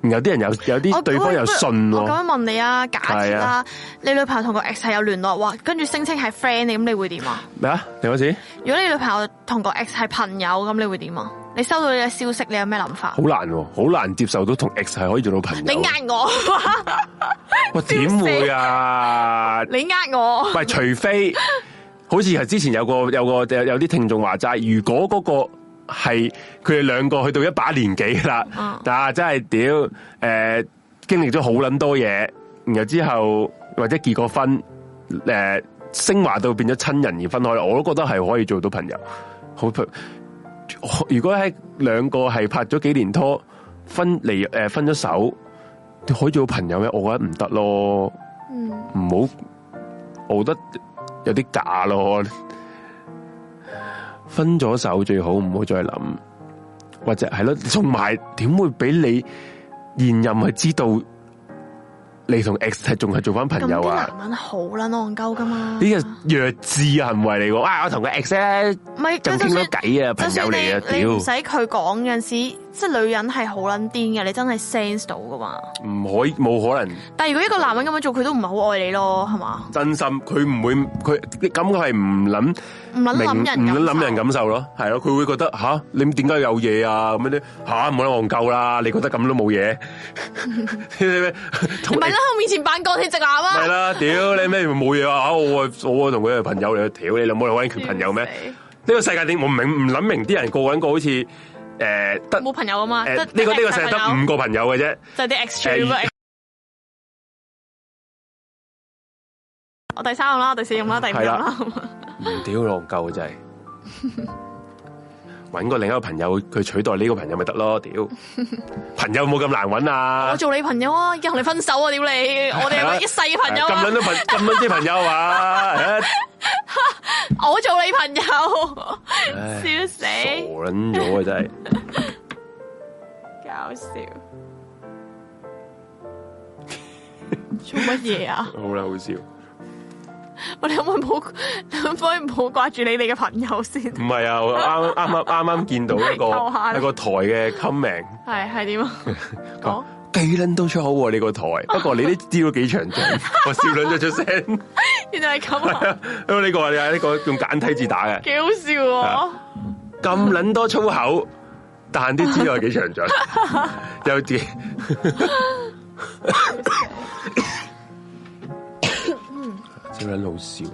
有啲人有有啲
我
對方又
喂
信
我
喎
咁。樣問你啊，假設
係
啦，你女朋友同個 ex 係有聯絡，話跟住聲稱係 friend，你咁你會點啊？
咩啊？你嗰時？
如果你女朋友同個 ex 係朋友，咁你會點啊？你收到你嘅消息，你有咩諗法
好？難喎，好難接受到同 X 係可以做到朋友。
你呃
*laughs*
我，
喂點會啊？
你呃我，
喂，除非好似係之前有個有個有有啲聽眾話齋，如果嗰個係佢哋兩個去到一把年紀啦，
嗯
啊真係屌誒、呃，經歷咗好撚多嘢，然後之後或者結過婚誒、呃升華到變咗親人而分開，我都覺得係可以做到朋友。好，如果喺兩個係拍咗幾年拖，分離誒、呃分咗手，可以做到朋友咧，我覺得唔得咯。
嗯，
唔好，我覺得有啲假咯。分咗手最好唔好再諗，或者係咯，同埋點會俾你現任係知道你同 ex 係仲係做翻
咁
朋友
啲
啊？
男人好撚戇鳩噶
呢
嘛？
個弱智嘅行為嚟喎！啊，我同個 ex 咧
唔係
就
佢就
傾
算
咗。偈啊，朋
就
友
算你
嚟啊，
你
屌
唔使佢講有陣時，即係女人係好撚癲嘅，你真係 sense 到噶嘛。
唔可以冇可能。
但係如果一個男人咁樣做，佢都唔係好愛你咯，係嘛？
真心佢唔會佢感覺係唔諗
唔撚諗人
明唔
感
諗
受
人感受咯，係咯，佢會覺得吓你點解有嘢啊咁樣啲吓唔好得戇鳩啦，你覺得咁都冇嘢，
你
*laughs* 同
咪啦，我面前扮鋼鐵直男啊！
係啦，屌你咩冇嘢啊，啊我啊我啊同佢係朋友嚟，屌你老母你搵佢朋友咩？呢個世界點我唔明唔諗明啲人個個人個好似诶得
冇朋友啊嘛，
诶
得
呢個呢個世界
得
得五個朋友嘅啫。
就係啲 extra
誒
我第三任啦，第四任啦，第五任啦，
唔屌浪夠真係， *laughs* 揾個另一個朋友佢取代呢個朋友咪得咯，
*laughs*
屌朋友冇咁難揾啊！
*laughs* 我做你朋友啊，而家同你分手啊，屌你！我哋係一世嘅朋
*laughs*
友
咁
啊
撚，多朋咁撚啲朋友啊！唉
我做你朋友，
唉
*laughs* 笑死，
傻撚咗啊！真係 *laughs*
搞笑。做乜嘢啊？
好啦，好笑。
我哋可唔可以冇，可唔可以唔好掛住你哋嘅朋
*laughs*
友先？
唔係啊，我啱啱啱啱啱見到
*laughs*
一
求
個
下你
一個台嘅 comment，
係係點啊？
*laughs*
講
幾撚都出口喎你
*laughs*
個台，不過你啲資料幾長進，我笑撚咗出聲。 *laughs*
原來係咁啊，
因為呢個你係呢個用簡體字打嘅，
幾好笑喎！
啊咁撚多粗口，但啲資料係幾長
*laughs*
進，又自己
嗯
笑撚好笑。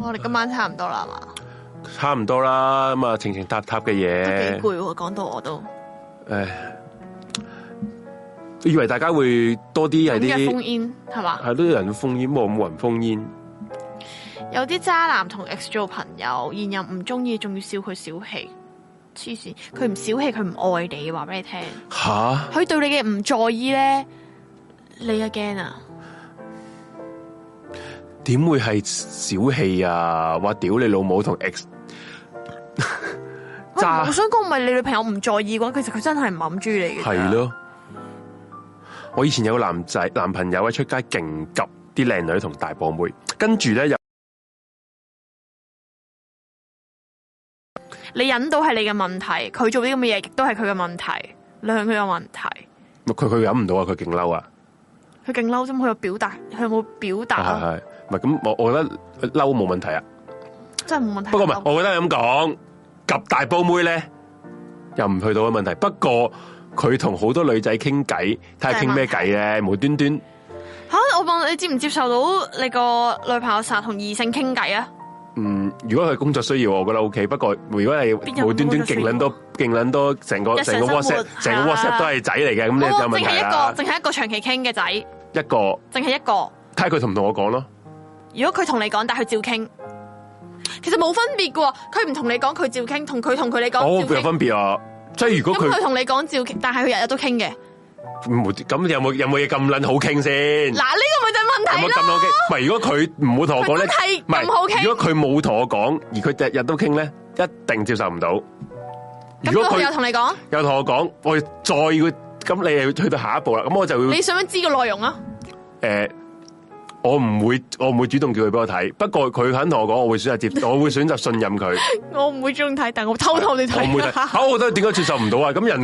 我哋今晚差唔多啦係嘛，
差唔多啦，咁啊，情情塔塔嘅
都幾
嘢，
攰喎，講到我都。
唉，以為大家會多啲係
咁嘅
啲
封煙係嘛？
係都有人封煙，冇冇人封煙，
有啲渣男同 ex 做朋友，現任唔中意，仲要笑佢小氣，黐線！佢唔小氣，佢唔愛你，話俾你聽。
吓
佢對你嘅唔在意咧，你又驚啊？
点会系小气啊？哇！屌你老母同 X
喂
渣
我想講唔係你女朋友唔在意嘅話，其實佢真係唔諗住你嘅。
系。咯。我以前有個男仔男朋友喺出街勁及啲靚女同大波妹，跟住咧又
你引到係你嘅問題，佢做啲咁嘅嘢亦都係佢嘅問題，你向佢嘅問題。
佢佢忍唔到啊！佢勁嬲啊！
佢勁嬲啫嘛，佢有表達，佢有冇表啊
係
達？
係，唔係咁，我我覺得嬲冇問題啊。
真係冇問題。
不過唔係，我覺得咁講，及大波妹咧又唔去到嘅問題。不過佢同好多女仔傾偈，睇下傾咩偈咧，無端端
吓，我問你接唔接受到你個女朋友成日同異性傾偈啊？
嗯，如果佢工作需要，我覺得 O K。不過如果你
邊有
無端端勁撚多勁撚多，成個
日常
成個
生活
WhatsApp 成個
係啊
WhatsApp 都係仔嚟嘅，咁你啊
我
就有問
淨係
題
一
啦。
個，淨係一個長期傾嘅仔，淨
一個
係一個。
睇下佢同唔同我講咯。
如果佢同你講，但係佢照傾，其實冇分別嘅喎。佢唔同你講，佢照傾；同佢同佢你
我
講，照
有
傾。
分別啊！即係如
哦咁
果佢
佢同你講照傾，但係佢日日都傾
嗯
嘅。
冇咁有冇有冇嘢咁撚好傾先？
嗱，呢個咪就係問題
有冇
咯。
咁好傾？唔係，如果佢唔會同我講咧，
佢真係
唔係
咁好傾
如果佢冇同我講，而佢日日都傾咧，一定接受唔到。
咁
如果
佢
佢嗯
又同你講，
有同我講，我要再要咁，你又要去到下一步啦。咁我就要
你想唔想知個內容啊？
诶、我唔會我唔會主動叫佢俾我睇。不過佢肯同我講，我會選擇接，我會選擇信任佢。
我唔會中意睇，但我偷偷地
我唔會
*laughs*
睇。*laughs*
睇。
啊，我覺得點解接受唔到啊？咁人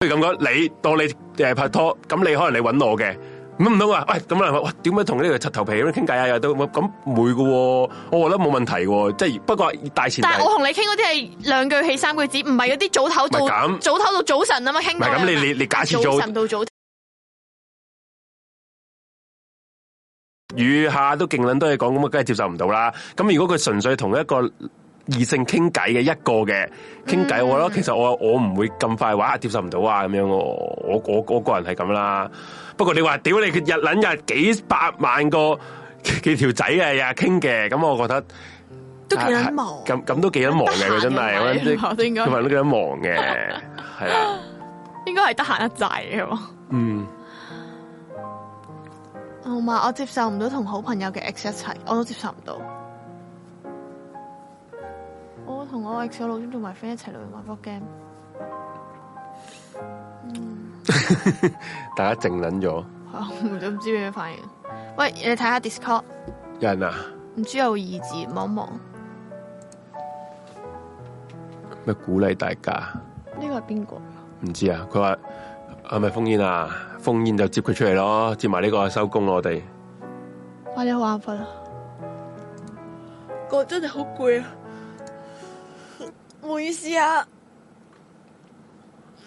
譬如咁講，你當你诶拍拖，咁你可能你揾我嘅。咁唔通話喂咁啊？喂點解同呢個柒頭皮咁傾偈啊？都咁唔會嘅喎，我覺得冇問題喎。即係不過大前提
但係我同你傾嗰啲係兩句起三句止，唔係嗰啲早唞
唔係
到
咁
早唞到早晨啊嘛，傾
唔
到
係咁，
兩
你
個
你你假設
早
做
晨到早，
語下都勁撚多嘢講，咁啊梗係接受唔到啦。咁如果佢純粹同一個異性傾偈嘅一個嘅傾偈，我覺
嗯
得其實我我唔會咁快話啊接受唔到啊咁樣，我我我我個人係咁啦。不過你話屌你佢日撚日幾百萬個 *laughs* 幾條仔啊日日傾嘅，咁我覺得
都幾撚忙
啊咁咁都幾撚忙嘅，佢真係
得閒嘅
我覺得
啊 *laughs* 我都應該
佢話都幾撚忙嘅，係啦，
應該係得閒一滯嘅喎。
嗯。
同埋我接受唔到同好朋友嘅 ex 一齊，我都接受唔到。我同我 ex 我老公做埋 friend 一齊嚟玩 board game，
大家靜撚咗，有
我都唔知咩反應。喂，你睇下 Discord，
人啊，
唔知有二字望一望，呢
咩鼓勵大家？
個係邊個？
唔知啊，佢話係咪封煙啊？封煙就接佢出嚟咯，接埋呢個收工咯，我哋
快啲玩啊瞓啦！我真係好攰啊，唔好意思啊，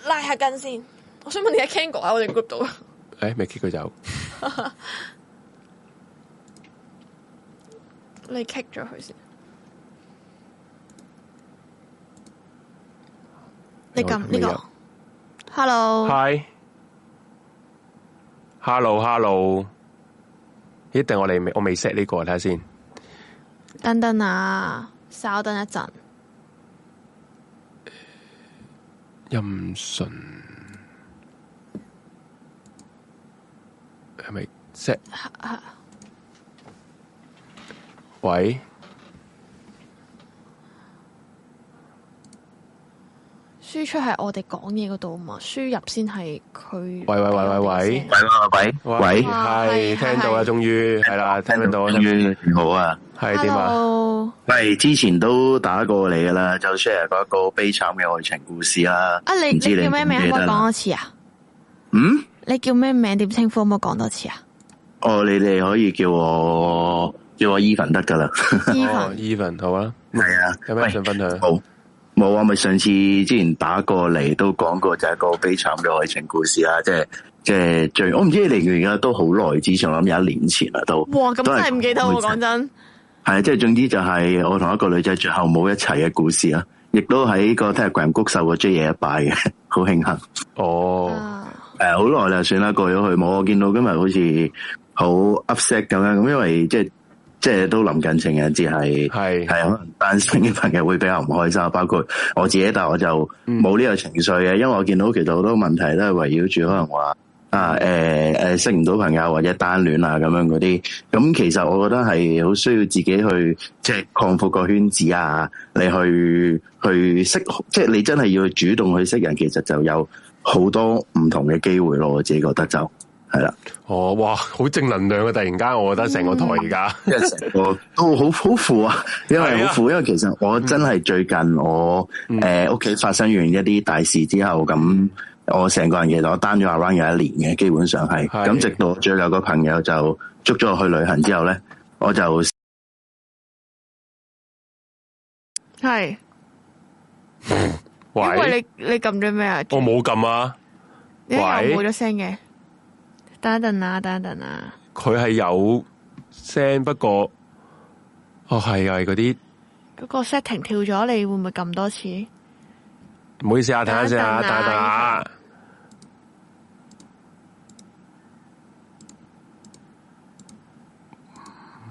拉下筋先。我想問你喺 k a n g o 喺我哋 group 度啊？
誒未 kick 佢走，
你 kick 咗佢先。你撳呢
未入
個 Hello，
Hi，hello，hello，一定我哋未我未 set 呢個，睇下先。
等等啊，稍等一陣。
音訊係咪 set？喂，
輸出係我哋講嘢嗰度嘛，輸入先係佢。
喂喂喂喂喂
喂喂喂
係
喂
聽到啦，
係
終於係啦，聽到啦，
喂，你好啊！
係點啊？
，Hello，
喂，之前都打過你噶啦，就 share 過一個悲慘嘅愛情故事啦。
啊你
唔
你
知
叫咩名？可唔可
記唔記
以
得
講
啦
多次啊？
嗯，
你叫咩名？點稱呼？可唔可以講多次啊
*laughs*
哦，你哋可以叫我叫我 Even 得噶啦。
哦
？Even，
，Even 好啊，
係啊，
有咩
喂
想分享？
冇冇啊！咪上次之前打過嚟都講過，就係一個悲慘嘅愛情故事啦。即係即係最，我唔知你哋而家都好耐之前，我諗有一年前啦都。
哇，咁真係唔記得喎，
都係
講真。
系，即系总之就系我同一个女仔最后冇一齐嘅故事啦，亦都喺個 Telegram 谷受過 J 嘢一拜嘅，好慶幸。
哦，
啊
诶、好耐啦，算啦，過咗去冇。我見到今日好似好 upset 咁樣，咁因為即係即係都臨近情人節係
係
係可能單身嘅朋友會比較唔開心，包括我自己，但我就冇呢個情緒嘅，因為我見到其實好多問題都係圍繞住可能話啊誒誒識唔到朋友或者單戀啊咁樣嗰啲，咁其實我覺得係好需要自己去即係擴闊個圈子啊，你去去識，即係你真係要去主動去識人，其實就有好多唔同嘅機會咯，我自己覺得就係啦。
哦，哇，好正能量啊！突然間，我覺得成個台而家，
嗯
即係成個都好 *laughs* 好苦啊，因為好苦，因為其實我真係最近我呃誒屋企發生完一啲大事之後，咁我成個人其實我單咗 around 有一年嘅，基本上係
係
咁，直到最後個朋友就捉咗我去旅行之後咧，我就
系，因
喂，
为你你揿咗咩啊？
我冇撳啊，
你又
喂
冇咗声嘅，等一等啊，等一等啊，
佢係有聲，不過哦係啊，係嗰啲
嗰个 setting 跳咗，你会唔会揿多次？
唔好意思啊，睇下先啊，
等
等
一
下
陣
等
啊
下，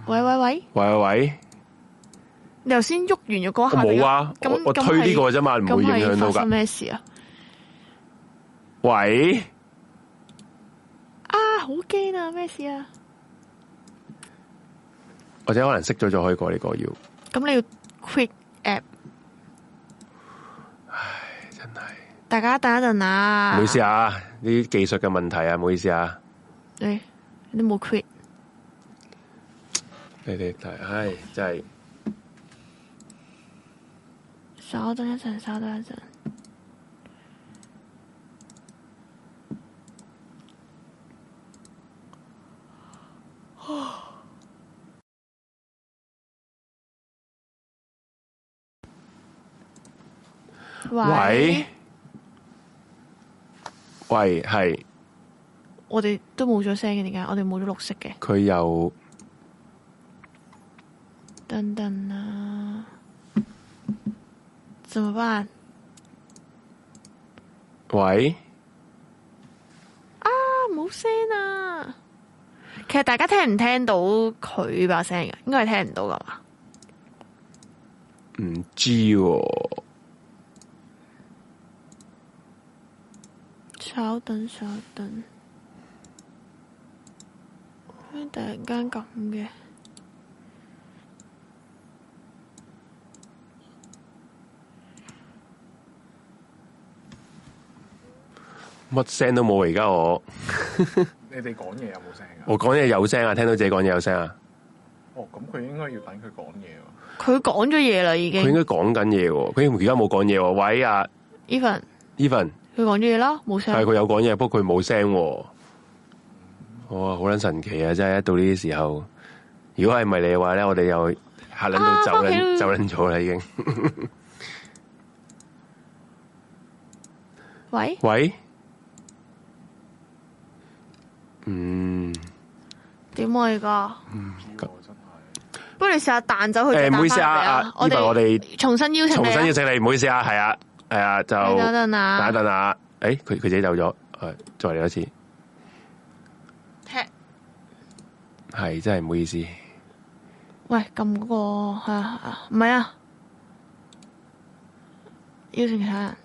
喂喂喂，
喂喂喂，
你头先喐完咗嗰
我
下，
冇啊，
咁
我我推呢個啫嘛，唔會影響到
咁係發生
㗎。
咩事啊？
喂，
啊，好驚啊！咩事啊？
或者可能熄咗就可以過呢個要。
咁你要 quit app。
真係
大家等一陣啊！
唔好意思啊，呢啲技術嘅問題啊，唔好意思啊，
你你冇 quit，
你哋睇，唉，真係
稍等一陣，稍等一陣。
喂喂係。
我哋都冇咗聲嘅，點解？我哋冇咗綠色嘅。
佢又
等等啊，怎麼辦？
喂，
啊，冇聲啊！其實大家聽唔聽到佢把聲嘅？應該係聽唔到噶嘛？
唔知喎、
稍等，稍等。點解突然間咁嘅？
乜聲都冇啊。而家我
你哋講嘢有冇聲㗎？
我講嘢有聲啊，聽到自己講嘢有聲啊。
哦，咁佢應該要等佢講嘢喎。
佢講咗嘢啦，已
佢應
經。
該講緊嘢喎，佢而家冇講嘢喎。喂啊
Even
，Even
佢講咗嘢啦，冇聲
係。佢有講嘢，不過佢冇聲喎。哇，好撚神奇啊！真係一到呢啲時候，如果係咪你嘅話咧，我哋又嚇撚到
啊
走
翻屋
撚
企
走撚咗啦已經。
喂，
喂，嗯，
點啊？而家？
唔知喎，真係。
不如你試下彈走佢。
誒
再彈
唔好意思啊
返入嚟
啊，Even，我哋
重新邀請
重
你
新
啊
邀。請你，唔好意思啊，係啊，係啊，就
你等
等
等
一
啊，
等啊！诶、佢佢自己走咗，诶，再嚟一次，
踢
系真系唔好意思。
喂，撳嗰個係啊係啊，唔係啊，邀請其他人。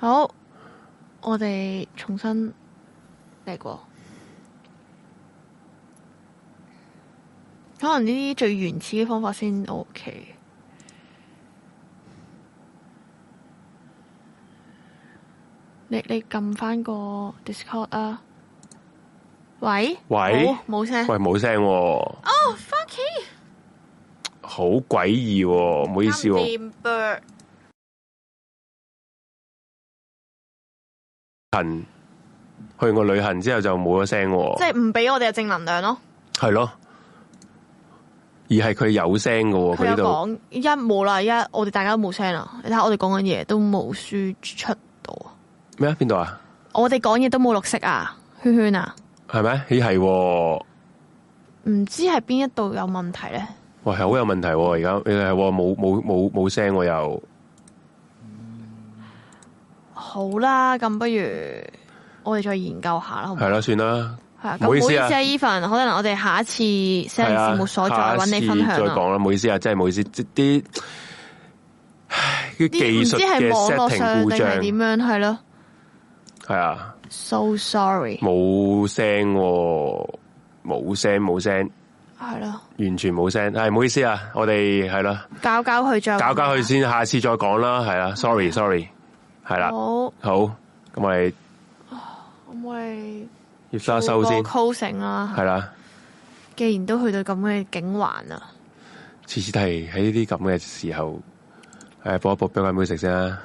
好，我哋重新嚟過。可能呢啲最原始嘅方法先 OK。你你撳翻個 Discord 啊！喂
喂
冇冇聲。
喂，冇声、喎，
哦，翻屋企。
好诡异、喎，唔好意思、喎。
bird
行去完个旅行之后就冇咗声、
即
喎，
系唔俾我哋嘅正能量咯。
系咯，而系佢有声嘅、喎，
佢
佢呢
有
度
講，依家冇啦，依家我哋大家都冇聲啦。你睇下我哋講緊嘢都冇輸出到，
咩啊？边度啊？
我哋講嘢都冇綠色啊，圈圈啊，
系咪？咦，系、喎，
唔知係邊一度有問題咧？
喂，係好有问题、喎，而家你系冇冇冇冇声喎又，
好啦，咁不如我哋再研究下啦，好唔
系
好？
啦，算啦，
係啊，
唔
咁
好意
唔好
思
意
啊
思啊，Even，可能我哋下一次私人事務所再揾你分
下一次
享
再
啦。
講啦，唔好意思啊，真係唔好意思，啲啲唉啲技
啲唔知
術
係
嘅
網絡
setting
上
故
定係
障，
點樣，係咯
係啊，
，so sorry，
冇聲喎，冇聲冇聲，
係咯，
完全冇聲，係唔好意思啊，我哋係啦，
搞搞佢再
搞搞佢先，下次再講啦，係啦，sorry sorry，係啦
好，，我
好，咁我哋
咪
要收一收先，
closing 啦。
係啦，
啊既然都去到咁嘅啊境環啦，
次次都係喺呢啲咁嘅時候，誒播一播《冰棍妹食》先啊啦，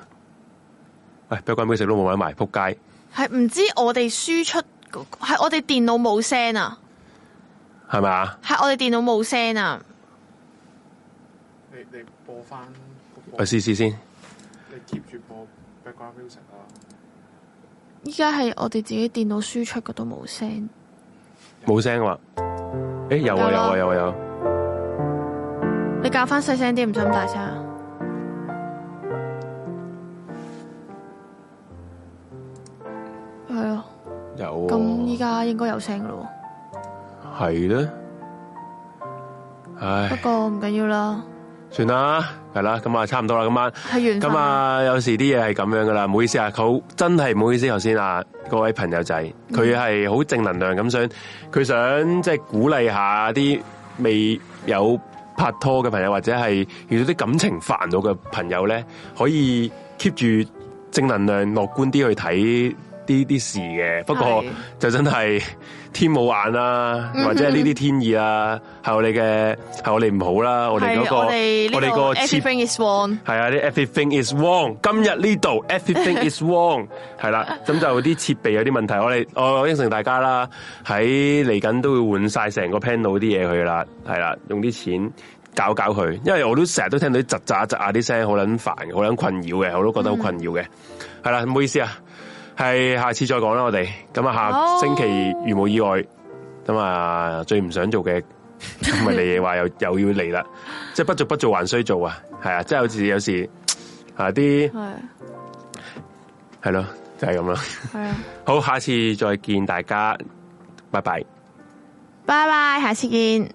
喂，《冰棍妹食》都冇揾埋，仆街。
係唔知我哋輸出嗰個係我哋電腦冇聲啊，
系咪啊？
係我哋電腦冇聲啊。
你你播翻嗰
我
個，
試試先，
你 keep 住播 background music 啊啦。
依家係我哋自己電腦輸出嗰度冇聲，
冇聲啊嘛？诶，有啊有啊有啊有啊，
你教翻細聲啲，唔使咁大聲啊。係啊，
有啊。
咁依家應該有聲咯，
系啦，
不
唉，
過唔緊要啦，
算啦，係啦，咁啊，差唔多啦，今晚，
係緣分
咁
啊。
啊，有時啲嘢係咁樣噶啦，唔好意思啊，好，真係唔好意思，頭先啊，各位朋友仔，佢係好正能量咁想，佢想即係鼓勵下啲未有拍拖嘅朋友，或者係遇到啲感情煩惱嘅朋友咧，可以 keep 住正能量、樂觀啲去睇呢啲事嘅，不過
係。嗯
就真係天冇眼啦，或者係呢啲天意啦，係我哋嘅係我哋唔好啦，我哋嗰、
係
個
我哋呢
哋
個
個設
everything is
*laughs*
one。
係啊，啲 everything is wrong。今日呢度 everything is wrong，係啦，咁就啲設備有啲問題，我哋我應承大家啦，喺嚟緊都會換晒成個 panel 啲嘢去啦，係啦，用啲錢。搞搞佢，因為我都成日都聽到啲窒喳窒啊啲聲，好撚煩嘅，好撚困擾嘅，我都覺得好困擾嘅。係啦、唔好意思啊，係下次再講啦，我哋咁啊，下
好
星期如無意外，咁啊最唔想做嘅，咁咪你話又又要嚟啦，即係不做不做還須做啊，係啊，即係有時有時啊啲
係
係咯，就係咁啦。
係啊，
好，下次再見大家，拜拜。
拜拜，下次見。